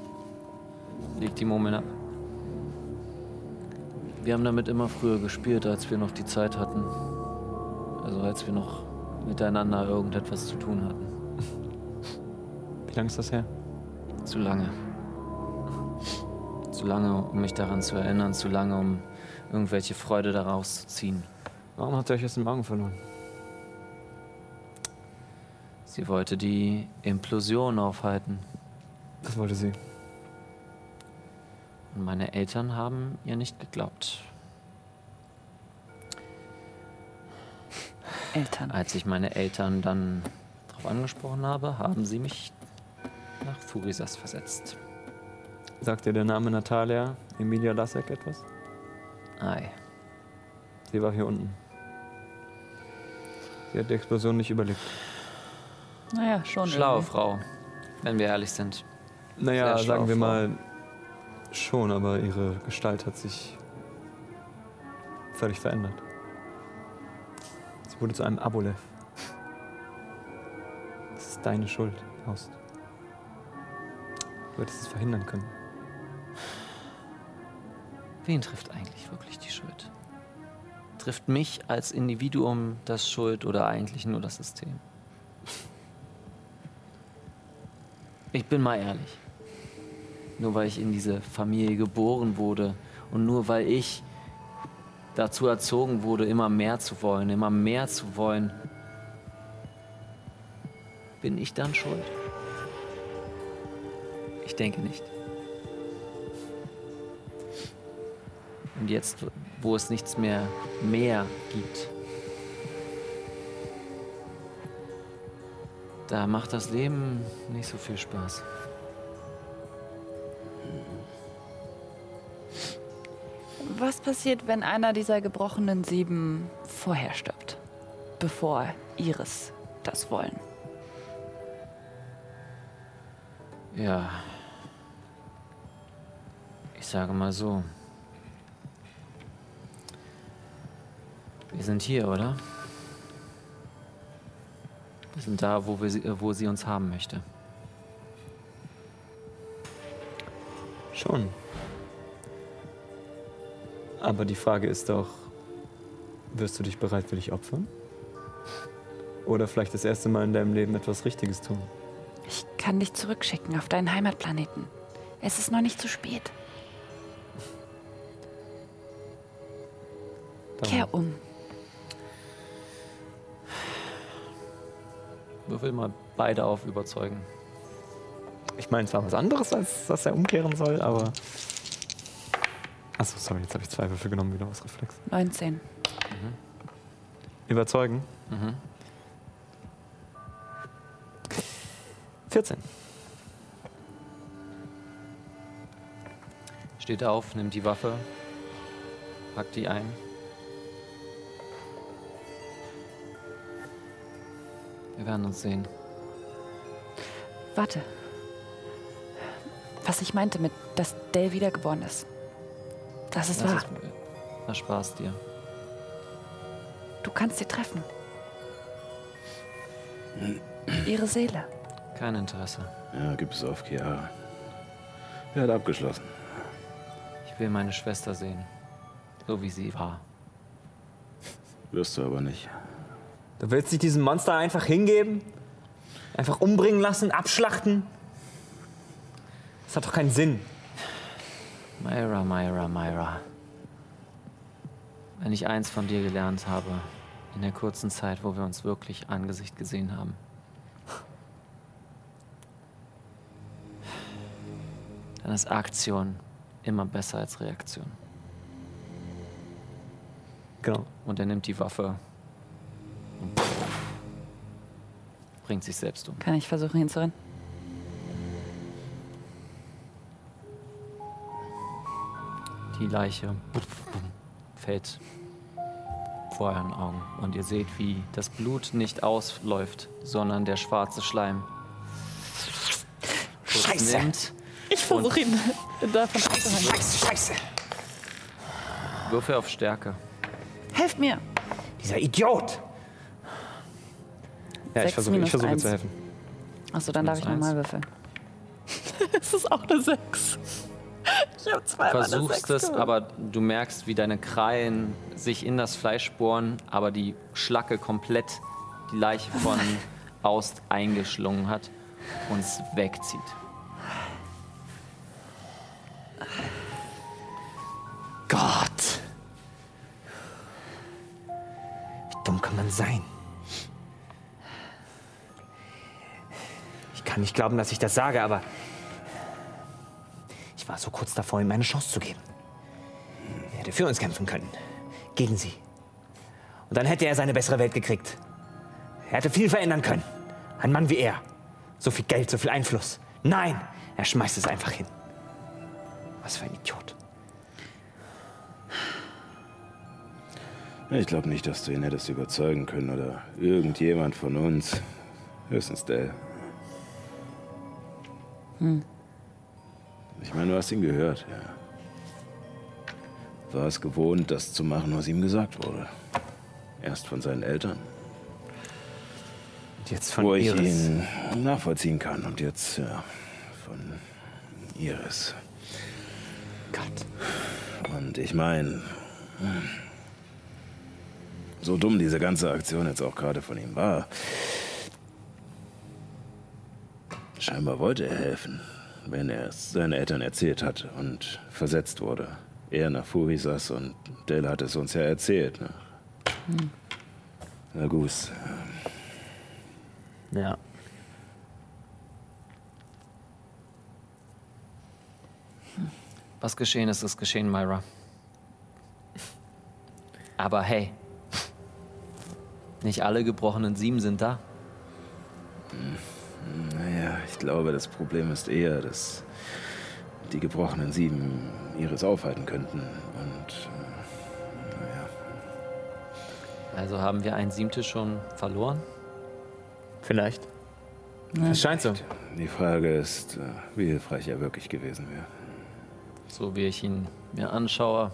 [SPEAKER 1] Leg die Murmeln ab. Wir haben damit immer früher gespielt, als wir noch die Zeit hatten. Also als wir noch miteinander irgendetwas zu tun hatten.
[SPEAKER 2] Wie lange ist das her?
[SPEAKER 1] Zu lange. Zu lange, um mich daran zu erinnern. Zu lange, um irgendwelche Freude daraus zu ziehen.
[SPEAKER 2] Warum habt ihr euch aus den Augen verloren?
[SPEAKER 1] Sie wollte die Implosion aufhalten.
[SPEAKER 2] Das wollte sie.
[SPEAKER 1] Und meine Eltern haben ihr nicht geglaubt.
[SPEAKER 3] Eltern.
[SPEAKER 1] Als ich meine Eltern dann darauf angesprochen habe, haben sie mich nach Furisas versetzt.
[SPEAKER 2] Sagt dir der Name Natalia Emilia Lasek etwas?
[SPEAKER 1] Ei,
[SPEAKER 2] Sie war hier unten. Sie hat die Explosion nicht überlebt.
[SPEAKER 3] Naja, schon.
[SPEAKER 1] schlaue
[SPEAKER 3] irgendwie.
[SPEAKER 1] Frau, wenn wir ehrlich sind.
[SPEAKER 2] Naja,
[SPEAKER 1] Sehr
[SPEAKER 2] sagen wir
[SPEAKER 1] scharf,
[SPEAKER 2] mal schon, aber ihre Gestalt hat sich völlig verändert. Sie wurde zu einem Abolev. Das ist deine Schuld, Faust. Du hättest es verhindern können.
[SPEAKER 1] Wen trifft eigentlich wirklich die Schuld? Trifft mich als Individuum das Schuld oder eigentlich nur das System? Ich bin mal ehrlich. Nur weil ich in diese Familie geboren wurde und nur weil ich dazu erzogen wurde, immer mehr zu wollen, immer mehr zu wollen, bin ich dann schuld? Ich denke nicht. Und jetzt, wo es nichts mehr mehr gibt, da macht das Leben nicht so viel Spaß.
[SPEAKER 3] Was passiert, wenn einer dieser gebrochenen sieben vorher stirbt? Bevor Iris das wollen.
[SPEAKER 1] Ja. Ich sage mal so. Wir sind hier, oder? Wir sind da, wo, wir sie, äh, wo sie uns haben möchte.
[SPEAKER 2] Schon. Aber die Frage ist doch, Wirst du dich bereitwillig opfern? Oder vielleicht das erste Mal in deinem Leben etwas Richtiges tun?
[SPEAKER 3] Ich kann dich zurückschicken auf deinen Heimatplaneten. Es ist noch nicht zu spät. Kehr um.
[SPEAKER 1] Würfel mal beide auf überzeugen.
[SPEAKER 2] Ich meine zwar was anderes, als dass er umkehren soll, aber. Achso, sorry, jetzt habe ich zwei Würfel genommen, wieder aus Reflex.
[SPEAKER 3] 19.
[SPEAKER 2] Überzeugen. 14.
[SPEAKER 1] Steht auf, nimmt die Waffe, packt die ein. Wir werden uns sehen.
[SPEAKER 3] Warte. Was ich meinte mit, dass Dell wiedergeboren ist. Das ist wahr.
[SPEAKER 1] Verspaß äh, dir.
[SPEAKER 3] Du kannst sie treffen. Ihre Seele.
[SPEAKER 1] Kein Interesse.
[SPEAKER 4] Ja, gib es auf, Chiara. Er hat abgeschlossen.
[SPEAKER 1] Ich will meine Schwester sehen. So wie sie war.
[SPEAKER 4] Wirst du aber nicht.
[SPEAKER 2] Du willst dich diesem Monster einfach hingeben? Einfach umbringen lassen, abschlachten? Das hat doch keinen Sinn.
[SPEAKER 1] Myra, Myra, Myra. Wenn ich eins von dir gelernt habe, in der kurzen Zeit, wo wir uns wirklich Angesicht gesehen haben, dann ist Aktion immer besser als Reaktion.
[SPEAKER 2] Genau.
[SPEAKER 1] Und er nimmt die Waffe und bringt sich selbst um.
[SPEAKER 3] Kann ich versuchen hinzurennen?
[SPEAKER 1] Die Leiche fällt vor euren Augen und ihr seht, wie das Blut nicht ausläuft, sondern der schwarze Schleim. kurz
[SPEAKER 16] Scheiße. Ich versuche ihn davon abzuhalten. Scheiße, scheiße.
[SPEAKER 1] Würfe auf Stärke.
[SPEAKER 3] Helft mir!
[SPEAKER 2] Dieser Idiot! Ja, ich
[SPEAKER 3] Sechs
[SPEAKER 2] versuche ich
[SPEAKER 3] minus
[SPEAKER 2] versuche dir
[SPEAKER 3] eins.
[SPEAKER 2] zu helfen.
[SPEAKER 3] Achso, dann darf ich
[SPEAKER 1] Minus
[SPEAKER 3] nochmal
[SPEAKER 1] eins.
[SPEAKER 3] würfeln.
[SPEAKER 16] [LAUGHS] Es ist auch eine 6. Ich habe zweimal
[SPEAKER 1] versuchst
[SPEAKER 16] eine 6
[SPEAKER 1] es, aber du merkst, wie deine Krallen sich in das Fleisch bohren, aber die Schlacke komplett die Leiche von Aust eingeschlungen hat und es wegzieht.
[SPEAKER 17] Gott! Wie dumm kann man sein? Ich kann nicht glauben, dass ich das sage, aber ich war so kurz davor, ihm eine Chance zu geben. Er hätte für uns kämpfen können. Gegen sie. Und dann hätte er seine bessere Welt gekriegt. Er hätte viel verändern können. Ein Mann wie er. So viel Geld, so viel Einfluss. Nein, er schmeißt es einfach hin. Was für ein Idiot.
[SPEAKER 4] Ich glaube nicht, dass du ihn hättest überzeugen können oder irgendjemand von uns. Höchstens Dell.
[SPEAKER 3] Hm.
[SPEAKER 4] Ich meine, du hast ihn gehört, ja. War es gewohnt, das zu machen, was ihm gesagt wurde. Erst von seinen Eltern.
[SPEAKER 17] Und jetzt von
[SPEAKER 4] Wo ich
[SPEAKER 17] Iris.
[SPEAKER 4] ihn nachvollziehen kann. Und jetzt, ja, von Iris. Gott. Und ich meine, so dumm diese ganze Aktion jetzt auch gerade von ihm war. Scheinbar wollte er helfen, wenn er es seinen Eltern erzählt hatte und versetzt wurde. Er nach Furisas und Dale hat es uns ja erzählt. Ne?
[SPEAKER 3] Hm.
[SPEAKER 4] Na gut.
[SPEAKER 17] Ja.
[SPEAKER 1] Was geschehen ist, ist geschehen, Myra. Aber hey, nicht alle gebrochenen Sieben sind da.
[SPEAKER 4] Naja, ich glaube, das Problem ist eher, dass die gebrochenen Sieben ihres aufhalten könnten. Und
[SPEAKER 1] Also haben wir einen Siebte schon verloren.
[SPEAKER 2] Vielleicht.
[SPEAKER 4] Es
[SPEAKER 2] scheint so.
[SPEAKER 4] Die Frage ist, äh, wie hilfreich er wirklich gewesen wäre.
[SPEAKER 1] So wie ich ihn mir anschaue,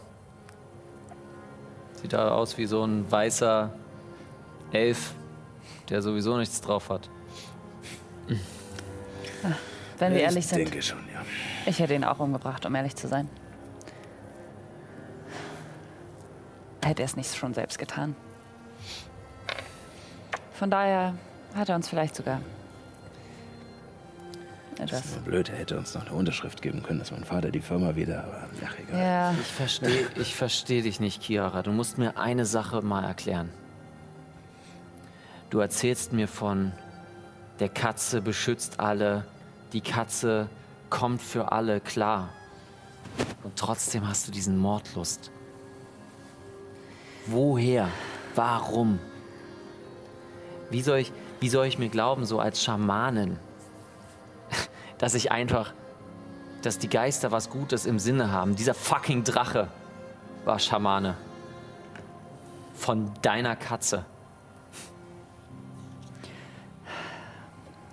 [SPEAKER 1] sieht er aus wie so ein weißer Elf, der sowieso nichts drauf hat.
[SPEAKER 3] Wenn wir
[SPEAKER 1] Ich
[SPEAKER 3] ehrlich sind.
[SPEAKER 1] denke
[SPEAKER 4] schon, ja.
[SPEAKER 3] Ich hätte ihn auch umgebracht, um ehrlich zu sein. hätte er es nicht schon selbst getan. Von daher hat er uns vielleicht sogar
[SPEAKER 4] Das ist
[SPEAKER 3] etwas.
[SPEAKER 4] nur blöd, er hätte uns noch eine Unterschrift geben können, dass mein Vater die Firma wieder, aber ach egal.
[SPEAKER 3] Ja.
[SPEAKER 1] Ich verstehe ich versteh dich nicht, Chiara. Du musst mir eine Sache mal erklären. Du erzählst mir von der Katze beschützt alle, die Katze kommt für alle klar. Und trotzdem hast du diesen Mordlust. Woher? Warum? Wie soll ich, wie soll ich mir glauben, so als Schamanin, [LAUGHS] dass ich einfach, dass die Geister was Gutes im Sinne haben? Dieser fucking Drache war Schamane. Von deiner Katze.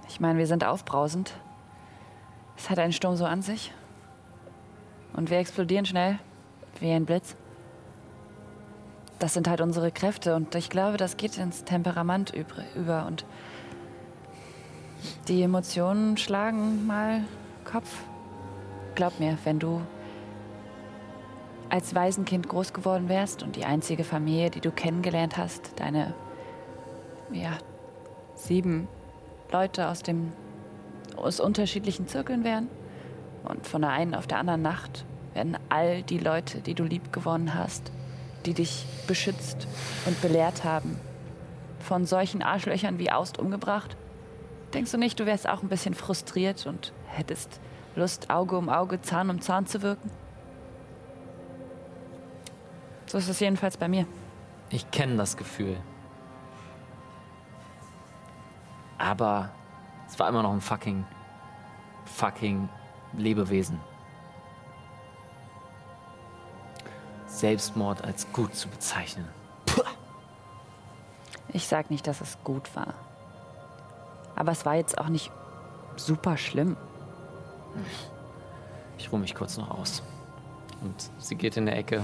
[SPEAKER 3] Ich meine, wir sind aufbrausend. Es hat einen Sturm so an sich. Und wir explodieren schnell, wie ein Blitz. Das sind halt unsere Kräfte und ich glaube, das geht ins Temperament übr- über und die Emotionen schlagen mal Kopf. Glaub mir, wenn du als Waisenkind groß geworden wärst und die einzige Familie, die du kennengelernt hast, deine ja, sieben Leute aus, dem, aus unterschiedlichen Zirkeln wären. Und von der einen auf der anderen Nacht werden all die Leute, die du lieb gewonnen hast, die dich beschützt und belehrt haben, von solchen Arschlöchern wie Aust umgebracht. Denkst du nicht, du wärst auch ein bisschen frustriert und hättest Lust, Auge um Auge, Zahn um Zahn zu wirken? So ist es jedenfalls bei mir.
[SPEAKER 1] Ich kenne das Gefühl. Aber es war immer noch ein fucking, fucking Lebewesen. Selbstmord als gut zu bezeichnen.
[SPEAKER 3] Ich sag nicht, dass es gut war. Aber es war jetzt auch nicht super schlimm.
[SPEAKER 1] Ich ruhe mich kurz noch aus. Und sie geht in der Ecke.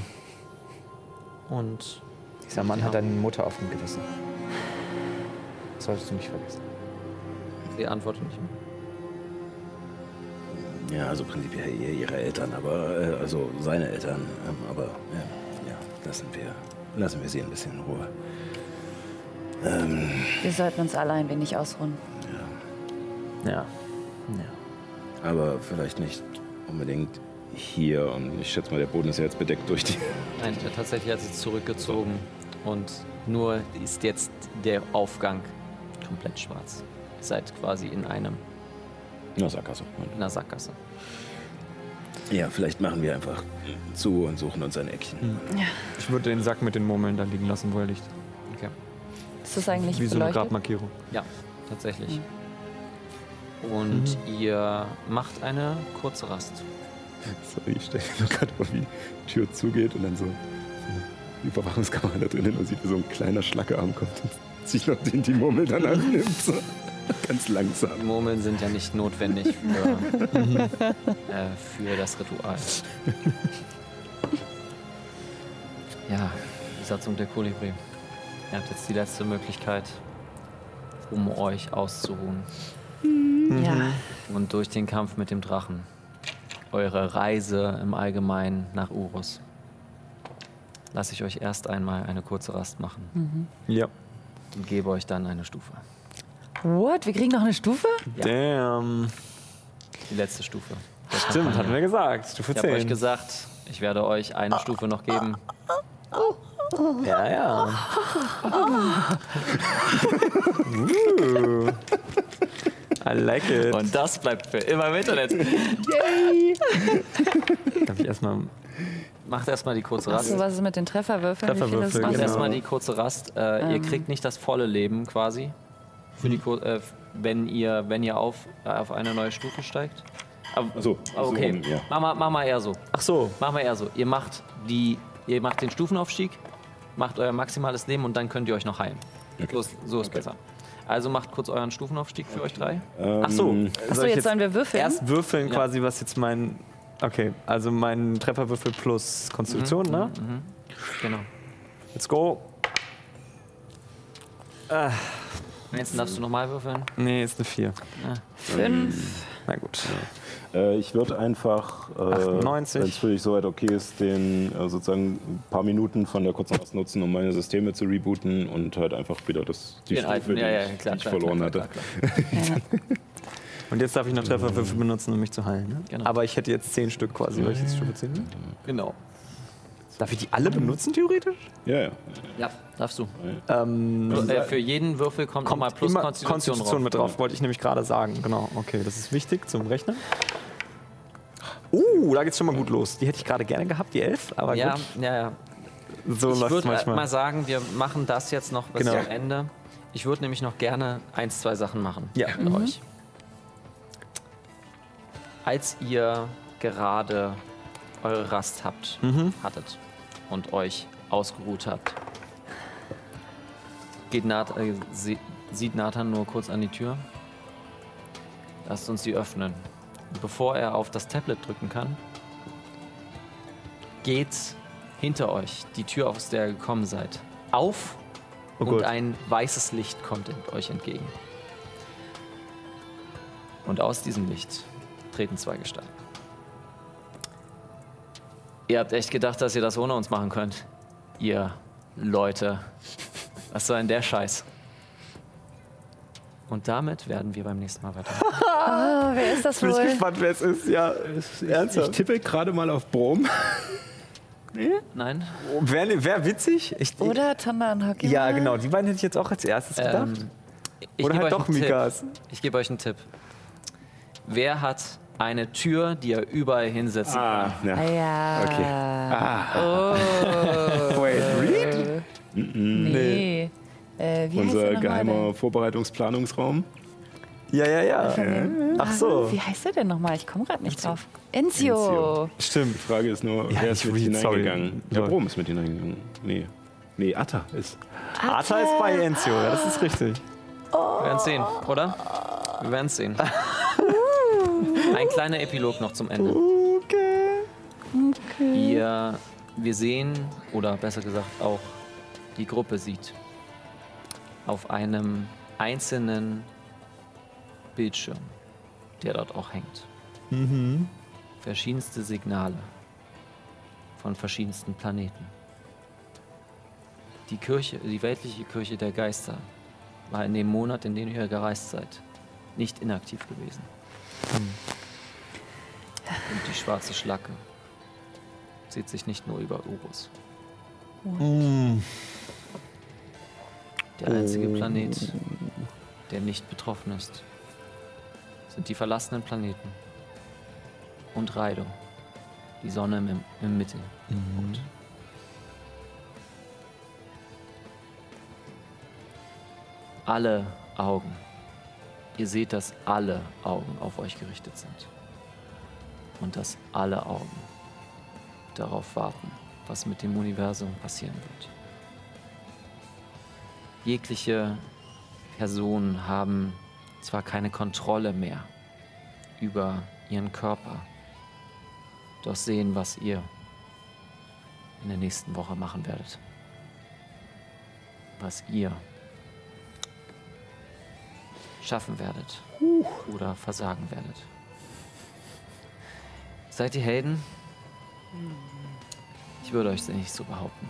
[SPEAKER 1] Und
[SPEAKER 18] Dieser Mann hat deine Mutter auf dem Gewissen. Das solltest du nicht vergessen.
[SPEAKER 1] sie antwortet nicht mehr.
[SPEAKER 4] Ja, also prinzipiell ihr- ihre Eltern, aber äh, also seine Eltern, ähm, aber ja, ja, lassen wir, lassen wir sie ein bisschen in Ruhe. Ähm,
[SPEAKER 3] Wir sollten uns alle ein wenig ausruhen.
[SPEAKER 1] ja.
[SPEAKER 4] aber vielleicht nicht unbedingt hier und ich schätze mal, der Boden ist ja jetzt bedeckt durch die. [LAUGHS]
[SPEAKER 1] Nein, äh, tatsächlich hat sie zurückgezogen. Und nur ist jetzt der Aufgang komplett schwarz. Ihr seid quasi in einem,
[SPEAKER 4] Na, also, Sackgasse.
[SPEAKER 1] in einer Sackgasse.
[SPEAKER 4] Ja, vielleicht machen wir einfach zu und suchen uns ein Eckchen.
[SPEAKER 11] Mhm.
[SPEAKER 2] Ich würde den Sack mit den Murmeln da liegen lassen, wo er liegt.
[SPEAKER 1] Okay.
[SPEAKER 3] Ist das eigentlich
[SPEAKER 2] Wie so eine
[SPEAKER 3] beleuchtet?
[SPEAKER 2] Grabmarkierung.
[SPEAKER 1] Ja, tatsächlich. Und ihr macht eine kurze Rast.
[SPEAKER 19] Sorry, ich stelle mir gerade vor, wie die Tür zugeht und dann so eine Überwachungskamera da drinnen und sieht, wie so ein kleiner Schlackerarm kommt und sich noch den, die Murmel dann annimmt. So. Ganz langsam.
[SPEAKER 1] Murmeln sind ja nicht notwendig für, äh, für das Ritual. Ja, die Satzung der Kolibri. Ihr habt jetzt die letzte Möglichkeit, um euch auszuruhen.
[SPEAKER 3] Ja.
[SPEAKER 1] Und durch den Kampf mit dem Drachen. Eure Reise im Allgemeinen nach Urus. Lasse ich euch erst einmal eine kurze Rast machen.
[SPEAKER 3] Mhm.
[SPEAKER 2] Ja.
[SPEAKER 1] Und gebe euch dann eine Stufe.
[SPEAKER 3] What? Wir kriegen noch eine Stufe?
[SPEAKER 2] Damn.
[SPEAKER 1] Die letzte Stufe. Der
[SPEAKER 2] Stimmt,
[SPEAKER 1] Kampagne.
[SPEAKER 2] hatten wir gesagt, Stufe
[SPEAKER 1] ich habe euch
[SPEAKER 2] 10.
[SPEAKER 1] gesagt, ich werde euch eine Stufe noch geben.
[SPEAKER 2] Ja, ja. [LAUGHS] I like it.
[SPEAKER 1] Und das bleibt für immer im Internet.
[SPEAKER 3] Yay!
[SPEAKER 2] Darf ich erstmal.
[SPEAKER 1] Macht erstmal die kurze Rast.
[SPEAKER 3] Achso, Also, was ist mit den Trefferwürfeln? Wie viel
[SPEAKER 1] Macht
[SPEAKER 3] ist
[SPEAKER 11] Genau.
[SPEAKER 3] noch?
[SPEAKER 1] erstmal die kurze Rast. Äh, Ihr
[SPEAKER 3] Ähm.
[SPEAKER 1] kriegt nicht das volle Leben quasi, für die, Kur- äh, wenn ihr, wenn ihr auf, äh, auf eine neue Stufe steigt. Aber,
[SPEAKER 4] Also,
[SPEAKER 19] so, so
[SPEAKER 1] Ah, okay.
[SPEAKER 19] rum,
[SPEAKER 11] um,
[SPEAKER 19] ja.
[SPEAKER 1] mach, mal, mach mal eher so. Ach so. Mach mal eher so. Ihr macht, die, ihr macht den Stufenaufstieg, macht euer maximales Leben und dann könnt ihr euch noch heilen. So ist, so ist besser. Also macht kurz euren Stufenaufstieg für euch drei.
[SPEAKER 2] Ach so.
[SPEAKER 3] Achso,
[SPEAKER 2] ich
[SPEAKER 3] jetzt sollen wir würfeln?
[SPEAKER 18] Mhm.
[SPEAKER 2] Erst würfeln
[SPEAKER 1] Ja.
[SPEAKER 2] quasi, was jetzt mein. Okay, also mein Trefferwürfel plus Konstitution,
[SPEAKER 1] Mhm,
[SPEAKER 2] ne?
[SPEAKER 1] mhm, mhm. Genau.
[SPEAKER 2] Let's go. Ah,
[SPEAKER 1] Jetzt darfst du nochmal würfeln.
[SPEAKER 2] Nee, ist eine 4.
[SPEAKER 18] Ah.
[SPEAKER 1] Fünf.
[SPEAKER 2] Na gut.
[SPEAKER 11] Äh, ich würde einfach, äh, wenn
[SPEAKER 2] 98.
[SPEAKER 11] es für dich soweit okay ist, den äh, sozusagen ein paar Minuten von der kurzen Rast nutzen, um meine Systeme zu rebooten und halt einfach wieder das, die
[SPEAKER 1] Den alten,
[SPEAKER 11] Stufe, die,
[SPEAKER 1] ja, ja,
[SPEAKER 11] ich-
[SPEAKER 1] klar,
[SPEAKER 11] die ich
[SPEAKER 1] klar,
[SPEAKER 11] verloren
[SPEAKER 1] klar,
[SPEAKER 11] hatte.
[SPEAKER 2] Und jetzt darf ich noch Trefferwürfe benutzen, um mich zu heilen. Ne?
[SPEAKER 1] Genau.
[SPEAKER 2] Aber ich hätte jetzt 10 Stück quasi, weil ich jetzt Stufe 10 bin.
[SPEAKER 1] Genau.
[SPEAKER 2] Darf ich die alle benutzen, theoretisch?
[SPEAKER 11] Ja, ja.
[SPEAKER 1] Ja, darfst du.
[SPEAKER 2] Ähm,
[SPEAKER 1] Nur, äh, für jeden Würfel kommt, nochmal plus
[SPEAKER 2] immer
[SPEAKER 1] Konstitution, drauf.
[SPEAKER 2] mit drauf, wollte ich nämlich gerade sagen. Genau, okay, das ist wichtig zum Rechnen. Uh, da geht's schon mal gut los. Die hätte ich gerade gerne gehabt, die 11, aber
[SPEAKER 1] ja,
[SPEAKER 2] gut.
[SPEAKER 1] ja, ja.
[SPEAKER 2] So
[SPEAKER 1] ich
[SPEAKER 2] läuft's
[SPEAKER 1] würde
[SPEAKER 2] manchmal.
[SPEAKER 1] mal sagen, wir machen das jetzt noch bis
[SPEAKER 2] Genau.
[SPEAKER 1] zum Ende. Ich würde nämlich noch gerne eins, zwei Sachen machen
[SPEAKER 2] Ja.
[SPEAKER 1] mit
[SPEAKER 2] Mhm.
[SPEAKER 1] euch. Als ihr gerade eure Rast habt, hattet und euch ausgeruht habt, geht Nath, äh, sie, sieht Nathan nur kurz an die Tür. Lasst uns sie öffnen. Und bevor er auf das Tablet drücken kann, geht hinter euch die Tür, aus der ihr gekommen seid, auf
[SPEAKER 2] Oh
[SPEAKER 1] und
[SPEAKER 2] Gott.
[SPEAKER 1] ein weißes Licht kommt ent- euch entgegen. Und aus diesem Licht treten zwei Gestalten. Ihr habt echt gedacht, dass ihr das ohne uns machen könnt. Ihr Leute. Was soll denn der Scheiß? Und damit werden wir beim nächsten Mal weiter.
[SPEAKER 3] Ah, wer ist das
[SPEAKER 2] Bin ich
[SPEAKER 3] wohl?
[SPEAKER 2] gespannt, wer es ist. Ja,
[SPEAKER 11] Ich tippe gerade mal auf Brom.
[SPEAKER 1] Nein.
[SPEAKER 2] Oh, Wäre wär witzig. Ich,
[SPEAKER 3] Oder Tanda und Hockey.
[SPEAKER 2] ja, genau, die beiden hätte ich jetzt auch als erstes gedacht.
[SPEAKER 1] Ähm, ich
[SPEAKER 2] Oder
[SPEAKER 1] geb
[SPEAKER 2] halt
[SPEAKER 1] euch
[SPEAKER 2] doch
[SPEAKER 1] einen
[SPEAKER 2] Mikas.
[SPEAKER 1] Tipp. Ich gebe euch einen Tipp. Wer hat eine Tür, die er überall hinsetzen
[SPEAKER 11] Ah,
[SPEAKER 1] kann?
[SPEAKER 11] ja.
[SPEAKER 3] Ja.
[SPEAKER 11] Okay.
[SPEAKER 3] Oh.
[SPEAKER 11] Wait, read?
[SPEAKER 3] Nee. Äh, wie heißt der
[SPEAKER 11] Unser
[SPEAKER 3] nochmal
[SPEAKER 11] geheimer Vorbereitungsplanungsraum.
[SPEAKER 2] Ja, ja, ja.
[SPEAKER 3] denn?
[SPEAKER 11] Ach so.
[SPEAKER 3] Wie heißt der denn nochmal? Ich komme gerade nicht drauf. Enzio.
[SPEAKER 11] Stimmt. Die Frage ist nur,
[SPEAKER 2] Ja,
[SPEAKER 11] wer ist
[SPEAKER 2] ich
[SPEAKER 11] mit
[SPEAKER 2] read, sorry.
[SPEAKER 11] hineingegangen? Ja, Brom ist mit hineingegangen. Nee. Nee, Atta ist.
[SPEAKER 2] Arta ist bei Enzio, ja, das ist richtig.
[SPEAKER 1] Wir werden sehen, oder? Wir werden sehen. Ein kleiner Epilog noch zum Ende. Ihr, wir sehen, oder besser gesagt auch die Gruppe sieht, auf einem einzelnen Bildschirm, der dort auch hängt,
[SPEAKER 2] Mhm.
[SPEAKER 1] verschiedenste Signale von verschiedensten Planeten. Die Kirche, die weltliche Kirche der Geister war in dem Monat, in dem ihr gereist seid, nicht inaktiv gewesen. Und die schwarze Schlacke zieht sich nicht nur über Urus. Der einzige Planet, der nicht betroffen ist, sind die verlassenen Planeten und Raido, die Sonne im, im Mittel. Alle Augen, ihr seht, dass alle Augen auf euch gerichtet sind und dass alle Augen darauf warten, was mit dem Universum passieren wird. Jegliche Personen haben zwar keine Kontrolle mehr über ihren Körper, doch sehen, was ihr in der nächsten Woche machen werdet. Was ihr schaffen werdet oder versagen werdet. Seid ihr Helden? Ich würde euch nicht so behaupten.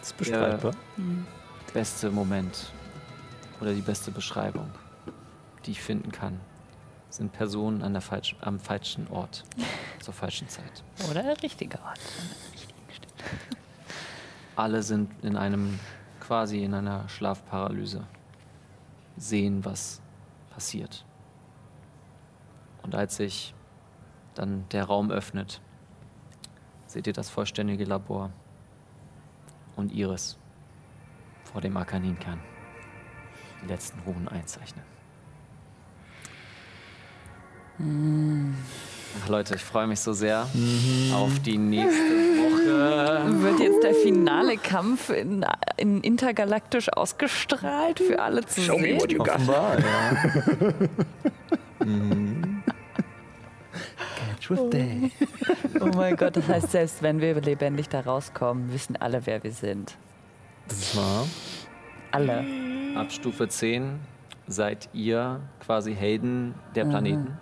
[SPEAKER 2] Das ist bestreitbar.
[SPEAKER 1] Der beste Moment oder die beste Beschreibung, die ich finden kann, sind Personen an der falsch, am falschen Ort zur falschen Zeit.
[SPEAKER 3] Oder richtiger Ort.
[SPEAKER 1] Alle sind in einem, quasi in einer Schlafparalyse. Sehen, was passiert. Und als sich dann der Raum öffnet, seht ihr das vollständige Labor und Iris vor dem Akaninkern. Die letzten Ruhen einzeichnen. Ach Leute, ich freue mich so sehr auf die nächste Woche.
[SPEAKER 3] Wird jetzt der finale Kampf in, in intergalaktisch ausgestrahlt für alle zu
[SPEAKER 20] Show me
[SPEAKER 3] sehen?
[SPEAKER 20] what you got.
[SPEAKER 2] Offenbar, ja.
[SPEAKER 3] Oh mein Gott, das heißt, selbst wenn wir lebendig da rauskommen, wissen alle, wer wir sind.
[SPEAKER 2] Das ist wahr.
[SPEAKER 3] alle.
[SPEAKER 1] Ab Stufe 10 seid ihr quasi Helden der
[SPEAKER 3] Mhm.
[SPEAKER 1] Planeten.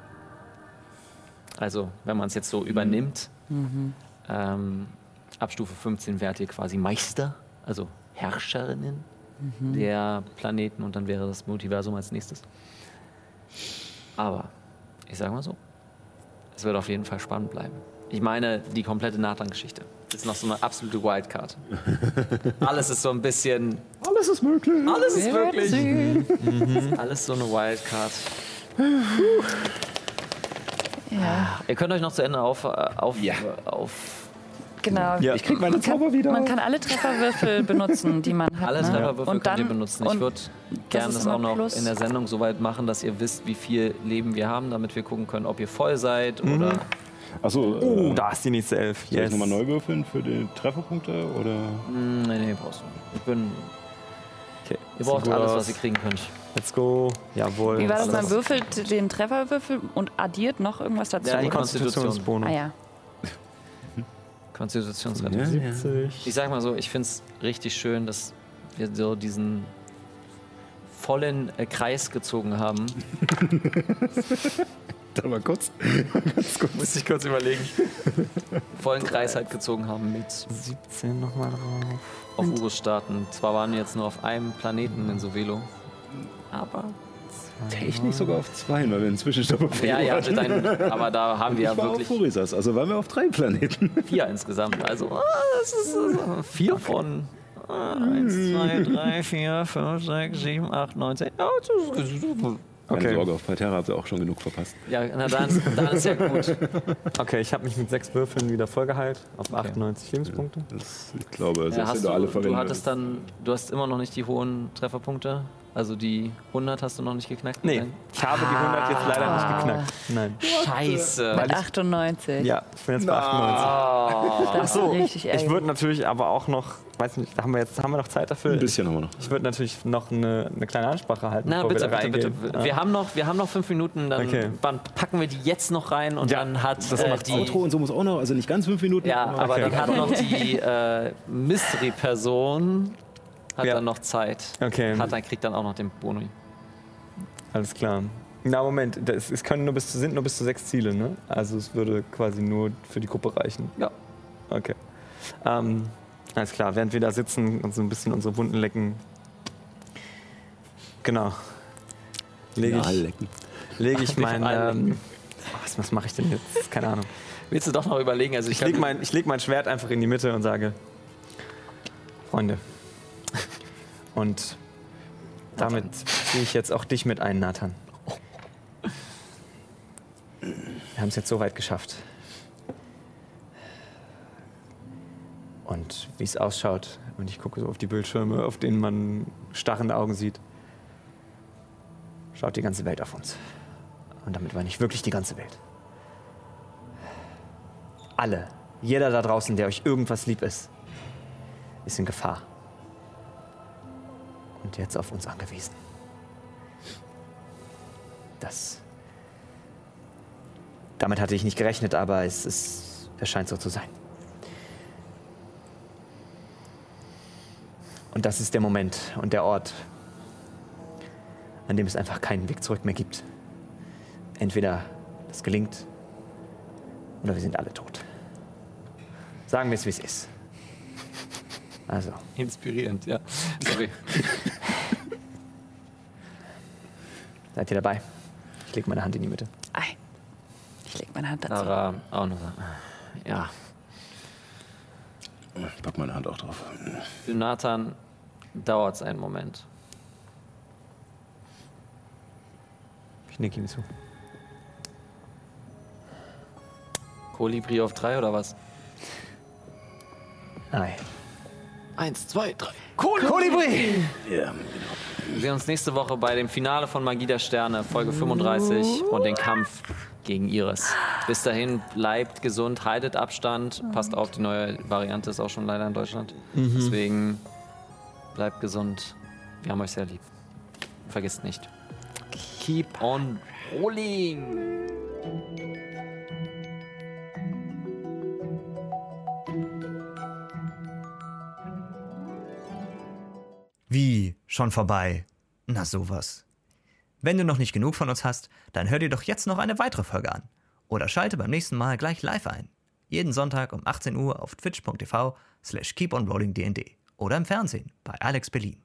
[SPEAKER 1] Also, wenn man es jetzt so übernimmt,
[SPEAKER 3] Mhm.
[SPEAKER 1] ähm, ab Stufe 15 wärt ihr quasi Meister, also Herrscherinnen
[SPEAKER 3] Mhm.
[SPEAKER 1] der Planeten und dann wäre das Multiversum als nächstes. Aber ich sag mal so, es wird auf jeden Fall spannend bleiben. Ich meine, die komplette Nathan-Geschichte ist noch so eine absolute Wildcard. Alles ist so ein bisschen.
[SPEAKER 21] Alles ist möglich.
[SPEAKER 1] Alles ist wirklich. Alles so eine Wildcard.
[SPEAKER 3] Ja,
[SPEAKER 1] Ihr könnt euch noch zu Ende auf. äh, auf, auf
[SPEAKER 3] genau.
[SPEAKER 1] Ja. Ich krieg meine
[SPEAKER 3] Man kann-
[SPEAKER 1] Zauber wieder.
[SPEAKER 3] Man kann alle Trefferwürfel benutzen, die man hat.
[SPEAKER 1] alle
[SPEAKER 3] ne?
[SPEAKER 1] Trefferwürfel
[SPEAKER 3] Und dann
[SPEAKER 1] könnt ihr benutzen. Ich
[SPEAKER 3] und
[SPEAKER 1] würde gerne
[SPEAKER 3] ist
[SPEAKER 1] das
[SPEAKER 3] immer
[SPEAKER 1] auch noch
[SPEAKER 3] Plus.
[SPEAKER 1] in der Sendung so weit machen, dass ihr wisst, wie viel Leben wir haben, damit wir gucken können, ob ihr voll seid oder.
[SPEAKER 11] äh,
[SPEAKER 4] Achso.
[SPEAKER 1] Oh,
[SPEAKER 4] da ist die nächste Elf. Soll
[SPEAKER 1] Yes.
[SPEAKER 4] ich nochmal neu würfeln für die Trefferpunkte? Oder?
[SPEAKER 1] Mm, Nee, nee, brauchst du nicht. Ich bin. Ihr
[SPEAKER 4] sieht
[SPEAKER 1] braucht
[SPEAKER 4] gut
[SPEAKER 1] alles,
[SPEAKER 4] aus.
[SPEAKER 1] was ihr kriegen könnt.
[SPEAKER 2] Let's go. Jawohl.
[SPEAKER 3] Wie war das? Man
[SPEAKER 2] Alles.
[SPEAKER 3] würfelt den Trefferwürfel und addiert noch irgendwas dazu?
[SPEAKER 1] Ja, die Konstitution.
[SPEAKER 3] Ah ja.
[SPEAKER 1] Konstitutionsrettung.
[SPEAKER 2] Ja, ja. 70.
[SPEAKER 1] Ich sag mal so, ich find's richtig schön, dass wir so diesen vollen äh, Kreis gezogen haben.
[SPEAKER 4] [LAUGHS] Da mal kurz.
[SPEAKER 1] Muss ich kurz überlegen. Vollen Kreis halt gezogen haben mit 17 nochmal drauf.
[SPEAKER 4] Hm.
[SPEAKER 1] Auf Urus starten. Zwar waren wir jetzt nur auf einem Planeten in Sovelo. Aber.
[SPEAKER 4] Technisch sogar auf zwei, weil wir einen Zwischenstopp auf
[SPEAKER 1] Ja,
[SPEAKER 4] Rio
[SPEAKER 1] ja,
[SPEAKER 4] hatten.
[SPEAKER 1] dein, aber da haben wir ja
[SPEAKER 4] halt. ich war
[SPEAKER 1] wirklich
[SPEAKER 4] Auf Furisas, also waren wir auf drei
[SPEAKER 11] [LAUGHS]
[SPEAKER 4] Planeten.
[SPEAKER 1] vier insgesamt. Also, ah, das ist äh, vier von. ah, 1,
[SPEAKER 2] Hm.
[SPEAKER 1] 2, 3, 4, 5, 6, 7, 8, 9, 10.
[SPEAKER 4] Keine Sorge, auf Parterra habt ihr auch schon genug verpasst.
[SPEAKER 1] Ja, na dann, dann ist ja
[SPEAKER 2] [LAUGHS]
[SPEAKER 1] gut.
[SPEAKER 2] Okay, ich habe mich mit sechs Würfeln wieder vollgeheilt auf 98 Lebenspunkte.
[SPEAKER 4] Ich glaube,
[SPEAKER 1] Ja, hast du, du hattest dann, du hast immer noch nicht die hohen Trefferpunkte. Also die 100 hast du noch nicht geknackt?
[SPEAKER 2] Nee,
[SPEAKER 1] Nein.
[SPEAKER 2] ich habe die 100 jetzt leider
[SPEAKER 3] Ah.
[SPEAKER 2] nicht geknackt. Nein.
[SPEAKER 1] Scheiße.
[SPEAKER 2] Weil
[SPEAKER 3] Mit
[SPEAKER 2] ich-
[SPEAKER 3] 98.
[SPEAKER 2] Ja, ich bin
[SPEAKER 4] Ah.
[SPEAKER 2] jetzt bei
[SPEAKER 3] Na.
[SPEAKER 2] 98.
[SPEAKER 3] Das
[SPEAKER 2] Ach so,
[SPEAKER 3] ist richtig
[SPEAKER 2] ich
[SPEAKER 3] ärgerlich.
[SPEAKER 2] würde natürlich aber auch noch, weiß nicht, haben wir jetzt haben wir noch Zeit dafür?
[SPEAKER 4] Ein bisschen haben wir noch.
[SPEAKER 2] Ich würde natürlich noch eine, eine kleine Ansprache halten.
[SPEAKER 1] Na
[SPEAKER 2] bevor
[SPEAKER 1] bitte,
[SPEAKER 2] wir da
[SPEAKER 1] bitte, bitte.
[SPEAKER 2] reingehen. Ah.
[SPEAKER 1] Wir,
[SPEAKER 2] Ja.
[SPEAKER 1] haben noch, wir haben noch fünf Minuten, dann,
[SPEAKER 2] Okay.
[SPEAKER 1] dann packen wir die jetzt noch rein und dann hat
[SPEAKER 4] Das
[SPEAKER 1] äh,
[SPEAKER 4] macht
[SPEAKER 1] die,
[SPEAKER 4] Outro und so muss auch noch, also nicht ganz fünf Minuten.
[SPEAKER 1] Ja, aber
[SPEAKER 4] Okay.
[SPEAKER 1] dann hat noch die äh, Mystery-Person hat dann noch Zeit.
[SPEAKER 2] Okay.
[SPEAKER 1] Hat dann kriegt dann auch noch den Boni.
[SPEAKER 2] Alles klar. Na Moment, das, es können nur bis zu, sind nur bis zu sechs Ziele, ne? Also es würde quasi nur für die Gruppe reichen.
[SPEAKER 1] Ja.
[SPEAKER 2] Okay. Ähm, alles klar, während wir da sitzen und so ein bisschen unsere Wunden lecken. Genau. Lege
[SPEAKER 4] Ja, lecken.
[SPEAKER 2] ich, lege ich mein.
[SPEAKER 1] Alle
[SPEAKER 2] Ähm, was was mache ich denn jetzt? Keine Ahnung.
[SPEAKER 1] Willst du doch noch überlegen? Also ich
[SPEAKER 2] Ich lege mein, ich leg mein Schwert einfach in die Mitte und sage: Freunde. Und damit ziehe ich jetzt auch dich mit ein, Nathan. Wir haben es jetzt so weit geschafft. Und wie es ausschaut, und ich gucke so auf die Bildschirme, auf denen man starrende Augen sieht, schaut die ganze Welt auf uns. Und damit meine ich wirklich die ganze Welt. Alle, jeder da draußen, der euch irgendwas lieb ist, ist in Gefahr. Und jetzt auf uns angewiesen. Das. Damit hatte ich nicht gerechnet, aber es, ist, es scheint so zu sein. Und das ist der Moment und der Ort, an dem es einfach keinen Weg zurück mehr gibt. Entweder das gelingt oder wir sind alle tot. Sagen wir es, wie es ist. Also.
[SPEAKER 1] Inspirierend, ja. Sorry.
[SPEAKER 2] Seid ihr dabei? Ich lege meine Hand in die Mitte.
[SPEAKER 3] Ei. Ich leg meine Hand dazu.
[SPEAKER 1] Aber auch noch. Ja.
[SPEAKER 4] Ich pack meine Hand auch drauf.
[SPEAKER 1] Für Nathan dauert es einen Moment.
[SPEAKER 2] Ich nicke ihm zu.
[SPEAKER 1] Kolibri auf drei oder was?
[SPEAKER 2] Ei.
[SPEAKER 1] Eins, zwei, drei.
[SPEAKER 2] Kolibri!
[SPEAKER 4] Ja.
[SPEAKER 1] Wir sehen uns nächste Woche bei dem Finale von Magie der Sterne, Folge 35 und den Kampf gegen Iris. Bis dahin, bleibt gesund, haltet Abstand, passt auf, die neue Variante ist auch schon leider in Deutschland.
[SPEAKER 2] Mhm.
[SPEAKER 1] Deswegen bleibt gesund. Wir haben euch sehr lieb. Vergesst nicht. Keep on rolling!
[SPEAKER 12] Wie Schon vorbei. Na sowas. Wenn du noch nicht genug von uns hast, dann hör dir doch jetzt noch eine weitere Folge an. Oder schalte beim nächsten Mal gleich live ein. Jeden Sonntag um 18 Uhr auf twitch.tv slash keeponrollingdnd oder im Fernsehen bei Alex Berlin.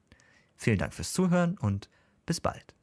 [SPEAKER 12] Vielen Dank fürs Zuhören und bis bald.